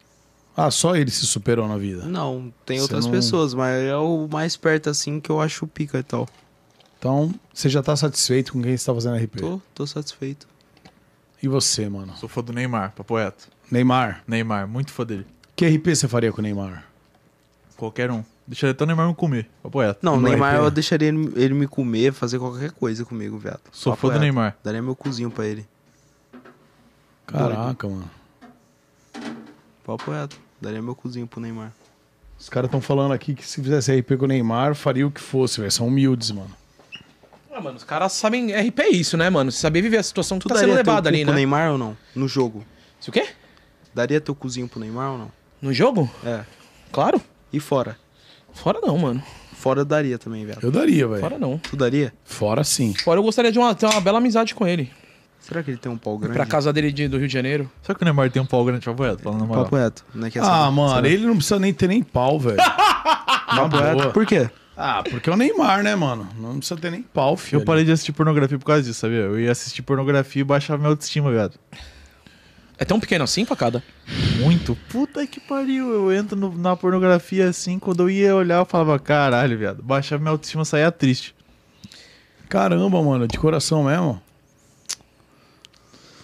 Speaker 1: Ah, só ele se superou na vida.
Speaker 4: Não, tem
Speaker 1: Você
Speaker 4: outras
Speaker 1: não-
Speaker 4: pessoas, mas é o mais perto assim que eu acho pica e tal.
Speaker 1: Então, você já tá satisfeito com quem está fazendo RP.
Speaker 4: Tô, tô satisfeito.
Speaker 1: E você, mano?
Speaker 3: Sou fã do Neymar, papo reto.
Speaker 1: Neymar.
Speaker 3: Neymar, muito fã dele.
Speaker 1: Que RP você faria com o Neymar?
Speaker 3: Qualquer um. Deixa até o Neymar me comer. Papo reto.
Speaker 4: Não, o
Speaker 1: Não é
Speaker 4: Neymar
Speaker 1: pena.
Speaker 4: eu deixaria ele, ele me comer, fazer qualquer coisa comigo, viado.
Speaker 3: Sou
Speaker 4: Papo
Speaker 3: fã do
Speaker 4: reto.
Speaker 3: Neymar.
Speaker 4: Daria meu cozinho pra ele.
Speaker 1: Caraca, mano.
Speaker 4: Papo reto. Daria meu cozinho pro Neymar.
Speaker 1: Os caras estão falando aqui que se fizesse RP com o Neymar, faria o que fosse, velho. São humildes, mano.
Speaker 2: Ah, mano, os caras sabem. RP é isso, né, mano? Você saber viver a situação que
Speaker 4: Tu
Speaker 2: tá
Speaker 4: daria
Speaker 2: sendo
Speaker 4: teu
Speaker 2: levado
Speaker 4: cu
Speaker 2: ali,
Speaker 4: pro
Speaker 2: né?
Speaker 4: Neymar ou não? No jogo.
Speaker 2: Isso o quê?
Speaker 4: Daria teu cozinho pro Neymar ou não?
Speaker 2: No jogo?
Speaker 4: É.
Speaker 2: Claro.
Speaker 4: E fora?
Speaker 2: Fora não, mano.
Speaker 4: Fora eu daria também, viado.
Speaker 1: Eu daria,
Speaker 4: É.
Speaker 1: velho. Fora...
Speaker 2: Fora não.
Speaker 4: Tu daria?
Speaker 1: sim.
Speaker 2: Fora eu gostaria de uma, ter uma bela amizade com ele.
Speaker 4: Será que ele tem um pau
Speaker 2: Ir
Speaker 4: grande?
Speaker 2: Pra casa dele de- do Rio de Janeiro.
Speaker 3: Será que o Neymar tem um pau grande, papo reto? Falando na moral.
Speaker 4: Papo reto. Não é que é
Speaker 1: Ah,
Speaker 4: essa-
Speaker 1: mano, ele não precisa nem ter nem pau, velho. Na
Speaker 4: Papo reto.
Speaker 1: boa.
Speaker 4: Por quê?
Speaker 1: Ah, porque é o Neymar, né, mano? Não precisa ter nem pau, filho.
Speaker 3: Eu parei de assistir pornografia por causa disso, sabia? Eu ia assistir pornografia e baixava minha autoestima, viado.
Speaker 2: É tão pequeno assim, facada?
Speaker 3: Muito. Puta que pariu. Eu entro no- na pornografia assim, quando eu ia olhar, eu falava, caralho, viado. Baixava minha autoestima e saía triste.
Speaker 1: Caramba, mano, de coração mesmo.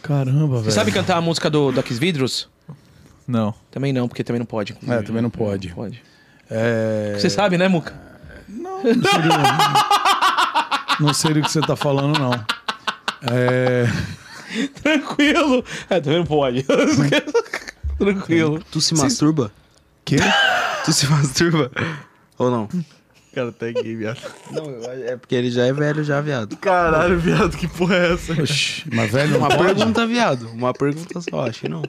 Speaker 1: Caramba, velho.
Speaker 2: Você sabe cantar a música do Daquis Vidros?
Speaker 3: Não.
Speaker 2: Também não, porque também não pode. inclusive.
Speaker 1: É, também não pode.
Speaker 2: Não pode.
Speaker 1: É...
Speaker 2: Você sabe, né, Muca?
Speaker 1: Não seria... não seria o que você tá falando, não. É...
Speaker 2: Tranquilo. É, também não pode. Tranquilo.
Speaker 4: Tu se masturba?
Speaker 1: Que?
Speaker 4: Tu se masturba? Ou não?
Speaker 3: Cara, tá gay, viado.
Speaker 4: Não, é porque ele já é velho já, viado.
Speaker 3: Caralho, viado, que porra é essa?
Speaker 1: Oxi, mas velho, não
Speaker 4: Uma
Speaker 1: pode.
Speaker 4: pergunta, viado. Uma pergunta só, acho que não.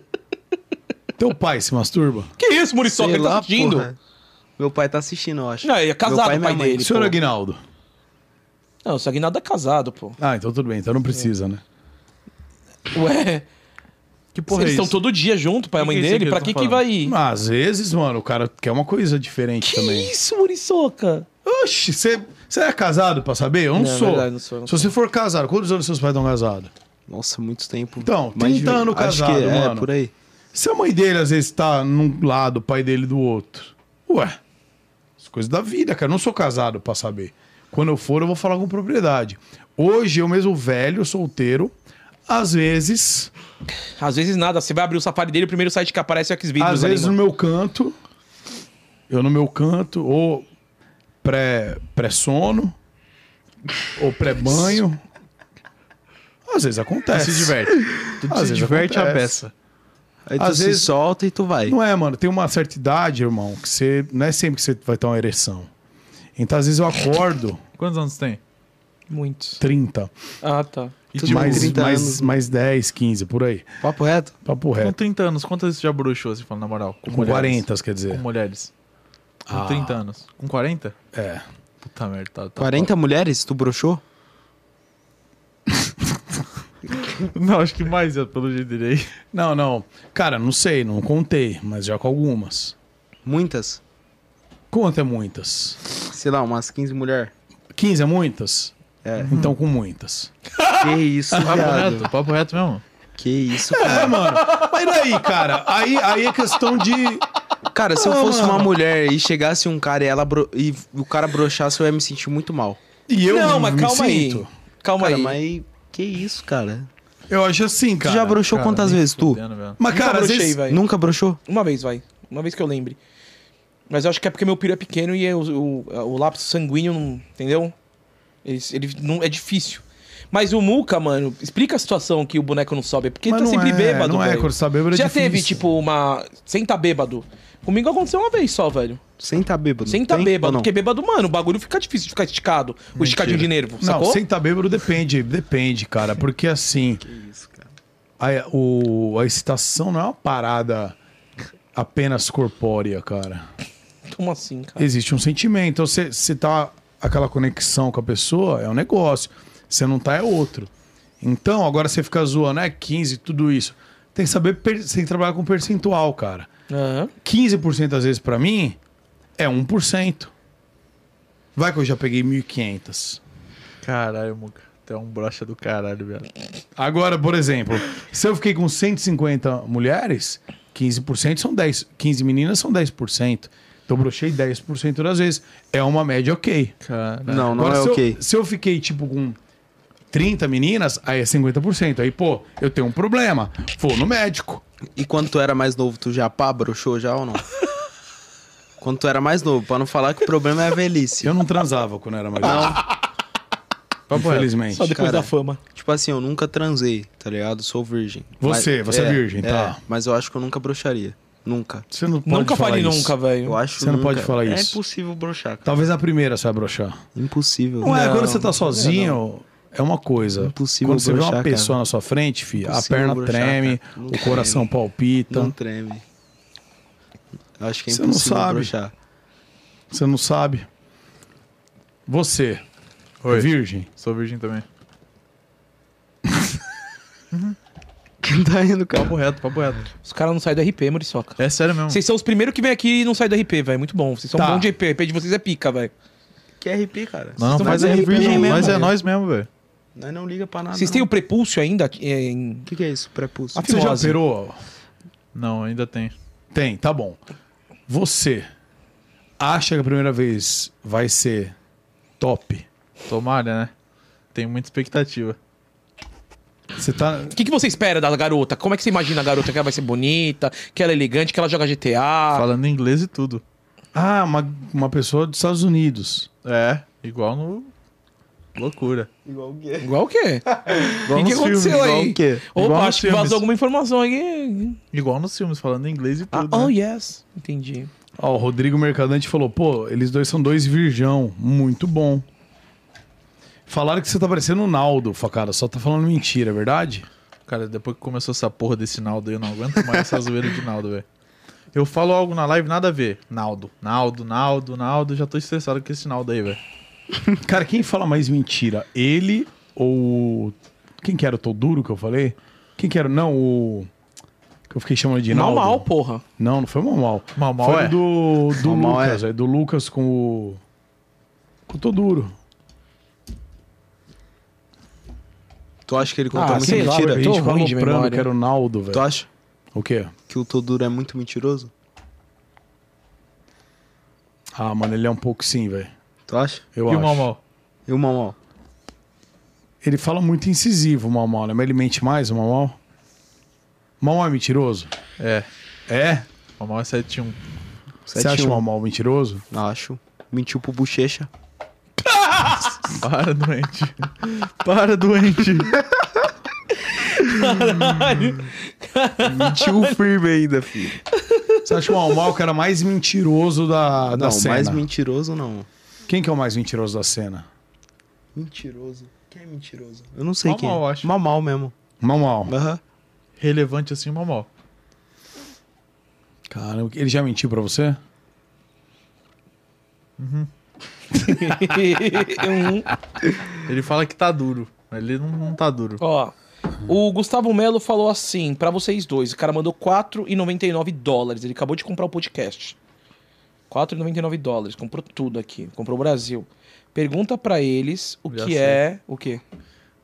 Speaker 1: Teu pai se masturba?
Speaker 2: Que isso, Muriçoca?
Speaker 4: Sei
Speaker 2: Ele tá
Speaker 4: lá,
Speaker 2: assistindo?
Speaker 4: porra. Meu pai tá assistindo, eu acho.
Speaker 2: Não, ele é casado,
Speaker 4: Meu
Speaker 2: o pai
Speaker 4: e minha mãe.
Speaker 2: dele. Ele,
Speaker 1: Senhor
Speaker 2: pô.
Speaker 1: Aguinaldo.
Speaker 2: Não, só que nada é casado, pô.
Speaker 1: Ah, então tudo bem. Então não precisa, né?
Speaker 2: Ué.
Speaker 3: Que
Speaker 2: Porra,
Speaker 3: porra
Speaker 2: eles
Speaker 3: é
Speaker 2: estão
Speaker 3: isso?
Speaker 2: todo dia junto, pai e
Speaker 3: Que
Speaker 2: mãe
Speaker 3: que é isso
Speaker 2: dele.
Speaker 3: que
Speaker 2: pra
Speaker 3: eles
Speaker 2: que tá
Speaker 3: tão
Speaker 2: que vai ir?
Speaker 1: Mas às vezes, mano, o cara quer uma coisa diferente também.
Speaker 2: isso, Muriçoca?
Speaker 1: Oxi, você você é casado pra saber? Eu não,
Speaker 2: Não, é
Speaker 1: sou.
Speaker 2: verdade, não sou, não
Speaker 1: Se você for casado, quantos anos seus pais estão casados?
Speaker 4: Nossa, muito tempo.
Speaker 1: Então,
Speaker 4: Mais
Speaker 1: 30 anos
Speaker 4: acho
Speaker 1: casado,
Speaker 4: que é,
Speaker 1: mano.
Speaker 4: por aí.
Speaker 1: Se a mãe dele às vezes tá num lado, o pai dele do outro. Ué, as coisas da vida, cara. Eu não sou casado pra saber. Quando eu for, eu vou falar com propriedade. Hoje, eu mesmo velho, solteiro, às vezes,
Speaker 2: Às vezes nada. Você vai abrir o safari dele, o primeiro site que aparece é o Xvideos.
Speaker 1: às
Speaker 2: ali,
Speaker 1: vezes um
Speaker 2: mano.
Speaker 1: no meu canto, eu no meu canto, ou pré- pré-sono, ou pré-banho. Às vezes acontece.
Speaker 3: Se diverte. Tu
Speaker 1: Às
Speaker 3: se
Speaker 1: vezes
Speaker 3: diverte é a
Speaker 1: acontece.
Speaker 3: peça.
Speaker 4: Aí tu
Speaker 1: Às
Speaker 4: se
Speaker 1: vezes-
Speaker 4: solta e tu vai.
Speaker 1: Não é, mano. Tem uma certa idade, irmão, que você. Não é sempre que você vai ter uma ereção. Então, às vezes eu acordo,
Speaker 3: Quantos anos tem?
Speaker 2: Muitos.
Speaker 1: 30,
Speaker 2: Ah, tá.
Speaker 3: E
Speaker 4: Tudo
Speaker 3: tipo,
Speaker 1: mais,
Speaker 4: 30
Speaker 1: mais,
Speaker 4: anos.
Speaker 1: mais 10, 15, por aí.
Speaker 4: Papo reto.
Speaker 1: Papo
Speaker 3: com
Speaker 1: reto.
Speaker 3: 30 anos, quantas vezes você já broxou, assim, falando na moral?
Speaker 1: É. Com
Speaker 3: mulheres?
Speaker 1: 40, quer
Speaker 3: Com
Speaker 1: dizer.
Speaker 3: mulheres. Com
Speaker 1: Ah.
Speaker 3: 30 anos. Com 40?
Speaker 1: É.
Speaker 3: Puta merda, tá. tá
Speaker 4: 40 mulheres, tu broxou?
Speaker 3: foda. Não, acho que mais, eu, pelo jeito dele aí.
Speaker 1: Não, não. Cara, não sei, não contei, mas já com algumas.
Speaker 4: Muitas?
Speaker 1: Quanto é muitas?
Speaker 4: Sei lá, umas 15 mulheres.
Speaker 1: 15 é muitas?
Speaker 4: É.
Speaker 1: Então com muitas.
Speaker 4: Que isso,
Speaker 3: Papo
Speaker 4: viado.
Speaker 3: reto, papo reto mesmo.
Speaker 4: Que isso, cara.
Speaker 1: É, mano. Mas daí, cara? Aí, aí é questão de.
Speaker 4: Cara, se eu
Speaker 1: Ah,
Speaker 4: fosse uma
Speaker 1: mano.
Speaker 4: mulher e chegasse um cara e, ela bro- e o cara broxasse, eu ia me sentir muito mal.
Speaker 1: E eu
Speaker 2: não, mas
Speaker 1: me
Speaker 2: calma
Speaker 1: sinto.
Speaker 2: aí. Calma
Speaker 4: Cara,
Speaker 2: aí.
Speaker 4: mas que isso, cara?
Speaker 1: Eu acho assim, cara.
Speaker 4: tu já broxou
Speaker 3: Cara,
Speaker 4: quantas
Speaker 3: nem
Speaker 4: vezes, tu?
Speaker 3: fudendo, velho.
Speaker 1: Mas,
Speaker 2: Nunca
Speaker 1: Ah, cara, às
Speaker 2: brochei,
Speaker 1: vezes.
Speaker 2: tá vai.
Speaker 4: Nunca broxou?
Speaker 2: Uma vez, vai. Uma vez que eu lembre. Mas eu acho que é porque meu peru é pequeno e eu- o, o lápis sanguíneo, não- entendeu? Ele, ele não é difícil. Mas o Muca, mano, explica a situação que o boneco não sobe. Porque
Speaker 1: Mas
Speaker 2: ele tá
Speaker 1: não
Speaker 2: sempre
Speaker 1: é,
Speaker 2: bêbado,
Speaker 1: Não é,
Speaker 2: velho.
Speaker 1: quando você tá bêbado é
Speaker 2: Já
Speaker 1: difícil.
Speaker 2: teve, tipo, uma. Sem tá bêbado. Comigo aconteceu uma vez só, velho.
Speaker 4: Sem tá bêbado.
Speaker 2: Sem tá
Speaker 4: Tem ou
Speaker 2: bêbado.
Speaker 4: não?
Speaker 2: Porque bêbado, mano, o bagulho fica difícil de ficar esticado. O esticadinho de nervo,
Speaker 1: Não,
Speaker 2: sacou?
Speaker 1: sem tá bêbado depende, depende, cara. Porque assim. A, o, a excitação não é uma parada apenas corpórea, cara.
Speaker 2: Como assim, cara?
Speaker 1: Existe um sentimento. Então, você- você tá. Aquela conexão com a pessoa é um negócio. Você não tá, é outro. Então, agora você fica zoando, é 15, tudo isso. Tem que saber, per- você tem que trabalhar com percentual, cara.
Speaker 2: Aham.
Speaker 1: 15% das vezes pra mim é 1%. Vai que eu já peguei 1.500.
Speaker 3: Caralho, Muca. Tu é um brocha do caralho, velho.
Speaker 1: Agora, por exemplo, se eu fiquei com 150 mulheres, 15% são 10. 15 meninas são 10%. Então, eu brochei 10% das vezes. É uma média ok.
Speaker 3: Caralho.
Speaker 4: Não, não
Speaker 1: Agora,
Speaker 4: é
Speaker 1: se
Speaker 4: ok.
Speaker 1: Eu, se eu fiquei, tipo, com 30 meninas, aí é 50%. Aí, pô, eu tenho um problema. Vou no médico.
Speaker 4: E quando tu era mais novo, tu já pá, broxou já ou não? quando tu era mais novo, pra não falar que o problema é a velhice.
Speaker 1: Eu não transava quando era mais jovem. Infelizmente.
Speaker 2: Só depois da
Speaker 4: cara.
Speaker 2: fama.
Speaker 4: Tipo assim, eu nunca transei, tá ligado? Sou virgem.
Speaker 1: Você, você é virgem, tá.
Speaker 4: Mas eu acho que eu nunca broxaria. Nunca.
Speaker 1: Você não pode
Speaker 2: Nunca
Speaker 1: falar
Speaker 2: falei
Speaker 1: isso.
Speaker 2: nunca, velho.
Speaker 4: Eu acho
Speaker 1: Você não pode
Speaker 4: nunca.
Speaker 1: falar
Speaker 4: É
Speaker 1: isso.
Speaker 4: impossível broxar, cara.
Speaker 1: Talvez na primeira você vai broxar.
Speaker 4: Impossível.
Speaker 1: Não, é,
Speaker 2: Não,
Speaker 1: quando você tá sozinho, é uma coisa.
Speaker 4: Impossível
Speaker 1: quando você vê uma
Speaker 4: broxar,
Speaker 1: pessoa
Speaker 4: cara.
Speaker 1: na sua frente, filho, a
Speaker 4: Impossível
Speaker 1: perna
Speaker 4: broxar,
Speaker 1: treme,
Speaker 4: cara. Não
Speaker 1: o
Speaker 4: treme.
Speaker 1: coração palpita.
Speaker 4: Não treme. Eu acho que é
Speaker 1: Você não
Speaker 4: impossível
Speaker 1: sabe.
Speaker 4: broxar.
Speaker 1: Você não sabe. Você, é
Speaker 3: Oi.
Speaker 1: virgem.
Speaker 3: Sou virgem também.
Speaker 4: Quem tá rindo, cara?
Speaker 3: Papo reto, papo reto.
Speaker 2: Os caras não saem do RP, Muriçoca.
Speaker 3: É sério mesmo.
Speaker 2: Hum. Vocês são os primeiros que vem aqui e não saem do RP, velho. É Muito bom. Vocês são um
Speaker 1: Tá.
Speaker 2: bom de RP. O RP de vocês é pica, velho.
Speaker 4: Que é RP, cara?
Speaker 3: Não, não
Speaker 4: Vocês
Speaker 3: faz
Speaker 4: tão
Speaker 3: RP,
Speaker 4: fazendo
Speaker 3: não.
Speaker 4: mesmo,
Speaker 3: Nós é
Speaker 4: velho.
Speaker 3: nós mesmo, velho.
Speaker 4: Nós Ah, não liga pra nada.
Speaker 2: Vocês têm o prepulso ainda? é, em-
Speaker 4: O que, que é isso? Prepulso.
Speaker 2: A
Speaker 1: Você já
Speaker 2: Fimose.
Speaker 1: operou?
Speaker 3: Não, ainda tem.
Speaker 1: Tem, tá bom. Você acha que a primeira vez vai ser top?
Speaker 3: Tomara, né? Tem muita expectativa.
Speaker 1: Você tá.
Speaker 2: O que, que você espera da garota? Como é que você imagina a garota? Que ela vai ser bonita, que ela é elegante, que ela joga GTA.
Speaker 3: Falando inglês e tudo.
Speaker 1: Ah, uma, uma pessoa dos Estados Unidos.
Speaker 3: É, igual no. Loucura.
Speaker 4: Igual o quê?
Speaker 2: Igual o quê?
Speaker 3: Igual
Speaker 2: O que, que
Speaker 3: nos filmes,
Speaker 2: aconteceu
Speaker 3: igual-
Speaker 2: aí?
Speaker 4: o quê?
Speaker 2: Opa,
Speaker 3: Igual nos
Speaker 2: acho que
Speaker 3: filmes.
Speaker 2: vazou alguma informação aqui.
Speaker 3: Igual nos filmes, falando inglês e
Speaker 2: Ah,
Speaker 3: tudo.
Speaker 2: oh,
Speaker 3: né?
Speaker 2: yes. Entendi.
Speaker 1: Ó, o Rodrigo Mercadante falou: pô, eles dois são dois virgão. Muito bom. Falaram que você tá parecendo o Naldo, cara. Só tá falando mentira, é verdade?
Speaker 3: Cara, depois que começou essa porra desse Naldo aí, eu não aguento mais essa zoeira de Naldo, velho. Eu falo algo na live, nada a ver. Naldo, Naldo, Naldo, Naldo. Já tô estressado com esse Naldo aí, velho.
Speaker 1: Cara, quem fala mais mentira? Ele ou. Quem que era o Toduro que eu falei? Quem que era? Não, o. Que eu fiquei chamando de
Speaker 2: Mal,
Speaker 1: Naldo.
Speaker 2: mal, porra.
Speaker 1: Não, não foi mal mal.
Speaker 3: Mal, mal
Speaker 1: foi
Speaker 3: é.
Speaker 1: do, do
Speaker 4: Mal, mal
Speaker 1: Lucas,
Speaker 4: é.
Speaker 1: velho, do Lucas com o. Com o Toduro.
Speaker 4: Tu acha que ele contou
Speaker 2: Ah,
Speaker 4: muita
Speaker 2: sei lá,
Speaker 4: mentira?
Speaker 1: a
Speaker 2: tô
Speaker 1: gente
Speaker 2: ruim de
Speaker 1: aloprando
Speaker 2: memória.
Speaker 1: que era o Naldo,
Speaker 4: tu
Speaker 1: velho.
Speaker 4: acha
Speaker 1: O quê?
Speaker 4: que o Toduro é muito mentiroso?
Speaker 1: Ah, mano, ele é um pouco sim, velho.
Speaker 4: Tu acha?
Speaker 1: Eu
Speaker 3: E
Speaker 1: acho.
Speaker 3: o mal, mal?
Speaker 4: E o Mamal?
Speaker 1: Ele fala muito incisivo, o Mamal, né? Mas ele mente mais, o Mamal? O Mamal é mentiroso?
Speaker 3: É.
Speaker 1: É?
Speaker 3: Mal, mal é 7-1.
Speaker 1: Você acha o
Speaker 4: 7-1.
Speaker 1: Mamal mentiroso?
Speaker 4: Acho. Mentiu pro Bochecha.
Speaker 3: Para, doente. Para, doente.
Speaker 4: Mentiu firme ainda, filho.
Speaker 1: Você acha o Mamal o cara mais mentiroso da, da
Speaker 4: Ah, Não,
Speaker 1: cena?
Speaker 4: mais mentiroso não.
Speaker 1: Quem que é o mais mentiroso da cena?
Speaker 4: Mentiroso? Quem é mentiroso? Eu não sei
Speaker 3: Mamal,
Speaker 4: quem. é.
Speaker 3: eu acho.
Speaker 4: Mamal mesmo.
Speaker 1: Mamal.
Speaker 4: Aham.
Speaker 3: Relevante assim, mal, mal.
Speaker 1: Caramba, ele já mentiu pra você?
Speaker 2: Um.
Speaker 3: Ele fala que tá duro. mas Ele não, não tá duro.
Speaker 2: Ó. O Gustavo Melo falou assim, pra vocês dois. O cara mandou 4,99 dólares. Ele acabou de comprar o podcast. 4,99 dólares. Comprou tudo aqui. Comprou o Brasil. Pergunta pra eles o
Speaker 3: Já
Speaker 2: que
Speaker 3: sei.
Speaker 2: é... O quê?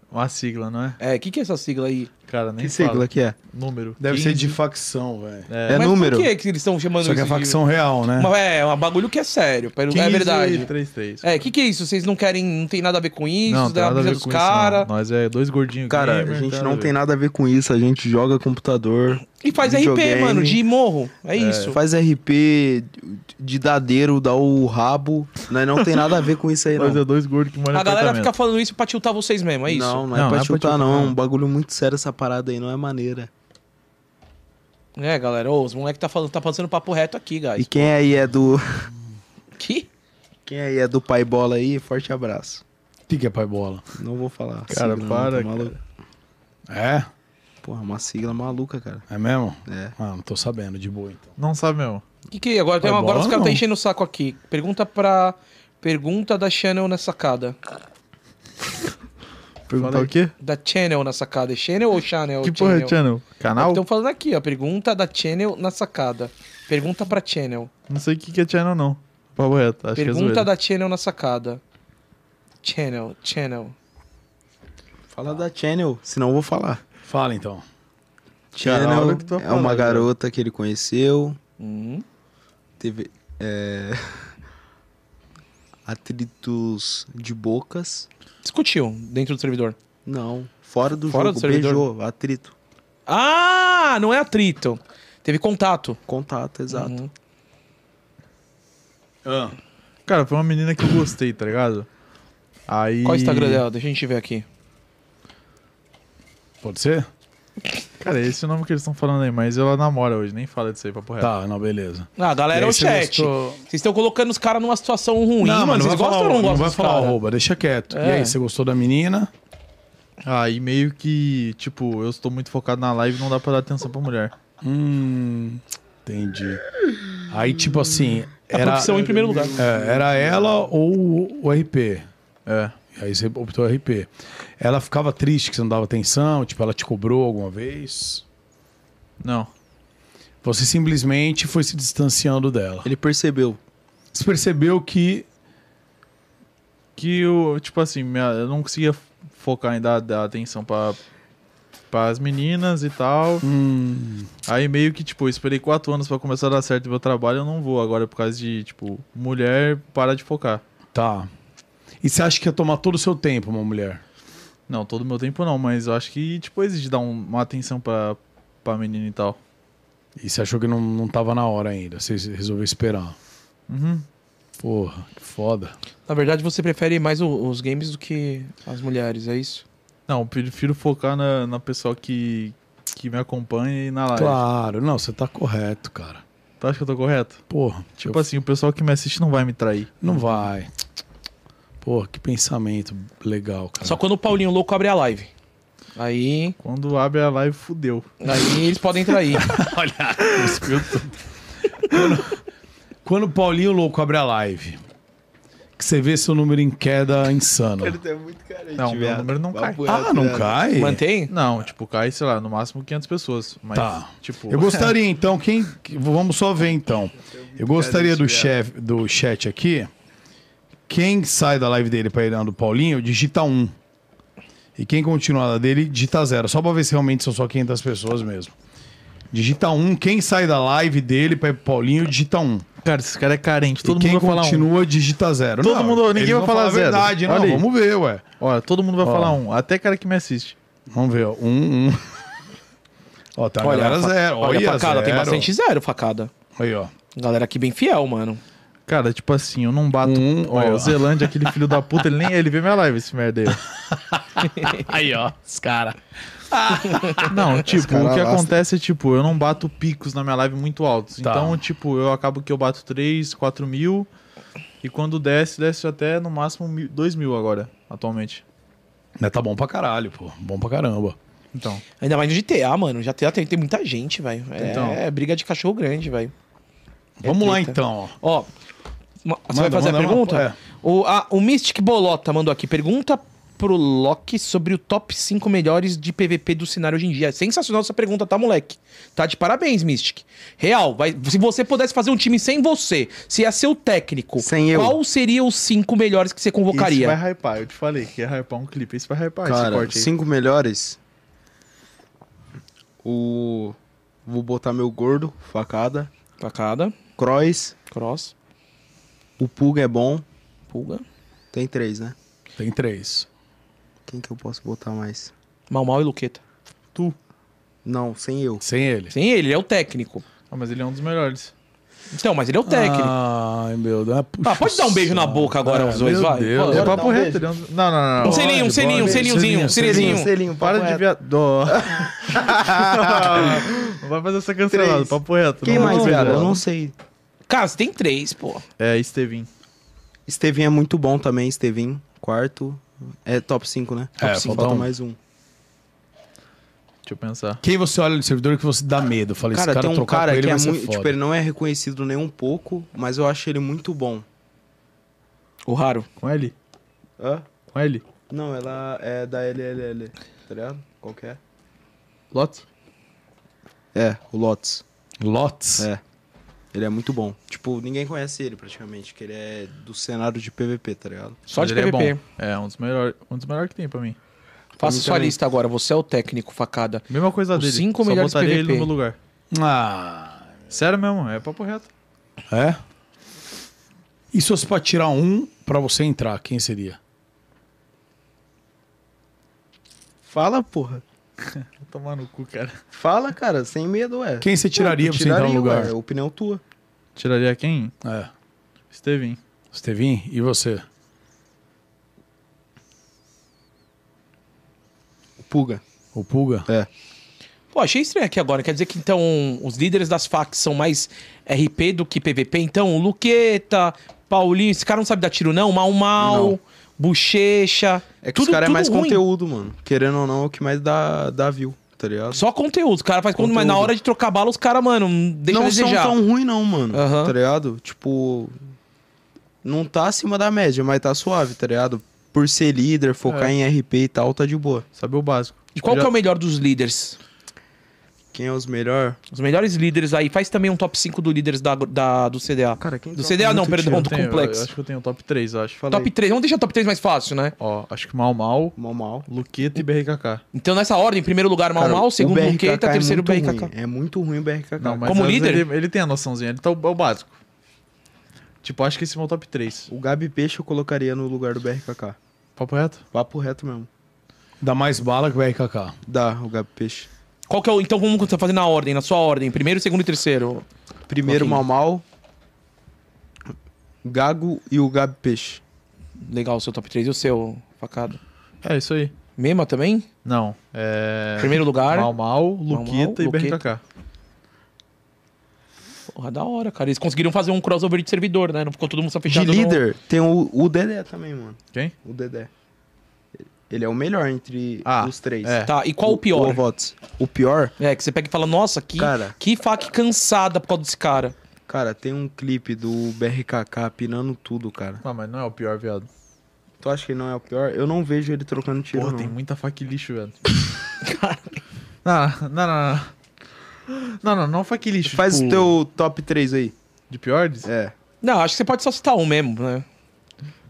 Speaker 3: Uma sigla, não é?
Speaker 2: É, o que, que é essa sigla aí?
Speaker 3: Cara, nem
Speaker 4: Que sigla
Speaker 3: fala.
Speaker 4: que é?
Speaker 3: Número.
Speaker 1: Deve ser
Speaker 3: 15.
Speaker 1: de facção, velho.
Speaker 3: É.
Speaker 4: É
Speaker 2: Mas
Speaker 4: número?
Speaker 2: por que, que eles estão chamando
Speaker 1: Só que é
Speaker 2: isso de-
Speaker 1: facção real, né?
Speaker 2: Mas É, é um bagulho que é sério. pera- É
Speaker 3: 15
Speaker 2: verdade.
Speaker 3: 33.
Speaker 2: É, o que, que é isso? Vocês não querem. Não tem nada a ver com isso?
Speaker 3: Não, tem
Speaker 2: da
Speaker 3: nada a
Speaker 2: brisa
Speaker 3: ver
Speaker 2: dos
Speaker 3: com isso, não.
Speaker 2: caras.
Speaker 3: Nós é dois gordinhos
Speaker 4: Cara, a
Speaker 3: gamer,
Speaker 4: gente
Speaker 3: tá
Speaker 4: não
Speaker 3: a
Speaker 4: tem
Speaker 3: ver.
Speaker 4: nada a ver com isso. A gente joga computador,
Speaker 2: E faz RP,
Speaker 4: Videogame.
Speaker 2: mano, de morro. É, isso.
Speaker 4: faz RP de dadeiro, dá o rabo. Nós não tem nada a ver com isso aí, não.
Speaker 3: Nós é dois gordos que moram
Speaker 2: A
Speaker 3: em
Speaker 2: galera
Speaker 3: apartamento.
Speaker 2: fica falando isso pra tiltar vocês mesmo, é isso?
Speaker 4: Não, não é
Speaker 3: Não, não
Speaker 4: pra
Speaker 3: é pra
Speaker 4: chutar,
Speaker 3: tiltar,
Speaker 4: não. É
Speaker 3: não.
Speaker 4: um bagulho muito sério essa parada aí, não é maneira.
Speaker 2: É, galera, ô, os moleques tá, falando, tá passando papo reto aqui,
Speaker 4: E
Speaker 2: guys.
Speaker 4: quem aí é do.
Speaker 2: Que?
Speaker 4: Quem aí é do pai bola aí, forte abraço.
Speaker 1: O que, que é pai bola?
Speaker 4: Não vou falar.
Speaker 3: Cara,
Speaker 4: Sigla,
Speaker 3: para,
Speaker 4: não, tô maluco.
Speaker 1: É?
Speaker 4: Porra, uma sigla maluca, cara.
Speaker 1: É mesmo?
Speaker 4: É.
Speaker 1: Ah, não tô sabendo, de boa então.
Speaker 3: Não sabe mesmo.
Speaker 2: Que que agora tem
Speaker 1: Vai
Speaker 2: agora
Speaker 1: bola,
Speaker 2: os caras tá
Speaker 1: não.
Speaker 2: enchendo o saco aqui. Pergunta pra pergunta da Channel na sacada.
Speaker 3: Perguntar o quê?
Speaker 2: Da Channel na sacada. É Channel ou Channel? Então,
Speaker 3: Que porra é channel? Canal?
Speaker 2: Estão falando aqui, ó, pergunta da Channel na sacada. Pergunta pra Channel.
Speaker 3: Não sei o que que é channel, não. Papo reto, acho que é
Speaker 2: pergunta
Speaker 3: zoeira.
Speaker 2: da Channel na sacada. Channel, Channel.
Speaker 4: Fala da Channel, senão eu vou falar.
Speaker 1: Fala então.
Speaker 3: a
Speaker 4: Channel
Speaker 3: hora que tu vai
Speaker 4: é uma
Speaker 3: falar, cara.
Speaker 4: garota que ele conheceu.
Speaker 2: Hum.
Speaker 4: Teve. é, Atritos de bocas.
Speaker 2: Discutiu dentro do servidor.
Speaker 4: Não. Fora do
Speaker 2: Fora
Speaker 4: jogo.
Speaker 2: do servidor.
Speaker 4: Beijou. Atrito.
Speaker 2: Ah, não é atrito. Teve contato.
Speaker 4: Contato, exato.
Speaker 2: Uhum.
Speaker 3: Cara, foi uma menina que eu gostei, tá ligado? Aí...
Speaker 2: Qual o Instagram dela? Deixa a gente ver aqui.
Speaker 1: Pode ser?
Speaker 3: Cara, esse é o nome que eles estão falando aí, mas ela namora hoje, nem fala disso aí, papo reto.
Speaker 1: Tá, não, beleza.
Speaker 2: Ah, galera,
Speaker 1: E
Speaker 2: é
Speaker 1: aí,
Speaker 2: o
Speaker 1: você
Speaker 2: chat.
Speaker 1: gostou?
Speaker 2: Vocês estão colocando os caras numa situação ruim, mano. Vocês
Speaker 1: vai
Speaker 2: gostam ou
Speaker 1: falar,
Speaker 2: não gostam
Speaker 1: vai
Speaker 2: dos
Speaker 1: falar
Speaker 2: caras?
Speaker 1: arroba, deixa quieto. E
Speaker 2: É.
Speaker 1: aí, você gostou da menina?
Speaker 3: Aí meio que, tipo, eu estou muito focado na live, não dá pra dar atenção pra mulher.
Speaker 1: Hum, entendi. Aí, tipo assim,
Speaker 2: A
Speaker 1: era,
Speaker 2: profissão em primeiro lugar.
Speaker 1: é, era ela ou o RP?
Speaker 3: É.
Speaker 1: Aí você optou RP. Ela ficava triste que você não dava atenção? Tipo, ela te cobrou alguma vez?
Speaker 3: Não.
Speaker 1: Você simplesmente foi se distanciando dela.
Speaker 4: Ele percebeu.
Speaker 1: Você percebeu que
Speaker 3: Que eu, tipo assim, minha- eu não conseguia focar em dar, dar atenção pra, pras meninas e tal.
Speaker 2: Hum.
Speaker 3: Aí meio que, tipo, eu esperei quatro anos pra começar a dar certo no meu trabalho, eu não vou agora por causa de, tipo, mulher para de focar.
Speaker 1: Tá. E você acha que ia tomar todo o seu tempo, uma mulher?
Speaker 3: Não, todo o meu tempo não, mas eu acho que, tipo, exige dar um- uma atenção pra, pra menina e tal.
Speaker 1: E você achou que não, não tava na hora ainda. Você resolveu esperar.
Speaker 3: Uhum.
Speaker 1: Porra, que foda.
Speaker 2: Na verdade, você prefere mais o- os games do que as mulheres, é isso?
Speaker 3: Não, eu prefiro focar na, na pessoa que, que me acompanha e na live.
Speaker 1: Claro, não, você tá correto, cara.
Speaker 3: Tu acha que eu tô correto?
Speaker 1: Porra,
Speaker 3: Tipo assim, o pessoal que me assiste não vai me trair.
Speaker 1: não vai. Porra, que pensamento legal, cara.
Speaker 2: Só quando o Paulinho Louco abre a live. Aí.
Speaker 3: Quando abre a live, fudeu.
Speaker 2: Aí eles podem trair.
Speaker 1: Quando o Paulinho Louco abre a live, que você vê seu número em queda insano.
Speaker 3: tá
Speaker 4: é muito carente,
Speaker 3: Não, meu viado. número não cai. Papo
Speaker 1: Ah, não cai?
Speaker 2: Mantém?
Speaker 3: Não, tipo, cai, sei lá, no máximo 500 pessoas. Mas,
Speaker 1: Tá.
Speaker 3: tipo...
Speaker 1: Eu gostaria, então, quem. que- Vamos só ver então. Eu gostaria do chefe do chat aqui. Quem sai da live dele pra ir na do Paulinho, digita um. E quem continua na dele, digita zero. Só pra ver se realmente são só 500 pessoas mesmo. Digita um. Quem sai da live dele pra ir pro Paulinho, digita um.
Speaker 3: Cara, esse cara é carente. Todo
Speaker 1: e quem
Speaker 3: mundo vai falar um.
Speaker 1: continua, digita zero.
Speaker 3: Todo mundo-
Speaker 1: eles
Speaker 3: ninguém
Speaker 1: vão
Speaker 3: vai falar
Speaker 1: a
Speaker 3: zero.
Speaker 1: verdade, não.
Speaker 3: Olha aí.
Speaker 1: Vamos ver, ué.
Speaker 3: Olha, todo mundo vai
Speaker 1: Ó.
Speaker 3: falar um. Até cara que me assiste.
Speaker 1: Vamos ver, ó. Um, um. Ó, tá a galera
Speaker 2: fa-
Speaker 1: zero.
Speaker 2: Olha,
Speaker 1: Olha,
Speaker 2: facada, tem
Speaker 1: zero.
Speaker 2: bastante zero facada.
Speaker 1: Aí, ó.
Speaker 2: Galera aqui bem fiel, mano.
Speaker 3: Cara, tipo assim, eu não bato.
Speaker 1: Um,
Speaker 3: olha,
Speaker 1: ó.
Speaker 3: o Zelândia, aquele filho da puta, ele nem ele vê minha live, esse merda aí.
Speaker 1: Aí, ó. Os caras.
Speaker 3: Não, tipo,
Speaker 4: cara
Speaker 3: o que
Speaker 4: lastra.
Speaker 3: acontece é, tipo, eu não bato picos na minha live muito altos.
Speaker 1: Tá.
Speaker 3: Então, tipo, eu acabo que eu bato 3, 4 mil. E quando desce, desce até no máximo mil- 2 mil agora, atualmente.
Speaker 1: Mas tá bom pra caralho, pô. Bom pra caramba.
Speaker 3: Então.
Speaker 2: Ainda mais no GTA, mano. Já tem, tem, tem muita gente, velho. É,
Speaker 3: Então.
Speaker 2: é briga de cachorro grande, velho.
Speaker 1: Vamos lá
Speaker 2: treta.
Speaker 1: então, ó.
Speaker 2: Ó, ma- você
Speaker 1: Manda, É,
Speaker 2: vai fazer a
Speaker 1: manda,
Speaker 2: pergunta?
Speaker 1: manda,
Speaker 2: O, a- o Mystic Bolota mandou aqui. Pergunta pro Loki sobre o top 5 melhores de PVP do cenário hoje em dia. Sensacional essa pergunta, tá, moleque? Tá de parabéns, Mystic. Real, vai- se você pudesse fazer um time sem você, se ia ser o técnico,
Speaker 4: Sem eu.
Speaker 2: qual seria os 5 melhores que você
Speaker 3: Esse
Speaker 2: convocaria?
Speaker 3: vai hypar, eu te falei que ia hypar um clipe. Esse vai hypar esse
Speaker 4: Cara,
Speaker 3: corte aí.
Speaker 4: cinco melhores. O. Vou botar meu gordo, facada.
Speaker 2: Facada,
Speaker 4: Cross,
Speaker 2: cross,
Speaker 4: o Pulga é bom.
Speaker 2: pulga,
Speaker 4: Tem três, né?
Speaker 1: Tem três.
Speaker 4: Quem que eu posso botar mais?
Speaker 2: mal mal e luqueta.
Speaker 4: Não, sem eu.
Speaker 1: Sem ele.
Speaker 2: Sem ele, ele é o técnico.
Speaker 3: Ah, mas ele é um dos melhores.
Speaker 2: Então, mas ele é o técnico.
Speaker 1: Ai, meu Deus.
Speaker 2: Ah, pode dar um beijo na boca agora, os dois, vai. Fala.
Speaker 3: é
Speaker 2: Bora
Speaker 3: papo reto. Ele é um... dos- Não, não, não. não.
Speaker 2: um selinho, um
Speaker 1: pode,
Speaker 2: selinho, um
Speaker 1: pode.
Speaker 2: selinhozinho, um
Speaker 1: Selinho,
Speaker 2: selinhozinho.
Speaker 3: Para de viado. Dó. Não vai fazer essa cancelada,
Speaker 4: Três.
Speaker 3: papo reto.
Speaker 4: Quem
Speaker 3: não
Speaker 4: mais,
Speaker 3: vai
Speaker 4: cara?
Speaker 3: fazer.
Speaker 4: Eu não sei.
Speaker 2: Cara, você tem três, pô.
Speaker 3: É, Estevin.
Speaker 4: Estevin é muito bom também, Estevin. Quarto. É top 5, né?
Speaker 1: É,
Speaker 4: Top cinco,
Speaker 1: falta
Speaker 4: falta
Speaker 1: um.
Speaker 4: mais um.
Speaker 3: Deixa eu pensar.
Speaker 1: Quem você olha no servidor que você dá medo? Fala,
Speaker 4: Cara,
Speaker 1: esse cara
Speaker 4: tem um
Speaker 1: trocar
Speaker 4: cara
Speaker 1: com ele
Speaker 4: que é
Speaker 1: vai ser
Speaker 4: muito.
Speaker 1: foda.
Speaker 4: Tipo, ele não é reconhecido nem um pouco, mas eu acho ele muito bom.
Speaker 2: O raro.
Speaker 3: Com ele?
Speaker 4: Hã?
Speaker 3: Com ele?
Speaker 4: Não, ela é da LLL, tá ligado? Qual que é?
Speaker 3: Lotus?
Speaker 4: É, o Lotus.
Speaker 1: Lots?
Speaker 4: É. Ele é muito bom. Tipo, ninguém conhece ele praticamente, que ele é do cenário de PVP, tá ligado?
Speaker 2: Só
Speaker 3: Mas
Speaker 2: de
Speaker 3: ele
Speaker 2: PVP.
Speaker 3: É, bom. é um dos melhores, um dos melhores que tem pra mim.
Speaker 2: Faça
Speaker 4: mim
Speaker 2: sua
Speaker 4: também.
Speaker 2: lista agora. Você é o técnico, facada.
Speaker 3: Mesma coisa
Speaker 2: Os
Speaker 3: dele.
Speaker 2: cinco
Speaker 3: só
Speaker 2: melhores
Speaker 3: botaria
Speaker 2: PVP.
Speaker 3: ele no meu lugar.
Speaker 1: Ah,
Speaker 3: Sério mesmo, é papo reto.
Speaker 1: é? E se fosse pra tirar um pra você entrar, quem seria?
Speaker 4: Fala, porra.
Speaker 3: Vou tomar no cu, cara.
Speaker 4: Fala, cara, sem medo, ué.
Speaker 1: Quem você tiraria
Speaker 4: Eu
Speaker 1: pra você entrar no
Speaker 4: tiraria,
Speaker 1: lugar?
Speaker 4: ué, É opinião tua.
Speaker 3: Tiraria quem?
Speaker 1: É.
Speaker 3: Estevin.
Speaker 1: Estevin, e você?
Speaker 4: O Puga.
Speaker 1: O Pulga?
Speaker 4: É.
Speaker 2: Pô, achei estranho aqui agora. Quer dizer que então os líderes das facas são mais RP do que PVP? Então, o Luqueta, Paulinho, esse cara não sabe dar tiro, não? Mal mal,
Speaker 4: Não.
Speaker 2: bochecha.
Speaker 4: É que
Speaker 2: tudo-
Speaker 4: os caras é
Speaker 2: tudo
Speaker 4: mais
Speaker 2: ruim.
Speaker 4: conteúdo, mano. Querendo ou não, é o que mais dá, dá view, tá ligado?
Speaker 2: Só conteúdo. Os caras fazem conteúdo, mas na
Speaker 4: Conteúdo.
Speaker 2: hora de trocar bala, os caras, mano, deixa
Speaker 4: não
Speaker 2: a
Speaker 4: são
Speaker 2: desejar.
Speaker 4: tão ruim não, mano.
Speaker 2: Aham.
Speaker 4: Tá ligado? Tipo, não tá acima da média, mas tá suave, tá ligado? Por ser líder, focar
Speaker 3: É.
Speaker 4: em RP e tal, tá de boa.
Speaker 3: Sabe o básico.
Speaker 2: E qual
Speaker 3: Já-
Speaker 2: que é o melhor dos líderes?
Speaker 4: Quem é os melhor?
Speaker 2: Os melhores líderes aí. Faz também um top 5 do líderes da, da- do CDA.
Speaker 4: Cara, quem
Speaker 2: do
Speaker 4: troca
Speaker 2: CDA Ah, não,
Speaker 4: muito
Speaker 2: perdão,
Speaker 4: tiro?
Speaker 2: do
Speaker 3: Tenho, eu
Speaker 2: complexo.
Speaker 3: acho que eu tenho o top 3, eu acho.
Speaker 4: Fala
Speaker 2: Top 3. Vamos deixar o top 3 mais fácil, né?
Speaker 3: Ó, acho que Mal Mal,
Speaker 4: Mal, mal.
Speaker 3: Luqueta e BRKK.
Speaker 2: Então, nessa ordem, primeiro lugar, Mal Mal, segundo
Speaker 4: BRKK
Speaker 2: Luqueta,
Speaker 4: é
Speaker 2: terceiro
Speaker 4: muito
Speaker 2: BRKK.
Speaker 4: ruim, É muito ruim o BRKK.
Speaker 3: Não, mas
Speaker 2: Como
Speaker 3: às vezes
Speaker 2: líder?
Speaker 3: Ele, ele tem a noçãozinha, ele tá o, é o básico. Tipo, acho que esse é o meu top 3.
Speaker 4: O Gabi Peixe eu colocaria no lugar do BRKK.
Speaker 3: Papo reto?
Speaker 4: Papo reto mesmo.
Speaker 1: Dá mais bala que o RKK.
Speaker 4: Dá, o Gabi Peixe.
Speaker 2: Qual que é o. Então vamos começar fazendo na ordem, na sua ordem. Primeiro, segundo e terceiro.
Speaker 4: Primeiro,
Speaker 2: Joaquim.
Speaker 4: mal, mal. Gago e o Gabi Peixe.
Speaker 2: Legal o seu top 3 e o seu, facado.
Speaker 3: É, isso aí.
Speaker 2: Mema também?
Speaker 3: Não, é...
Speaker 2: Primeiro lugar.
Speaker 3: Mal Mal, Luqueta e
Speaker 2: Luqueta.
Speaker 3: BRKK.
Speaker 2: Porra, da hora, cara. Eles conseguiram fazer um crossover de servidor, né? Não ficou todo mundo só
Speaker 4: De
Speaker 2: fechado. no-
Speaker 4: líder, tem o, o Dedé também, mano.
Speaker 3: Quem?
Speaker 4: O Dedé. Ele é o melhor entre
Speaker 3: Ah,
Speaker 4: os três.
Speaker 3: é.
Speaker 2: Tá, e qual o pior?
Speaker 4: O, Votos. o pior?
Speaker 2: É, que você pega e fala, nossa, que,
Speaker 4: Cara.
Speaker 2: que fac cansada por causa desse cara.
Speaker 4: Cara, tem um clipe do BRKK pinando tudo, cara.
Speaker 3: Ah, mas não é o pior, viado.
Speaker 4: Tu acha que ele não é o pior? Eu não vejo ele trocando tiro,
Speaker 3: Porra,
Speaker 4: não.
Speaker 3: tem tipo, muita faca e lixo, velho. Não, não, não, não. Não, não, não faca e lixo.
Speaker 4: Faz
Speaker 3: tipo,
Speaker 4: o teu top 3 aí.
Speaker 3: De pior? diz?
Speaker 4: É.
Speaker 2: Não, acho que você pode só citar um mesmo, né?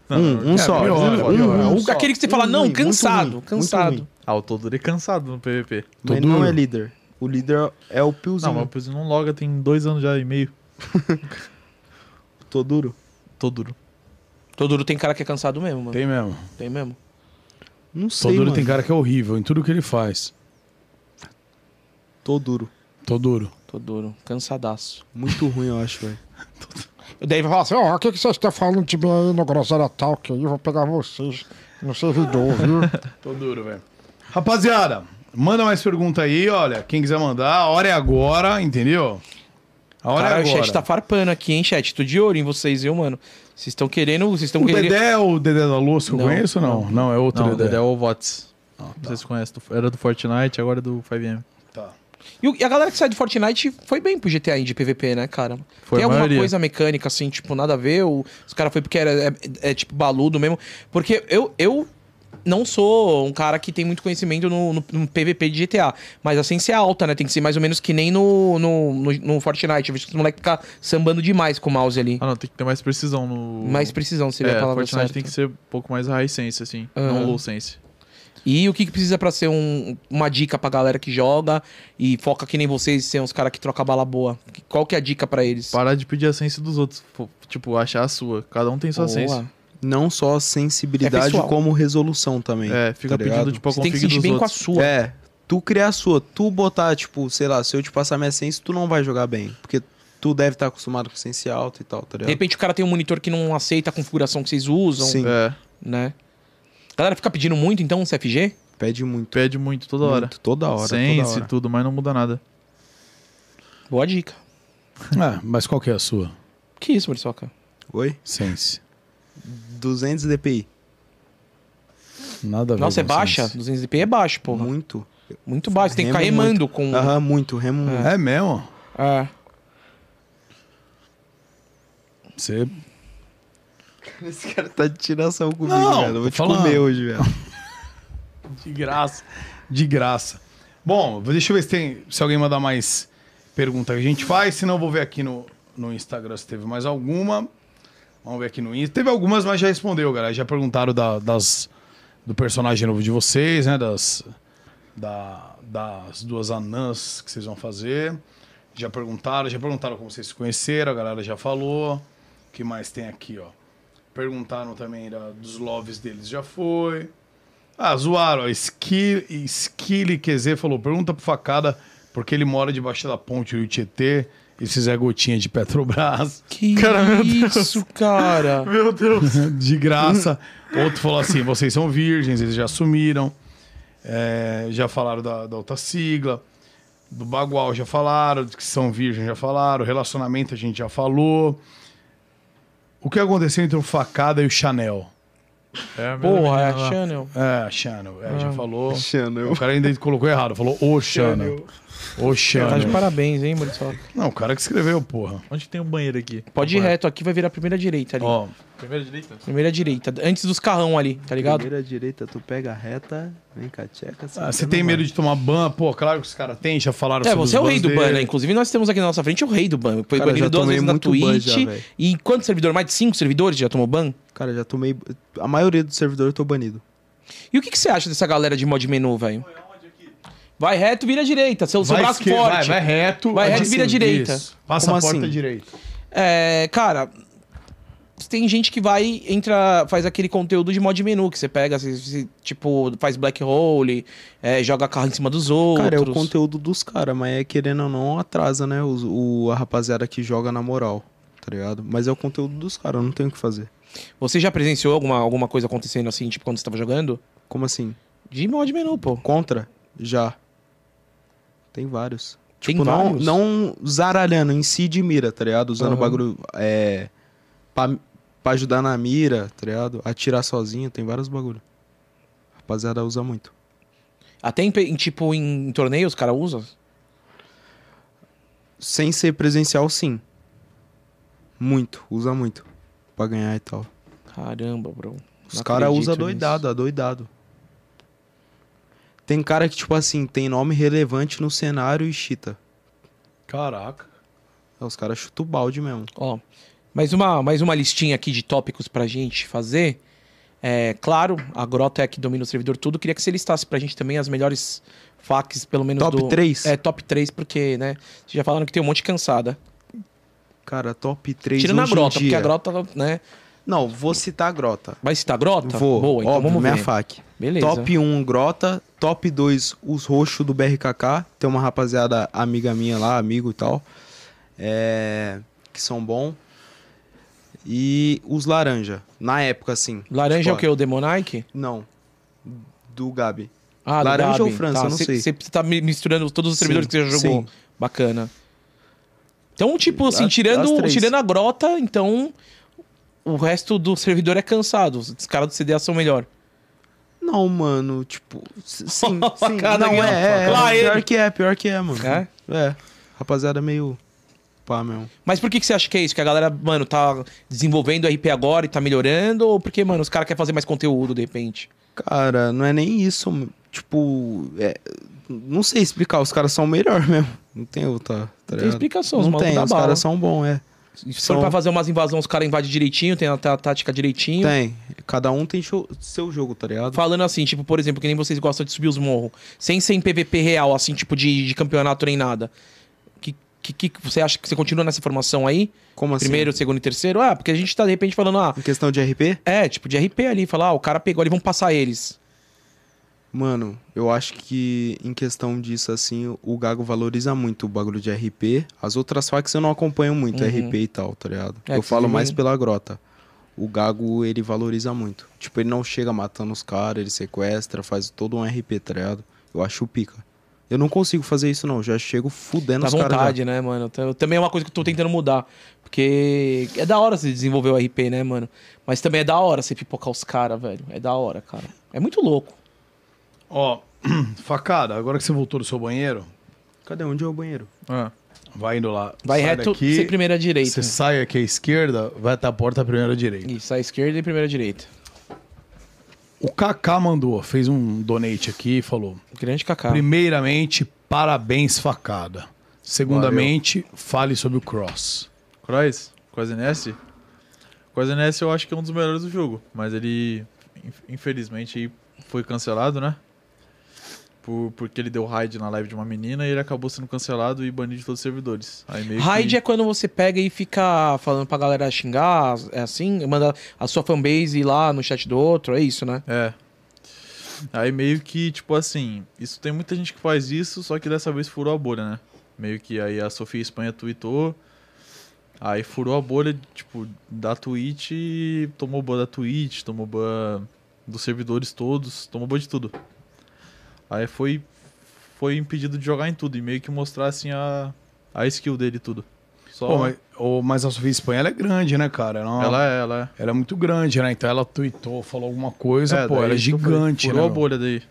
Speaker 3: Não,
Speaker 4: um,
Speaker 3: não,
Speaker 4: um
Speaker 3: é,
Speaker 4: só.
Speaker 3: pior,
Speaker 4: Um,
Speaker 3: pior,
Speaker 4: um,
Speaker 3: pior.
Speaker 4: um.
Speaker 2: Um, aquele que você fala,
Speaker 4: Um
Speaker 2: não,
Speaker 4: ruim, muito
Speaker 2: cansado,
Speaker 4: ruim, muito
Speaker 2: cansado.
Speaker 4: ruim.
Speaker 3: Ah, o Toduro é cansado no PVP.
Speaker 1: Tô
Speaker 4: Mas ele não
Speaker 1: duro.
Speaker 4: é líder. O líder é o Piozinho.
Speaker 3: Não, mas o Puzzi não loga tem dois anos já e meio.
Speaker 4: Tô duro.
Speaker 3: Toduro.
Speaker 2: Toduro tem cara que é cansado mesmo, mano. Tem,
Speaker 1: Tem mesmo.
Speaker 2: mesmo.
Speaker 4: Não sei,
Speaker 1: Toduro
Speaker 4: mano.
Speaker 1: tem cara que é horrível em tudo que ele faz.
Speaker 4: Tô duro.
Speaker 1: Toduro.
Speaker 2: Toduro, cansadaço.
Speaker 4: Muito ruim, eu acho, velho.
Speaker 6: E daí vai falar assim, ó, o que, que vocês estão falando de mim aí no Groselha Talk aí? Eu vou pegar vocês no servidor, viu?
Speaker 1: Toduro, velho. Rapaziada, manda mais pergunta aí, olha. Quem quiser mandar, a hora é agora, entendeu? A hora
Speaker 2: Caralho,
Speaker 1: é
Speaker 2: o
Speaker 1: agora.
Speaker 2: chat tá farpando aqui, hein, chat? Tô de olho em vocês, viu, mano? Vocês estão querendo. Vocês estão
Speaker 1: O
Speaker 2: querendo.
Speaker 1: Dedé é o Dedé da Luz que eu
Speaker 2: Não,
Speaker 1: conheço ou não? Não, é outro
Speaker 3: Não, o
Speaker 1: Dedé.
Speaker 3: Dedé é o Vots. Não sei se conhece. do- Era do Fortnite, agora é do 5M.
Speaker 1: Tá.
Speaker 2: Ah, tá. E o- E a galera que sai de Fortnite foi bem pro GTA de PVP, né, cara?
Speaker 3: Foi
Speaker 2: Tem
Speaker 3: a
Speaker 2: alguma
Speaker 3: maioria.
Speaker 2: coisa mecânica, assim, tipo, nada a ver? Ou os caras foi porque era, é, é, tipo, baludo mesmo? Porque eu, eu não sou um cara que tem muito conhecimento no, no- no PVP de GTA. Mas a ciência é alta, né? Tem que ser mais ou menos que nem no, no, no, no Fortnite. Eu vejo que os moleques ficam sambando demais com o mouse ali.
Speaker 3: Ah, não, tem que ter mais precisão no.
Speaker 2: Mais precisão seria a
Speaker 3: é,
Speaker 2: palavra
Speaker 3: Fortnite
Speaker 2: certa.
Speaker 3: tem que ser um pouco mais high sense, assim.
Speaker 2: tá. Aham.
Speaker 3: Não low sense.
Speaker 2: E o que, que precisa pra ser um- uma dica pra galera que joga e foca que nem vocês, ser uns caras que trocam bala boa? Qual que é a dica pra eles?
Speaker 3: Parar de pedir a sense dos outros. Fo- Tipo, achar a sua. Cada um tem sua
Speaker 2: Boa.
Speaker 4: assim,
Speaker 3: sense.
Speaker 4: Não só a
Speaker 2: É
Speaker 4: sensibilidade,
Speaker 2: pessoal.
Speaker 4: como resolução também.
Speaker 3: É, fica
Speaker 4: tá
Speaker 3: pedindo,
Speaker 4: ligado?
Speaker 3: tipo, a
Speaker 2: Você tem que
Speaker 3: config
Speaker 2: se sentir
Speaker 3: dos
Speaker 2: bem com a
Speaker 3: outros.
Speaker 2: sua.
Speaker 4: É, tu criar a sua, tu botar, tipo, sei lá, se eu te passar minha sense, tu não vai jogar bem. Porque tu deve estar acostumado com sense alto e tal, tá
Speaker 2: De
Speaker 4: ligado?
Speaker 2: repente o cara tem um monitor que não aceita a configuração que vocês usam,
Speaker 4: Sim,
Speaker 3: É,
Speaker 2: né? A galera fica pedindo muito, então, um CFG?
Speaker 4: pede muito.
Speaker 3: pede muito toda hora.
Speaker 4: Muito, toda hora,
Speaker 3: sense
Speaker 4: toda
Speaker 3: e
Speaker 4: hora.
Speaker 3: tudo, mas não muda nada.
Speaker 2: Boa dica.
Speaker 1: É, mas qual que é a sua?
Speaker 2: Que isso,
Speaker 4: Tá
Speaker 2: Muriçoca?
Speaker 4: Oi?
Speaker 1: Sense.
Speaker 4: 200 DPI.
Speaker 1: Nada a ver
Speaker 2: Nossa, é
Speaker 1: com
Speaker 2: baixa?
Speaker 1: sense.
Speaker 2: 200 DPI é baixo, porra. Muito,
Speaker 4: Muito.
Speaker 2: baixo. Tem que ficar
Speaker 4: Uhum. Remo
Speaker 2: remando com...
Speaker 4: Aham, muito, remo muito.
Speaker 1: É mesmo?
Speaker 2: É.
Speaker 1: Você
Speaker 4: Esse cara tá de tiração comigo,
Speaker 1: Não,
Speaker 4: velho. Eu vou
Speaker 1: tô
Speaker 4: te
Speaker 1: falando.
Speaker 4: comer hoje, velho.
Speaker 1: De graça. De graça. Bom, vou- deixa eu ver se, tem, se alguém mandar mais pergunta que a gente faz. Se não, eu vou ver aqui no, no Instagram se teve mais alguma. Vamos ver aqui no Insta. Teve algumas, mas já respondeu, galera. Já perguntaram da- das, do personagem novo de vocês, né? Das, da- das duas anãs que vocês vão fazer. Já perguntaram, já perguntaram como vocês se conheceram, a galera já falou. O que mais tem aqui, ó? Perguntaram também da- dos loves deles, já foi. Ah, zoaram. ó. Esqui- Esquile QZ falou: pergunta pro facada porque ele mora debaixo da ponte do Tietê. Esse Zé Gotinha de Petrobras,
Speaker 2: Que
Speaker 3: Cara, meu
Speaker 2: isso, cara?
Speaker 3: Meu Deus.
Speaker 1: de graça. Outro falou assim: vocês são virgens, eles já assumiram. É, já falaram da, da outra sigla. Do Bagual já falaram, de que são virgens já falaram. Relacionamento a gente já falou. O que aconteceu entre o facada e o Chanel?
Speaker 3: É, a mesma
Speaker 2: Porra, é
Speaker 3: menina
Speaker 2: a
Speaker 3: lá.
Speaker 2: Channel.
Speaker 1: É, Chanel, é, já falou.
Speaker 4: Channel.
Speaker 1: O cara ainda colocou errado, falou o Xana. O
Speaker 2: Tá de
Speaker 1: Xana.
Speaker 2: parabéns, hein, Muriçoca?
Speaker 1: Não, o cara que escreveu, porra.
Speaker 3: Onde que tem um banheiro aqui?
Speaker 2: Pode ir
Speaker 3: Banheiro.
Speaker 2: reto aqui, vai virar a primeira direita ali.
Speaker 1: Ó,
Speaker 3: Primeira direita?
Speaker 2: Primeira direita, antes dos carrão ali, tá ligado?
Speaker 4: Primeira direita, tu pega a reta, vem cá, checa.
Speaker 1: ah, você tem medo de tomar ban? Pô, claro que os caras têm, já falaram
Speaker 2: É,
Speaker 1: sobre os
Speaker 2: você é o rei
Speaker 1: bans
Speaker 2: do ban,
Speaker 1: dele.
Speaker 2: né? Inclusive, nós temos aqui na nossa frente o rei do ban. Foi
Speaker 4: Cara,
Speaker 2: banido
Speaker 4: já
Speaker 2: duas
Speaker 4: tomei
Speaker 2: vezes na
Speaker 4: muito ban
Speaker 2: Twitch.
Speaker 4: já, velho.
Speaker 2: e quantos servidores? Mais de cinco servidores já tomou ban?
Speaker 4: Cara, já tomei. A maioria do servidor eu tô banido.
Speaker 2: E o que, que você acha dessa galera de mod menu, velho? Vai reto, vira à direita. Seu, seu
Speaker 1: Vai
Speaker 2: um braço
Speaker 1: esquer-
Speaker 2: forte.
Speaker 1: Vai, vai reto.
Speaker 4: é
Speaker 2: Vai reto e
Speaker 1: assim,
Speaker 2: vira à direita.
Speaker 1: isso. Passa
Speaker 4: Como
Speaker 1: a porta
Speaker 4: assim?
Speaker 1: direita.
Speaker 2: É, cara, tem gente que vai, entra, faz aquele conteúdo de mod menu, que você pega, você- você, tipo, faz black hole, é, joga carro em cima dos outros.
Speaker 4: Cara, é o conteúdo dos caras, mas é querendo ou não, atrasa, né? Os- o, a rapaziada que joga na moral, tá ligado? Mas é o conteúdo dos caras, não tem o que fazer.
Speaker 2: Você já presenciou alguma, alguma coisa acontecendo assim, tipo, quando você tava jogando?
Speaker 4: Como assim?
Speaker 2: De mod menu, pô.
Speaker 4: Contra? Já. Tem vários.
Speaker 2: Tem
Speaker 4: Tipo, não,
Speaker 2: vários.
Speaker 4: não zaralhando em si de mira, tá ligado? Usando o
Speaker 2: Aham.
Speaker 4: bagulho é, pra, pra ajudar na mira, tá ligado? Atirar sozinho, tem vários bagulho. Rapaziada usa muito.
Speaker 2: Até em, pe- em, tipo, em, torneios, os cara usa?
Speaker 4: Sem ser presencial, sim. Muito, usa muito. Pra ganhar e tal.
Speaker 2: Caramba, bro.
Speaker 4: Os
Speaker 2: Não
Speaker 4: caras
Speaker 2: acredito
Speaker 4: usam adoidado, adoidado. é Tem cara que, tipo assim, tem nome relevante no cenário e chita.
Speaker 1: Caraca.
Speaker 4: É, Os caras chutam o balde mesmo.
Speaker 2: Ó, mais uma, mais uma listinha aqui de tópicos pra gente fazer. É, claro, a Grota é a que domina o servidor tudo. Queria que você listasse pra gente também as melhores facs, pelo menos
Speaker 4: Top
Speaker 2: do...
Speaker 4: 3?
Speaker 2: É, top 3, porque, né, vocês já falaram que tem um monte de cansada.
Speaker 4: Cara, top 3
Speaker 2: Tira
Speaker 4: hoje
Speaker 2: na
Speaker 4: em
Speaker 2: Grota, porque
Speaker 4: dia.
Speaker 2: a Grota, né...
Speaker 4: Não, vou citar a grota.
Speaker 2: Vai citar a Grota?
Speaker 4: Vou,
Speaker 2: Boa, então
Speaker 4: óbvio,
Speaker 2: vamos
Speaker 4: minha
Speaker 2: ver.
Speaker 4: fac.
Speaker 2: Beleza.
Speaker 4: Top 1, Grota. Top 2, Os Roxos do BRKK. Tem uma rapaziada amiga minha lá, amigo e tal. é, que são bom. E os Laranja. Na época, assim.
Speaker 2: Laranja é o
Speaker 4: Tipo,
Speaker 2: que? O Demonike?
Speaker 4: Não. Do Gabi.
Speaker 2: Ah, do
Speaker 4: Laranja
Speaker 2: Gabi.
Speaker 4: ou França, eu não
Speaker 2: cê-
Speaker 4: sei.
Speaker 2: Você tá mi- misturando todos os
Speaker 4: Sim,
Speaker 2: servidores que você já jogou.
Speaker 4: sim.
Speaker 2: Bacana. Então, tipo assim,
Speaker 4: As- as
Speaker 2: tirando,
Speaker 4: três.
Speaker 2: tirando a grota, então o resto do servidor é cansado. Os caras do CDA são melhor.
Speaker 4: Não, mano. Tipo. s- Sim,
Speaker 2: Olha a
Speaker 4: sim.
Speaker 2: cara
Speaker 4: Não,
Speaker 2: que ela
Speaker 4: é,
Speaker 2: fala.
Speaker 4: é, é,
Speaker 2: Lá
Speaker 4: Pior
Speaker 2: ele.
Speaker 4: que é, pior que é, mano.
Speaker 2: É?
Speaker 4: É. Rapaziada, meio. Pá, mesmo.
Speaker 2: Mas por que, que você acha que é isso? Que a galera, mano, tá desenvolvendo RP agora e tá melhorando? Ou porque, mano, os caras querem fazer mais conteúdo de repente?
Speaker 4: Cara, não é nem isso. m- Tipo, é, não sei explicar. Os caras são melhor mesmo. Não tem outra. Tá
Speaker 2: Não tem
Speaker 4: ligado?
Speaker 2: explicação, os
Speaker 4: Não
Speaker 2: malucos
Speaker 4: tem,
Speaker 2: da
Speaker 4: os
Speaker 2: bala.
Speaker 4: caras são bons, é.
Speaker 2: Se for
Speaker 4: são-
Speaker 2: pra fazer umas invasões, os caras invadem direitinho, tem a tá- tática direitinho.
Speaker 4: Tem. Cada um tem show- seu jogo, tá ligado?
Speaker 2: Falando assim, tipo, por exemplo, que nem vocês gostam de subir os morros, sem ser em PVP real, assim, tipo, de, de campeonato nem nada. Que, que, que você acha que você continua nessa formação aí?
Speaker 4: Como assim?
Speaker 2: Primeiro, segundo e terceiro? Ah, porque a gente tá de repente falando, ah,
Speaker 4: Em questão de RP?
Speaker 2: é, tipo, de RP ali, falar, ah, o cara pegou ali, vamos passar eles.
Speaker 4: Mano, eu acho que em questão disso, assim, o Gago valoriza muito o bagulho de RP. As outras facas eu não acompanho muito,
Speaker 2: Uhum.
Speaker 4: RP e tal, tá ligado?
Speaker 2: É,
Speaker 4: eu
Speaker 2: que
Speaker 4: falo
Speaker 2: vocês
Speaker 4: mais
Speaker 2: vivem-
Speaker 4: pela grota. O Gago, ele valoriza muito. Tipo, ele não chega matando os caras, ele sequestra, faz todo um RP, tá ligado? Eu acho pica. Eu não consigo fazer isso, não. Já chego fudendo
Speaker 2: Na
Speaker 4: os caras.
Speaker 2: vontade,
Speaker 4: já.
Speaker 2: né, mano? Eu Também é uma coisa que eu tô tentando mudar. Porque é da hora você desenvolver o RP, né, mano? Mas também é da hora você pipocar os caras, velho. É da hora, cara. É muito louco.
Speaker 1: Ó, facada, agora que você voltou do seu banheiro,
Speaker 4: Cadê? Onde é o banheiro?
Speaker 3: Ah,
Speaker 1: vai indo lá.
Speaker 2: Vai
Speaker 1: sai
Speaker 2: reto,
Speaker 1: daqui,
Speaker 2: você primeira à direita.
Speaker 1: Você sai aqui à esquerda, vai até a porta à primeira à direita.
Speaker 2: Isso, a esquerda e primeira à direita.
Speaker 1: O Kaká mandou, fez um donate aqui e falou:
Speaker 2: Grande
Speaker 1: Tá.
Speaker 2: cacá.
Speaker 1: primeiramente, parabéns, facada. Segundamente, fale sobre o cross.
Speaker 3: Cross? Cross NS? Cross NS eu acho que é um dos melhores do jogo, mas ele inf- infelizmente aí foi cancelado, né? Por, porque ele deu raid na live de uma menina e ele acabou sendo cancelado e banido de todos os servidores. Aí meio
Speaker 2: Raid
Speaker 3: que...
Speaker 2: é quando você pega e fica falando pra galera xingar, é assim? Manda a sua fanbase ir lá no chat do outro, é isso, né?
Speaker 3: É. Aí meio que, tipo assim, isso tem muita gente que faz isso, só que dessa vez furou a bolha, né? Meio que aí a Sofia Espanha tweetou, aí furou a bolha, tipo, da Twitch, e tomou ban da Twitch, tomou ban dos servidores todos, tomou ban de tudo. Aí foi foi impedido de jogar em tudo e meio que mostrar assim a, a skill dele e tudo. Só
Speaker 1: Pô, mas, ô, mas a Sofia Espanha ela é grande, né, cara? Ela, é uma-
Speaker 3: ela é, ela
Speaker 1: ela é muito grande, né? Então ela tweetou, falou alguma
Speaker 3: é.
Speaker 1: coisa,
Speaker 3: É,
Speaker 1: pô,
Speaker 3: daí
Speaker 1: ela é
Speaker 3: isso que eu falei,
Speaker 1: gigante, né?
Speaker 3: Furou a
Speaker 1: meu?
Speaker 3: bolha daí.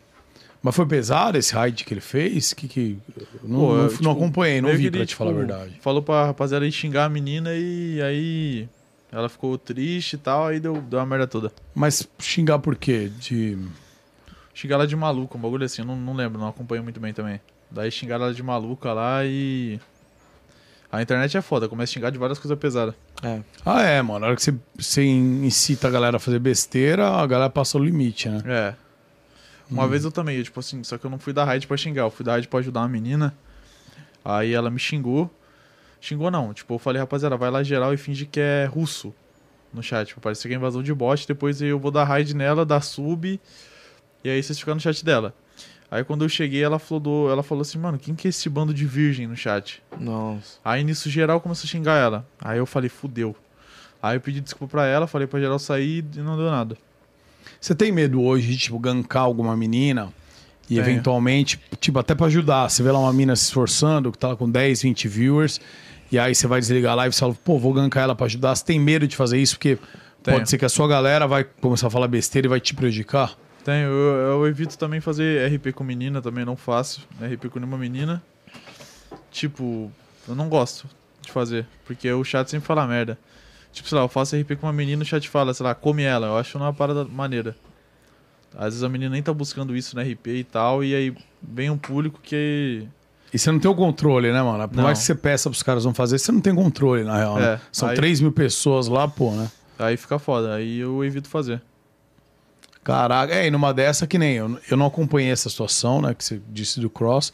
Speaker 1: Mas foi pesado esse raid que ele fez? Que que eu não,
Speaker 3: Pô,
Speaker 1: não-
Speaker 3: eu,
Speaker 1: não
Speaker 3: tipo,
Speaker 1: acompanhei, não
Speaker 3: meio
Speaker 1: vi
Speaker 3: que
Speaker 1: pra
Speaker 3: ele,
Speaker 1: te falar a
Speaker 3: tipo,
Speaker 1: verdade.
Speaker 3: Falou pra rapaziada ir xingar a menina e aí ela ficou triste e tal, aí deu, deu uma merda toda.
Speaker 1: Mas xingar por quê? De
Speaker 3: Xingar ela de maluca, um bagulho assim, não, não lembro, não acompanho muito bem também. Daí xingaram ela de maluca lá e. A internet é foda, começa a xingar de várias coisas pesadas.
Speaker 2: É.
Speaker 1: Ah, é, mano. Na hora que você, você incita a galera a fazer besteira, a galera passa o limite, né?
Speaker 3: É. Uma vez eu também, eu, tipo assim, só que eu não fui dar raid pra xingar, eu fui dar raid pra ajudar uma menina. Aí ela me xingou. Xingou não, tipo, eu falei, rapaziada, vai lá geral e finge que é russo no chat. Tipo, parece que é invasão de bot, depois eu vou dar raid nela, dar sub, e aí vocês ficam no chat dela. Aí quando eu cheguei, ela falou, ela falou assim, mano, quem que é esse bando de virgem no chat?
Speaker 2: Nossa.
Speaker 3: Aí nisso geral começou a xingar ela. Aí eu falei, fudeu. Aí eu pedi desculpa pra ela, falei pra geral sair e não deu nada.
Speaker 1: Você tem medo hoje de, tipo, gankar alguma menina e
Speaker 3: Tenho.
Speaker 1: eventualmente, tipo, até pra ajudar. Você vê lá uma mina se esforçando, que tá lá com 10, 20 viewers, e aí você vai desligar a live e fala, pô, vou gankar ela pra ajudar. Você tem medo de fazer isso? Porque
Speaker 3: Tenho.
Speaker 1: pode ser que a sua galera vai começar a falar besteira e vai te prejudicar.
Speaker 3: Tenho, eu, eu evito também fazer RP com menina, também não faço. RP com nenhuma menina. Tipo, eu não gosto. de fazer. Porque o chat sempre fala merda. Tipo, sei lá, eu faço RP com uma menina e o chat fala, sei lá, come ela. Eu acho uma parada maneira. Às vezes a menina nem tá buscando isso na RP e tal, e aí vem um público que.
Speaker 1: E você não tem o controle, né, mano? Por
Speaker 3: Não.
Speaker 1: mais que você peça pros caras não fazer, você não tem controle, na real. né?
Speaker 3: É,
Speaker 1: São
Speaker 3: aí-
Speaker 1: 3 mil pessoas lá, pô, né?
Speaker 3: Aí fica foda. Aí eu evito fazer.
Speaker 1: Caraca, é, e numa dessa que nem eu, eu não acompanhei essa situação, né, que você disse do Cross,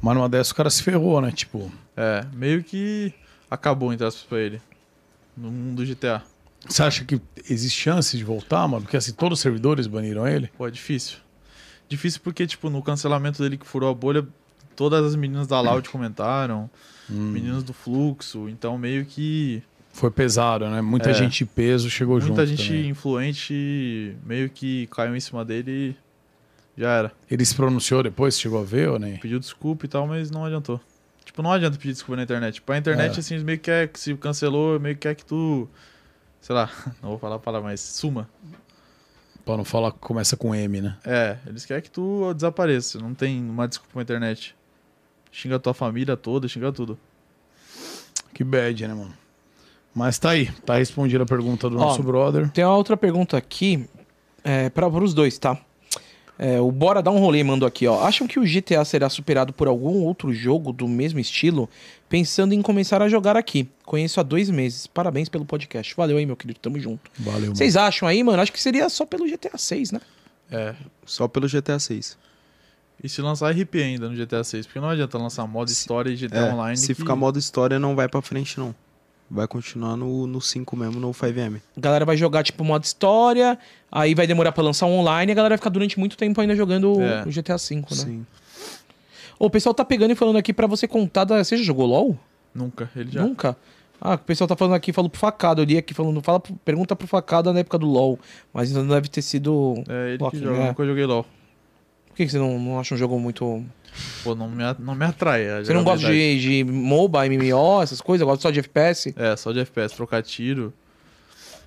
Speaker 1: mas numa dessa o cara se ferrou, né, tipo,
Speaker 3: É, meio que acabou entre aspas pra ele. No mundo GTA.
Speaker 1: você acha que existe chance de voltar, mano? Porque assim, todos os servidores baniram ele?
Speaker 3: Pô, é difícil. Difícil porque, tipo, no cancelamento dele que furou a bolha, todas as meninas da Loud comentaram,
Speaker 1: Hum.
Speaker 3: meninas do Fluxo, então meio que
Speaker 1: Foi pesado, né? Muita
Speaker 3: É.
Speaker 1: gente de peso chegou junto
Speaker 3: muita gente
Speaker 1: também.
Speaker 3: influente meio que caiu em cima dele e já era.
Speaker 1: Ele se pronunciou depois, chegou a ver ou nem?
Speaker 3: Pediu desculpa e tal, mas não adiantou. Tipo, não adianta pedir desculpa na internet. Tipo, a internet,
Speaker 1: É.
Speaker 3: assim, meio que quer que se cancelou, meio que quer que tu, sei lá, não vou falar a palavra, mas suma.
Speaker 1: Pra não falar que começa com M, né?
Speaker 3: É, eles querem que tu desapareça, não tem uma desculpa na internet. Xinga tua família toda, xinga tudo.
Speaker 1: Que bad, né, mano? Mas tá aí, tá respondida a pergunta do
Speaker 2: Ó,
Speaker 1: nosso brother.
Speaker 2: Tem uma outra pergunta aqui é, para os dois, tá? É, o Bora Dar um Rolê mandou aqui, ó. Acham que o GTA será superado por algum outro jogo do mesmo estilo? Pensando em começar a jogar aqui. Conheço há dois meses. Parabéns pelo podcast. Valeu aí, meu querido. Tamo junto.
Speaker 1: Valeu, mano.
Speaker 2: Vocês acham aí, mano? Acho que seria só pelo GTA 6, né?
Speaker 3: É.
Speaker 4: Só pelo GTA 6.
Speaker 3: E se lançar RP ainda no GTA 6, porque não adianta lançar modo história e GTA
Speaker 4: É,
Speaker 3: online.
Speaker 4: se
Speaker 3: que-
Speaker 4: ficar modo história, não vai pra frente, não. Vai continuar no, no 5 mesmo, no 5M.
Speaker 2: A galera vai jogar, tipo, modo história, aí vai demorar pra lançar online, e a galera vai ficar durante muito tempo ainda jogando
Speaker 3: É.
Speaker 2: o GTA V, né?
Speaker 4: Sim.
Speaker 2: Ô, o pessoal tá pegando e falando aqui pra você contar da... Você já jogou LOL?
Speaker 3: Nunca, ele já.
Speaker 2: Nunca? Ah, o pessoal tá falando aqui, falou pro facada, eu li aqui falando, fala, pro- pergunta pro facada na época do LOL, mas não deve ter sido...
Speaker 3: É, ele
Speaker 2: Joaquim,
Speaker 3: que joga,
Speaker 2: né?
Speaker 3: nunca joguei LOL.
Speaker 2: Por que, que você não, não acha um jogo muito...
Speaker 3: Pô, não me, a- não me atrai. a
Speaker 2: Você não
Speaker 3: jogar
Speaker 2: gosta
Speaker 3: é verdade.
Speaker 2: de, de MOBA, MMO, essas coisas? Gosta só de FPS?
Speaker 3: É, só de FPS, trocar tiro.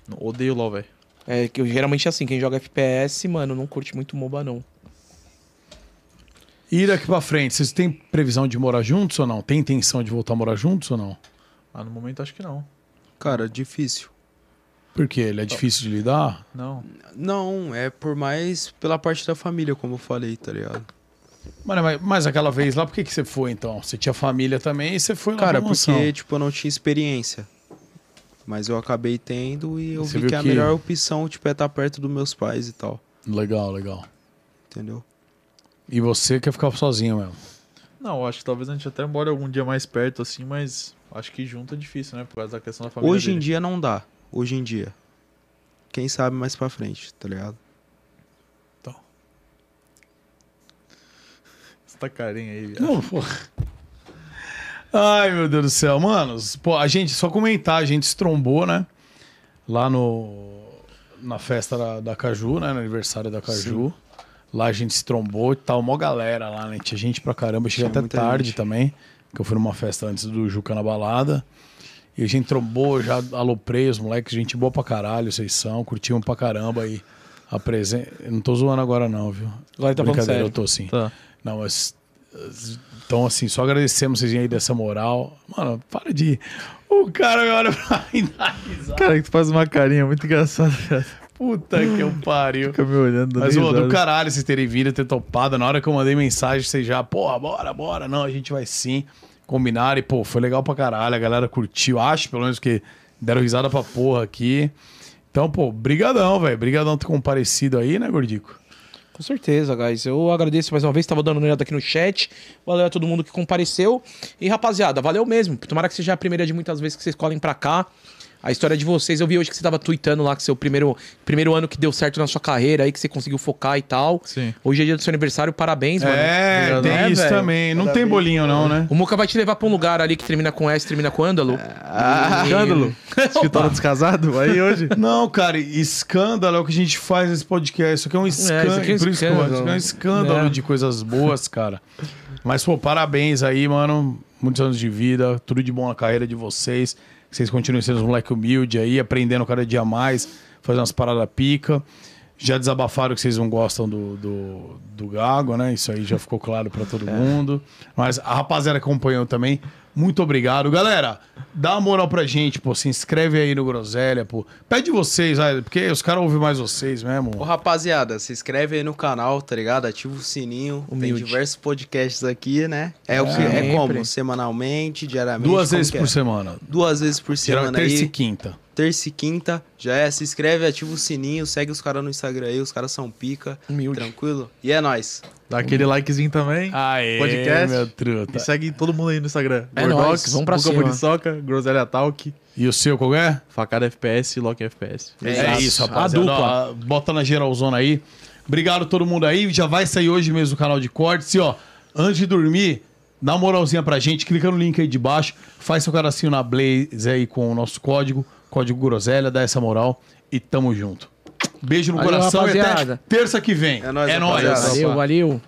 Speaker 3: Não- Odeio LOL, velho.
Speaker 2: É, que eu- geralmente é assim, quem joga FPS, mano, não curte muito MOBA, não.
Speaker 1: E daqui pra frente, vocês têm previsão de morar juntos ou não? Tem intenção de voltar a morar juntos ou não?
Speaker 3: Ah, no momento acho que não.
Speaker 4: Cara, difícil.
Speaker 1: Porque ele é difícil de lidar?
Speaker 3: Não.
Speaker 4: Não, é por mais pela parte da família, como eu falei, tá ligado?
Speaker 1: Mano, mas, mas aquela vez lá, por que, que você foi então? Você tinha família também e você foi lá
Speaker 4: Cara,
Speaker 1: pra mansão.
Speaker 4: porque, tipo, eu não tinha experiência. Mas eu acabei tendo e eu
Speaker 1: Você
Speaker 4: vi
Speaker 1: viu
Speaker 4: que a
Speaker 1: que-
Speaker 4: melhor opção, tipo, é estar perto dos meus pais e tal.
Speaker 1: Legal, legal.
Speaker 4: Entendeu?
Speaker 1: E você quer ficar sozinho mesmo.
Speaker 3: Não, acho que talvez a gente até mora algum dia mais perto, assim, mas acho que junto é difícil, né? Por causa da questão da família.
Speaker 4: Hoje em
Speaker 3: dele.
Speaker 4: dia não dá. Hoje em dia. Quem sabe mais pra frente, tá ligado?
Speaker 3: Você tá carinha aí, viado.
Speaker 1: Não, porra. Ai, meu Deus do céu, manos. Pô, a gente, só comentar, a gente se trombou, né? Lá no. Na festa da, da Caju, né? No aniversário da Caju. Lá a gente se trombou e tal, mó galera lá, né? Tinha gente pra caramba, cheguei
Speaker 4: Tinha
Speaker 1: até
Speaker 4: muita
Speaker 1: tarde
Speaker 4: gente.
Speaker 1: também, que eu fui numa festa antes do Juca na balada. E a gente trombou, já aloprei os moleques, gente boa pra caralho, vocês são, curtiam pra caramba aí. A presen... Eu Não tô zoando agora, não, viu?
Speaker 2: Agora ele tá falando
Speaker 1: Brincadeira,
Speaker 2: sério.
Speaker 1: eu tô sim.
Speaker 3: Tá.
Speaker 1: Não, mas. as- Então, assim, só agradecemos vocês aí dessa moral. Mano, para de. O cara me olha pra mim. e dá risada.
Speaker 3: Cara, que tu faz uma carinha muito engraçada, viado.
Speaker 1: Puta que eu pariu.
Speaker 3: Fica me olhando. dando
Speaker 1: Mas, ô, do
Speaker 3: risada.
Speaker 1: caralho vocês terem vindo, ter topado. Na hora que eu mandei mensagem, vocês já, porra, bora, bora. Não, a gente vai sim. Combinaram e, pô, foi legal pra caralho. A galera curtiu, acho, pelo menos, que deram risada pra porra aqui. Então, pô, brigadão, velho. Brigadão ter comparecido aí, né, Gordico?
Speaker 2: Com certeza, guys. Eu agradeço mais uma vez, tava dando uma olhada aqui no chat. Valeu a todo mundo que compareceu. E, rapaziada, valeu mesmo. Tomara que seja a primeira de muitas vezes que vocês colhem pra cá. A história de vocês, eu vi hoje que você tava tweetando lá que seu primeiro, primeiro ano que deu certo na sua carreira, aí que você conseguiu focar e tal.
Speaker 3: Sim.
Speaker 2: Hoje é dia do seu aniversário, parabéns, mano.
Speaker 1: É,
Speaker 3: Obrigadão.
Speaker 1: tem
Speaker 3: É,
Speaker 1: isso
Speaker 3: velho.
Speaker 1: também. Não tem bolinho, não, né?
Speaker 2: O Muca vai te levar pra um lugar ali que termina com S, termina com Ândalo.
Speaker 3: Ah, escândalo. Escritório descasado? Aí hoje.
Speaker 1: Não, cara, escândalo é o que a gente faz nesse podcast. Isso aqui é um escândalo.
Speaker 2: isso aqui é um
Speaker 1: por isso que eu acho que é um
Speaker 2: escândalo.
Speaker 1: escândalo
Speaker 2: É.
Speaker 1: de coisas boas, cara. Mas, pô, parabéns aí, mano. Muitos anos de vida, tudo de bom na carreira de vocês. Que vocês continuem sendo os moleque humilde aí, aprendendo cada dia mais, fazendo umas paradas pica. Já desabafaram que vocês não gostam do, do, do Gago, né? Isso aí já ficou claro pra
Speaker 4: É.
Speaker 1: todo mundo. Mas a rapaziada que acompanhou também, muito obrigado. Galera, dá uma moral pra gente, pô. Se inscreve aí no Groselha, pô. Pede vocês, vai, porque os caras ouvem mais vocês mesmo.
Speaker 4: Ô, rapaziada, se inscreve aí no canal, tá ligado? Ativa o sininho.
Speaker 2: Humilde.
Speaker 4: Tem diversos podcasts aqui, né? É, o que,
Speaker 2: sempre.
Speaker 4: é como? Semanalmente, diariamente?
Speaker 1: Duas
Speaker 4: como
Speaker 1: vezes
Speaker 4: que
Speaker 1: por
Speaker 4: é?
Speaker 1: semana.
Speaker 4: Duas vezes por
Speaker 1: Geralmente
Speaker 4: semana
Speaker 1: terça e
Speaker 4: aí.
Speaker 1: quinta.
Speaker 4: Terça e quinta. Já é, se inscreve, ativa o sininho, segue os caras no Instagram aí, os caras são pica.
Speaker 2: Humilde.
Speaker 4: Tranquilo? E é nóis.
Speaker 3: Dá aquele likezinho também.
Speaker 1: Aê,
Speaker 3: Podcast.
Speaker 1: meu
Speaker 3: E
Speaker 1: truta.
Speaker 3: segue todo mundo aí no Instagram.
Speaker 2: É nóis, vamos pra
Speaker 3: Buga
Speaker 2: cima.
Speaker 3: Muriçoca, Groselha Talk,
Speaker 1: E o seu, qual é?
Speaker 3: Facada FPS e Loki FPS.
Speaker 4: É
Speaker 1: É
Speaker 4: Exato.
Speaker 1: isso, rapaziada.
Speaker 2: A dupla.
Speaker 1: Ó, Bota na geralzona aí. Obrigado a todo mundo aí. Já vai sair hoje mesmo o canal de cortes. E, ó, antes de dormir, dá uma moralzinha pra gente. Clica no link aí de baixo. Faz seu cadacinho na Blaze aí com o nosso código. Código Groselha. Dá essa moral. E tamo junto. Beijo no
Speaker 2: Valeu,
Speaker 1: coração. E até
Speaker 2: rapaziada.
Speaker 1: terça que vem.
Speaker 4: É nóis,
Speaker 1: É nóis.
Speaker 4: rapaziada.
Speaker 2: Valeu, valeu.